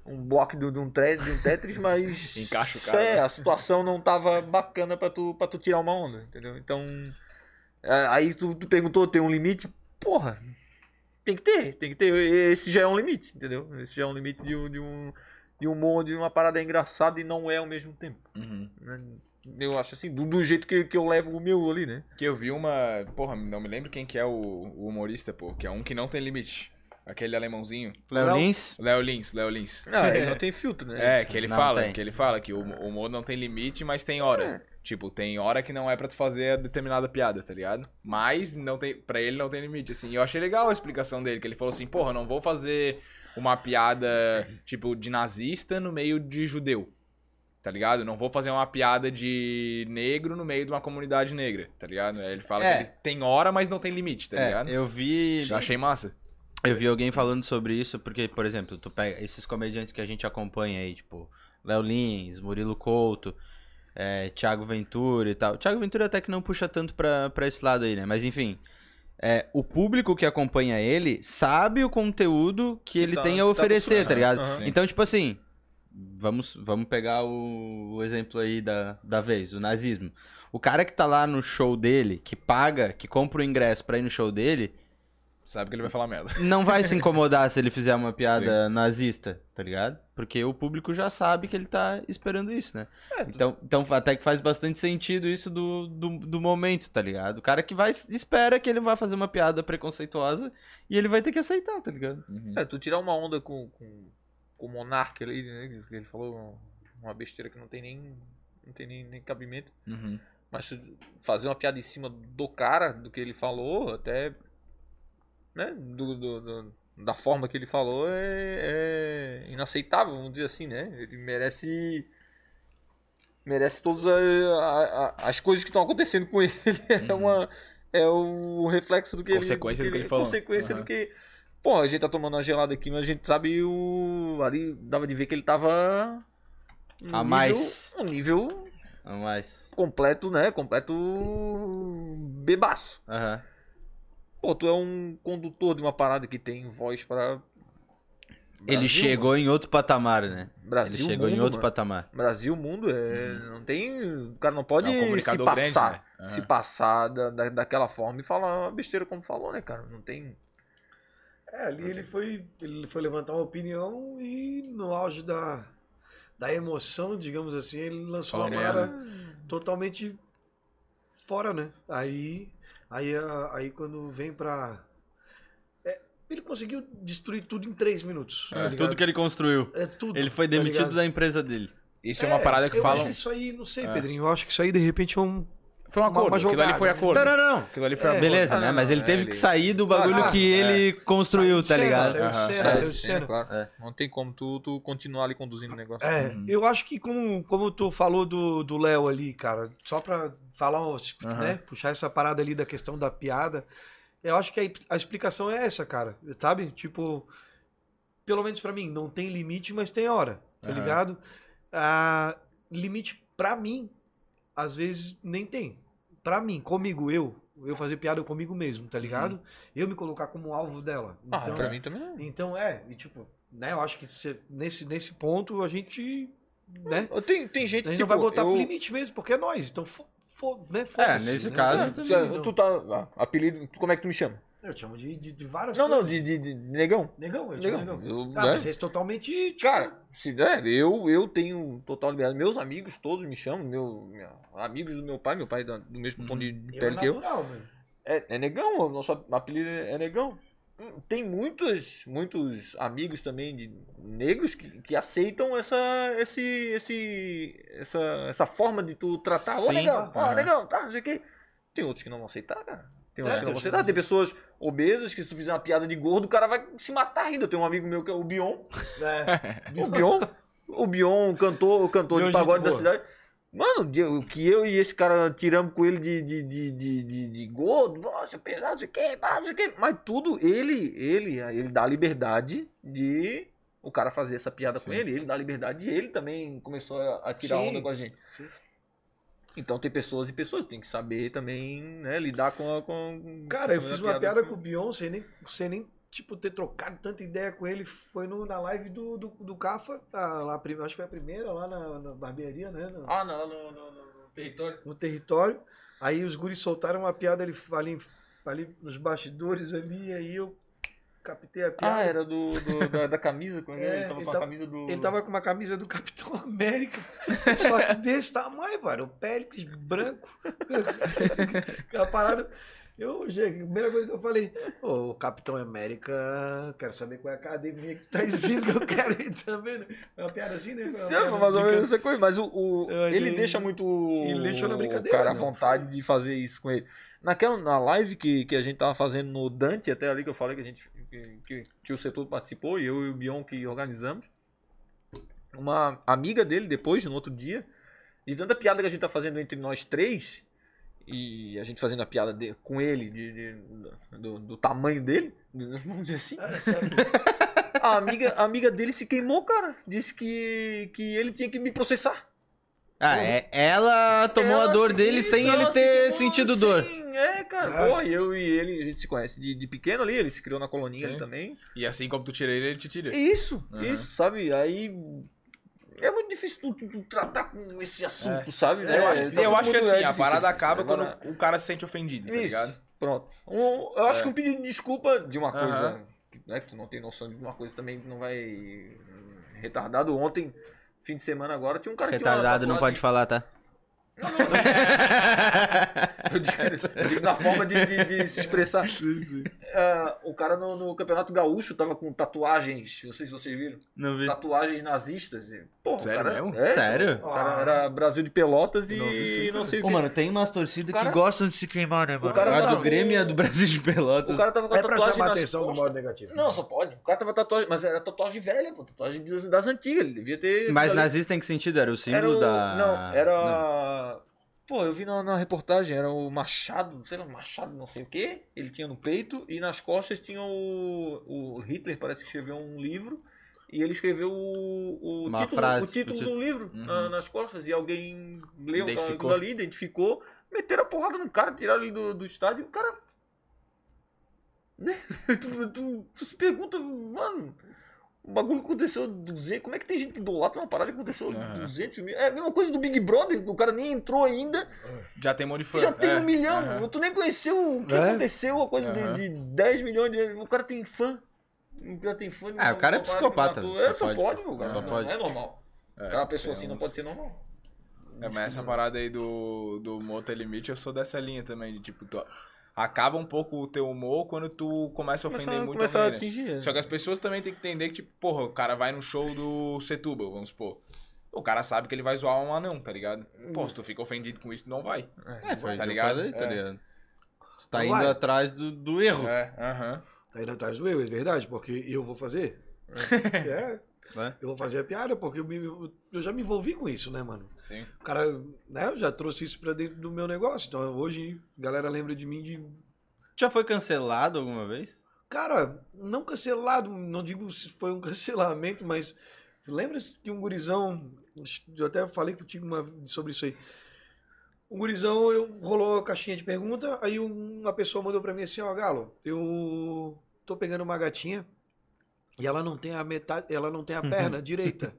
S1: um bloco de, de um tre- de um Tetris, mas
S4: Encaixa o cara. né?
S1: é, a situação não tava bacana pra tu, pra tu tirar uma onda, entendeu? Então. é, Aí tu, tu perguntou, tem um limite? Porra, tem que ter, tem que ter. Esse já é um limite, entendeu? Esse já é um limite de um. De um de um monte, de uma parada engraçada e não é ao mesmo tempo.
S4: Uhum.
S1: né? Eu acho assim, do, do jeito que, que eu levo o meu ali, né?
S4: Que eu vi uma. Porra, não me lembro quem que é o, o humorista, pô. Que é um que não tem limite. Aquele alemãozinho.
S2: Léo Lins?
S4: Léo Lins, Léo Lins.
S1: Não, ele não tem filtro, né?
S4: É, que ele
S2: Não
S4: fala,
S2: tem.
S4: que ele fala que o o humor não tem limite, mas tem hora. Tipo, tem hora que não é pra tu fazer a determinada piada, tá ligado? Mas não tem, para ele não tem limite, assim. Eu achei legal a explicação dele, que ele falou assim: "Porra, eu não vou fazer uma piada tipo de nazista no meio de judeu". Tá ligado? Não vou fazer uma piada de negro no meio de uma comunidade negra, tá ligado? Aí Ele fala
S2: É.
S4: que ele tem hora, mas não tem limite, tá ligado?
S2: É, eu vi.
S4: Eu achei massa.
S2: Eu vi alguém falando sobre isso, porque, por exemplo, tu pega esses comediantes que a gente acompanha aí, tipo, Léo Lins, Murilo Couto, é, Thiago Ventura e tal. Thiago Ventura até que não puxa tanto pra, pra esse lado aí, né? Mas enfim. é, o público que acompanha ele sabe o conteúdo que ele
S1: tá-
S2: tem a
S1: tá
S2: oferecer,
S1: acostumado.
S2: tá ligado?
S1: Aham.
S2: Então, tipo assim, vamos, vamos pegar o, o exemplo aí da, da vez, o nazismo. O cara que tá lá no show dele, que paga, que compra o ingresso pra ir no show dele,
S4: Sabe que ele vai falar merda.
S2: não vai se incomodar se ele fizer uma piada nazista, tá ligado? Porque o público já sabe que ele tá esperando isso, né?
S1: é,
S2: Então, então até que faz bastante sentido isso do, do, do momento, tá ligado? O cara que vai espera que ele vai fazer uma piada preconceituosa e ele vai ter que aceitar, tá ligado?
S4: Uhum.
S1: É, tu tirar uma onda com, com, com o Monark ali, né? que Ele falou uma besteira que não tem nem. Não tem nem, nem cabimento.
S4: Uhum.
S1: Mas tu fazer uma piada em cima do cara, do que ele falou, até. Né? Do, do- do- da forma que ele falou é, é inaceitável, vamos dizer assim, né? Ele merece. Merece todas a- a- a- as coisas que estão acontecendo com ele. É, uma, é o reflexo do que
S4: Uhum. Consequência do
S1: ele.
S4: que ele falou. Uhum.
S1: Consequência
S4: Aham.
S1: do que. Pô, a gente tá tomando uma gelada aqui, mas a gente sabe o. Ali dava de ver que ele tava. um
S11: A mais.
S1: nível- Um nível
S3: Ah,
S11: Não mais.
S1: completo, né? Completo. bebaço.
S11: Aham.
S1: Pô, tu é um condutor de uma parada que tem voz pra.
S11: Ele
S1: Brasil,
S11: chegou em outro patamar, né?
S1: mano. Brasil,
S11: ele chegou em
S1: mundo,
S11: outro
S1: mano.
S3: Tá
S11: patamar.
S1: Brasil, mundo, é. Não tem. O cara não pode
S4: É um
S1: se
S4: comunicador grande,
S1: passar.
S4: né? Aham.
S1: Se passar da, da- daquela forma e falar uma besteira como falou, né, cara? Não tem.
S3: É, ali ele foi, ele foi levantar uma opinião e no auge da, da emoção, digamos assim, ele lançou
S4: Falou
S3: uma
S4: merda.
S3: mara totalmente fora, né? Aí, aí, a- aí quando vem pra... É, ele conseguiu destruir tudo em três minutos, tá ligado?
S11: Tudo que ele construiu.
S3: É tudo,
S11: Ele foi
S3: tá
S11: demitido
S3: ligado?
S11: da empresa dele.
S4: Isso é, uma parada que
S3: eu
S4: falam.
S3: Acho que isso aí, não sei, Pedrinho, eu acho que isso aí de repente é um...
S4: Foi um
S3: uma-
S4: acordo.
S3: uma
S4: Aquilo ali
S3: jogada.
S4: foi acordo.
S11: Não, não, não. não.
S4: Aquilo ali foi acordo.
S11: Beleza,
S1: não,
S11: né?
S1: não,
S11: Mas ele
S1: é,
S11: teve
S1: ele-
S11: que sair do bagulho
S3: Ah,
S11: que ele construiu, tá
S3: Saiu de cena,
S11: ligado?
S3: Saiu de
S4: Aham,
S3: cena,
S11: é,
S3: saiu de
S1: Sim,
S3: cena.
S1: claro.
S11: É.
S1: Não tem como tu, tu continuar ali conduzindo o negócio.
S3: É,
S11: Uhum.
S3: eu acho que como, como tu falou do do Léo ali, cara, só pra falar, um- né, puxar essa parada ali da questão da piada, eu acho que a, a explicação é essa, cara, sabe? Tipo, pelo menos pra mim, não tem limite, mas tem hora, tá
S4: Aham.
S3: ligado? Ah, limite pra mim, às vezes nem tem. Pra mim, comigo, eu, eu fazer piada comigo mesmo, tá ligado?
S11: Uhum.
S3: Eu me colocar como alvo dela.
S1: Ah,
S3: Então,
S1: pra mim também não.
S3: então é, e tipo, né, eu acho que se- nesse, nesse ponto a gente, né,
S1: Eu- Tem, tem gente
S3: a gente
S1: tipo,
S3: não vai botar
S1: eu- É,
S3: limite mesmo, porque é nós, então fo, fo- né, foda-se,
S11: nesse
S3: né,
S11: caso,
S3: sabe?
S1: Se- Tu tá. ah, apelido. tu- Como é que tu me chama?
S3: Eu te chamo de, de, de várias
S1: Não, não,
S3: coisas.
S1: de, de- de negão.
S3: Negão, eu te chamo
S1: Negão.
S3: de negão.
S1: Eu-
S3: Ah,
S1: né?
S3: mas vocês totalmente, tipo,
S1: Cara, se der, eu, eu tenho total liberdade. Meus amigos todos me chamam, meu, minha- amigos do meu pai, meu pai da- do mesmo tom de de
S3: eu é
S1: pele que eu.
S3: natural, mano.
S1: É, é negão, o nosso apelido é é negão. Hum, Tem muitos, muitos amigos também de negros que, que aceitam essa, esse, esse, essa, essa forma de tu tratar. Ô,
S4: Sim,
S1: negão, ó,
S4: aham.
S1: negão, tá, não sei o quê. Tem outros que não vão aceitar, cara. Tem outros
S3: É,
S1: que não vão
S3: tem outros que
S1: aceitar.
S3: não
S1: Tem pessoas obesas que se tu fizer uma piada de gordo, o cara vai se matar ainda. Tem um amigo meu que é o Bion.
S3: É,
S1: O Bion, o Bion, cantor, cantor
S3: Bion, é
S1: de pagode
S3: gente
S1: da
S3: boa.
S1: cidade. Mano, de- o que eu e esse cara tiramos com ele de, de, de, de, de, de gordo, nossa, pesado, não sei o que, pá, não sei o que. Mas tudo ele, ele, ele dá a liberdade de o cara fazer essa piada com
S4: Sim.
S1: ele, ele dá a liberdade e ele também começou a, a tirar
S3: Sim,
S1: onda com a gente.
S3: sim.
S1: Então tem pessoas e pessoas, tem que saber também, né, lidar com a. Com,
S3: Cara, eu
S1: com
S3: fiz
S1: a
S3: uma piada com o Bion, sem nem, sem nem, tipo, ter trocado tanta ideia com ele, foi no, na live do, do, do Cafa, a, lá, a prim- acho que foi a primeira, lá na, na barbearia, né, na-
S1: Ah, não, no, no, no, no território.
S3: no território. Aí os guris soltaram uma piada ali, ali, ali nos bastidores ali, aí eu captei a piada.
S1: Ah, era do, do- da, da camisa, como é, que é? ele
S3: É,
S1: tava
S3: ele
S1: com a
S3: tava-
S1: camisa do.
S3: Ele tava com uma camisa do Capitão América, só que desse tamanho, mano, o Pélix branco. Aquela parada. Eu cheguei, a primeira coisa que eu falei, ô Capitão América, quero saber qual é a academia que tá dizendo que eu quero ir também. né? É uma piada assim, né? Foi uma
S1: Sim,
S3: piada
S1: mais ou
S3: brincando.
S1: menos essa coisa, é, mas o, o-
S3: Eu
S1: ele
S3: achei-
S1: deixa muito
S3: ele deixou na
S1: o
S3: brincadeira,
S1: cara à
S3: né?
S1: vontade de fazer isso com ele. Naquela na live que, que a gente tava fazendo no Dante, até ali que eu falei que a gente que, que, que o setor participou, e eu e o Bion que organizamos, uma amiga dele depois, no outro dia, de tanta piada que a gente tá fazendo entre nós três, e a gente fazendo a piada de- com ele, de- de- do, do tamanho dele, vamos dizer assim, a amiga, a amiga dele se queimou, cara. Disse que, que ele tinha que me processar.
S11: Ah, é, ela tomou a
S1: Ela
S11: dor
S1: se-
S11: dele
S1: isso,
S11: sem
S1: ela
S11: ele
S1: se
S11: ter
S1: queimou,
S11: sentido
S1: sim,
S11: dor.
S1: É, cara. Pô, e eu e ele, a gente se conhece de, de pequeno ali, ele se criou na coloninha
S4: Sim.
S1: ali também.
S4: E assim como tu tira ele, ele te tira.
S1: Isso,
S4: Uhum.
S1: isso, sabe? Aí. É muito difícil tu, tu- tu tratar com esse assunto, sabe? né?
S4: É. eu acho,
S1: Tá
S4: eu
S1: todo
S4: acho que
S1: mundo-
S4: assim,
S1: é
S4: a
S1: difícil.
S4: parada acaba
S1: Agora-
S4: quando o cara se sente ofendido, tá
S1: Isso.
S4: ligado?
S1: Pronto. Um- eu acho
S4: É.
S1: que um pedido de desculpa de uma
S4: Aham.
S1: coisa que, né, que tu não tem noção de uma coisa também que não vai. hum, Retardado ontem, fim de semana agora, tinha um cara que tinha uma
S11: Retardado, não pode
S1: tatuagem-
S11: falar, tá?
S1: Eu digo- eu digo na forma de, de- de se expressar. Ah, o cara no, no Campeonato Gaúcho tava com tatuagens, não sei se vocês viram,
S11: Não vi.
S1: tatuagens nazistas. E, Porra, o
S4: Sério
S1: cara,
S4: mesmo?
S1: é,
S11: Sério?
S1: O cara
S3: Ah.
S1: era Brasil de Pelotas e não, sei o
S11: Ô,
S1: que.
S11: mano, tem umas torcidas
S1: O cara-
S11: que gostam de se queimar, né, mano?
S1: cara
S11: a
S1: tá-
S11: do Grêmio e a do Brasil de
S1: O
S11: Pelotas.
S1: cara tava com a
S3: É pra
S1: tatuagem
S3: chamar
S1: nas
S3: atenção do
S1: costas.
S3: modo negativo.
S1: Não, só pode. O cara tava tatuagem, mas era tatuagem velha, pô, tatuagem das, das antigas. Ele devia ter.
S11: Mas
S1: ali-
S11: nazista em que sentido? Era o símbolo
S1: era o-
S11: da...
S1: Não, era. Pô, eu vi na, na reportagem, era o Machado, sei lá, Machado não sei o quê, ele tinha no peito e nas costas tinha o. O Hitler parece que escreveu um livro e ele escreveu o, o
S11: Uma
S1: título,
S11: frase,
S1: o título
S11: o
S1: de um livro
S4: Uhum.
S1: na- nas costas e alguém leu ah,
S4: Identificou.
S1: aquilo ali, identificou, meteram a porrada no cara, tiraram ele do, do estádio e o cara. Né? Tu, tu- tu se pergunta, mano. O bagulho aconteceu 200. Como é que tem gente que idolatra uma parada que aconteceu
S4: Aham.
S1: 200 mil? É a mesma coisa do Big Brother, o cara nem entrou ainda
S4: Já tem money fã.
S1: já tem
S4: É,
S1: um milhão.
S4: aham.
S1: Tu nem conheceu o que
S3: É.
S1: aconteceu, a coisa de-
S4: Aham.
S1: de, 10 milhões de O cara tem fã. O cara tem fã. de
S11: Ah, o cara é
S1: uma parada que
S11: psicopata,
S1: matou.
S11: só
S1: É, só
S11: pode.
S1: pode, meu cara.
S11: Só
S1: Não,
S11: pode.
S1: não é normal.
S4: É,
S1: Aquela pessoa
S4: tem
S1: assim não
S4: uns-
S1: pode ser normal.
S4: É, mas essa parada aí do, do humor tem limite, eu sou dessa linha também, de tipo, tu acaba um pouco o teu humor quando tu começa a ofender
S1: Começa-
S4: muito
S1: começa a
S4: alguém, né?
S1: atingir.
S4: Só que as pessoas também têm que entender que, tipo, porra, o cara vai no show do Setúbal, vamos supor. O cara sabe que ele vai zoar um anão, tá ligado? Pô, se tu fica ofendido com isso, tu não vai.
S11: É, foi
S4: Tá
S11: tá ligado?
S4: ligado?
S11: Falei, tá
S4: É.
S11: ligado? Tu tá
S3: Não
S11: indo
S3: vai.
S11: atrás do, do erro.
S4: É, aham.
S3: Tá indo atrás do eu, é verdade, porque eu vou fazer. É.
S11: Né?
S3: Eu vou fazer a piada, porque eu, me- eu já me envolvi com isso, né, mano?
S4: Sim.
S3: O cara, né, eu já trouxe isso pra dentro do meu negócio. Então hoje a galera lembra de mim de
S11: Já foi cancelado alguma vez?
S3: Cara, não cancelado, não digo se foi um cancelamento, mas lembra-se que um gurizão, eu até falei contigo uma, sobre isso aí. Um gurizão eu, rolou a caixinha de pergunta, aí um- uma pessoa mandou pra mim assim, ó, Galo, eu tô pegando uma gatinha e ela não tem a metade, ela não tem a perna direita.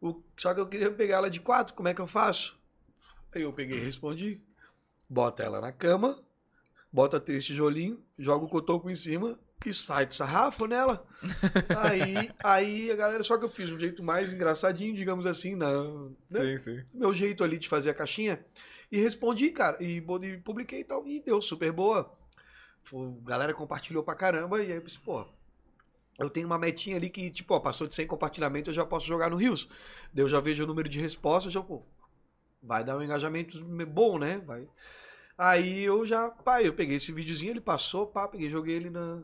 S3: O- só que eu queria pegar ela de quatro, como é que eu faço? Aí eu peguei e respondi. Bota ela na cama, bota três tijolinhos, joga o cotoco em cima e sai de sarrafo nela. aí, aí a galera, só que eu fiz um jeito mais engraçadinho, digamos assim, na, né,
S4: Sim, sim.
S3: meu jeito ali de fazer a caixinha. E respondi, cara, e, bo- e publiquei e tal, e deu super boa. Foi- galera compartilhou pra caramba, e aí eu pensei, pô, eu tenho uma metinha ali que, tipo, ó, passou de 100 compartilhamentos, eu já posso jogar no Rios. Daí eu já vejo o número de respostas, já, pô, vai dar um engajamento bom, né? Vai. Aí eu já, pai, eu peguei esse videozinho, ele passou, pá, peguei, joguei ele na,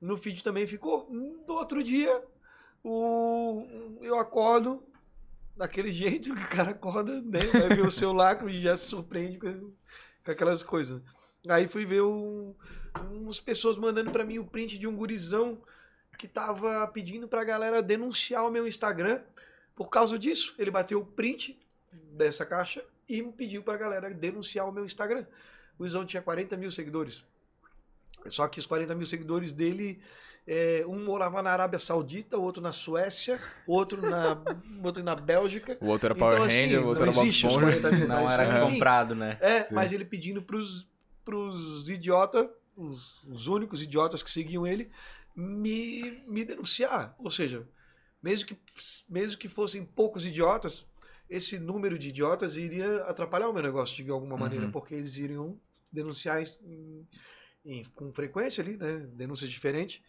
S3: no feed também, ficou. No outro dia, o, eu acordo, daquele jeito que o cara acorda, né? Vai ver o celular e já se surpreende com, com aquelas coisas. Aí fui ver um, umas pessoas mandando pra mim o print de um gurizão que tava pedindo pra galera denunciar o meu Instagram. Por causa disso, ele bateu o print dessa caixa e me pediu pra galera denunciar o meu Instagram. O gurizão tinha 40 mil seguidores. Só que os 40 mil seguidores dele, é, um morava na Arábia Saudita, o outro na Suécia, outro na, outro na Bélgica.
S4: O outro era Power Ranger, o outro
S3: Então, assim, não existe
S4: era Bob
S3: os
S4: Esponja.
S3: 40 mil,
S11: Não
S3: mas,
S11: era
S3: enfim,
S11: comprado, né?
S3: É, mas ele pedindo pros, pros idiotas, os, os únicos idiotas que seguiam ele, me, me denunciar. Ou seja, mesmo que, mesmo que fossem poucos idiotas, esse número de idiotas iria atrapalhar o meu negócio de alguma maneira,
S4: Uhum.
S3: porque eles iriam denunciar em- em- com frequência ali, né? Denúncias diferentes.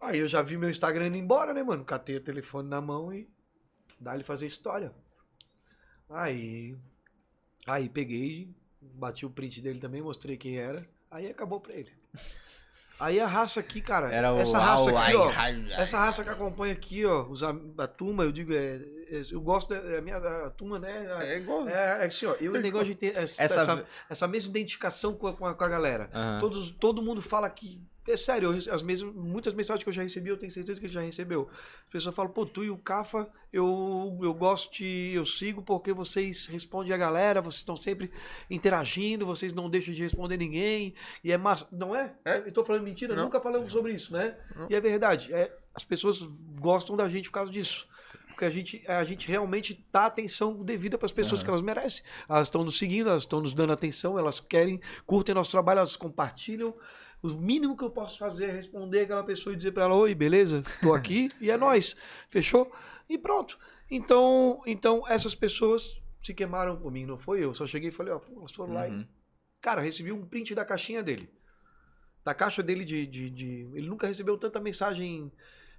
S3: Aí eu já vi meu Instagram indo embora, né, mano? Catei o telefone na mão e dá-lhe fazer história. Aí. Aí peguei, bati o print dele também, mostrei quem era. Aí acabou pra ele. Aí a raça aqui, cara.
S11: Era o
S3: essa raça
S11: Au-
S3: aqui,
S11: Ai-
S3: ó.
S11: Ai- Ai-
S3: Essa raça que acompanha aqui, ó, os, am- a turma, eu digo, é, é- eu gosto da é a minha a turma, né?
S1: É igual.
S3: É, é assim, ó, eu o negócio de ter essa,
S11: Essa-
S3: essa, essa mesma identificação com a, com a- com a galera.
S11: Aham.
S3: Todos, todo mundo fala que. É sério, eu rece- as mesmas, muitas mensagens que eu já recebi, eu tenho certeza que ele já recebeu. As pessoas falam, pô, tu e o Cafa, eu, eu gosto de. Eu sigo porque vocês respondem a galera, vocês estão sempre interagindo, vocês não deixam de responder ninguém. E é massa. Não é?
S1: É.
S3: Eu tô falando mentira,
S1: Não.
S3: nunca falamos sobre isso, né?
S1: Não.
S3: E é verdade. é- as pessoas gostam da gente por causa disso. Porque a gente, a gente realmente dá atenção devida para as pessoas que elas merecem. Elas estão nos seguindo, elas estão nos dando atenção, elas querem, curtem nosso trabalho, elas compartilham. O mínimo que eu posso fazer é responder aquela pessoa e dizer para ela: Oi, beleza? Tô aqui e é nóis. Fechou? E pronto. Então, então essas pessoas se queimaram por mim, não foi eu. Só cheguei e falei: Ó, pô, elas foram lá e
S4: Uhum.
S3: Cara, recebi um print da caixinha dele. Da caixa dele de. de- de- Ele nunca recebeu tanta mensagem,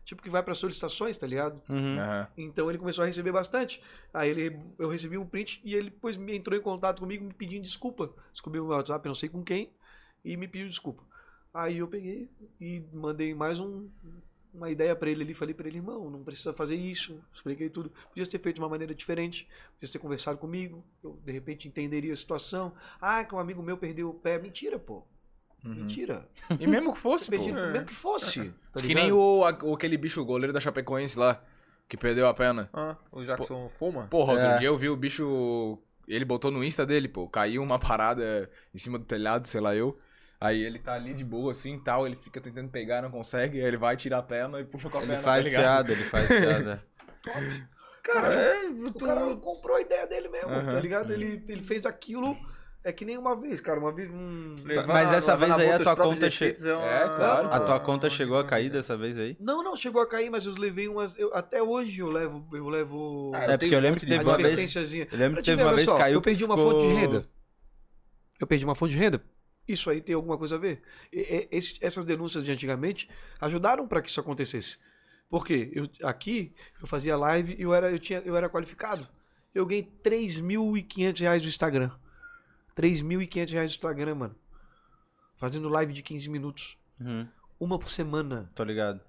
S3: tipo, que vai para solicitações, tá ligado?
S4: Aham.
S3: Então ele começou a receber bastante. Aí ele, eu recebi um print e ele depois me entrou em contato comigo me pedindo desculpa. Descobriu o meu WhatsApp, não sei com quem, e me pediu desculpa. Aí eu peguei e mandei mais um, uma ideia pra ele ali, falei pra ele, irmão, não precisa fazer isso, expliquei tudo. Podia ter feito de uma maneira diferente, podia ter conversado comigo, eu de repente entenderia a situação. Ah, que um amigo meu perdeu o pé. Mentira, pô. Mentira.
S4: E mesmo que Uhum. fosse, pô. É.
S3: Perdi, mesmo que fosse. tá
S4: que nem
S3: ligado?
S4: o, a- o- aquele bicho, o goleiro da Chapecoense lá, que perdeu a perna.
S1: Ah, o Jackson Foma?
S4: Porra,
S11: É.
S4: outro dia eu vi o bicho. Ele botou no Insta dele, pô. Caiu uma parada em cima do telhado, sei lá eu. Aí ele tá ali de boa, assim e tal. Ele fica tentando pegar, não consegue. Aí ele vai tirar a perna e puxa com a
S11: Ele
S3: é
S4: perna.
S11: faz
S4: tá ligado?
S11: piada, ele faz piada.
S1: Cara, é,
S3: O cara comprou a ideia dele mesmo, tá
S4: Aham.
S3: ligado? Ele, ele fez aquilo, é que nem uma vez, cara. Uma vez um.
S1: levar-
S11: Tá, mas essa
S1: levar
S11: vez
S1: na
S11: aí a
S1: boca
S11: tua
S1: os próprios
S11: conta che-
S1: defeitos É, uma-
S4: É, claro.
S11: A tua conta
S1: uma-
S11: chegou a cair dessa vez aí?
S3: Não, não, chegou a cair, mas eu levei umas. eu- até hoje eu levo. Eu levo
S1: Ah,
S11: É porque eu
S1: tenho
S11: lembro que
S1: um monte de
S11: teve uma vez.
S3: advertênciazinha.
S11: Eu lembro
S3: Pra
S11: que
S3: te
S11: teve
S3: ver,
S11: uma
S3: olha
S11: vez
S3: só,
S11: que caiu.
S3: Eu perdi
S11: que
S3: uma
S11: ficou-
S3: fonte de renda. Eu perdi uma fonte de renda. Isso aí tem alguma coisa a ver. E- e- esse- essas denúncias de antigamente ajudaram para que isso acontecesse. Porque eu, aqui eu fazia live e eu era, eu, tinha, eu era qualificado. Eu ganhei 3.500 reais do Instagram. 3.500 reais do Instagram, mano. Fazendo live de 15 minutos.
S11: Uhum,
S3: Uma por semana.
S11: tô ligado.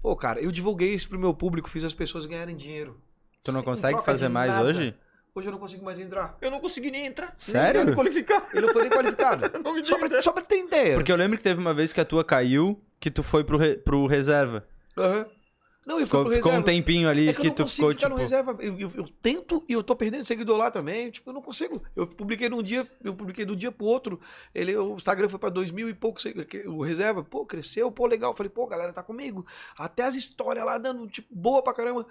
S3: Pô, cara, eu divulguei isso pro meu público, fiz as pessoas ganharem dinheiro.
S11: Tu não
S3: Sem
S11: consegue
S3: troca
S11: fazer
S3: de
S11: mais
S3: nada.
S11: hoje?
S3: Hoje eu não consigo mais entrar.
S1: Eu não consegui nem entrar.
S11: Sério?
S1: Nem me qualificar.
S3: Ele não foi nem qualificado.
S1: Não me
S3: Só
S1: diga.
S3: pra, só pra ter ideia.
S11: Porque eu lembro que teve uma vez que a tua caiu, que tu foi pro, re- pro reserva.
S3: Aham. Não, eu fui
S11: Ficou,
S3: pro
S11: ficou
S3: reserva.
S11: um tempinho ali
S3: é que,
S11: que,
S3: eu não
S11: tu
S3: consigo
S11: ficou
S3: ficar
S11: tipo.
S3: no reserva. Eu, eu- eu tento e eu tô perdendo seguidor lá também. Tipo, eu não consigo. Eu publiquei num dia, eu publiquei do dia pro outro. Ele, o Instagram foi pra dois mil e pouco. segu- que- O reserva, pô, cresceu, pô, legal. Eu Falei, pô, a galera tá comigo. Até as histórias lá dando, tipo, boa pra caramba.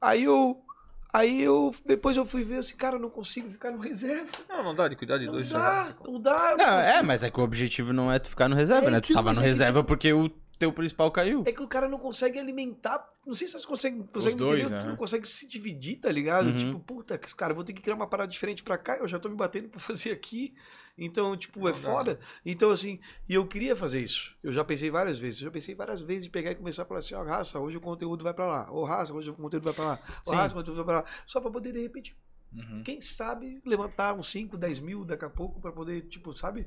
S3: Aí eu. Aí eu. Depois eu fui ver assim, cara, eu não consigo ficar no reserva.
S1: Não, não dá de cuidar de
S3: Não
S1: dois.
S3: dá, não dá. eu não
S11: Não,
S3: consigo.
S11: é, mas é que o objetivo não é tu ficar no reserva,
S3: É,
S11: né? Tu
S3: então,
S11: tava
S3: mas
S11: no
S3: é que,
S11: reserva porque o teu principal caiu.
S3: É que o cara não consegue alimentar. Não sei se vocês conseguem, conseguem
S4: dois,
S3: entender,
S4: né?
S3: não consegue se dividir, tá ligado?
S11: Uhum.
S3: Tipo, puta, cara, eu vou ter que criar uma parada diferente pra cá, eu já tô me batendo pra fazer aqui. Então, tipo, é
S1: Não dá.
S3: foda. Então, assim, e eu queria fazer isso. Eu já pensei várias vezes. Eu já pensei várias vezes de pegar e começar a falar assim, ó, raça, hoje o conteúdo vai pra lá. Ô, raça, hoje o conteúdo vai pra lá. Ô,
S11: Sim.
S3: raça, o conteúdo vai pra lá. Só pra poder, de repente,
S4: Uhum.
S3: quem sabe, levantar uns 5, 10 mil daqui a pouco pra poder, tipo, sabe?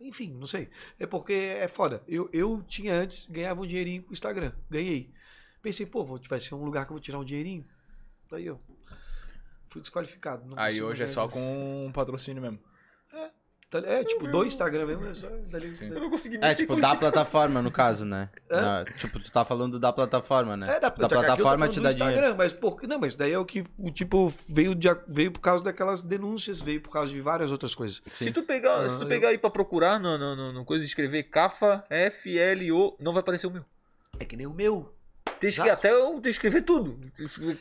S3: Enfim, não sei. É porque é foda. Eu, eu tinha antes, ganhava um dinheirinho com o Instagram. Ganhei. Pensei, pô, vou, vai ser um lugar que eu vou tirar um dinheirinho. Daí eu fui desqualificado. não
S4: Aí
S3: consigo
S4: hoje é
S3: ganhar
S4: só com um patrocínio mesmo.
S3: dinheiro. É, tipo, do Instagram mesmo. É, só, dali-
S4: Sim.
S1: Eu não consegui nem
S11: É, tipo, da plataforma, no caso, né?
S3: Hã?
S11: Na- tipo, tu tá falando da plataforma, né?
S3: É,
S11: Tipo, da
S3: aqui eu tô
S11: plataforma
S3: falando
S11: te
S3: do
S11: dá
S3: Instagram,
S11: dinheiro.
S3: Mas porque, não, mas daí é o que, o tipo, veio, de, veio por causa daquelas denúncias, veio por causa de várias outras coisas.
S1: Se tu pegar,
S3: Ah,
S1: se tu
S3: eu-
S1: pegar aí pra procurar no, no, no, no coisa e escrever CAFA FLO, não vai aparecer o meu.
S3: É que nem o meu.
S1: Tem que até eu escrever tudo.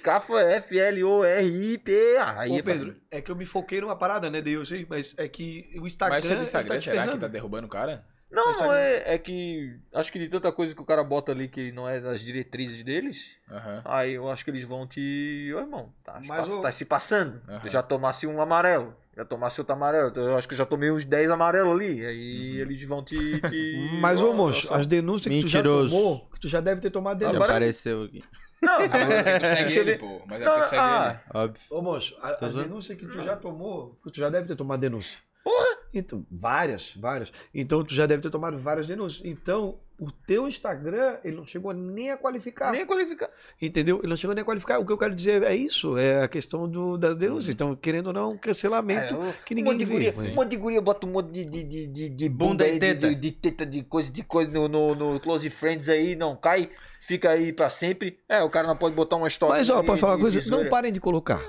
S1: CAFA F-L-O-R-I-P. Aí
S3: Ô, Pedro, é que eu me foquei numa parada, né, Deus? Sei, mas é que o Instagram.
S4: Mas sobre o Instagram,
S3: ele tá te
S4: será que
S3: ferrando.
S4: tá derrubando o cara?
S1: Não, não
S3: Instagram.
S1: é. É que. Acho que de tanta coisa que o cara bota ali que não é das diretrizes deles.
S4: Aham.
S1: Aí eu acho que eles vão te. Ô, irmão, tá,
S3: Mas
S1: pass-
S3: o-
S1: tá se passando.
S4: Aham.
S1: Eu já tomasse um amarelo. Já tomasse outro amarelo. Eu acho que eu já tomei uns 10 amarelos ali. Aí
S4: Uhum.
S1: eles vão te. te-
S3: Hum, Mas, ô
S1: Ó,
S3: monstro, as denúncias
S11: Mentiroso.
S3: que tu já tomou, que tu já deve ter tomado
S11: Que
S3: denúncia.
S1: Agora-
S11: apareceu aqui.
S1: Não,
S4: Ah, mas é que tu segue ele,
S1: escrever-
S4: pô. Mas é
S1: Não,
S4: que tu segue
S1: ah,
S4: ele.
S11: Óbvio.
S3: Ô, monstro, a- as
S11: zoando?
S3: denúncias que tu já tomou, que tu já deve ter tomado denúncia. Porra! Então, várias, várias. Então, tu já deve ter tomado várias denúncias. Então, o teu Instagram, ele não chegou nem a qualificar.
S1: Nem é qualificar.
S3: Entendeu? Ele não chegou nem a qualificar. O que eu quero dizer é isso, é a questão do, das denúncias. Então, querendo ou não, cancelamento.
S4: É,
S3: que ninguém
S1: um monte de
S3: deveria
S1: guria,
S3: fazer.
S1: um monte de guria bota um monte de, de, de, de, de
S11: Bunda e
S1: aí,
S11: teta.
S1: De, de teta, de coisa, de coisa no, no, no Close Friends aí, não cai, fica aí pra sempre. É, o cara não pode botar uma história.
S3: Mas, ó,
S1: de-
S3: posso falar uma
S1: de-
S3: coisa?
S1: de
S3: Não
S1: zoeira.
S3: parem de colocar.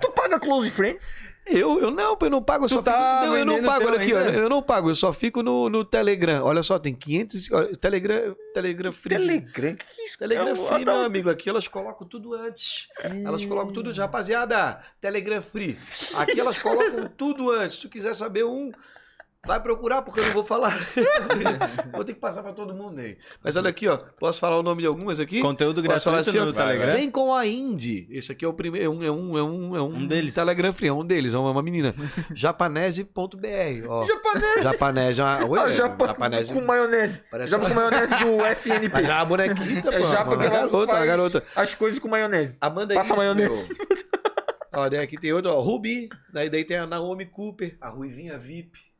S1: Tu paga Close Friends?
S3: Eu, eu não, eu não pago, eu
S11: Tu
S3: só
S11: tá
S3: fico. Não, eu não
S11: vendendo
S3: pago,
S11: teu
S3: olha aqui,
S11: ainda?
S3: olha, eu não pago, eu só fico no, no Telegram. Olha só, tem 500. ó, Telegram, Telegram Free.
S1: Telegram, que que isso?
S3: Telegram
S1: É
S11: um
S1: o-
S3: Free,
S1: ah,
S3: meu amigo, aqui elas colocam tudo antes. Elas colocam tudo antes. Rapaziada, Telegram Free. Aqui elas colocam tudo antes. Se tu quiser saber um, vai procurar, porque eu não vou falar. vou ter que passar pra todo mundo aí. Mas olha aqui, ó. Posso falar o nome de algumas aqui?
S11: Conteúdo
S3: Posso falar
S11: gratuito
S3: assim,
S11: no
S3: ó?
S4: Vai, vai.
S11: Telegram.
S3: Vem com a Indy. Esse aqui é o primeiro. É um, é um, é um, é um,
S11: Um deles.
S3: Telegram Free, é um deles, é uma, uma menina. Japanese.br. ó. Japanese. é uma- Oi,
S1: Ah,
S3: é,
S1: japa
S3: Japanese.
S1: com maionese.
S3: Parece
S1: Japa com maionese do FNP.
S3: Mas é uma bonequita, pô.
S1: É japa
S3: uma
S1: que ela
S3: garota, uma
S1: faz
S3: garota.
S1: As coisas com maionese.
S3: Amanda
S1: Passa
S3: Iris,
S1: maionese.
S3: meu. Ó, daí aqui tem outra, ó. Ruby. Daí, daí tem a Naomi Cooper, a Ruivinha VIP.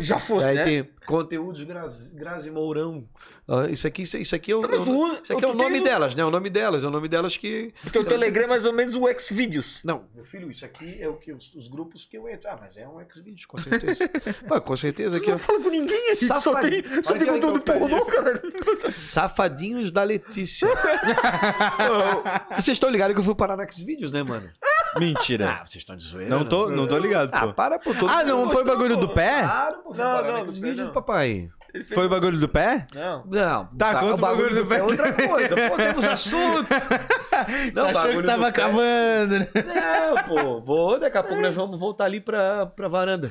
S1: Já fosse,
S3: Aí
S1: né?
S3: tem conteúdos Grazi, Grazi Mourão. Ah, Isso aqui, isso aqui é o,
S1: Mas
S3: é o-
S1: tu-
S3: isso aqui é
S1: tu
S3: o nome
S1: tens
S3: delas, né? O nome delas, é o nome delas que.
S1: O teu Telegram é mais ou menos o Xvideos.
S3: Não, meu filho, isso aqui é o que os, os grupos que eu entro. Ah, mas é um X-Video, com certeza. Pá, com certeza que
S1: Não fala com ninguém aqui, só
S3: Safari.
S1: tem, só
S3: Olha
S1: tem
S3: que
S1: conteúdo
S3: safadinho.
S1: pornô, cara.
S3: Safadinhos da Letícia. Ô, vocês estão ligados que eu fui parar no X-Videos, né, mano?
S11: Mentira.
S3: Ah, vocês estão de zoeira.
S11: Não tô, não tô ligado,
S3: Ah,
S11: pô.
S3: para, pô. todo
S11: Ah, não
S3: mundo
S11: foi o
S3: gostou,
S11: bagulho
S3: pô.
S11: do pé?
S3: Claro, pô.
S1: Não,
S3: Não,
S1: não,
S3: não,
S1: do pé
S3: X-Videos,
S1: não.
S3: papai.
S11: Foi o bagulho do pé?
S1: Não.
S3: Não,
S11: Tá, conta o bagulho do pé
S3: É outra coisa, pô, temos assunto. Tá Não,
S11: Tu achou
S3: bagulho
S11: que
S3: do
S11: tava
S3: pé-
S11: acabando, né?
S3: Não, pô, vou, daqui a pouco nós vamos voltar ali pra, pra varanda.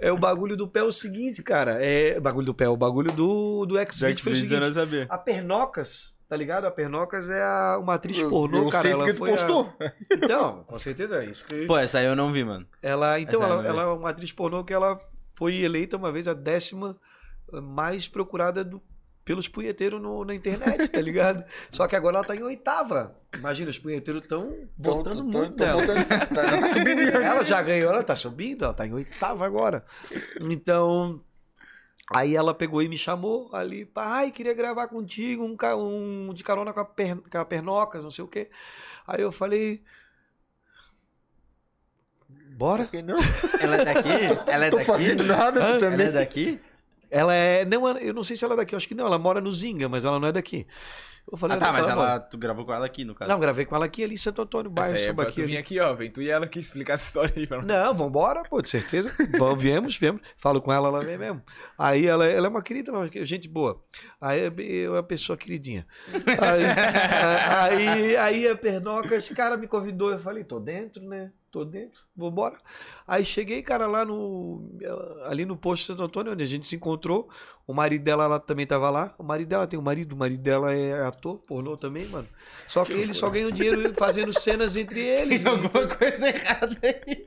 S3: É o bagulho do pé é o seguinte, cara, é o bagulho do pé, o bagulho do, do x foi o
S11: X-Videos eu não
S3: seguinte,
S11: sabia.
S3: a Pernocas, tá ligado? A Pernocas é a- uma atriz pornô,
S1: eu
S3: cara,
S1: sei
S3: ela
S1: porque tu
S3: foi a-
S1: postou.
S3: Então, com certeza é isso que...
S11: Pô, essa aí eu não vi, mano.
S3: Ela, então,
S11: Essa é a
S3: ela,
S11: maneira.
S3: ela é uma atriz pornô que ela foi eleita uma vez a décima eh, mais procurada do- pelos punheteiros no- na internet, tá ligado? Só que agora ela tá em oitava. Imagina, os punheteiros estão votando muito nela.
S1: Tá subindo de
S3: Ela já ganhou, ela tá subindo, ela tá em oitava agora. Então, aí ela pegou e me chamou ali, pá, ai, queria gravar contigo, um, ca- um de carona com a, per, com a Pernocas, não sei o quê. Aí eu falei, bora?
S1: Não,
S2: Ela é daqui? Ela é
S1: tô
S2: daqui?
S1: fazendo nada tu
S2: Ela
S1: também.
S2: é daqui?
S3: Ela é. Não, eu não sei se ela é daqui, eu acho que não. Ela mora no Zinga, mas ela não é daqui. Eu falei,
S11: Ah, tá,
S3: não,
S11: mas
S3: mora.
S11: ela, tu gravou com ela aqui, no caso.
S3: Não, gravei com ela aqui ali em Santo Antônio,
S4: Essa
S3: bairro
S4: aí é pra tu vir
S3: Sambaquia.
S4: aqui, ó. Vem tu e ela que explicar essa história aí pra nós.
S3: Não, vambora, pô, de certeza. Vamos, viemos, viemos. Falo com ela, ela vem mesmo. Aí ela, ela é uma querida, ela é uma gente boa. Aí é bem- é uma pessoa queridinha. Aí, aí, aí a Pernoca, esse cara me convidou, eu falei, tô dentro, né? Tô dentro, vambora. Aí cheguei, cara, lá no. Ali no posto de Santo Antônio, onde a gente se encontrou. O marido dela ela também tava lá. O marido dela tem um marido, o marido dela é ator, pornô também, mano. Só que, eles só ganham dinheiro fazendo cenas entre eles.
S11: Tem alguma coisa errada aí.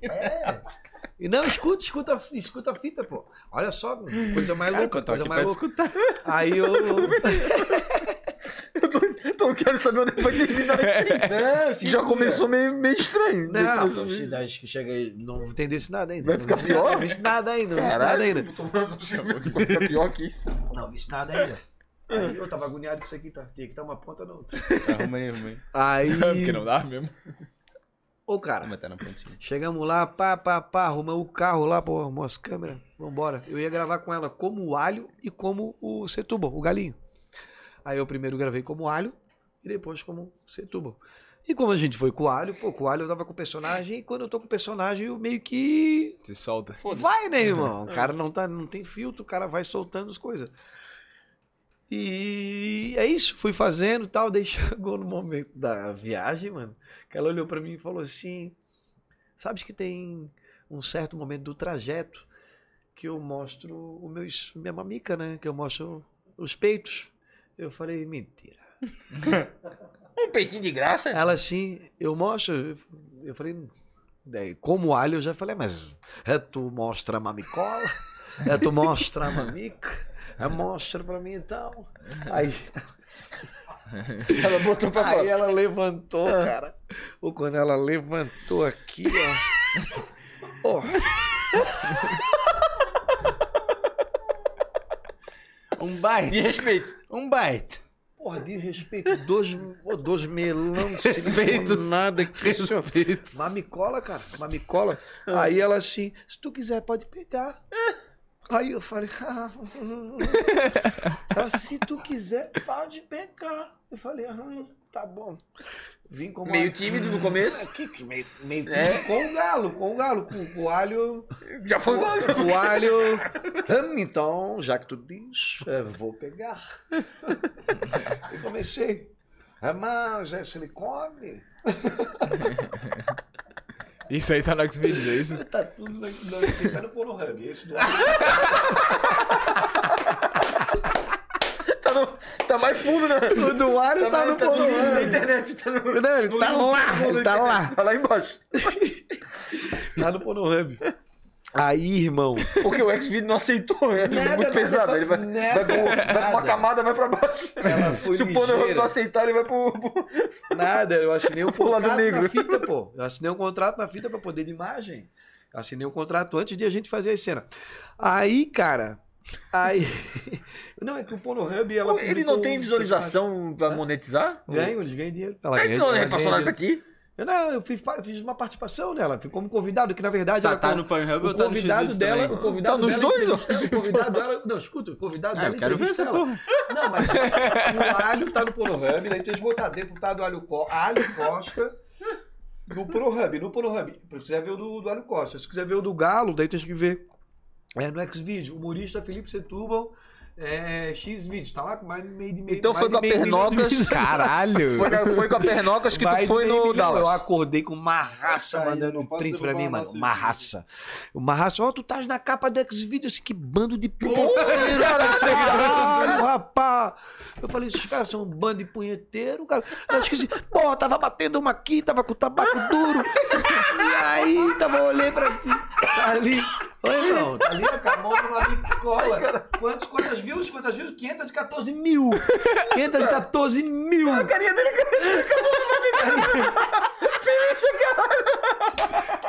S3: E não, escuta, escuta, a fi- escuta a fita, pô. Olha só, coisa mais louca, coisa mais louca. Aí eu.
S1: Então eu quero saber onde vai terminar isso.
S3: Não,
S1: aí. Já começou meio, meio estranho.
S3: Não,
S1: Depois-
S3: pô, se- acho que chega aí. Não entendesse nada ainda.
S1: Vai ficar
S3: não, vi-
S1: pior?
S3: Não vi nada ainda, não vi nada ainda.
S1: Vai ficar pior que isso.
S3: Não vi nada ainda. Aí eu tava agoniado com isso aqui, tá? Tinha que dar uma ponta na outra.
S11: Arruma aí, arruma aí.
S3: Aí.
S4: Porque não dá mesmo.
S3: Ô, cara,
S11: Arruma, tá na pontinha.
S3: Chegamos lá, pá, pá, pá, arrumamos o carro lá, pô, arrumou as câmeras, vambora. Eu ia gravar com ela como o alho e como o Setúbal, o galinho. Aí eu primeiro gravei como o alho e depois como o Setúbal. E como a gente foi com o alho, pô, com o alho eu tava com o personagem e quando eu tô com o personagem eu meio que
S4: Se solta.
S3: Vai, né, irmão? O cara não, tá, não tem filtro, o cara vai soltando as coisas. E é isso, fui fazendo e tal. Daí chegou no momento da viagem, mano, que ela olhou pra mim e falou assim: Sabes que tem um certo momento do trajeto que eu mostro o meu, es- minha mamica, né? Que eu mostro os peitos. Eu falei: Mentira.
S1: Um peitinho de graça.
S3: Ela assim, eu mostro. eu- Eu falei, daí, como alho, eu já falei, mas é tu mostra a mamicola, é tu mostra a mamica, é mostra pra mim então. Aí,
S1: Ela botou pra
S3: aí é-
S1: fora.
S3: ela levantou, cara. Ou quando ela levantou aqui, ó. ó,
S11: Um bite.
S1: De respeito.
S11: Um bite.
S3: porra, de respeito, dois, ô, dois melão,
S11: Respeitos.
S3: nada que senhor.
S11: Respeito.
S3: Mamicola, cara, mamicola. Aí ela assim, se tu quiser, pode pegar. Aí eu falei, ah, hum, hum. Ela, se tu quiser, pode pegar. Eu falei, ah, tá bom. Vim com Ah,
S1: Meio tímido no começo.
S3: Que, que meio, meio
S1: É.
S3: tímido com o galo, com o galo, com, com o alho.
S1: Já foi igual.
S3: Com o alho. Hum, então, já que tu diz, é, vou pegar. E comecei. É, mas é silicone?
S4: Isso aí tá no Xvideos, é isso?
S3: Tá tudo na, na, sentando por tá no hub. Esse do alho.
S1: Tá, no- tá mais fundo, né?
S3: O do ar tá, no
S1: mais-
S3: porão.
S1: na internet. Tá no...
S3: Não, ele tá
S1: no-
S3: lá, ele tá
S1: internet,
S3: lá.
S1: Tá lá embaixo.
S3: Tá no Pornhub. Aí, irmão.
S1: Porque o Xvid não aceitou, é
S3: Nada,
S1: muito
S3: nada,
S1: pesado. Ele vai,
S3: nada,
S1: vai, pro- vai pra uma
S3: nada.
S1: camada, vai pra baixo.
S3: Ela foi
S1: Se o Pornhub
S3: ligeira.
S1: não aceitar, ele vai pro. pro-
S3: Nada, eu assinei um
S1: Pro lado
S3: contrato na
S1: negro.
S3: fita, pô. Eu assinei um contrato na fita pra poder de imagem. Assinei um contrato antes de a gente fazer a cena. Aí, cara. Aí. Não, é que o Pornhub. Ela
S1: Pô, Ele não
S3: publicou
S1: tem
S3: um-
S1: visualização pra monetizar?
S3: Ganho, eles ganham dinheiro. Ela
S1: Mas
S3: ganha-
S1: não
S3: ela
S1: é passou
S3: ganha
S1: nada daqui.
S3: eu, não, eu fiz, pa- fiz uma participação nela, fui como convidado, que na verdade
S2: Tá,
S3: ela
S2: tá no Pornhub ou
S3: o
S2: tá no X
S3: convidado dela, o convidado
S1: Tá nos
S3: dela
S1: dois, Ah,
S3: entrevista- o convidado dela, não, escuta, o convidado dela
S11: eu quero ver
S3: entrevista
S11: essa
S3: ela. Não, mas o Alho tá no Pornhub, daí tem que botar deputado Alho, Co- Alho Costa no Pornhub, no Pornhub. Se quiser ver o do, do Alho Costa, se quiser ver o do Galo, daí tem que ver é, no Xvideo, humorista Felipe Setúbal, é, Xvideos, tá lá com mais de meio de meio
S1: Então
S3: mais
S1: foi com a
S3: de meio milhão de
S1: Pernocas.
S11: Caralho!
S1: Foi, com a- foi com a Pernocas que tu
S3: mais
S1: tá foi
S3: de meio
S1: no
S3: milhão. Eu
S1: Dallas.
S3: acordei com uma raça
S2: Aí,
S3: mandando
S2: não
S3: um
S2: posso
S3: print pra
S2: derrubar
S3: mim,
S2: o
S3: mano.
S2: nosso
S3: Uma
S2: vídeo.
S3: raça. Uma raça. Ó, tu estás na capa do Xvideos, assim, que bando de punheteiro. Caralho, rapaz. Eu falei, esses caras são um bando de punheteiro, cara. Eu esqueci. Porra, tava batendo uma aqui, tava com o tabaco duro. E aí, tava olhei pra ti. Tá ali. Oi, irmão. Tá ali com a mão numa bicola. Quantos, quantas views? Quantas views? 514 mil. 514 mil.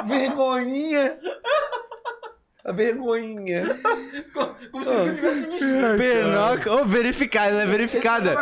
S3: Vergonhinha. A vergonhinha.
S1: Como se eu tivesse mexido.
S2: Pernoca. Ô, verificada, ela é
S3: tá
S2: verificada.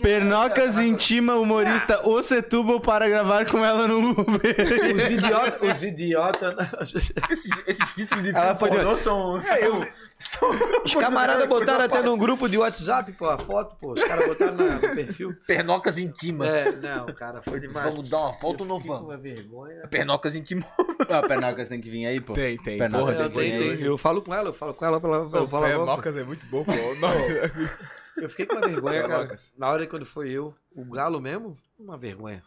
S2: Pernocas intima humorista O Setúbal para gravar com ela no Uber.
S3: Os idiotas. Os idiotas.
S1: Esses, esses títulos de
S3: Ela foi de-
S1: pornô são. são- são-
S3: Os camaradas botaram até num grupo de WhatsApp, pô, a foto, pô. Os caras botaram na- no perfil.
S1: Pernocas intima.
S3: É, não, cara, foi demais.
S1: Vamos dar uma foto ou não
S3: Eu fiquei com
S1: vamos?
S3: Uma vergonha.
S1: Pernocas intima.
S11: Ah, Pernocas tem que vir aí, pô.
S4: Tem, tem.
S11: Pernocas
S4: Porra,
S11: tem que vir aí.
S3: Eu falo com ela, eu falo com ela pela, pela,
S4: Pô,
S3: pela boca.
S4: Pernocas é muito bom, pô. Não.
S3: Eu fiquei com uma vergonha, cara.
S4: Pernocas.
S3: Na hora quando foi eu, o galo mesmo, uma vergonha.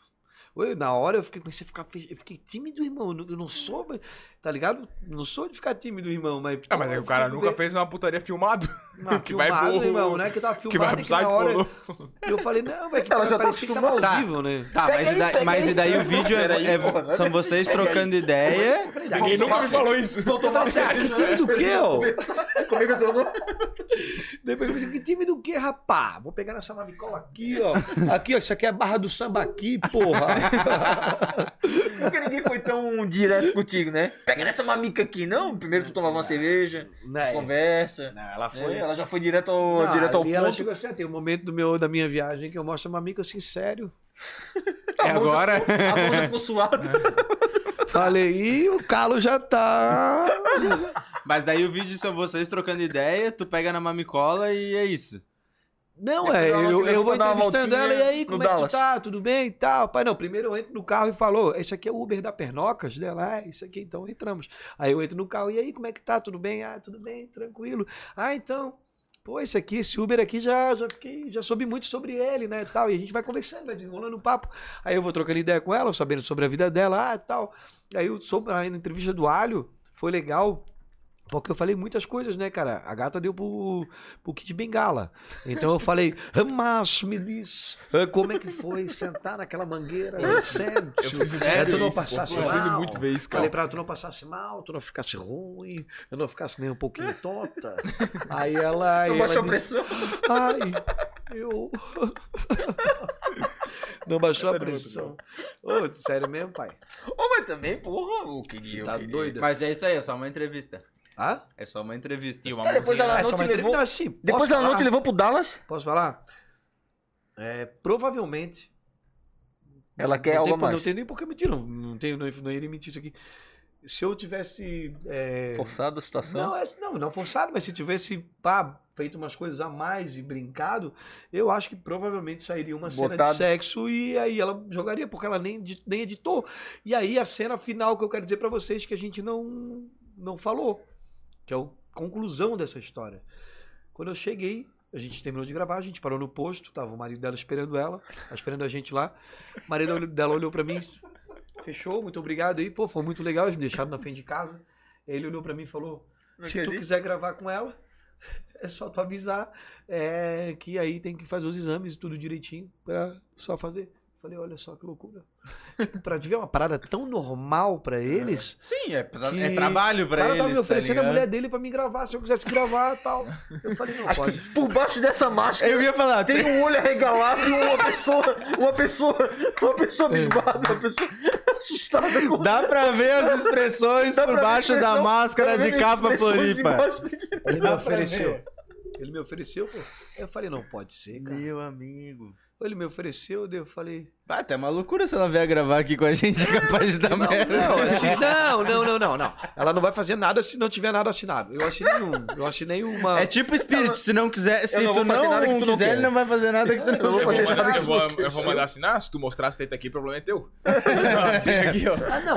S3: Eu, na hora eu fiquei, comecei a ficar, fe- eu fiquei tímido, irmão. Eu não- Eu não sou, mas- tá ligado? Não sou de ficar tímido, irmão, mas.
S4: Ah, mas é que o cara nunca fez uma putaria filmado.
S3: Não,
S4: que vai
S3: filmado,
S4: pro-
S3: irmão, né? Que tá filmado
S4: Que vai
S3: é
S4: pro
S3: que na
S4: site
S3: hora.
S4: pornô.
S3: Eu falei, não, é que
S1: Ela
S3: cara,
S1: já tá
S3: parecia que tava
S1: acostumada.
S3: ao vivo, né?
S2: Tá, mas, e daí- mas e daí o vídeo é-
S1: Peraí,
S2: é-
S1: porra,
S2: são vocês trocando ideia.
S4: Ninguém nunca me falou isso.
S3: Eu falei assim, ah, que time do quê, ó?
S1: né? Comigo eu tô.
S3: Depois eu falei, assim, que time do quê, rapá? Vou pegar nessa navicola aqui, ó. Aqui, ó, isso aqui é a barra do samba aqui, porra.
S1: Porque ninguém foi tão direto contigo, né? Pega nessa mamica aqui, não? Primeiro tu tomava uma cerveja,
S3: né?
S1: conversa.
S3: Não, ela
S1: É, ela já foi direto ao,
S3: Não,
S1: direto ao
S3: ali ela
S1: ponto.
S3: chegou assim, ah, tem um momento do meu, da minha viagem que eu mostro uma amiga assim, sério.
S1: A mão tá já ficou- a mão já ficou suada.
S3: Falei, e o calo já tá.
S2: Mas daí o vídeo são vocês trocando ideia, tu pega na mamicola e é isso.
S3: Não,
S1: Depois
S3: é,
S1: ela
S3: eu,
S1: tivesse
S3: eu
S1: que
S3: vou
S1: dar uma
S3: entrevistando
S1: voltinha
S3: ela, e aí,
S1: no
S3: como é que tu
S1: Dallas.
S3: tá? Tudo bem e tal? Pai, não, primeiro eu entro no carro e falou, esse aqui é o Uber da Pernocas dela, ah, isso aqui, então entramos. Aí eu entro no carro, e aí, como é que tá? Tudo bem? Ah, tudo bem, tranquilo. Ah, então, pô, esse aqui, esse Uber aqui, já, já fiquei, já soube muito sobre ele, né, e tal, e a gente vai conversando, vai desenrolando o papo. Aí eu vou trocando ideia com ela, sabendo sobre a vida dela, ah, tal. Aí eu soube, aí na entrevista do Alho, foi legal, porque eu falei muitas coisas, né, cara? A gata deu pro, pro Kid Bengala. Então eu falei, mas me diz, eh, como é que foi sentar naquela mangueira descendo? É, tu não passasse
S4: Eu
S3: mal.
S4: preciso muito ver isso, cara.
S3: Falei pra ela, tu não passasse mal, tu não ficasse ruim, eu não ficasse nem um pouquinho tonta. Aí ela... aí
S1: Não
S3: ela
S1: baixou a
S3: disse,
S1: pressão.
S3: Ai, eu. Não baixou a pressão. Ô, sério mesmo, pai?
S1: Ô, mas também, porra, o que
S3: Você
S1: que
S3: tá doida?
S11: Mas é isso aí, é só uma entrevista.
S3: Ah?
S11: É só uma entrevista.
S4: E uma
S1: Cara, depois
S4: mãozinha
S1: ela
S4: lá.
S3: Ah,
S1: não
S3: só
S1: te
S3: uma entrevista.
S1: levou.
S3: Não, assim,
S1: Depois
S3: posso
S1: ela não
S3: falar?
S1: te levou pro Dallas.
S3: Posso falar? É, provavelmente.
S1: Ela quer
S3: não tem,
S1: algo a
S3: por- Não
S1: mais.
S3: tem nem por que mentir, não. Não, tem, não, não iria mentir isso aqui. Se eu tivesse. é,
S1: Forçado a situação.
S3: não, é- não, não forçado, mas se tivesse pá, feito umas coisas a mais e brincado, eu acho que provavelmente sairia uma cena
S1: Botado.
S3: de sexo e aí ela jogaria, porque ela nem, edi- nem editou. E aí a cena final que eu quero dizer pra vocês que a gente não, não falou, que é a conclusão dessa história. Quando eu cheguei, a gente terminou de gravar, a gente parou no posto, tava o marido dela esperando ela, tá esperando a gente lá. O marido olhou- dela olhou pra mim, fechou, muito obrigado aí, pô, foi muito legal, eles me deixaram na frente de casa. Ele olhou pra mim e falou:
S1: Não
S3: se
S1: quer
S3: tu
S1: dizer?
S3: quiser gravar com ela, é só tu avisar é, que aí tem que fazer os exames e tudo direitinho pra só fazer. Falei, olha só que loucura. Tipo, pra ver uma parada tão normal pra eles.
S11: Sim, é, pra-
S3: Que-
S11: é trabalho
S3: O
S11: pra
S3: cara
S11: eles,
S3: tava me oferecendo
S11: tá
S3: a
S11: ligado?
S3: mulher dele pra me gravar, se eu quisesse gravar e tal. Eu falei, não
S1: Acho
S3: pode.
S1: que por baixo dessa máscara
S2: Eu ia falar,
S1: tem
S3: É.
S1: um olho arregalado e uma pessoa. Uma pessoa. Uma pessoa bisbada. Uma pessoa. assustada com
S2: Dá pra ver as expressões
S1: Dá
S2: por
S1: pra ver a
S2: baixo da
S1: expressão-
S2: máscara de capa floripa.
S3: Ele me
S2: Dá pra
S3: ofereceu.
S2: ver.
S3: Ele me ofereceu, pô. Eu falei, não pode ser, cara.
S2: Meu amigo.
S3: Ele me ofereceu, daí eu falei.
S2: Vai, até tá uma loucura se ela vier gravar aqui com a gente, capaz de dar merda.
S3: Não, assim, não, não, não, não, não. Ela não vai fazer nada se não tiver nada assinado. Eu assinei um. Eu assinei uma.
S2: É tipo espírito, se não quiser, se
S1: não
S2: tu
S1: vou fazer
S2: não,
S1: nada que tu não
S2: quiser,
S1: quer.
S2: ele não vai fazer nada que tu não
S1: vou
S4: Eu vou,
S1: fazer
S4: mandar,
S1: nada
S4: eu, vou,
S1: que
S4: eu vou mandar assinar. Se tu mostrar a teta aqui, problema é teu. Assina aqui, ó.
S3: Ah, não.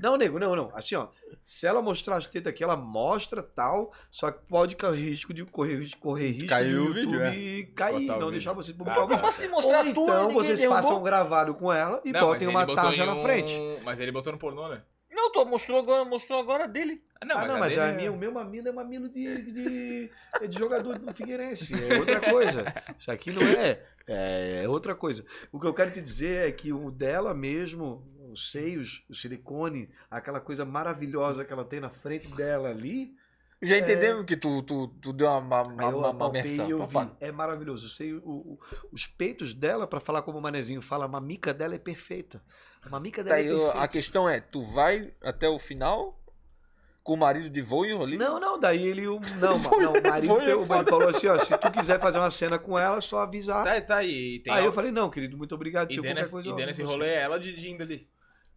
S3: Não, nego, não, não. Assim, ó. Se ela mostrar as tetas aqui, ela mostra tal, só que pode correr risco de correr, risco- correr risco
S2: Cair
S3: de
S2: o vídeo, é.
S3: e cair,
S4: Botar o
S3: não
S4: vídeo.
S3: deixar vocês
S4: Ah,
S3: publicar o
S4: tá.
S3: vídeo.
S1: Como assim mostrar
S3: Ou
S1: a tua
S3: então
S1: ninguém
S3: vocês
S1: derrubou?
S3: façam um gravado com ela e
S4: Não, mas
S3: botem
S4: ele
S3: uma
S4: botou
S3: tarja
S4: em
S3: na
S4: um-
S3: frente.
S4: Mas ele botou no pornô, né?
S1: Não, tu mostrou agora, mostrou agora dele.
S4: Ah, não,
S3: ah,
S4: mas,
S3: não, mas
S4: dele
S3: a
S4: é-
S3: minha, o meu mamilo é mamilo de, de, é de jogador do Figueirense. É outra coisa. Isso aqui não é. É, é outra coisa. O que eu quero te dizer é que o dela mesmo, os seios, o silicone, aquela coisa maravilhosa que ela tem na frente dela ali,
S1: Já entendemos que tu, tu, tu deu uma, uma,
S3: É. aí
S1: uma,
S3: eu
S1: uma,
S3: apalpei
S1: merda.
S3: e eu vi.
S1: Opa.
S3: É maravilhoso. O seio, o- o- os peitos dela, pra falar como o Manezinho fala, a mamica dela é perfeita. A mamica dela
S1: Daí
S3: é
S1: eu-
S3: perfeita.
S1: a questão é, tu vai até o final com o marido de voyeur ali?
S3: Não, não, daí ele. o- Não, ma- não, o marido
S1: foi,
S3: teu, ele
S1: foda.
S3: falou assim: ó, se tu quiser fazer uma cena com ela, é só avisar.
S4: Tá, tá aí. Tem
S3: Aí Ah, eu
S4: algo-
S3: falei, não, querido, muito obrigado.
S4: E
S3: tio,
S4: dentro
S3: qualquer
S4: desse-
S3: coisa. tipo assim. eu
S4: e dentro desse
S3: aviso
S4: rolê
S3: vocês.
S4: é ela dirigindo ali.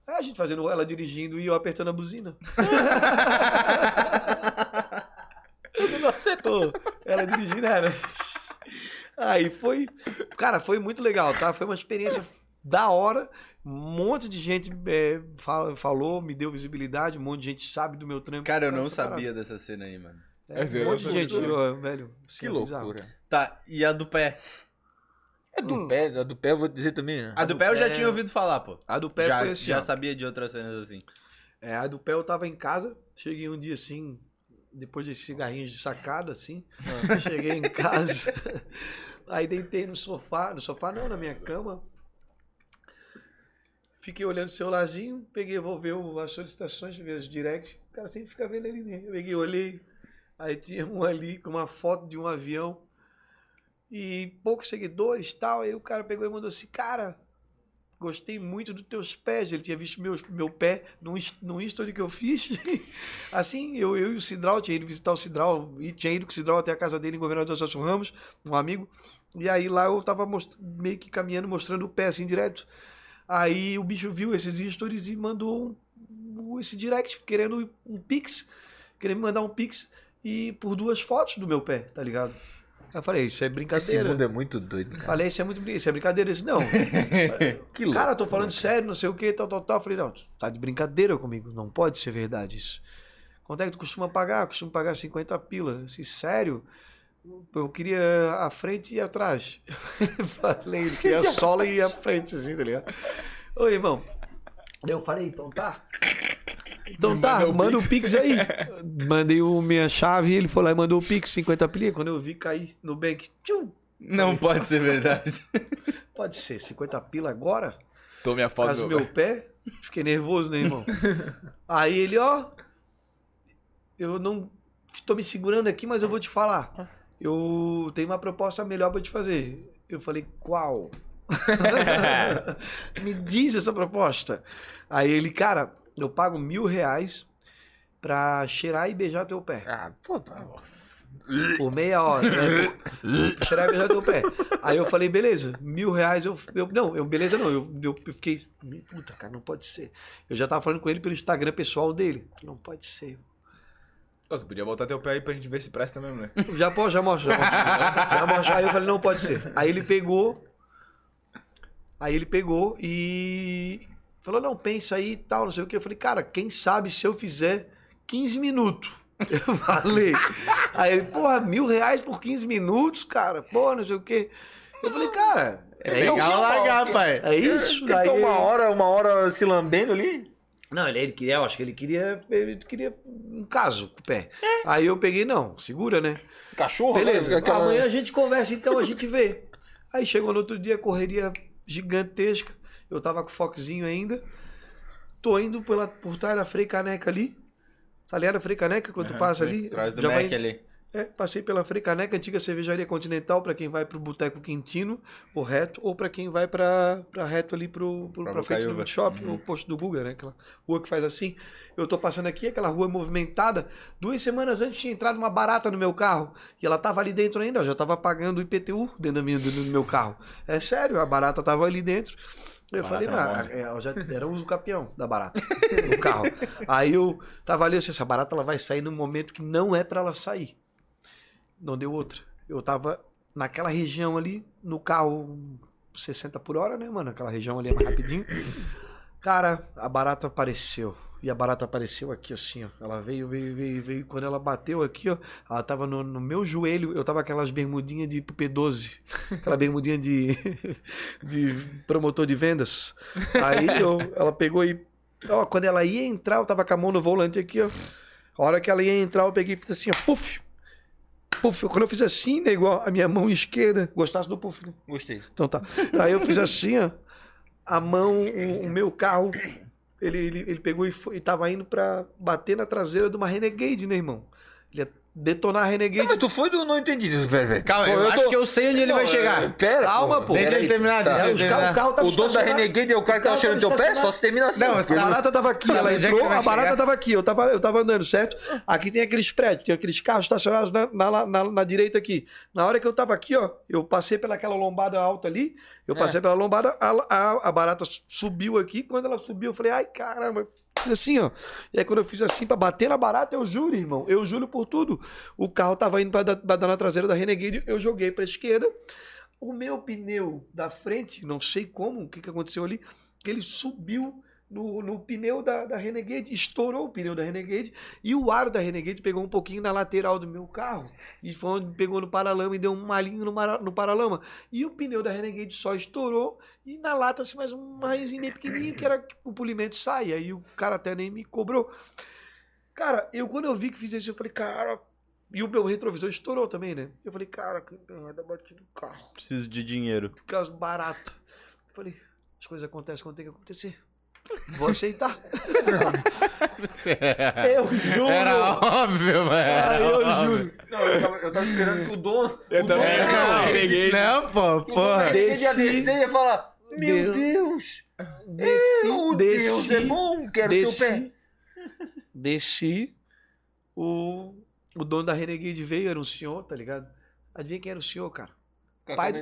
S3: É, a gente fazendo ela dirigindo e eu apertando a buzina. Acertou. é Ela dirigindo, era. Aí foi. Cara, foi muito legal, tá? Foi uma experiência da hora. Um monte de gente é, fala- falou, me deu visibilidade, um monte de gente sabe do meu trampo.
S11: Cara, eu não
S3: essa parada.
S11: sabia dessa cena aí, mano.
S3: É,
S4: É,
S3: um
S4: zero,
S3: monte de
S4: eu
S3: gente,
S4: sabia.
S3: ó, velho. isso
S1: Que
S3: é bizarro.
S1: loucura.
S11: Tá, e a do pé?
S1: É do
S3: Hum.
S1: pé, é do pé eu vou dizer também. né?
S11: A do pé eu já tinha ouvido falar, pô.
S3: A do pé
S11: já
S2: é,
S3: foi assim.
S11: já
S3: ó.
S11: sabia de outras cenas assim.
S3: É, a do pé eu tava em casa, cheguei um dia assim, depois desses cigarrinhos de sacada, assim, cheguei em casa, aí deitei no sofá, no sofá não, na minha cama, fiquei olhando o celularzinho, peguei, vou ver o- as solicitações, ver os directs, o cara sempre fica vendo ali, né? eu peguei, olhei, aí tinha um ali com uma foto de um avião, e poucos seguidores tal, aí o cara pegou e mandou assim, cara, gostei muito dos teus pés. Ele tinha visto meus, meu pé num, his- num history que eu fiz. assim, eu, eu e o Cidral, tinha ido visitar o Cidral, e tinha ido com o Cidral até a casa dele em Governador Celso Ramos, um amigo. E aí lá eu tava most- meio que caminhando, mostrando o pé assim direto. Aí o bicho viu esses stories e mandou um- um- esse direct querendo um pix, querendo me mandar um pix e por duas fotos do meu pé, tá ligado? Aí eu falei, isso é
S1: Esse
S3: brincadeira.
S1: mundo é muito doido, cara.
S3: Falei, isso é muito brin- isso é brincadeira. Isso não.
S1: Que louco.
S3: Cara, eu tô falando sério, não sei o que, tal, tal, tal. Eu Falei, não, tu tá de brincadeira comigo, não pode ser verdade isso. Quanto é que tu costuma pagar? Eu Costumo pagar 50 pila. Eu disse, sério? Eu queria a frente e atrás. Eu Falei, ele queria a sola e a frente, assim, tá ligado? Ô, irmão. Eu falei, então tá. Então tá, manda o Pix aí. Mandei o minha chave, ele foi lá e mandou o Pix, 50 pila. Quando eu vi cair no bank, tchum,
S11: Não pode ser verdade.
S3: pode ser, 50 pila agora?
S4: Tome a foto
S3: caso
S4: do
S3: meu pé. Fiquei nervoso, né, irmão? Aí ele, ó. Eu não. Tô me segurando aqui, mas eu vou te falar. Eu tenho uma proposta melhor pra te fazer. Eu falei, qual? me diz essa proposta. Aí ele, cara, eu pago mil reais pra cheirar e beijar teu pé.
S1: Ah, pô, tá.
S3: Por meia hora. Né? Cheirar e beijar teu pé. Aí eu falei, beleza, mil reais eu. eu- não, eu, beleza não. Eu, eu fiquei. Puta, cara, não pode ser. Eu já tava falando com ele pelo Instagram pessoal dele. Não pode ser.
S4: Ô, tu podia botar teu pé aí pra gente ver se presta mesmo, né?
S3: Já pô, já mostra. Já mostra. Já mostra. Aí eu falei, não pode ser. Aí ele pegou. Aí ele pegou e. Falou, não, pensa aí e tal, não sei o que. Eu falei, cara, quem sabe se eu fizer 15 minutos. Eu falei. Aí ele, porra, mil reais por 15 minutos, cara, porra, não sei o quê. Eu falei, cara, é,
S1: pegar
S3: isso.
S1: o-
S2: largar, pai.
S3: É isso.
S1: Ele
S3: Daí
S1: ficou
S3: ele-
S1: Então, uma hora, uma hora se lambendo ali.
S3: Não, ele, ele queria, eu acho que ele queria, ele queria um caso com o pé.
S1: É.
S3: Aí eu peguei, não, segura, né?
S1: Cachorro,
S3: Beleza,
S1: né? Aquela-
S3: amanhã a gente conversa, então a gente vê. Aí chegou no outro dia, correria gigantesca. Eu tava com o Foxinho ainda. Tô indo pela, por trás da Frei Caneca ali. Tá ligado a Frei Caneca quando tu passa ali?
S11: Atrás do
S3: já
S11: Mac
S3: vai,
S11: ali.
S3: É, passei pela Frei Caneca, antiga cervejaria continental, para quem vai pro Boteco Quintino, ou reto, ou para quem vai para reto ali pro, pro,
S4: Pra
S3: pra, frente do
S4: Bocaiúva.
S3: Meat Shop, o posto do Guga, né? Aquela rua que faz assim. Eu tô passando aqui, aquela rua movimentada. Duas semanas antes tinha entrado uma barata no meu carro. E ela tava ali dentro ainda, ó, já tava pagando o IPTU dentro do meu, dentro do meu carro. É sério, a barata tava ali dentro. Eu
S4: Barata
S3: falei,
S4: não
S3: não, é, ela já era uso campeão da barata no carro. Aí eu tava ali, assim, essa barata ela vai sair num momento que não é pra ela sair. Não deu outra. Eu tava naquela região ali, no carro 60 por hora, né, mano? Aquela região ali é mais rapidinho. Cara, a barata apareceu. E a barata apareceu aqui, assim, ó. Ela veio, veio, veio, veio. Quando ela bateu aqui, ó, ela tava no, no meu joelho. Eu tava aquelas bermudinhas de P12. Aquela bermudinha de, de promotor de vendas. Aí eu, ela pegou e. Ó, quando ela ia entrar, eu tava com a mão no volante aqui, ó. A hora que ela ia entrar, eu peguei e fiz assim, ó, puf! Puf, quando eu fiz assim, né, igual a minha mão esquerda, gostasse do puf, né?
S1: Gostei.
S3: Então tá. Aí eu fiz assim, ó. A mão, o, o meu carro, ele, ele, ele pegou e, foi, e tava indo pra bater na traseira de uma Renegade, né, irmão? Ele ia detonar a
S1: Não,
S3: Renegade.
S1: mas tu foi do. Não entendi isso, velho, velho.
S2: Calma, eu,
S1: eu
S2: acho
S1: tô-
S2: que eu sei onde ele vai chegar.
S1: Pera,
S3: Calma, pô.
S2: Deixa
S1: Peraí.
S2: ele terminar,
S1: Tá.
S2: deixa
S3: Aí
S2: ele
S3: os carros-
S2: terminar.
S3: o carro tava
S1: O dono da
S3: estacionado.
S1: Renegade é o cara que tava
S3: O carro
S1: cheirando teu
S3: tava
S1: pé? Só se termina assim.
S2: Não,
S1: Porque
S2: sabe-
S3: A barata tava aqui,
S2: Sabe
S3: ela
S2: onde é que
S3: entrou,
S2: ele vai
S3: a barata
S2: chegar?
S3: tava aqui, eu tava, eu tava andando, certo? Aqui tem aqueles prédios, tem aqueles carros estacionados na, na, na- na direita aqui. Na hora que eu tava aqui, ó, eu passei pelaquela lombada alta ali, eu
S2: É.
S3: passei pela lombada, a, a, a barata su- subiu aqui, quando ela subiu, eu falei, ai, caramba, fiz assim, ó. E aí quando eu fiz assim pra bater na barata, eu juro, irmão, eu juro por tudo. O carro tava indo pra dar, pra dar na traseira da Renegade, eu joguei pra esquerda. O meu pneu da frente, não sei como, o que, que aconteceu ali, que ele subiu no, no pneu da, da Renegade, estourou o pneu da Renegade e o aro da Renegade pegou um pouquinho na lateral do meu carro e foi onde pegou no paralama e deu um malinho no, mara- no paralama. E o pneu da Renegade só estourou e na lata assim, mais um raiozinho meio pequenininho que era que o polimento sai. Aí o cara até nem me cobrou. Cara, eu quando eu vi que fiz isso, eu falei, cara. E o meu retrovisor estourou também, né? Eu falei, cara, que merda, bati no carro
S2: Preciso de dinheiro.
S3: caso barato. Eu Falei, as coisas acontecem quando tem que acontecer. Vou aceitar. eu juro.
S2: É. Era óbvio,
S3: Ah,
S2: mano.
S3: eu juro.
S1: Não, eu tava, eu tava esperando que o dono.
S4: Eu
S3: também,
S2: cara,
S4: peguei.
S12: Não, pô,
S1: O dono da
S12: porra.
S1: Renegade ia
S3: desci.
S1: descer e ia falar: Meu Deus! Meu Deus,
S3: desci,
S1: é bom, quero
S3: desci,
S1: seu pé.
S3: desci. O, o dono da Renegade veio, era um senhor, tá ligado? Adivinha quem era o senhor, cara? Pai do-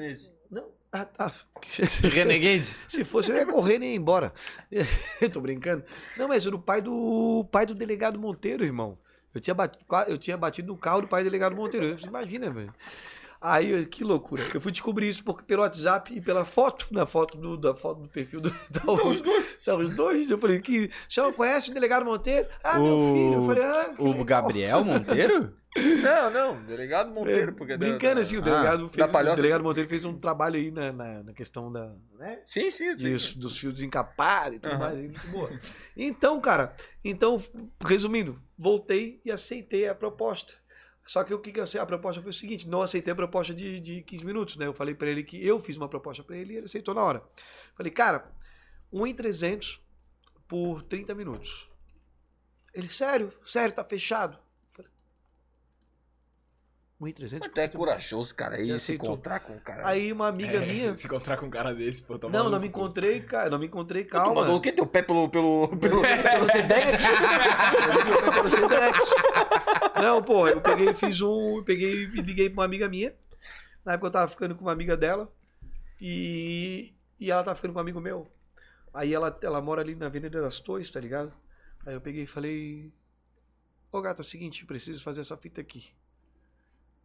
S3: Não. Ah, tá.
S2: Renegade?
S3: Se fosse, eu ia correr nem ia embora. Eu tô brincando. Não, mas era o pai do pai do delegado Monteiro, irmão. Eu tinha, bat- qua- eu tinha batido no carro do pai do delegado Monteiro. Eu- Imagina, velho. Aí, eu- que loucura. Eu fui descobrir isso porque, pelo WhatsApp e pela foto, na foto do, da foto do perfil do. Tá, os dois. os dois. Eu falei, que. O senhor conhece o delegado Monteiro? Ah, meu
S2: O-
S3: filho. Eu falei, ah. que
S2: O
S3: legal.
S2: Gabriel Monteiro?
S1: Não, não, delegado Monteiro, porque.
S3: É,
S1: da-
S3: brincando
S1: da-
S3: assim, o delegado, fez,
S1: da palhoça.
S3: o delegado Monteiro fez um trabalho aí na, na, na questão da. Né?
S1: Sim, sim,
S3: E
S1: sim.
S3: os- dos fios desencapados e tudo
S1: Aham.
S3: mais. aí, Muito boa. Então, cara, então, resumindo, voltei e aceitei a proposta. Só que o que que eu ace- a proposta foi o seguinte, não aceitei a proposta de, de 15 minutos, né? Eu falei pra ele que eu fiz uma proposta pra ele e ele aceitou na hora. Falei, cara, 1,300 por 30 minutos. Ele, sério? Sério, tá fechado? Falei, 1,300
S1: Tu é
S3: por 30 minutos.
S1: corajoso, cara,
S3: Ele
S1: e se
S3: aceitou.
S1: encontrar com o cara.
S3: Aí uma amiga
S1: né?
S3: minha...
S4: Se encontrar com um cara desse, pô, tá
S3: Não, não
S4: maluco,
S3: me
S4: pô.
S3: encontrei, cara, não me encontrei,
S1: Tu
S3: calma.
S1: mandou o quê? Teu pé pelo. pelo, pelo...
S3: pelo Sedex? Eu peguei pelo Sedex. Não, pô, eu peguei, fiz um, eu peguei e liguei pra uma amiga minha. Na época eu tava ficando com uma amiga dela. E, e ela tava ficando com um amigo meu. Aí ela, ela mora ali na Avenida das Torres, tá ligado? Aí eu peguei e falei: Ô gata, é o seguinte, preciso fazer essa fita aqui.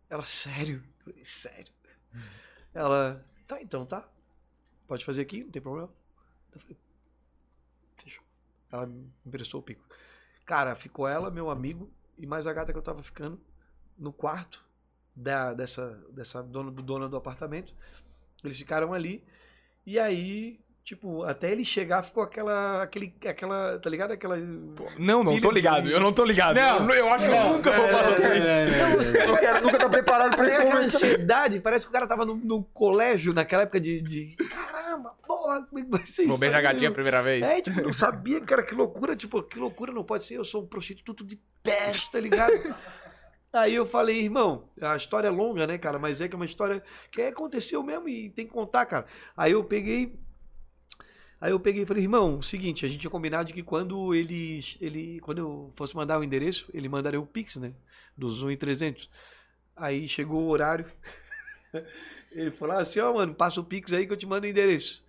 S3: Ela, sério? Eu falei, sério. Ela, tá então, tá? Pode fazer aqui, não tem problema. Eu falei, fechou. Ela me emprestou o pico. Cara, ficou ela, meu amigo e mais a gata que eu tava ficando no quarto da, dessa, dessa dona, do dona do apartamento. Eles ficaram ali. E aí, tipo, até ele chegar ficou aquela. Aquele, aquela tá ligado? Aquela.
S4: Não, não tô ligado. Eu não tô ligado.
S12: Não.
S4: eu, eu acho que eu nunca vou passar por isso.
S1: Eu não quero nunca tá preparado pra
S3: Parece
S1: esse
S3: aquela
S1: momento.
S3: ansiedade, parece que o cara tava no, no colégio naquela época de. de, Caramba, porra, como é que vai ser isso?
S4: Vou beijar a
S3: aí,
S4: gatinha a
S3: meu?"
S4: primeira vez.
S3: É, tipo, não sabia, cara, que loucura, tipo, que loucura não pode ser, eu sou um prostituto de peste, tá ligado? Aí eu falei, irmão, a história é longa, né, cara? Mas é que é uma história que aconteceu mesmo e tem que contar, cara. Aí eu peguei. Aí eu peguei e falei, irmão, é o seguinte, a gente tinha combinado de que quando ele, ele. Quando eu fosse mandar o endereço, ele mandaria o Pix, né? Do Zoom e 300. Aí chegou o horário. Ele falou assim, ó, mano, passa o Pix aí que eu te mando o endereço.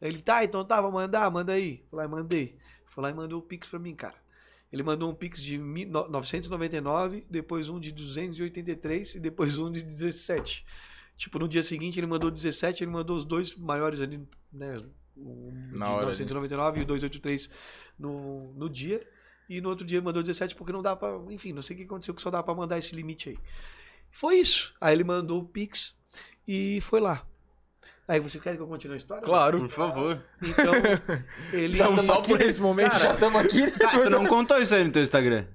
S3: Aí Ele, tá, então tá, vou mandar, manda aí. Foi lá e mandei. Foi lá e mandou o Pix pra mim, cara. Ele mandou um Pix de mi- no- 999, depois um de 283 e depois um de 17. Tipo, no dia seguinte ele mandou 17, ele mandou os dois maiores ali, né? O de
S4: Na hora ali.
S3: 999 e o 283 no, no dia. E no outro dia ele mandou 17 porque não dá pra. Enfim, não sei o que aconteceu que só dá pra mandar esse limite aí. Foi isso. Aí ele mandou o Pix e foi lá. Aí vocês querem que eu continue a história?
S4: Claro.
S2: Por favor.
S3: Então, ele.
S4: Então, só por esse momento.
S1: Estamos aqui.
S2: Tá, tu não contou isso aí no teu Instagram.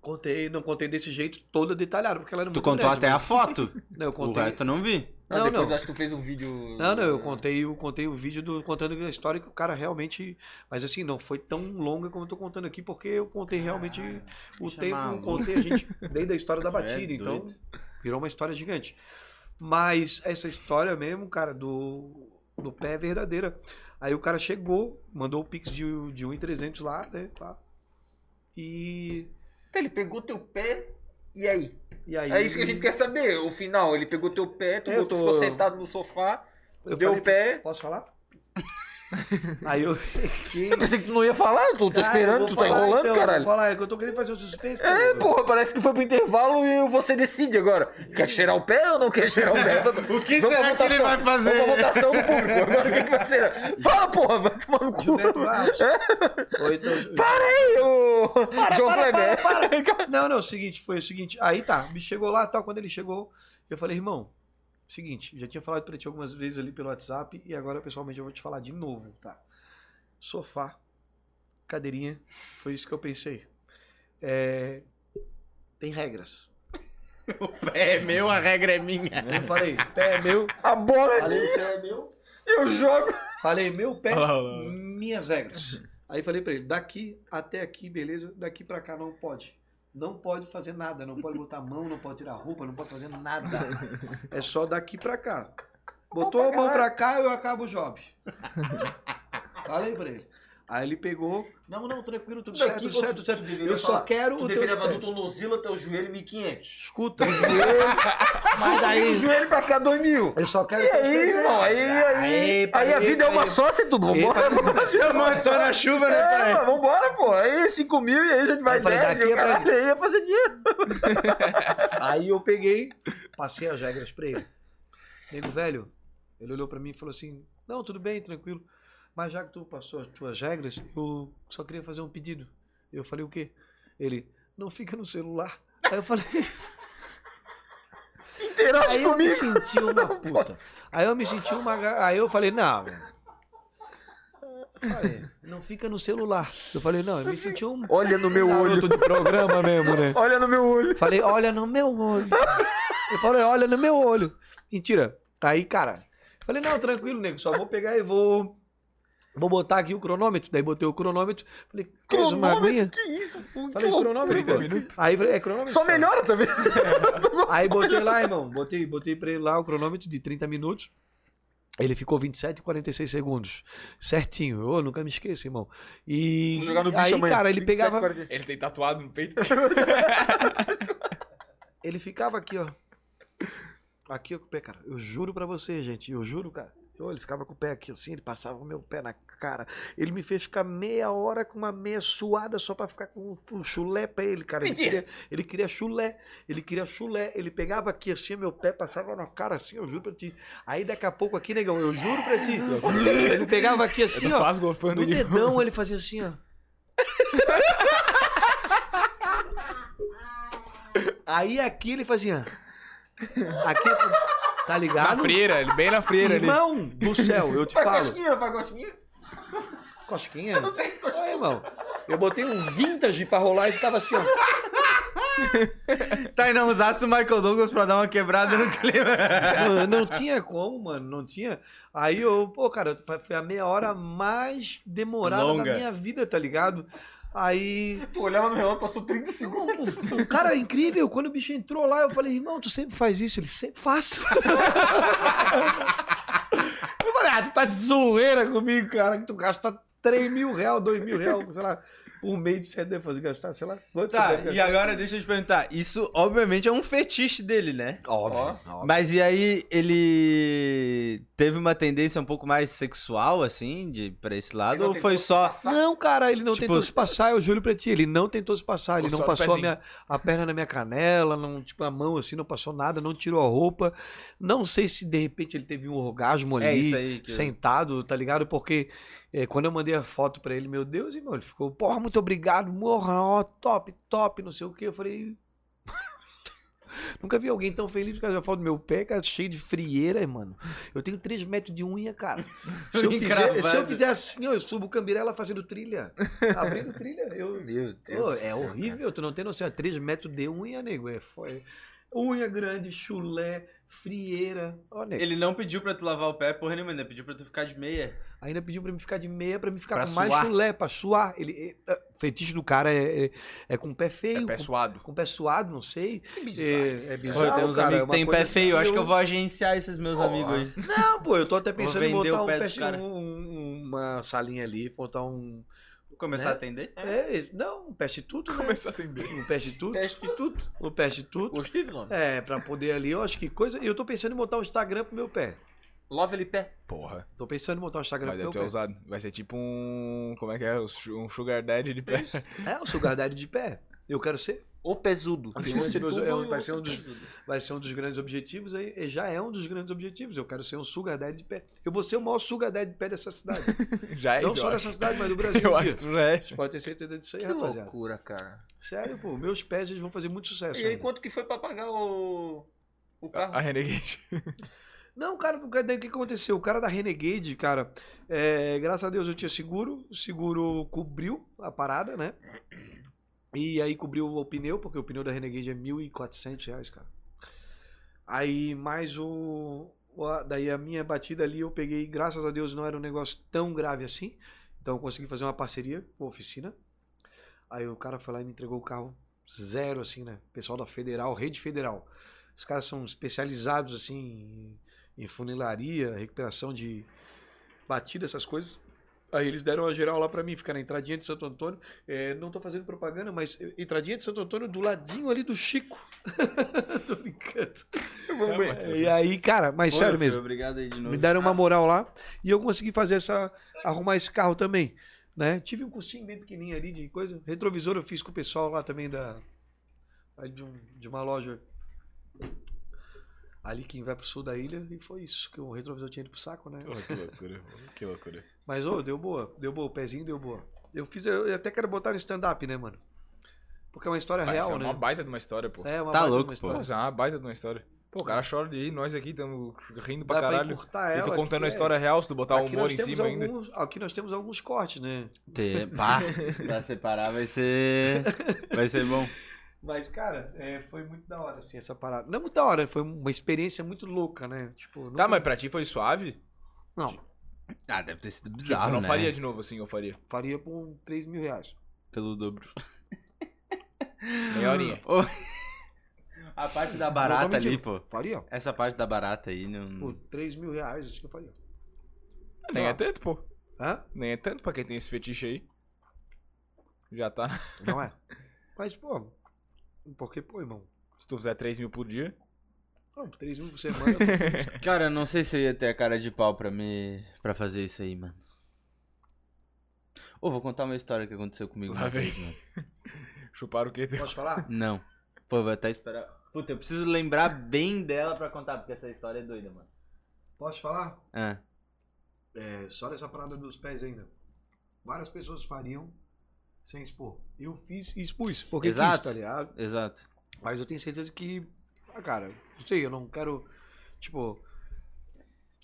S3: Contei, não contei desse jeito toda detalhada, porque ela era
S2: Tu
S3: muito
S2: contou
S3: grande,
S2: até a
S3: mas-
S2: foto.
S3: Não, eu
S2: O
S3: contei.
S2: resto eu não vi.
S1: Ah,
S3: Não,
S1: depois
S3: não.
S1: acho que tu fez um vídeo.
S3: Não, não, eu contei, eu contei o vídeo do, contando a história que o cara realmente. Mas assim, não foi tão longa como eu tô contando aqui, porque eu contei realmente o
S2: bicho é
S3: tempo,
S2: maluco.
S3: contei a gente desde a história da
S2: Tu é
S3: batida, então
S2: doido.
S3: virou uma história gigante. Mas essa história mesmo, cara, do, do pé é verdadeira. Aí o cara chegou, mandou o pix de, de 1,300 lá, né? pá. E.
S1: Então, ele pegou teu pé. E aí?
S3: E aí.
S1: É isso que a gente quer saber. O final, ele pegou teu pé, tu
S3: Eu
S1: botou-
S3: tô-
S1: ficou sentado no sofá,
S3: Eu
S1: deu
S3: falei
S1: o pé.
S3: Posso falar? Aí eu fiquei.
S1: Eu pensei que tu não ia falar, tu tô
S3: Cara, eu
S1: esperando,
S3: vou
S1: tu tá
S3: falar,
S1: enrolando,
S3: então,
S1: caralho.
S3: eu Vou falar, é que eu tô querendo fazer um suspense.
S1: É,
S3: pô.
S1: porra, parece que foi pro intervalo e você decide agora. Quer cheirar o pé ou não quer cheirar o pé?
S2: O que
S3: é
S1: Vamos
S2: será
S1: pra
S2: que
S1: votação.
S2: ele vai
S1: Vamos pra
S2: fazer?
S1: votação do público. Agora o que, que vai ser? Fala, porra, vai tomar no cu.
S3: Gilberto Barros. Ou então-
S1: Ei, ô, João
S3: para,
S1: Kleber.
S3: para, para. Não, não, o seguinte, foi o seguinte. Aí tá, me chegou lá tal. Quando ele chegou, eu falei, irmão, seguinte, já tinha falado pra ti algumas vezes ali pelo WhatsApp e agora pessoalmente eu vou te falar de novo, tá? Sofá, cadeirinha, foi isso que eu pensei. É, tem regras.
S2: É meu, a regra é minha.
S3: Eu falei, pé é meu,
S1: A bola,
S3: falei, o pé é meu.
S1: eu jogo.
S3: Falei, meu pé,
S8: Olha lá, olha lá.
S3: minhas regras. Aí falei pra ele, daqui até aqui, beleza, daqui pra cá não pode. Não pode fazer nada, não pode botar a mão, não pode tirar a roupa, não pode fazer nada. É só daqui pra cá. Botou a mão pra cá, eu acabo o job. Falei pra ele. Aí ele pegou, não, não, tranquilo, tudo certo, tudo certo, tudo certo. Eu só quero o um teu pé.
S1: tornozelo até o joelho 1500.
S3: Escuta, o joelho, mas
S1: Aí o
S3: aí,
S1: joelho pra cá 2000.
S3: eu só quero
S1: E
S3: o teu
S1: aí,
S3: pé.
S1: irmão? Aí, aí, aí,
S3: Epa,
S1: a vida é
S3: epa,
S1: uma
S3: epa.
S1: só, se tu vambora.
S2: Mas só na chuva, né,
S1: É,
S2: pai?
S1: mas vambora, pô. Aí 5 mil e aí a gente vai
S3: Aí eu falei,
S1: 10 e
S3: daqui
S1: o
S3: é pra-
S1: caralho aí ia fazer dinheiro.
S3: Aí eu peguei, passei as regras pra ele. Nego velho, ele olhou pra mim e falou assim: Não, tudo bem, tranquilo. Mas já que tu passou as tuas regras, eu só queria fazer um pedido. Eu falei o quê? Ele, não fica no celular. Aí eu falei,
S1: Interage
S3: aí eu me
S1: comigo.
S3: senti uma puta. Aí eu me senti uma. ga- Aí eu falei, não. Falei, Não fica no celular. Eu falei, não, eu me senti um
S1: Olha no meu olho.
S3: garoto de programa mesmo, né?
S1: Olha no meu olho.
S3: Falei, olha no meu olho. Eu falei, olha no meu olho. Mentira. Aí, cara. Falei, não, tranquilo, nego. Só vou pegar e vou. Vou botar aqui o cronômetro. Daí botei o cronômetro. Falei, queres uma aguinha?
S1: Que isso? pô, que
S3: Falei,
S1: loucura.
S3: cronômetro. pô. Aí falei, é cronômetro.
S1: Só
S3: cara.
S1: melhora também.
S3: Aí botei lá, irmão. Botei, botei pra ele lá o cronômetro de 30 minutos. Ele ficou 27 e 46 segundos. Certinho. Eu nunca me esqueço, irmão. E aí, cara, ele pegava.
S4: Ele tem tatuado no peito.
S3: Ele ficava aqui, ó. Aqui, ó, com o pé, cara. Eu juro pra você, gente. Eu juro, cara. Eu, ele ficava com o pé aqui assim, ele passava o meu pé na cara. Ele me fez ficar meia hora com uma meia suada só pra ficar com um chulé pra ele, cara. Ele
S1: Mentira.
S3: queria, ele queria chulé. Ele queria chulé. Ele pegava aqui assim, meu pé passava na cara assim, eu juro pra ti. Aí daqui a pouco aqui, negão, eu juro pra ti. Ele pegava aqui assim, ó.
S8: Quase golfando
S3: No
S8: de
S3: dedão ele fazia assim, ó. Aí aqui ele fazia. Aqui. Tá
S8: Na
S3: ligado?
S8: freira, ele bem na freira ali.
S3: Irmão do céu, eu te falo.
S1: Pagosquinha, pagosquinha.
S3: Cosquinha? Não sei se cosquinha. Olha, irmão. Eu botei um vintage pra rolar e tava assim, ó.
S2: Tá, e não usasse o Michael Douglas pra dar uma quebrada no clima.
S3: Mano, não tinha como, mano, não tinha. Aí eu, pô, cara, foi a meia hora mais demorada
S2: Longa.
S3: da minha vida, tá ligado? Aí.
S1: Tu olhava no relógio, passou 30 segundos.
S3: O, o cara é incrível, quando o bicho entrou lá, eu falei, irmão, tu sempre faz isso? Ele sempre faço. eu falei, ah, tu tá de zoeira comigo, cara, que tu gasta 3 mil reais, 2 mil reais, sei lá, por mês de CD fazer gastar, sei lá. Quanto você
S2: Tá,
S3: deve
S2: e
S3: gastar.
S2: agora deixa eu te perguntar. Isso, obviamente, é um fetiche dele, né?
S3: Óbvio. óbvio.
S2: Mas e aí, ele teve uma tendência um pouco mais sexual, assim, de, pra esse lado?
S1: não
S2: Ou foi
S1: tentou se
S2: só.
S1: passar.
S3: Não, cara, ele não
S2: Tipo-
S3: tentou se passar, eu juro pra ti, ele não tentou se passar, ele não
S4: Ficou só no
S3: passou a,
S4: pezinho.
S3: minha- a perna na minha canela, não, tipo, a mão assim, não passou nada, não tirou a roupa. Não sei se de repente ele teve um orgasmo ali.
S2: É isso aí. Que...
S3: sentado, tá ligado? Porque eh, quando eu mandei a foto pra ele, meu Deus, irmão, ele ficou, porra, muito obrigado, morra, ó, top, top, não sei o que. Eu falei. Nunca vi alguém tão feliz por causa da foto do meu pé, cara, cheio de frieira, mano. Eu tenho 3 metros de unha, cara. Se eu, fizer, se eu fizer assim, ó, eu subo o Cambirela fazendo trilha. Abrindo trilha. Eu,
S1: Meu Deus.
S3: Pô, é horrível, tu não tem noção. É 3 metros de unha, nego. É, foi- Unha grande, chulé, frieira. Ó, nego.
S2: Ele não pediu pra tu lavar o pé, porra nenhuma, ainda pediu pra tu ficar de meia.
S3: Ainda pediu pra mim ficar de meia, pra mim ficar
S2: Pra
S3: com mais
S2: suar.
S3: chulé, pra suar. Ele, ele- ah, fetiche do cara é, é, é com o pé feio,
S4: É pé
S3: com,
S4: suado.
S3: com o pé suado, não sei. É, é bizarro,
S2: eu tenho uns
S3: cara, é
S2: amigos que
S3: uma
S2: têm
S3: coisa
S2: pé
S3: assim,
S2: feio, eu acho que eu vou agenciar esses meus
S3: Ó.
S2: amigos aí.
S3: Não, pô, eu tô até pensando em
S2: vender
S3: montar
S2: o
S3: um
S2: pé
S3: pé
S2: dos cara.
S3: um- uma salinha ali, botar um...
S2: Vou começar
S3: Né?
S2: a atender?
S3: É, isso, não, um peste tudo, né?
S4: Começou a atender.
S2: assim?
S3: Um peste tudo,
S1: Teste de tudo.
S3: um peste tudo.
S1: Gostei do nome.
S3: É, pra poder ali, eu acho que coisa... Eu tô pensando em montar um Instagram pro meu pé.
S1: Love ele pé.
S4: Porra.
S3: Tô pensando em montar um Instagram
S4: Mas é
S3: pro meu
S4: deve ter
S3: pé.
S4: usado. Vai ser tipo um. Como é que é? Um su- Um Sugar Daddy de pé.
S3: É, um sugar daddy de pé. Eu quero ser.
S1: O pesudo.
S3: Acho
S1: Tem
S3: que
S1: você
S3: meus-
S1: tudo
S3: é um-
S1: e
S3: vai
S1: você
S3: ser um dos-
S1: tudo.
S3: vai ser um dos grandes objetivos aí, e já é um dos grandes objetivos. Eu quero ser um sugar daddy de pé. Eu vou ser o maior sugar daddy de pé dessa cidade.
S4: Já é
S3: Não
S4: isso.
S3: só
S4: eu
S3: dessa cidade, mas do
S4: acho.
S3: Brasil.
S4: Eu
S3: um dia.
S4: acho que já é.
S3: Você pode ter certeza disso aí,
S1: Que
S3: rapaziada.
S1: loucura, cara.
S3: Sério, pô, meus pés eles vão fazer muito sucesso.
S1: E aí,
S3: ainda.
S1: quanto que foi pra pagar o. O carro?
S4: A Renegade.
S3: Não, cara, o cara- daí o que aconteceu? O cara da Renegade, cara, é, graças a Deus eu tinha seguro, o seguro cobriu a parada, né? E aí cobriu o pneu, porque o pneu da Renegade é R$ 1.400, reais, cara. Aí mais o. o- a- Daí a minha batida ali eu peguei, graças a Deus não era um negócio tão grave assim. Então eu consegui fazer uma parceria com a oficina. Aí o cara foi lá e me entregou o carro zero, assim, né? Pessoal da Federal, Rede Federal. Os caras são especializados, assim, em, em funilaria, recuperação de batida, essas coisas. Aí eles deram a geral lá pra mim, ficar na entradinha de Santo Antônio. É, não tô fazendo propaganda, mas eh, entradinha de Santo Antônio do ladinho ali do Chico. tô brincando. É, e aí, cara,
S2: É
S3: mas sério mesmo.
S2: Obrigado aí de novo.
S3: Me deram uma moral lá e eu consegui fazer essa. arrumar esse carro também. Né? Tive um cursinho bem pequenininho ali de coisa. Retrovisor eu fiz com o pessoal lá também da. ali de, um- de uma loja. Ali quem vai pro sul da ilha e foi isso, que o retrovisor tinha ido pro saco, né?
S4: Que loucura. Que loucura.
S3: Mas, ô, deu boa, deu boa, o pezinho deu boa. Eu fiz, eu até quero botar no stand-up, né, mano? Porque é uma história
S4: Pá, isso
S3: real,
S4: é uma
S3: né?
S4: baita de uma história, pô.
S3: É uma
S2: Tá
S3: baita de
S2: louco,
S3: uma
S2: pô.
S3: história.
S4: Pô, isso é uma baita de uma história. Pô, o cara chora de rir, nós aqui estamos rindo pra
S3: Dá pra
S4: caralho.
S3: encurtar
S4: Eu
S3: ela
S4: tô
S3: aqui,
S4: contando a história real, se tu botar
S3: é.
S4: o
S3: Aqui
S4: humor
S3: nós
S4: em
S3: temos
S4: cima ainda.
S3: alguns- Aqui nós temos alguns cortes, né?
S2: Ter... Pá, pra separar vai ser. Vai ser bom.
S3: Mas, cara, é, foi muito da hora, assim, essa parada. Não muito da hora, foi uma experiência muito louca, né? Tipo, nunca-
S4: Tá, mas pra ti foi suave?
S3: Não,
S2: Ah, deve ter sido
S4: Tipo,
S2: bizarro,
S4: tu não
S2: né?
S4: faria de novo assim, eu faria.
S3: faria por 3 mil reais.
S2: Pelo dobro.
S4: Meia horinha.
S2: É A parte da
S3: Não
S2: barata
S3: tô mentindo.
S2: ali, pô.
S3: Faria?
S4: Hum.
S2: Essa parte da barata aí
S3: Por
S2: não.
S3: 3 mil reais, acho que eu faria.
S4: Nem é tanto, pô.
S3: Hã?
S4: Nem é tanto pra quem tem esse fetiche aí. Já tá.
S3: Não é? Mas, pô, porque, pô, irmão,
S4: Se tu fizer 3 mil por dia.
S3: não, 3 mil por semana... pô,
S2: Cara, eu não sei se eu ia ter a cara de pau pra me. pra fazer isso aí, mano. Ô, vou contar uma história que aconteceu comigo
S4: Lá
S2: uma
S4: vem.
S2: vez, mano.
S4: Chupar o quê?
S3: Posso falar?
S2: Não. Pô, vou até esperar. Puta, eu preciso lembrar bem dela pra contar, porque essa história é doida, mano.
S3: Posso falar?
S2: Ah.
S3: É, só nessa parada dos pés ainda. Várias pessoas fariam sem expor. Eu fiz e expus. Porque
S2: Exato.
S3: quis, tá ligado?
S2: Exato.
S3: Mas eu tenho certeza que. Ah, cara, não sei, eu não quero. Tipo,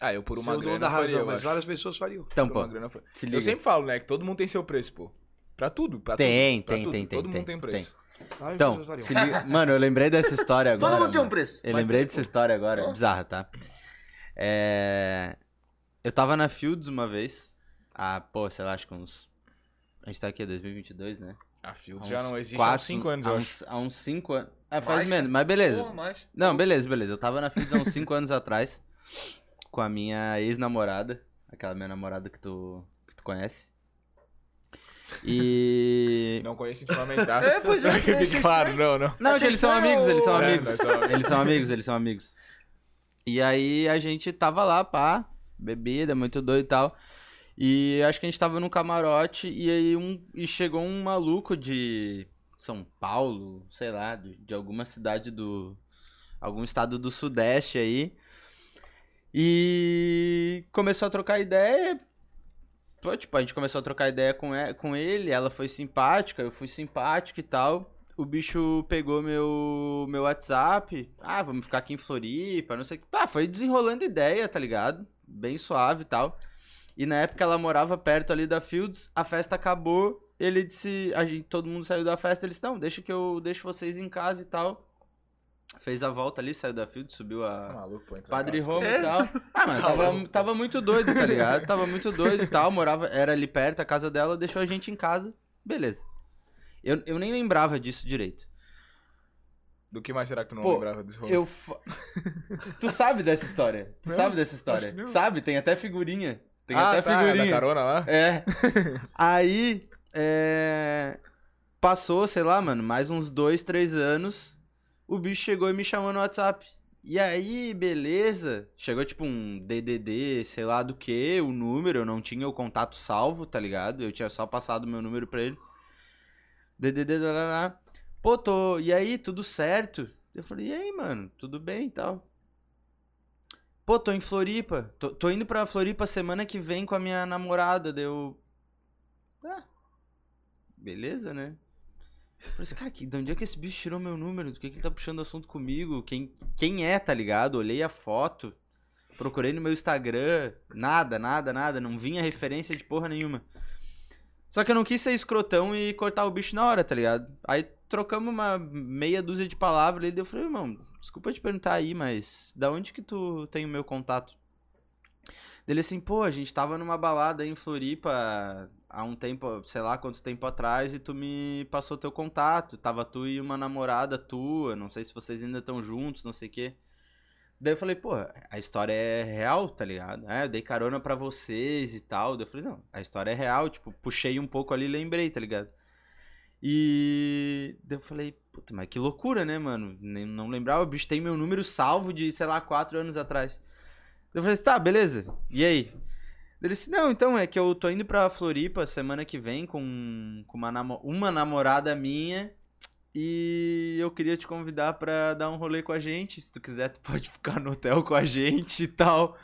S4: Ah, eu por
S3: ser
S4: uma
S3: é o dono
S4: grana
S3: da razão,
S4: faria, eu
S3: mas
S4: acho.
S3: várias pessoas fariam.
S2: Então,
S4: Por uma
S2: pô,
S4: grana faria.
S2: se
S4: Eu
S2: liga.
S4: sempre falo, né, que todo mundo tem seu preço, pô. Pra tudo, pra
S2: Tem,
S4: tudo. pra
S2: tem,
S4: tudo.
S2: tem, tem,
S4: Todo mundo
S2: tem,
S4: tem um preço.
S3: Várias
S2: Então,
S3: pessoas fariam.
S2: se liga. Mano, eu lembrei dessa história agora.
S1: Todo mundo tem um
S2: mano.
S1: preço.
S2: Eu lembrei dessa história agora, é bizarra, tá? É... Eu tava na Fields uma vez, há, pô, sei lá, acho que uns A gente tá aqui em 2022, né?
S4: A
S2: Há
S4: Fields Ah, já
S2: uns
S4: não existe há
S2: quatro-
S4: uns 5 anos,
S2: há
S4: eu acho.
S2: uns, há uns 5 anos. É, faz
S1: Mais,
S2: menos, mas beleza.
S1: Porra, mas...
S2: Não, beleza, beleza. Eu tava na Fields há uns 5 anos atrás com a minha ex-namorada, aquela minha namorada que tu, que tu conhece. E.
S4: Não conheço intimamente, tá?
S1: É, pois é,
S4: Só que
S1: é,
S4: fique
S1: isso
S4: claro,
S1: é
S4: não, não.
S2: Não,
S1: Achei
S2: que eles são
S1: estranho
S2: amigos, eles são
S1: o-
S2: amigos.
S4: É, nós somos-
S2: Eles são amigos, eles são amigos. E aí a gente tava lá, pá, bebida, muito doido e tal. E acho que a gente tava num camarote e aí um, e chegou um maluco de São Paulo, sei lá, de, de alguma cidade do. algum estado do Sudeste aí. E começou a trocar ideia. Pô, Tipo, a gente começou a trocar ideia com, e- com ele, ela foi simpática, eu fui simpático e tal. O bicho pegou meu, meu WhatsApp. Ah, vamos ficar aqui em Floripa, não sei o que. Ah, foi desenrolando ideia, tá ligado? Bem suave e tal. E na época ela morava perto ali da Fields, a festa acabou. Ele disse, a gente, todo mundo saiu da festa, ele disse, não, deixa que eu deixo vocês em casa e tal. Fez a volta ali, saiu da Fields, subiu a,
S4: Maluco, pô, entra
S2: Padre
S4: no
S2: Roma
S1: É.
S2: e tal. Ah, mano, tava, tava muito doido, tá ligado? Tava muito doido e tal. Morava, era ali perto, a casa dela, deixou a gente em casa. Beleza. Eu, eu nem lembrava disso direito.
S4: Do que mais será que tu não
S2: Pô,
S4: lembrava desse rolê?
S2: Eu. fa- tu sabe dessa história? Tu
S1: Não,
S2: sabe dessa história?
S1: acho que não.
S2: Sabe? Tem até figurinha. Tem
S4: ah,
S2: até
S4: tá, da
S2: figurinha.
S4: carona lá?
S2: É. Aí, é... passou, sei lá, mano, mais uns dois, três anos, o bicho chegou e me chamou no WhatsApp. E aí, beleza? Chegou tipo um DDD, sei lá do que, o número, eu não tinha o contato salvo, tá ligado? Eu tinha só passado meu número pra ele. DDD, dalaná. Pô, tô, e aí, tudo certo? Eu falei, e aí, mano, tudo bem e tal. Pô, tô em Floripa. Tô, tô indo pra Floripa semana que vem com a minha namorada. Deu. Ah. Beleza, né? Falei assim, cara, que, de onde é que esse bicho tirou meu número? Do que, que ele tá puxando assunto comigo? Quem, quem é, tá ligado? Olhei a foto. Procurei no meu Instagram. Nada, nada, nada. Não vinha referência de porra nenhuma. Só que eu não quis ser escrotão e cortar o bicho na hora, tá ligado? Aí trocamos uma meia dúzia de palavras e daí eu falei, irmão, desculpa te perguntar aí, mas da onde que tu tem o meu contato? Ele assim, pô, a gente tava numa balada aí em Floripa há um tempo, sei lá quanto tempo atrás, e tu me passou teu contato. Tava tu e uma namorada tua, não sei se vocês ainda estão juntos, não sei o quê. Daí eu falei, pô, a história é real, tá ligado? É, eu dei carona pra vocês e tal. Daí eu falei, não, a história é real, tipo, puxei um pouco ali e lembrei, tá ligado? E daí eu falei, puta, mas que loucura, né, mano? Nem- Não lembrava, o bicho tem meu número salvo de, sei lá, quatro anos atrás. Eu falei assim, tá, beleza. E aí? Ele disse, não, então, é que eu tô indo pra Floripa semana que vem com, com uma, namo- uma namorada minha. E eu queria te convidar pra dar um rolê com a gente. Se tu quiser, tu pode ficar no hotel com a gente e tal.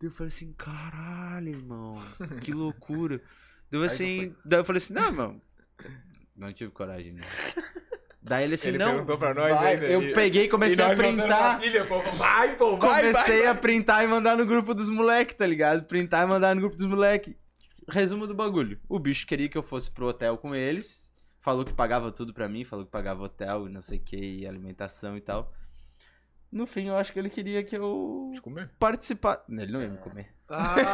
S2: Daí eu falei assim, caralho, irmão, que loucura. Daí eu, assim, daí eu falei assim, não, irmão. Não tive coragem, né? Daí ele assim,
S4: Ele
S2: não.
S4: perguntou pra nós
S2: vai.
S4: ainda,
S2: Eu
S4: e-
S2: peguei e comecei
S4: E
S2: a
S4: nós botando
S2: printar.
S4: na pilha, pô. Vai, pô, vai, vai.
S2: Comecei a printar e mandar no grupo dos moleques, tá ligado? Printar e mandar no grupo dos moleques. Resumo do bagulho. O bicho queria que eu fosse pro hotel com eles. Falou que pagava tudo pra mim, falou que pagava hotel e não sei o que, e alimentação e tal. No fim, eu acho que ele queria que eu
S4: comer.
S2: participasse. Ele não ia me comer.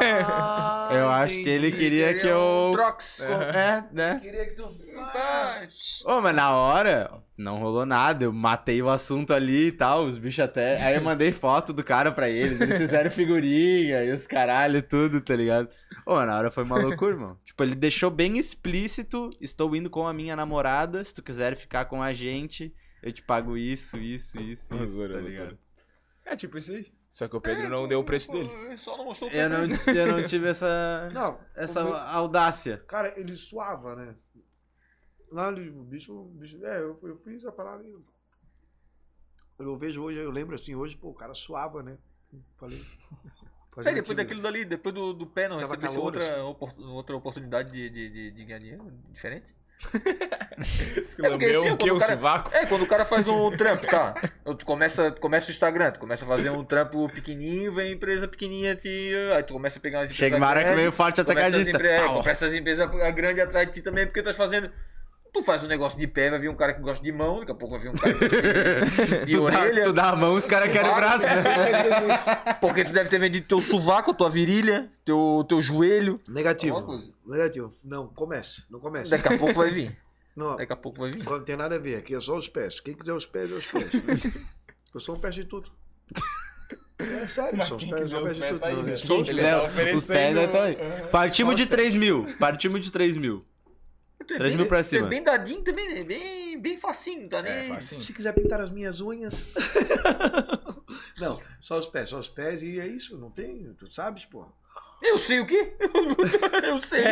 S3: Ah,
S2: eu acho que ele
S3: entendi.
S2: queria É que
S1: um
S2: eu.
S4: é
S1: Trox.
S4: um
S2: É, né?
S13: Queria que tu.
S1: Mas-
S2: Ô, mas na hora, não rolou nada. Eu matei o assunto ali e tal. Os bichos até. Aí eu mandei foto do cara pra eles. Eles fizeram figurinha e os caralho, tudo, tá ligado? Ô, mas na hora foi uma loucura, irmão. Tipo, ele deixou bem explícito: estou indo com a minha namorada. Se tu quiser ficar com a gente, eu te pago isso, isso, isso, isso,
S4: Loucura,
S2: tá
S4: loucura.
S2: ligado?
S4: É tipo isso aí. Só que o Pedro não deu o preço dele.
S1: Ele só não mostrou o
S2: Eu não,
S1: Pedro.
S2: eu não tive essa.
S3: Não,
S2: Essa
S3: o-
S2: audácia.
S3: Cara, ele suava, né? Lá ali, o bicho, o bicho. É, eu, eu fiz a parada. aí. Eu vejo hoje, eu lembro assim, hoje, pô, o cara suava, né? Falei.
S1: É, depois daquilo dali, depois do, do pé, não
S3: Tava
S1: recebesse
S3: calor,
S1: outra,
S3: assim.
S1: opor- outra oportunidade de, de, de, de ganhar dinheiro diferente? É porque
S4: Lambeu
S1: assim,
S4: o que?
S1: quando
S4: O
S1: o cara-
S4: sovaco?
S1: É, quando o cara faz um trampo, tá? Tu começa, tu começa o Instagram, tu começa a fazer um trampo pequenininho, vem empresa pequenininha, te, aí tu começa a pegar umas empresas
S2: Chega uma hora que
S1: grandes,
S2: veio forte
S1: É, começa as
S2: atacadista. Ah,
S1: empre- é,
S2: Pau.
S1: começa as empresas grandes atrás de ti também, porque tu estás fazendo Tu faz um negócio de pé, vai vir um cara que gosta de mão, daqui a pouco vai vir um cara que gosta de, de
S11: tu, dá,
S1: orelha.
S11: tu dá a mão, os caras querem o braço.
S1: Porque tu deve ter vendido teu sovaco, tua virilha, teu, teu joelho.
S3: Negativo.
S1: Alguma coisa.
S3: Negativo. Não, comece. Não comece.
S1: Daqui a pouco vai vir.
S3: Não,
S1: Daqui a pouco vai vir.
S3: não tem nada a ver. Aqui é só os pés. Quem quiser os pés, é os pés. Eu sou um pés de tudo. É sério, são os pés, eu sou um pés de tudo. Não, eu sou os
S4: Ele
S3: pés.
S4: tá
S11: Não, os pés
S4: oferecendo... É,
S11: não estão aí. Partimos de 3 mil. Partimos de 3 mil.
S1: Tu é
S11: 3
S1: bem-
S11: mil pra
S1: tu
S11: cima.
S1: É bem dadinho também, é bem, bem facinho, tá
S4: É,
S1: nem.
S4: faz assim.
S3: Se quiser pintar as minhas unhas. Não, só os pés, só os pés e é isso. Não tem, tu sabes, porra.
S1: eu sei o quê? Eu sei.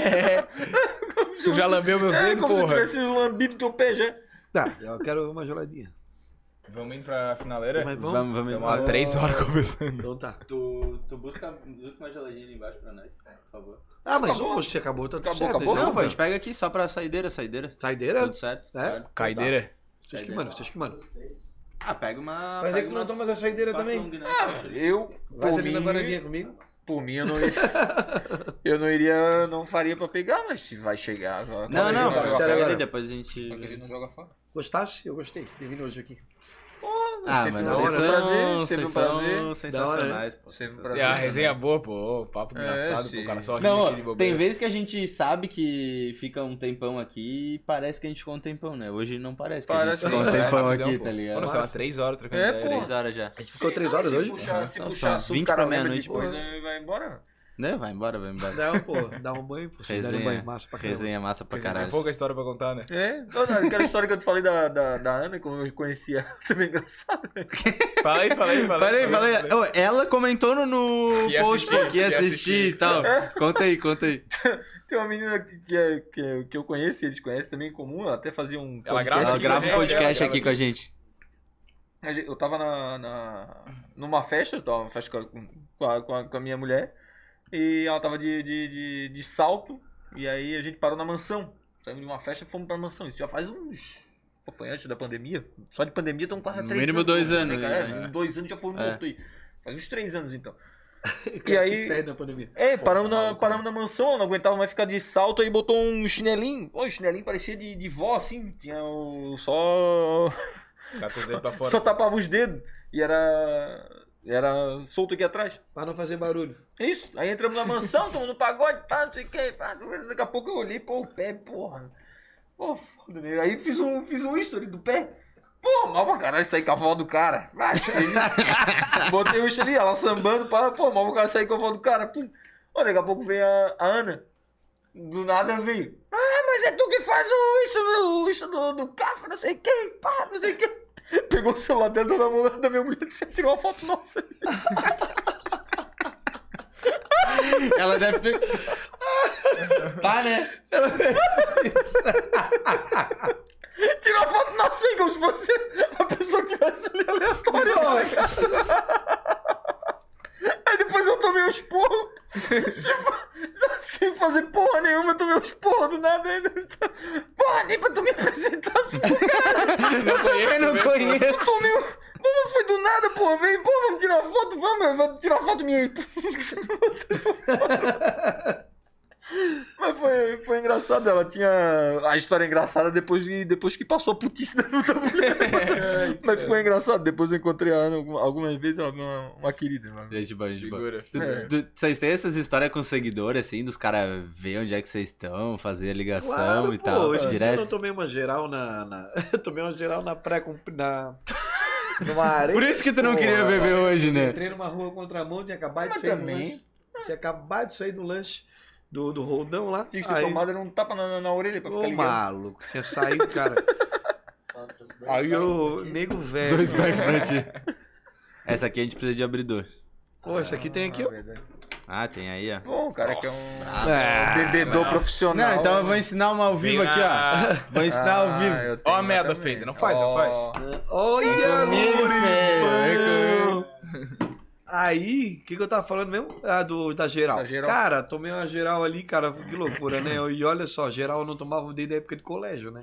S1: Como se
S4: Tu já
S1: É, eu-
S4: lambeu meus
S1: É
S4: dedos,
S1: como se eu
S4: porra.
S1: tivesse lambido teu pé já.
S3: Tá, eu quero uma geladinha.
S4: Vamos indo pra finaleira?
S3: Mas vamos.
S11: Vamos, vamos.
S3: um.
S4: Estamos há três horas conversando.
S3: Então tá.
S2: Tu, tu busca, busca uma geladinha ali embaixo pra nós, por favor.
S3: Ah, mas
S1: Acabou.
S3: acabou. você acabou, tá tudo
S1: Acabou,
S3: certo.
S1: acabou.
S3: Não,
S11: Não, pô, a
S3: mas...
S11: gente pega aqui só pra saideira, saideira.
S3: Saideira?
S11: Tudo certo?
S3: É?
S4: Tá Caideira?
S3: Vocês que mandam, vocês que mandam.
S11: Ah, pega Ah, uma.
S3: Mas é que tu não tomas a saideira também.
S11: também.
S1: Eu,
S3: Vai
S1: por
S3: ali na varandinha
S1: mim,
S3: comigo?
S1: por mim, eu não ia. Eu não iria, não faria pra pegar, mas se vai chegar. Vai,
S11: Não,
S1: talvez
S11: não,
S1: joga
S11: pô,
S3: sério
S11: sério
S1: fora.
S3: agora.
S11: agora. Depois a gente.
S1: Porque ele não joga fora.
S3: Gostasse? Eu gostei. Teve hoje aqui.
S11: Ah,
S1: Sempre
S11: mas
S1: um
S3: da
S11: vocês
S3: hora,
S1: prazer,
S11: são,
S1: sempre
S11: vocês
S1: um prazer.
S11: são sensacionais,
S3: né?
S11: pô.
S1: Sempre um
S4: É
S1: prazer.
S4: a resenha boa, pô. Ô, Papo
S1: É,
S4: engraçado, pô.
S1: sim.
S4: O cara só rindo
S11: Não,
S4: aqui de
S11: ó,
S4: bobeira.
S11: tem vezes que a gente sabe que fica um tempão aqui e parece que a gente ficou um tempão, né? Hoje não parece que
S1: Parece
S11: a gente ficou
S1: que
S11: um
S1: é
S3: né?
S11: tempão
S4: rapidão,
S11: aqui,
S4: pô.
S11: tá ligado?
S4: Mano, sei lá, três horas trocando
S1: É,
S4: ideia. Tipo assim,
S1: pô.
S11: Três horas já.
S3: A gente ficou três horas
S1: se
S3: hoje?
S1: Puxar, se
S11: Então,
S1: puxar
S11: são
S1: assunto,
S11: 20
S1: o cara
S11: pra
S1: lembra
S11: meia-noite,
S1: depois,
S11: pô.
S1: aí vai embora.
S11: Não, Né? vai embora, vai embora.
S3: Não, pô. Dá um banho, pô. Vocês deram um banho
S11: Resenha,
S3: massa pra caramba.
S11: resenha massa pra
S4: Porque vocês têm
S11: caralho.
S4: pouca história pra contar, né?
S1: É, toda aquela história que eu te falei da, da, da Ana, como eu conhecia, também é engraçada.
S4: Fala aí, fala aí, fala
S11: Falei,
S4: aí. fala
S11: falei. Ô, Ela comentou no, no
S4: Que ia
S11: post que
S4: assistir,
S11: ia
S4: que ia
S11: né? assistir e
S4: assistir.
S11: tal. Conta aí, conta aí.
S1: Tem uma menina que, que, é- que, é- que eu conheço, e eles conhecem também em comum, ela até fazia um.
S4: Ela grava
S1: podcast.
S11: Ela
S4: aqui,
S11: grava
S4: né?
S11: um podcast
S4: Ela grava
S11: aqui com a gente.
S1: A gente- Eu tava na, na- numa festa, eu tava numa festa com a, com a- com a- com a minha mulher, e ela tava de, de, de- de salto, e aí a gente parou na mansão. Saímos de uma festa e fomos pra mansão. Isso já faz uns. pô, Foi antes da pandemia. Só de pandemia estão quase há
S11: No
S1: três
S11: mínimo
S1: anos.
S11: dois
S1: né,
S11: anos,
S1: cara?
S11: né?
S1: É, Dois anos já foram
S11: É.
S1: mortos aí. Faz uns três anos então.
S3: Cara,
S1: aí-
S3: se perde na pandemia.
S1: É,
S4: Pô,
S1: paramos,
S4: tá
S1: na,
S4: maluco,
S11: né?
S1: paramos na mansão, ela não aguentava mais ficar de salto, aí botou um chinelinho. Ô, o chinelinho parecia de, de vó, assim, tinha o, só.
S4: aí. Tá com os dedos pra fora.
S1: Só tapava os dedos e era. Era solto aqui atrás.
S3: Pra não fazer barulho.
S1: É isso. Aí entramos na mansão, tomamos no pagode, pá, não sei o que, pá. Daqui a pouco eu olhei, pô, o pé, porra. Pô, foda, né? Aí fiz um, fiz um history do pé. Pô, mal pra caralho sair com a avó do cara. Vai, Botei o history, ela sambando, pá, pô, mal pra caralho sair com a avó do cara. Pum. Ó, daqui a pouco veio a, a Ana. Do nada veio. Ah, mas é tu que faz o isso, o isso do, do carro, não sei o que, pá, não sei o que. Pegou o celular dentro da mão da minha mulher e tirou uma foto nossa.
S11: Ela deve. Pá, né?
S1: Tirou a foto, não sei, como se fosse a pessoa que tivesse ali aleatória. Aí depois eu tomei uns porros. Tipo, sem fazer porra nenhuma, eu tomei uns porros do nada ainda. Porra, nem pra tu me apresentar. Eu
S11: Eu não conheço.
S1: tomei um... Pô, mas foi do nada, porra. Vem, pô, vamos tirar foto, vamos, vamos tirar foto minha aí. Mas foi, foi engraçado, ela tinha a história engraçada depois, que- depois que passou a putice da outra mulher.
S3: É.
S1: Mas ficou engraçado, depois eu encontrei a Ana algum- algumas vezes, ela é uma, uma querida. mano.
S11: Gente boa, gente boa.
S4: Figura.
S11: Tu- tu- Vocês têm essas histórias com seguidores, assim, dos caras ver onde é que vocês estão, fazer a ligação
S3: Claro,
S11: e
S3: pô.
S11: tal,
S3: hoje em dia eu
S11: direto?
S3: não tomei uma geral na... na... Eu tomei uma geral na pré... com- Na... Numa areia.
S11: Por isso que tu não
S3: Porra,
S11: queria beber hoje, né?
S3: Entrei numa rua contramão, tinha acabado
S1: Mas
S3: de sair
S1: também-
S3: do lanche. Tinha acabado de sair do lanche do, do roldão lá.
S1: Tinha que ter
S3: Aí,
S1: tomado era um tapa na, na, na orelha pra ficar
S3: ô,
S1: ligado. Ah,
S3: maluco, tinha saído, cara. Aí o nego velho.
S11: Dois back pra ti. Essa aqui a gente precisa de abridor.
S3: Pô, esse aqui tem aqui, ó.
S11: Ah, tem aí, ó.
S1: Bom, cara, que é
S11: Nossa.
S1: um, é um bebedor
S3: Ah,
S4: Não.
S1: profissional.
S11: Ah,
S1: Ah,
S11: Não, então eu vou ensinar uma ao vivo aqui, ó. Vou ensinar ao vivo.
S4: Ó a merda feita, não faz, não faz.
S3: Olha,
S11: Comigo,
S1: né,
S11: velho.
S3: mano. Aí, o que, que eu tava falando mesmo? Ah, do, da geral.
S1: Da geral.
S3: Cara, tomei uma geral ali, cara, que loucura, né? E olha só, geral eu não tomava desde a época de colégio, né?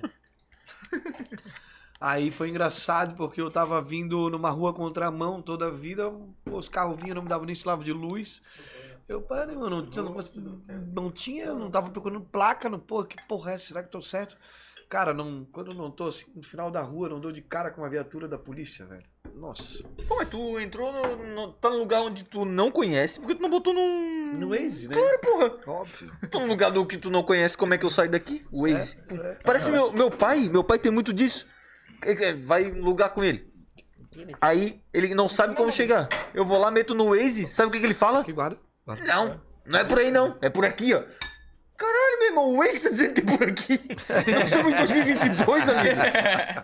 S3: Aí foi engraçado porque eu tava vindo numa rua contramão toda a vida, os carros vinham, não me davam nem sinal de luz. Eu, parei, mano, não, não, não tinha, eu não tava procurando placa, não, pô, que porra é, essa? será que eu tô certo? Cara, não, quando eu não tô assim, no final da rua, não dou de cara com uma viatura da polícia, velho. Nossa.
S1: Pô, mas tu entrou no, no- Tá num lugar onde tu não conhece, porque tu não botou num.
S3: No Waze, né?
S1: Claro, porra.
S3: Óbvio.
S1: Tô num lugar do que tu não conhece, como é que eu saio daqui? Waze.
S3: É.
S1: Parece meu, meu pai, meu pai tem muito disso. Ele, é, Vai em lugar com ele. Aí ele não sabe como chegar. Eu vou lá, meto no Waze, sabe o que, que ele fala?
S3: Que guarda. guarda.
S1: Não, não é por aí não, é por aqui, ó. Caralho, meu irmão, o Waze tá dizendo que é por aqui. Nós estamos em 2022, amigo.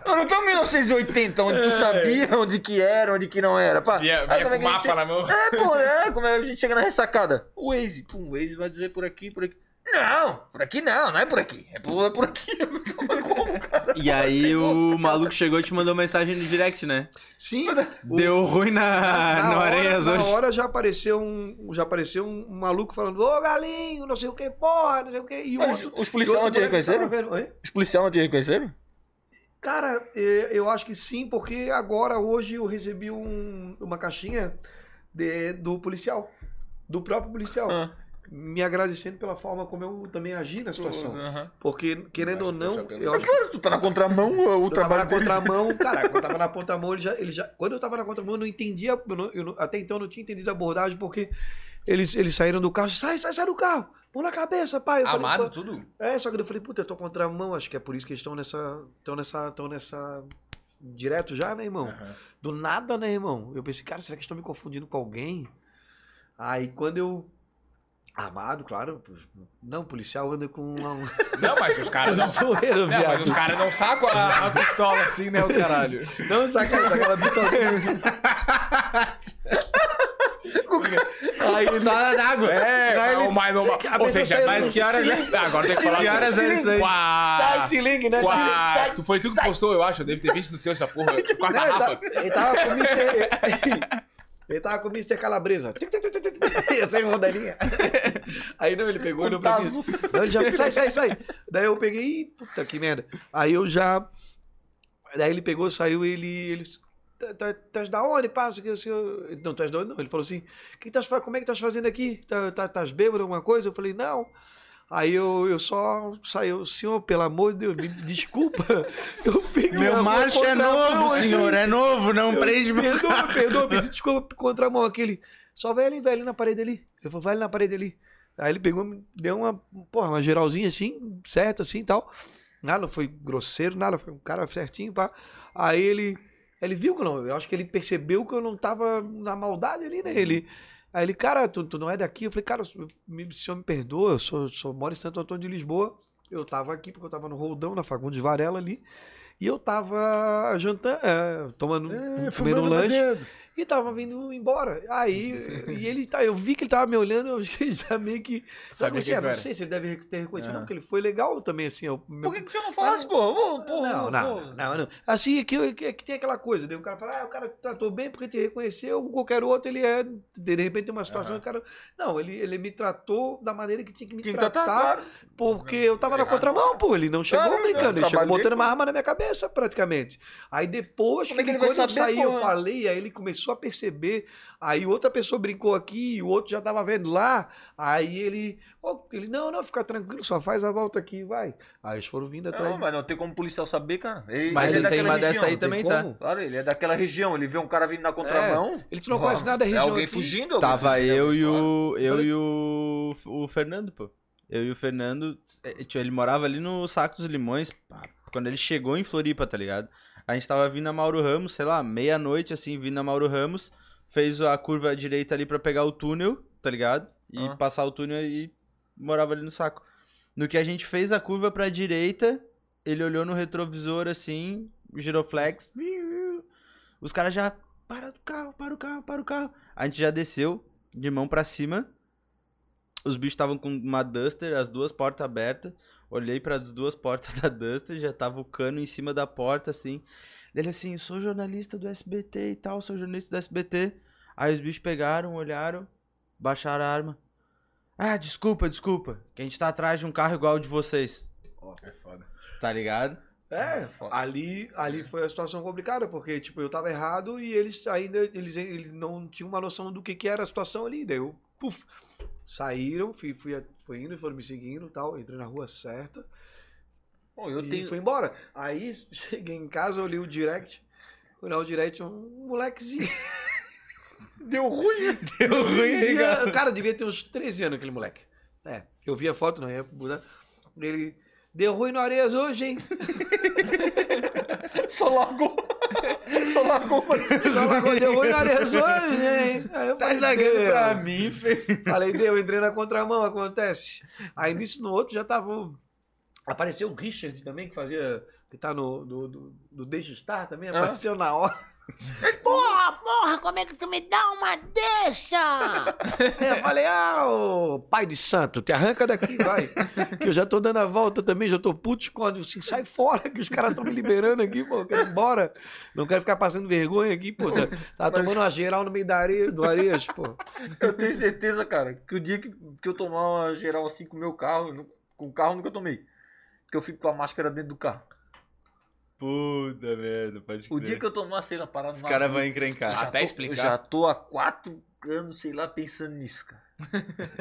S1: Eu não estamos em 1980, onde tu sabia onde que era, onde que não era. Pá.
S4: Via,
S1: Aí como
S4: via com
S1: é
S4: o
S1: que a gente
S4: mapa na mão.
S1: é, pô, é, como é que a gente chega na ressacada? O Waze, pum, o Waze vai dizer por aqui, por aqui. Não, por aqui não, não é por aqui. É por, é por aqui. Mas Como, cara?
S2: E aí o maluco chegou e te mandou mensagem no direct, né?
S3: Sim.
S2: Deu ruim
S1: Ah,
S2: na,
S3: Na
S2: no Areias
S3: hora, na
S2: hoje.
S3: hora já apareceu um, já apareceu um maluco falando, ô galinho, não sei o que, porra, não sei o que. E o
S1: Mas
S3: outro.
S1: os
S3: e
S1: policiais não
S3: outro
S1: te
S3: moleque tava
S1: reconheceram?
S3: vendo- Oi?
S1: Os policiais não te reconheceram?
S3: Cara, eh, eu acho que sim, porque agora, hoje, eu recebi um- uma caixinha de- do policial. Do próprio policial.
S1: Ah.
S3: Me agradecendo pela forma como eu também agi na situação.
S1: Aham.
S3: Porque, querendo ou
S4: Acho que tá
S3: não,
S4: chocando.
S3: eu acho que
S1: Claro, tu tá na contramão, o
S3: eu tava na
S1: trabalho deles.
S3: contramão, cara, quando eu tava na contramão, ele já, ele já. Quando eu tava na contramão, eu não entendia. eu não- eu não- até então eu não tinha entendido a abordagem, porque eles, eles saíram do carro, sai, sai, sai do carro! Mão na cabeça, pai. Eu falei,
S4: Amado,
S3: "Pô."
S4: tudo.
S3: é, só que eu falei, puta, eu tô contramão, acho que é por isso que eles estão nessa. Estão nessa. Estão nessa. Direto já, né, irmão?
S4: Aham.
S3: Do nada, né, irmão? Eu pensei, cara, será que estão me confundindo com alguém? Aí quando eu. Armado, claro. Não, policial anda com uma. um
S4: Não, mas os caras Ah, não.
S3: Zoeiro,
S4: Não, mas
S3: viado.
S4: os caras não sacam a, a pistola assim, né, o caralho?
S3: Não, saca, saca aquela bitolinha. Aí
S2: Pistola d'água.
S4: É,
S3: Daí ele-
S4: não, mas não.
S3: Sim, a
S4: Ou
S3: pessoa
S4: seja,
S3: saiu
S4: mas
S3: no
S4: que horas é? Ah, Agora tem que falar.
S2: Que horas é isso aí?
S4: Quá-
S3: se ligue, né?
S4: quá- Tu foi tu que postou, eu acho. Eu devo ter visto no teu essa porra. Com a
S3: Não, ele,
S4: garrafa.
S3: tava, ele tava com o Mr. Ele tava com o Mr. Calabresa. Sem rodelinha. Aí não, ele pegou e olhou pra mim. assim. Não, ele já. Sai, sai, sai. Daí eu peguei. "Ih, Puta que merda. Aí eu já. Daí ele pegou, saiu, ele. ele "Tá- tá- Tás da onde, pá? Não sei o que. o senhor-" Não, tás da onde, não. Ele falou assim: que tás, fa- Como é que estás fazendo aqui? Tá- tá- Tás bêbado, alguma coisa? Eu falei: Não. Aí eu, eu só saiu, senhor, pelo amor de Deus, me desculpa. Eu peguei
S2: Meu
S3: a mão
S2: macho é
S3: contra a mão,
S2: novo,
S3: hein?
S2: senhor. É novo, não prende meu.
S3: Perdoa, perdoa, pedi desculpa contra a mão aquele. Só vai ali, vai ali na parede ali. Eu falei, vai ali na parede ali. Aí ele pegou, me deu uma, porra, uma geralzinha assim, certo, assim e tal. Nada, foi grosseiro, nada, foi um cara certinho, pá. Aí ele. Ele viu que eu não. Eu acho que ele percebeu que eu não tava na maldade ali, né? Ele. Aí ele, cara, tu, tu não é daqui? Eu falei, cara, eu- me, o senhor me perdoa, eu sou, sou, moro em Santo Antônio de Lisboa. Eu tava aqui porque eu tava no Roldão, na Fagundes Varela ali. E eu tava jantando, é, tomando, comendo um lanche.
S4: é
S3: E tava vindo embora. Aí, e ele tá, eu vi que ele tava me olhando, eu acho que ele já meio que.
S4: Sabia
S3: não,
S4: quem
S3: sei,
S4: tu
S3: não
S4: era.
S3: sei se ele deve ter reconhecido, não, porque ele foi legal também, assim. Eu,
S1: Por que que tu não falasse, pô? Ô, pô,
S3: não,
S1: pô.
S3: não, não, não. Assim, é que, eu- é que, é que tem aquela coisa, né? O cara fala, ah, o cara te tratou bem porque te reconheceu, qualquer outro, ele é. De repente tem uma situação, o cara. Não, ele, ele me tratou da maneira que tinha que me
S1: Quem tá,
S3: tratar,
S1: tá, claro. tá
S3: porque eu tava na
S4: Errado.
S3: contramão, pô. Ele não chegou
S1: Claro, né?
S3: brincando, ele chegou
S1: Trabalho
S3: botando
S1: dele,
S3: uma arma na minha cabeça, praticamente. Aí depois
S1: Como
S3: que
S1: é que
S3: ele,
S1: ele vai
S3: quando eu
S1: saber,
S3: saí, eu
S1: porra?
S3: falei, aí ele começou a perceber. Aí outra pessoa brincou aqui, e o outro já tava vendo lá. Aí ele. ó, ele, não, não, fica tranquilo, só faz a volta aqui, vai. Aí eles foram vindo atrás.
S1: Não, mas não tem como o policial saber, cara. Ele,
S2: Mas
S1: ele é
S2: ele tem
S1: daquela
S2: uma
S1: região,
S2: dessa aí
S1: não tem
S2: também,
S1: como.
S2: tá?
S1: Claro, ele é daquela região. Ele vê um cara vindo na contramão.
S3: Ele não
S1: Ó,
S3: conhece nada da
S1: É,
S3: região.
S1: alguém
S3: aqui.
S1: fugindo. alguém
S2: Tava
S1: fugindo,
S2: eu e
S1: claro.
S2: o. Eu e o. O Fernando, pô. Eu e o Fernando. eh, tio, Ele morava ali no Saco dos Limões. pá, Quando ele chegou em Floripa, tá ligado? A gente tava vindo a Mauro Ramos, sei lá, meia-noite, assim, vindo a Mauro Ramos. Fez a curva à direita ali pra pegar o túnel, tá ligado? E
S1: Ah.
S2: passar o túnel e morava ali no saco. No que a gente fez a curva pra direita, ele olhou no retrovisor assim, giroflex. Os caras já. Para o carro, para o carro, para o carro. A gente já desceu de mão pra cima. Os bichos estavam com uma Duster, as duas portas abertas. Olhei para as duas portas da Duster, já tava o cano em cima da porta, assim. Ele assim, sou jornalista do SBT e tal, sou jornalista do SBT. Aí os bichos pegaram, olharam, baixaram a arma. Ah, desculpa, desculpa. Que a gente tá atrás de um carro igual ao de vocês.
S4: É foda.
S2: Tá ligado?
S3: É, ali, ali foi a situação complicada, porque, tipo, eu tava errado e eles ainda, eles, eles não tinham uma noção do que, que era a situação ali, daí eu, puf, saíram, fui, fui, fui indo, foram me seguindo e tal, entrei na rua certa,
S1: Pô, eu
S3: e
S1: tenho.
S3: foi embora. Aí cheguei em casa, olhei o direct. Olhei o direct, um molequezinho. Deu ruim. Deu ruim. Cara, devia ter uns 13 anos aquele moleque. É, eu vi a foto, não ia mudar. Ele. Deu ruim no Areias hoje, hein?
S1: né? Só largou. Só largou.
S3: Só largou, deu ruim no Areias hoje, hein? Aí eu
S11: Tá
S3: falei,
S11: estragando
S3: "Deu".
S11: pra mim, filho.
S3: Falei, deu, entrei na contramão, acontece. Aí nisso no outro já tava. o- Apareceu o Richard também, que fazia. Que tá no. Do, do, do Deixa Estar também, apareceu na hora.
S14: Ah. Porra, porra, como é que tu me dá uma deixa?
S3: Aí eu falei, ah, ô, pai de santo, te arranca daqui, vai. Que eu já tô dando a volta também, já tô puto esconde. Assim, sai fora, que os caras estão me liberando aqui, pô. Eu quero ir embora. Não quero ficar passando vergonha aqui, pô. Tá, tá tomando uma geral no meio da areia, do areias, pô.
S1: Eu tenho certeza, cara, que o dia que, que eu tomar uma geral assim com o meu carro, no- com o carro nunca tomei. Que eu fico com a máscara dentro do carro.
S11: Puta merda, pode
S1: O dia que eu tomar, sei lá, parado
S11: Os
S1: na
S11: caras
S1: rua,
S11: vão
S1: eu já
S11: encrencar.
S4: Até
S1: tô-
S4: explicar.
S1: Eu já tô há quatro anos, sei lá, pensando nisso, cara.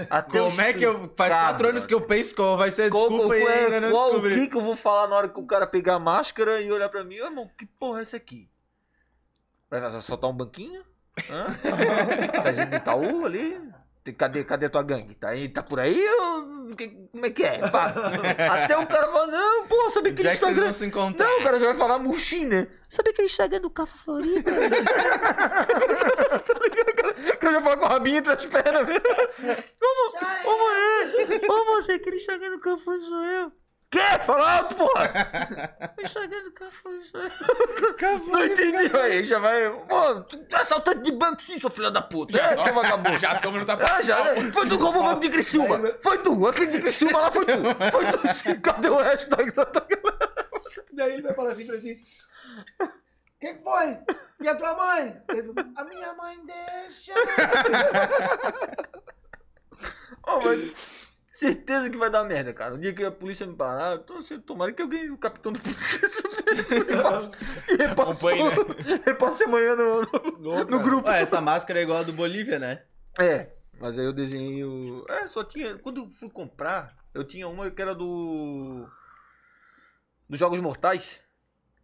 S1: Até
S11: Como é que eu. Faz
S1: Cara,
S11: quatro anos que eu penso qual vai ser a
S1: Tá, Qual,
S11: desculpa
S1: qual
S11: e
S1: é-
S11: ainda não
S1: qual- o
S11: descobri.
S1: que, que eu vou falar na hora que o cara pegar a máscara e olhar pra mim? Ô, irmão, que porra é essa aqui? Vai vai soltar um banquinho? Hã? tá indo no Itaú ali? Tem- Cadê, cadê a tua gangue? Tá, aí, tá por aí? Ou... que- como é que é? Pá. Até o cara fala, não, pô, sabe
S11: Onde
S1: aquele
S11: é que vocês
S1: Instagram...
S11: vão se encontrar?
S1: Não, o cara já vai falar murchinho, né?
S14: Sabe aquele Instagram do Cafa Floripa?
S1: O cara já fala com o rabinho entre as pernas, velho. Como é?
S14: Ô, moça, aquele Instagram do Cafa sou eu.
S1: Quer? Fala alto, porra!
S14: O Instagram do Cafa sou eu.
S1: Não entendi, aí já vai. Pô, tu é assaltante de banco sim, seu filho da puta. É, seu vagabundo.
S4: Já toma no tapa.
S1: Ah, já. Foi tu que roubou o banco de Criciúma. Foi tu. Aquele de Criciúma lá foi tu. Foi tu sim. Cadê o hashtag da tua
S3: Daí ele vai falar assim pra mim. O que, que foi? E a tua mãe? Ele, a minha mãe deixa.
S1: Ô, mas Certeza que vai dar merda, cara. O dia que a polícia me parar, eu tô- tomara que alguém, o capitão do polícia, repasse, repasse,
S4: Acompanhe, né?
S1: repasse amanhã no, no grupo.
S11: Ué, essa máscara é igual a do Bolívia, né?
S1: É, mas aí eu desenhei o. É, só tinha. Quando eu fui comprar, eu tinha uma que era do. Dos Jogos Mortais.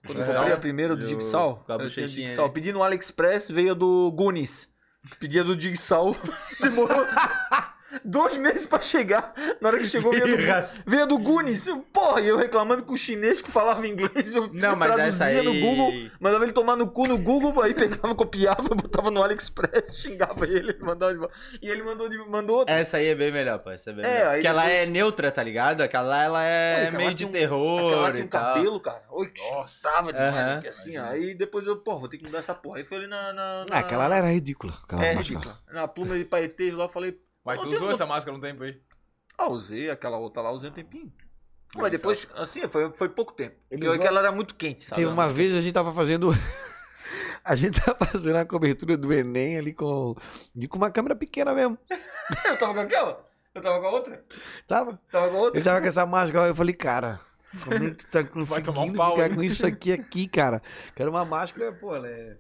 S1: Quando eu
S11: Jigsaw.
S1: comprei a primeira do
S11: Do-
S1: Jigsaw.
S11: com a
S1: eu tinha
S11: bochechinha
S1: Jigsaw.
S11: ali.
S1: Pedi no AliExpress, veio a do Goonies. Pedi a do Jigsaw. Demorou. Dois meses pra chegar. Na hora que chegou, veio a do, veio a do Goonies. Eu, Porra, e eu reclamando com o chinês que falava inglês. Eu
S11: Não, mas
S1: traduzia
S11: essa aí.
S1: no Google. Mandava ele tomar no cu no Google, aí pegava, copiava, botava no AliExpress, xingava ele, mandava de volta. E ele mandou, de- mandou outro.
S11: Essa aí é bem melhor, pô. Essa é bem
S1: É,
S11: melhor.
S1: aí
S11: Porque ela
S1: depois-
S11: é neutra, tá ligado? Aquela lá, ela é
S1: Pô, aquela
S11: meio
S1: lá
S11: de
S1: tem um-
S11: terror
S1: Aquela tinha
S11: e
S1: um
S11: tal.
S1: cabelo, cara. Oi, que escutava demais,
S11: Aham.
S1: que assim, ó. Aí depois eu, pô, vou ter que mudar essa porra. Aí foi ali na... na, na
S7: Ah, aquela lá era ridícula. Aquela
S1: É,
S7: máscara.
S1: ridícula. Na pluma de paetês lá, eu falei...
S4: Mas tu
S1: Não, tem
S4: usou
S1: um-
S4: essa máscara um tempo aí.
S1: Ah, usei aquela outra lá, usei um tempinho.
S4: Não,
S1: Mas depois, assim, foi, foi pouco tempo.
S3: Ele
S1: Eu-
S3: usou-
S1: Aquela era muito quente,
S4: Tá
S1: sabe?
S7: Teve uma vez a gente tava fazendo. A gente tava fazendo a cobertura do Enem ali com. e com uma câmera pequena mesmo.
S1: Eu tava com aquela? Eu tava com a outra?
S7: Tava?
S1: Tava com a outra?
S7: Ele tava com essa máscara. Eu falei, cara, como é que tu tá conseguindo
S4: tomar um pau,
S7: ficar
S4: hein?
S7: com isso aqui aqui, cara?
S3: Quero uma máscara, pô, né?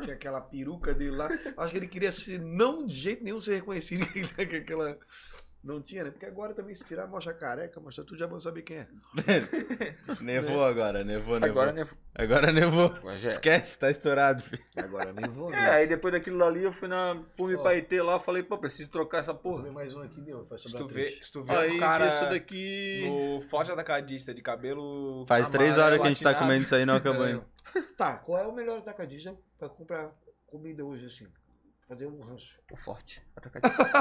S3: Tinha aquela peruca dele lá. Acho que ele queria ser, não de jeito nenhum ser reconhecido. com
S7: tá
S3: aquela... Não tinha, né? Porque agora também, se tirar, mostra a careca, mostra tudo, já vão saber quem é.
S11: Nevou agora, nevou, nevou.
S1: né? Agora, né?
S11: Agora nevou.
S1: Mas é.
S11: Esquece, tá estourado, filho.
S3: Agora nem vou.
S1: É, aí depois daquilo ali eu fui na Pume
S3: Ó.
S1: Paetê lá, falei, pô, preciso trocar essa porra.
S3: mais um aqui, deu. Foi
S4: Se tu vê, se tu vê
S1: Aí
S4: o
S1: cara...
S4: cara
S1: essa daqui.
S4: no Forte Atacadista de cabelo.
S11: Faz três
S1: é
S4: amarelo
S11: horas que a gente tá
S4: latinado.
S11: comendo isso aí e não acabou ainda.
S3: Tá, qual é o melhor atacadista pra comprar comida hoje, assim? Fazer um rancho.
S1: O forte. Atacadista.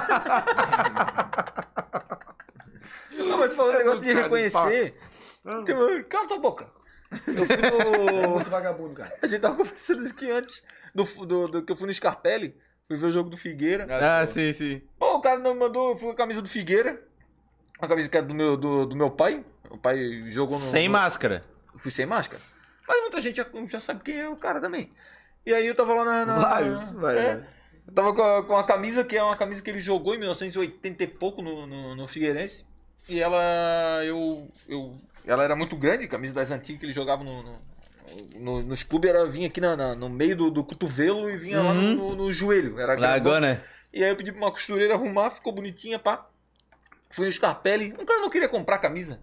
S1: Não, mas tu falou um negócio de
S3: cara de
S1: reconhecer.
S3: Ah,
S1: Tem uma- Cala tua boca. Eu fui
S3: é
S1: no.
S3: muito vagabundo, cara.
S1: A gente tava conversando isso aqui antes. Do, fu- do, do- que eu fui no Scarpelli. Fui ver o jogo do Figueira.
S11: Ah, sim, sim.
S1: Pô, o cara não mandou. Eu fui com a camisa do Figueira. A camisa que era do meu, do, do meu pai. O pai jogou no.
S11: Sem
S1: no-
S11: máscara.
S1: Eu fui sem máscara. Mas muita gente já, já sabe quem é o cara também. E aí eu tava lá na.
S3: Ah.
S1: na-
S3: Vários,
S1: na-
S3: vários,
S1: é. Eu tava com a, com a camisa que é uma camisa que ele jogou em 1980 e pouco no, no, no Figueirense. E ela. Eu, eu, ela era muito grande, camisa das antigas que ele jogava no. no no- nos clubes era vinha aqui na, na- no meio do, do cotovelo e vinha lá no, no- no joelho. Era aquela-
S11: Largou, né?
S1: E aí eu pedi pra uma costureira arrumar, ficou bonitinha, pá. Fui no Scarpelli. Um cara não queria comprar camisa.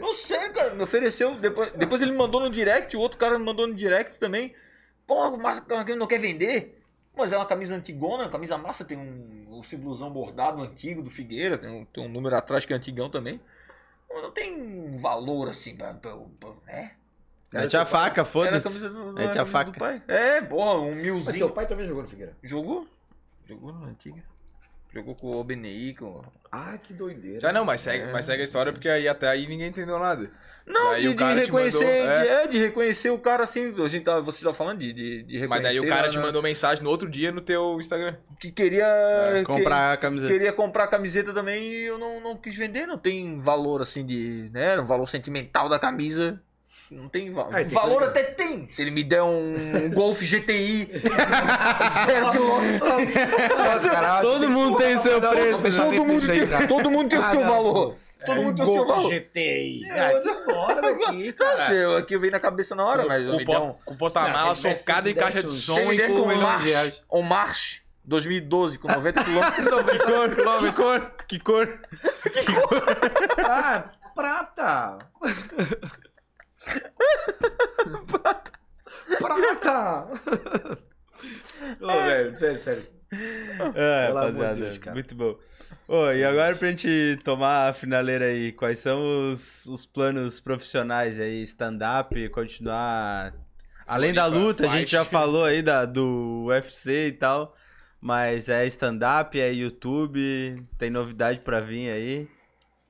S1: Não sei, cara. Me ofereceu. Depois, depois ele me mandou no direct, o outro cara me mandou no direct também. Pô, o Márcio Camargo não quer vender. Mas é uma camisa antigona, camisa massa, tem um, esse blusão bordado antigo do Figueira, tem um, tem um número atrás que é antigão também. Mas Não tem valor assim pra. pra, pra né?
S11: Mete a faca, foda-se.
S1: do,
S11: Mete
S1: era
S11: a faca.
S1: do pai. É, porra, um
S3: Mas
S1: milzinho.
S3: teu pai também jogou no Figueira.
S1: Jogou? Jogou no antiga. Jogou com o OBNI, com.
S3: Ah, que doideira.
S4: Tá, não, mas segue, mas segue a história porque aí até aí ninguém entendeu nada.
S1: Não,
S4: Daí
S1: de,
S4: o
S1: de
S4: cara te
S1: reconhecer.
S4: mandou-
S1: de, é, de reconhecer o cara assim. A gente tava, você tava falando de, de, de reconhecer.
S4: Mas daí o cara
S1: na-
S4: te
S1: na-
S4: mandou mensagem no outro dia no teu Instagram.
S1: Que queria.
S2: É,
S1: que-
S11: Comprar a camiseta.
S1: Queria comprar a camiseta também e eu não, não quis vender, não tem valor assim de. né? Um valor sentimental da camisa. Não tem valor.
S3: Ah, e tem
S1: valor
S3: coisa
S1: até tem. Se ele me der um, um Golf GTI zero um, quilômetro.
S11: Todo mundo tem o seu preço. né?
S1: Todo mundo,
S7: isso aí,
S1: tem,
S7: cara.
S1: todo mundo tem o seu valor. Todo mundo tem o seu valor.
S3: GTI. Ah, de fora daqui,
S1: Não
S3: cara.
S1: sei, então eu- aqui veio na cabeça na hora, mas eu me deu um.
S4: Com com porta-mala
S3: se ele tivesse
S4: socada Tá em
S3: dez
S4: caixa de
S3: uns
S4: som
S1: Se me
S4: e
S1: desse
S4: com
S1: um
S4: melhor-
S1: March, um March 2012 com 90 quilômetros.
S11: Que cor, Clóvis? Que cor? Que cor?
S3: Ah, prata. prata. Prata. Ô, velho, sério, sério.
S11: É,
S3: Pelo amor de
S11: rapaziada,
S3: Deus, cara.
S11: muito bom. Ô, e agora pra gente tomar a finaleira aí, quais são os, os planos profissionais aí? Stand-up, continuar. Além da
S4: Floripa,
S11: luta, a gente
S4: fight.
S11: já falou aí da, do UFC e tal. Mas é stand-up, é YouTube, tem novidade pra vir aí.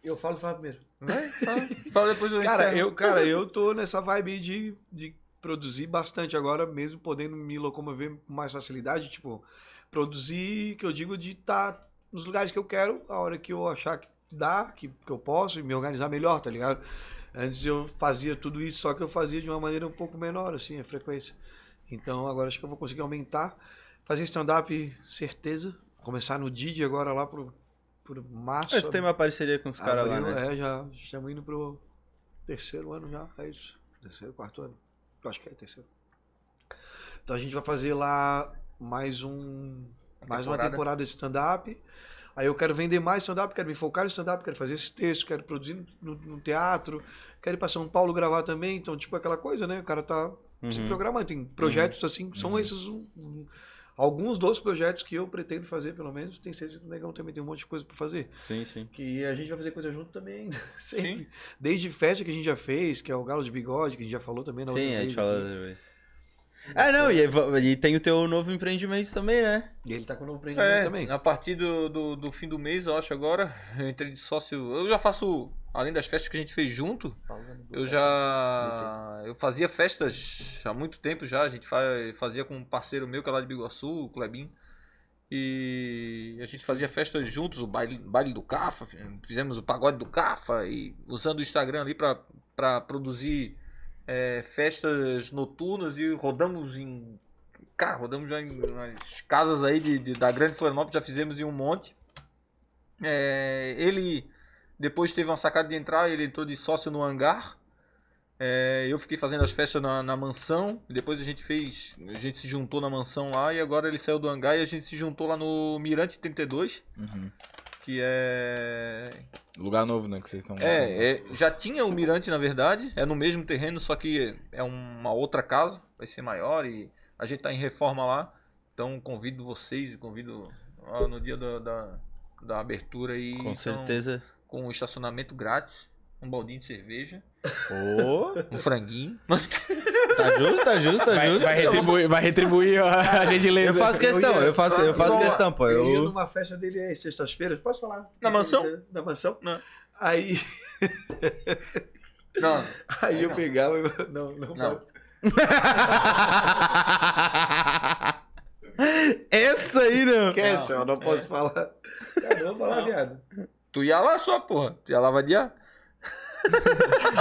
S3: Eu falo, falo primeiro.
S1: Vai, fala, fala depois eu
S3: Cara,
S1: encerro.
S3: eu, cara, eu tô nessa vibe aí de, de produzir bastante agora, mesmo podendo me locomover com mais facilidade, tipo, produzir, que eu digo, de estar nos lugares que eu quero, a hora que eu achar que dá, que, que eu posso, e me organizar melhor, tá ligado? Antes eu fazia tudo isso, só que eu fazia de uma maneira um pouco menor, assim, a frequência. Então agora acho que eu vou conseguir aumentar. Fazer stand-up, certeza. Começar no Didi agora lá pro, pro março.
S11: Você tem uma parceria com os caras lá,
S3: Abril,
S11: né?
S3: É, já estamos indo pro terceiro ano já, é isso. Terceiro, quarto ano. Eu acho que é terceiro. Então a gente vai fazer lá mais um. mais uma temporada de stand-up. Aí eu quero vender mais stand-up, quero me focar no stand-up, quero fazer esse texto, quero produzir no, no teatro, quero ir pra São Paulo gravar também. Então, tipo, aquela coisa, né? O cara tá se
S11: Uhum.
S3: programando. Tem projetos assim, são esses um- um- alguns dos projetos que eu pretendo fazer, pelo menos. Tem certeza que o Negão também tem um monte de coisa pra fazer.
S11: Sim, sim.
S3: Que a gente vai fazer coisa junto também, sempre. Desde festa que a gente já fez, que é o Galo de Bigode, que a gente já falou também na outra
S11: Sim, a
S3: vez
S11: gente fala
S3: aqui.
S11: depois. É, não, e, aí vo- e tem o teu novo empreendimento também, né?
S3: E ele tá com o novo empreendimento
S1: É,
S3: também.
S1: a partir do, do, do fim do mês, eu acho agora, eu entrei de sócio. Eu já faço, além das festas que a gente fez junto, eu já. Eu fazia festas há muito tempo já. A gente fa- fazia com um parceiro meu que é lá de Biguaçu, o Clebinho. E a gente fazia festas juntos, o baile, baile do Cafa, fizemos o pagode do Cafa, e usando o Instagram ali pra, pra produzir é, festas noturnas e rodamos em. Cara, rodamos já em umas casas aí de, de- da Grande Florianópolis, já fizemos em um monte. É, ele depois teve uma sacada de entrar, ele entrou de sócio no hangar. É, eu fiquei fazendo as festas na, na mansão, depois a gente fez. A gente se juntou na mansão lá e agora ele saiu do hangar e a gente se juntou lá no Mirante 32. Que é.
S4: Lugar novo, né? Que vocês estão.
S1: É, é, já tinha o Mirante, na verdade. É no mesmo terreno, só que é uma outra casa. Vai ser maior e a gente tá em reforma lá. Então convido vocês, convido ah, no dia da, da, da abertura aí.
S11: Com
S1: então,
S11: certeza.
S1: Com um estacionamento grátis, um baldinho de cerveja,
S11: Ô,
S1: um franguinho. Mas
S11: tá justo, tá justo, tá
S4: Vai,
S11: justo.
S4: vai retribuir, vai retribuir a a gentileza.
S11: Eu faço questão, eu faço, eu faço
S3: Vamos lá.
S11: questão, pô.
S3: Eu ia
S11: Eu...
S3: numa festa dele aí, sextas-feiras, posso falar?
S1: Na mansão?
S3: Na mansão.
S1: Não.
S3: Aí,
S1: não,
S3: aí eu
S1: Não.
S3: pegava e... Não, não,
S1: Não.
S3: pode.
S11: Essa aí não.
S2: né?
S11: É.
S3: Esquece, eu não posso falar. Cara, não vou falar, Tá viado.
S1: tu ia lá só, porra. Tu ia lá vadiar.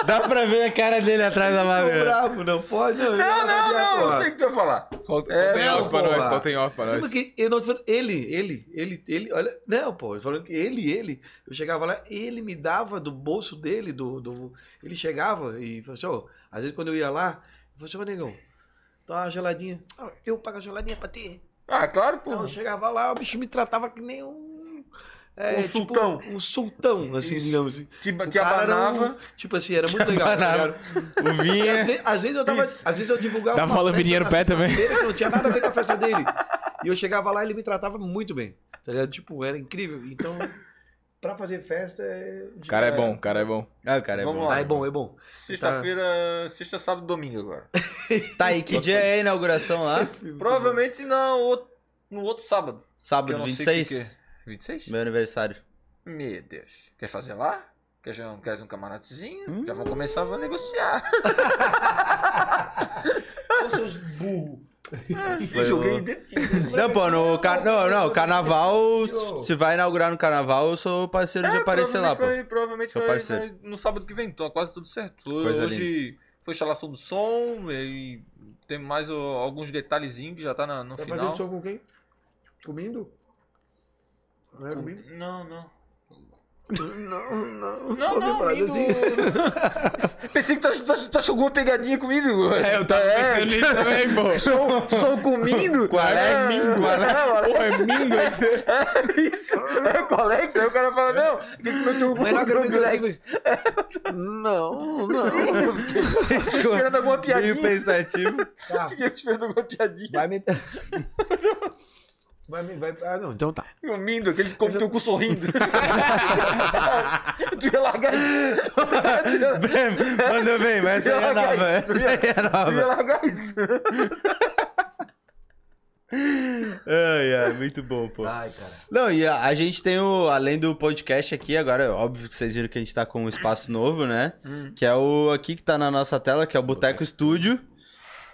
S11: Dá pra ver a cara dele atrás da
S3: Tô
S11: maravilha.
S3: bravo, não pode, não.
S1: Não, não, não, eu
S3: porra.
S1: sei o que tu ia falar.
S4: Conta
S1: É,
S4: em off
S3: não,
S4: pra nós,
S3: porra.
S4: conta em off pra
S3: Não,
S4: nós.
S3: porque eu não tô falando- ele, ele, ele, ele, olha, não, pô, eu tô falando que ele, ele, eu chegava lá, ele me dava do bolso dele, do, do ele chegava e falou assim, ó, às vezes quando eu ia lá, eu falava assim, ô negão, tá uma geladinha, Ah, eu pago a geladinha pra ti,
S1: Ah, claro,
S3: então, eu
S1: porra.
S3: chegava lá, o bicho me tratava que nem um, É,
S1: Um
S3: tipo,
S1: sultão.
S3: um sultão, assim, digamos assim.
S1: Te,
S3: O
S1: te
S3: cara era um-
S1: abanava.
S3: tipo assim, era muito legal. tá ligado?
S15: O
S3: E
S2: é-
S15: Vinha.
S3: às, ve- às vezes eu tava. Às vezes eu divulgava.
S15: Dava
S3: uma
S15: uma
S3: festa
S15: lambidinha no
S3: na
S15: pé também.
S3: sexta-feira que Não tinha nada a ver com a festa dele. E eu chegava lá e ele me tratava muito bem. Tá ligado? Tipo, era incrível. Então, pra fazer festa é.
S4: O cara é bom, o cara é bom.
S2: Ah, cara, é
S1: Vamos
S2: bom.
S1: lá.
S3: Tá, é bom, é bom.
S1: Sexta-feira, sexta, sábado, domingo agora.
S2: Tá, e que dia é a inauguração lá?
S1: Provavelmente na ou- no outro sábado. Eu
S2: Sábado
S1: não sei
S2: 26,
S1: o que é. que 26?
S2: meu aniversário.
S1: Meu Deus. Quer fazer lá? Quer, já- quer um camarotezinho? Já vão começar a negociar.
S3: Ô, seus burros.
S2: Foi
S1: Joguei
S2: o-
S1: dentro.
S2: Não, pô, no car... não, não, carnaval, se- se vai inaugurar no carnaval, eu sou parceiro de aparecer lá, pô.
S1: É, Provavelmente, vai- provavelmente
S2: Seu
S1: vai-
S2: parceiro.
S1: vai no sábado que vem, tá quase tudo certo.
S2: Coisa
S1: Hoje foi instalação do som e tem mais ó, alguns detalhezinhos que já tá na- no
S3: Vai fazer um
S1: final.
S3: o som com quem? Comindo? Não é comindo?
S1: Não, não.
S3: Não, não.
S1: Não, não, amigo. Pensei que tu, tu, tu achou alguma pegadinha comigo.
S15: É, eu tava pensando nisso também, pô.
S1: Sou, sou comindo?
S15: Com Alex,
S1: É,
S15: com Alex.
S1: é, o Alex.
S15: Pô, é mingo, hein?
S1: É isso. É com o Alex. Aí o cara fala, não. Que que eu tô com
S3: Mas não
S1: o
S3: acredito,
S1: Alex?
S3: Não, não.
S1: Sim. eu Fiquei esperando alguma
S2: Meio
S1: piadinha.
S2: pensativo.
S3: Tá,
S1: Fiquei esperando alguma piadinha.
S3: vai me. Vai me. Vai... Ah, não, então tá.
S1: Comindo, aquele que come teu cu sorrindo. tu ia largar isso. Tu ia-
S2: Mandou bem, mas essa aí é nova. Essa aí é
S1: Tu ia
S2: nova.
S1: largar isso.
S2: Ai, ai, muito bom, pô.
S3: Ai, cara.
S2: Não, e a, a gente tem o. Além do podcast aqui, agora, óbvio que vocês viram que a gente tá com um espaço novo, né?
S3: Hum.
S2: Que é o aqui que tá na nossa tela, que é o Boteco Estúdio.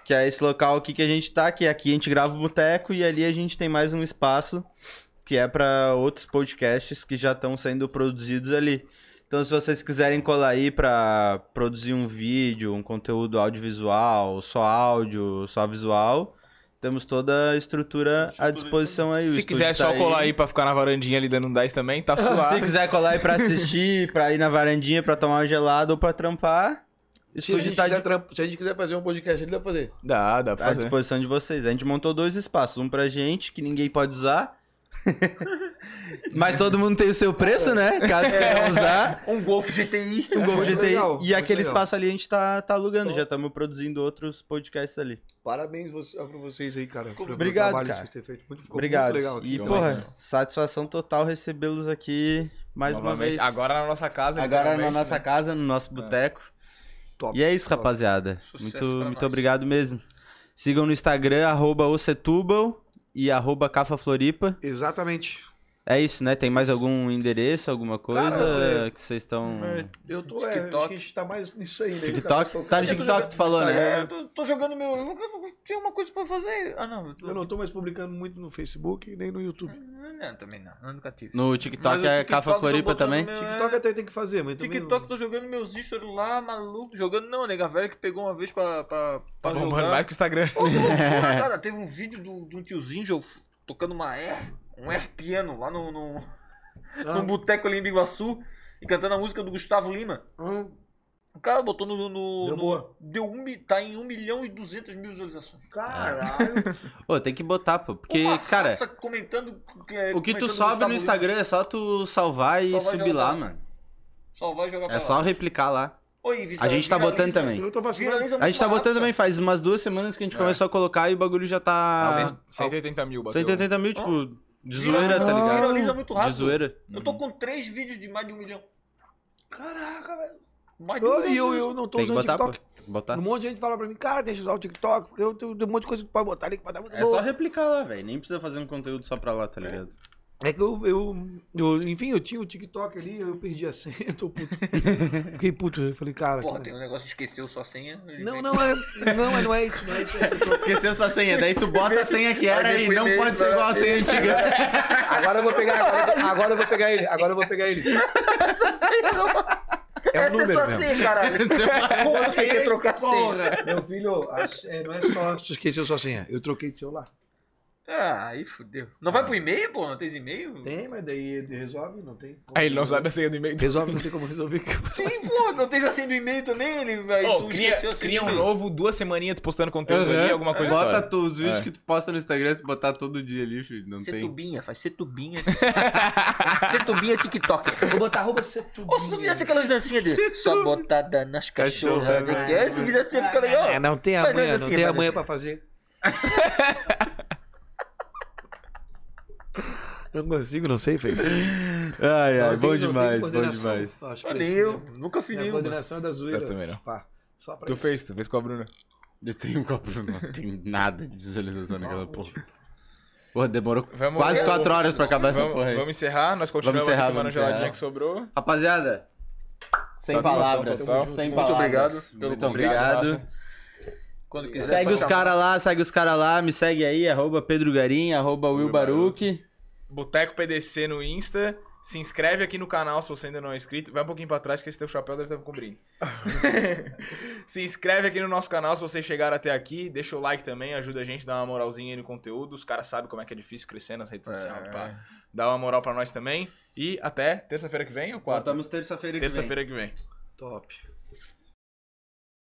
S2: Que é esse local aqui que a gente tá, que aqui a gente grava o boteco e ali a gente tem mais um espaço que é pra outros podcasts que já estão sendo produzidos ali. Então, se vocês quiserem colar aí pra produzir um vídeo, um conteúdo audiovisual, só áudio, só visual, temos toda a estrutura à disposição aí. O
S4: Se
S2: estúdio
S4: quiser é
S2: tá
S4: só colar aí pra ficar na varandinha ali dando um 10 também, tá
S2: se
S4: suave.
S2: quiser colar aí pra assistir, pra ir na varandinha, pra tomar uma gelada ou pra trampar, o
S3: Se a,
S2: estúdio
S3: gente
S2: tá
S3: quiser
S2: de-
S3: trampo- se a gente quiser fazer um podcast, ele dá pra fazer.
S4: Dá, dá pra
S2: à
S4: fazer.
S2: disposição de vocês. A gente montou dois espaços, um pra gente, que ninguém pode usar. Mas todo mundo tem o seu preço, né? Caso
S3: É.
S2: queiram usar.
S1: Um Golf GTI.
S2: Um Golf
S3: Muito
S2: GTI.
S3: legal,
S2: e
S3: muito
S2: aquele
S3: legal.
S2: espaço ali a gente tá, tá alugando. Já estamos produzindo outros podcasts ali.
S3: Parabéns você- pra vocês aí, cara. pelo
S2: Obrigado,
S3: trabalho que
S2: cara.
S3: vocês têm feito. Muito, ficou
S2: Obrigado.
S3: muito legal. aqui.
S2: e,
S4: Então,
S2: porra,
S4: mais
S2: satisfação total recebê-los aqui mais
S4: Novamente,
S2: uma vez.
S4: agora na nossa casa.
S2: Agora na
S4: literalmente,
S2: nossa
S4: né?
S2: casa, no
S1: É.
S2: nosso boteco.
S3: Top,
S2: E é isso,
S3: top.
S2: rapaziada.
S1: Sucesso
S2: Muito,
S1: pra
S2: muito
S1: nós.
S2: obrigado mesmo. Sigam no Instagram, arroba o Setúbal e arroba Cafa Floripa.
S3: Exatamente.
S2: É isso, né? Tem mais algum endereço, alguma coisa
S3: Cara,
S2: que vocês estão...
S3: Eu tô, é, acho que a gente tá mais nisso aí, né?
S2: TikTok? Tá no
S3: Eu tô
S2: TikTok, tu falou, né?
S1: É, eu tô, tô jogando meu. eu- eu- Tem uma coisa pra fazer. Ah, não. Eu, tô...
S3: Eu não tô mais publicando muito no Facebook nem no YouTube.
S1: Não, também não. Eu nunca tive.
S2: No
S1: Mas
S2: TikTok
S1: o TikTok
S2: é
S1: eu
S2: Cafa
S1: tô
S2: Floripa
S1: botando
S2: também?
S1: meu-
S3: TikTok é- até tem que fazer, mas também
S1: É. TikTok,
S3: não...
S1: tô jogando meus stories lá, maluco. Jogando não, nega velha que pegou uma vez pra, pra, pra
S4: Tá
S1: jogar.
S4: bombando mais que o Instagram.
S1: Ô, louco, cara, teve um vídeo do- de um tiozinho jo- tocando uma air, um air piano lá no, no,
S3: Ah.
S1: num boteco ali em Biguaçu e cantando a música do Gustavo Lima.
S3: Hum,
S1: O cara botou no. no-
S3: deu
S1: no-
S3: boa.
S1: deu um, mi- tá em 1 milhão e 200 mil visualizações.
S3: Caralho.
S2: Ô, tem que botar, pô. Porque,
S1: Uma
S2: cara,
S1: raça comentando. é,
S2: o
S1: comentando
S2: que tu sobe
S1: Gustavo
S2: no
S1: Lima.
S2: Instagram é só tu salvar e
S1: Só vai
S2: subir
S1: jogar
S2: lá,
S1: pra lá.
S2: mano.
S1: Só vai jogar pra
S2: É só
S1: lá.
S2: replicar lá.
S1: Oi, visualiza-
S2: A gente tá botando
S1: viraliza-
S2: também.
S3: Eu tô vacinando.
S1: viraliza
S2: A gente tá
S1: muito
S2: botando também,
S1: barato, É.
S2: faz umas duas semanas que a gente começou a colocar e o bagulho já tá...
S4: 180 mil bateu.
S2: 180 mil, tipo, de zoeira, tá
S1: cara.
S2: ligado?
S1: Viraliza muito
S2: De
S1: rápido.
S2: zoeira.
S1: Eu tô com três vídeos de mais de um milhão.
S3: Caraca, velho.
S1: Mais de um
S3: Eu,
S1: milhão.
S3: e eu, eu não tô
S2: Tem que
S3: usando
S2: botar,
S3: TikTok.
S2: pô. tá. Botar.
S3: Um monte de gente fala pra mim, cara, deixa eu usar o TikTok, porque eu tenho um monte de coisa que tu pode botar ali que pode dar muito
S2: É
S3: boa.
S2: só replicar lá, velho. Nem precisa fazer um conteúdo só pra lá, tá ligado?
S3: É que eu, eu, eu- enfim, eu tinha o TikTok ali, eu perdi a senha, eu tô puto. Fiquei puto, eu falei, cara.
S1: Porra,
S3: que-
S1: tem um negócio que esqueceu sua senha.
S3: Não, não é, não, é- não é isso, não é isso.
S2: Esqueceu sua senha, daí tu bota a senha que
S1: era aí, não pode ser igual a senha
S2: antiga.
S3: Agora eu vou pegar, agora, agora eu vou pegar ele, agora eu vou pegar ele.
S1: Essa senha não.
S3: um
S1: Essa é
S3: número
S1: sua
S3: mesmo.
S1: senha, caralho. Como você quer trocar a senha?
S3: Meu filho, a- é, não é só. Tu esqueceu sua senha, eu troquei de celular.
S1: Ah, aí fudeu. Não vai pro e-mail, pô? Não tem e-mail?
S3: Tem, mas daí resolve, não tem. como.
S4: Aí ele não sabe a senha do e-mail.
S3: Resolve, não tem como resolver.
S1: Tem, pô. Não tem assim do e-mail também? Ele, aí
S4: Ô,
S1: tu
S4: cria,
S1: esqueceu assim,
S4: cria um
S1: e-mail.
S4: novo, duas semaninhas tu postando conteúdo
S2: Aham.
S4: ali, alguma coisa da
S2: Uhum. Bota
S4: história.
S2: tu, os vídeos
S4: É.
S2: que tu posta no Instagram, se botar todo dia ali, filho, não tem.
S1: Setubinha, faz setubinha. setubinha TikTok.
S3: Vou botar arroba setubinha.
S1: Ou se tu fizesse aquelas dancinhas de só botada nas cachorras.
S2: Cachorra,
S1: né? Que é, Se tu fizesse tu ia ficar legal.
S3: É, não tem
S1: Mas
S3: amanhã,
S1: ainda
S3: não
S1: assim,
S3: tem
S1: mas
S3: amanhã
S1: assim.
S3: pra fazer. Eu Não consigo, não sei, feio.
S2: Ai,
S4: É,
S3: Não,
S2: ai,
S3: tem-
S2: bom
S3: não tem
S2: demais, bom
S3: coordenação.
S2: demais.
S3: Acho que
S1: Ah,
S3: é
S1: nem
S3: isso
S1: eu,
S3: mesmo.
S1: nunca fiz
S3: Minha
S1: nenhuma.
S3: coordenação é da zoeira.
S4: Eu também não.
S3: pá. Só pra
S4: Tu
S3: isso.
S4: fez, tu fez com a Bruna.
S2: Eu tenho um copo, não tenho nada de visualização naquela porra. Porra, demorou
S4: Vamos-
S2: quase
S4: vamos-
S2: quatro horas pra acabar essa
S4: Vamos,
S2: porra aí.
S4: vamos encerrar, nós continuamos
S2: encerrar,
S4: aqui tomando
S2: vamos
S4: geladinha
S2: encerrar.
S4: que sobrou.
S2: Rapaziada, sem
S4: Satisfação
S2: palavras,
S4: total.
S2: sem
S1: Muito
S2: palavras.
S1: obrigado pelo
S2: Muito
S1: convite,
S2: obrigado.
S4: raça.
S1: Quando quiser,
S2: Segue
S1: só
S2: os
S1: chamar.
S2: caras lá, segue os caras lá, me segue aí, arroba Pedro Garim, arroba Will
S4: Will Baruch.
S2: Baruque.
S4: Boteco PDC no Insta. Se inscreve aqui no canal se você ainda não é inscrito. Vai um pouquinho pra trás que esse teu chapéu deve estar me cobrindo. se inscreve aqui no nosso canal se vocês chegaram até aqui. Deixa o like também, ajuda a gente, dá uma moralzinha aí no conteúdo. Os caras sabem como é que é difícil crescer nas redes sociais. pá. Dá uma moral pra nós também. E até terça-feira que vem ou quarta?
S2: terça-feira
S4: Terça-feira que vem.
S3: Top.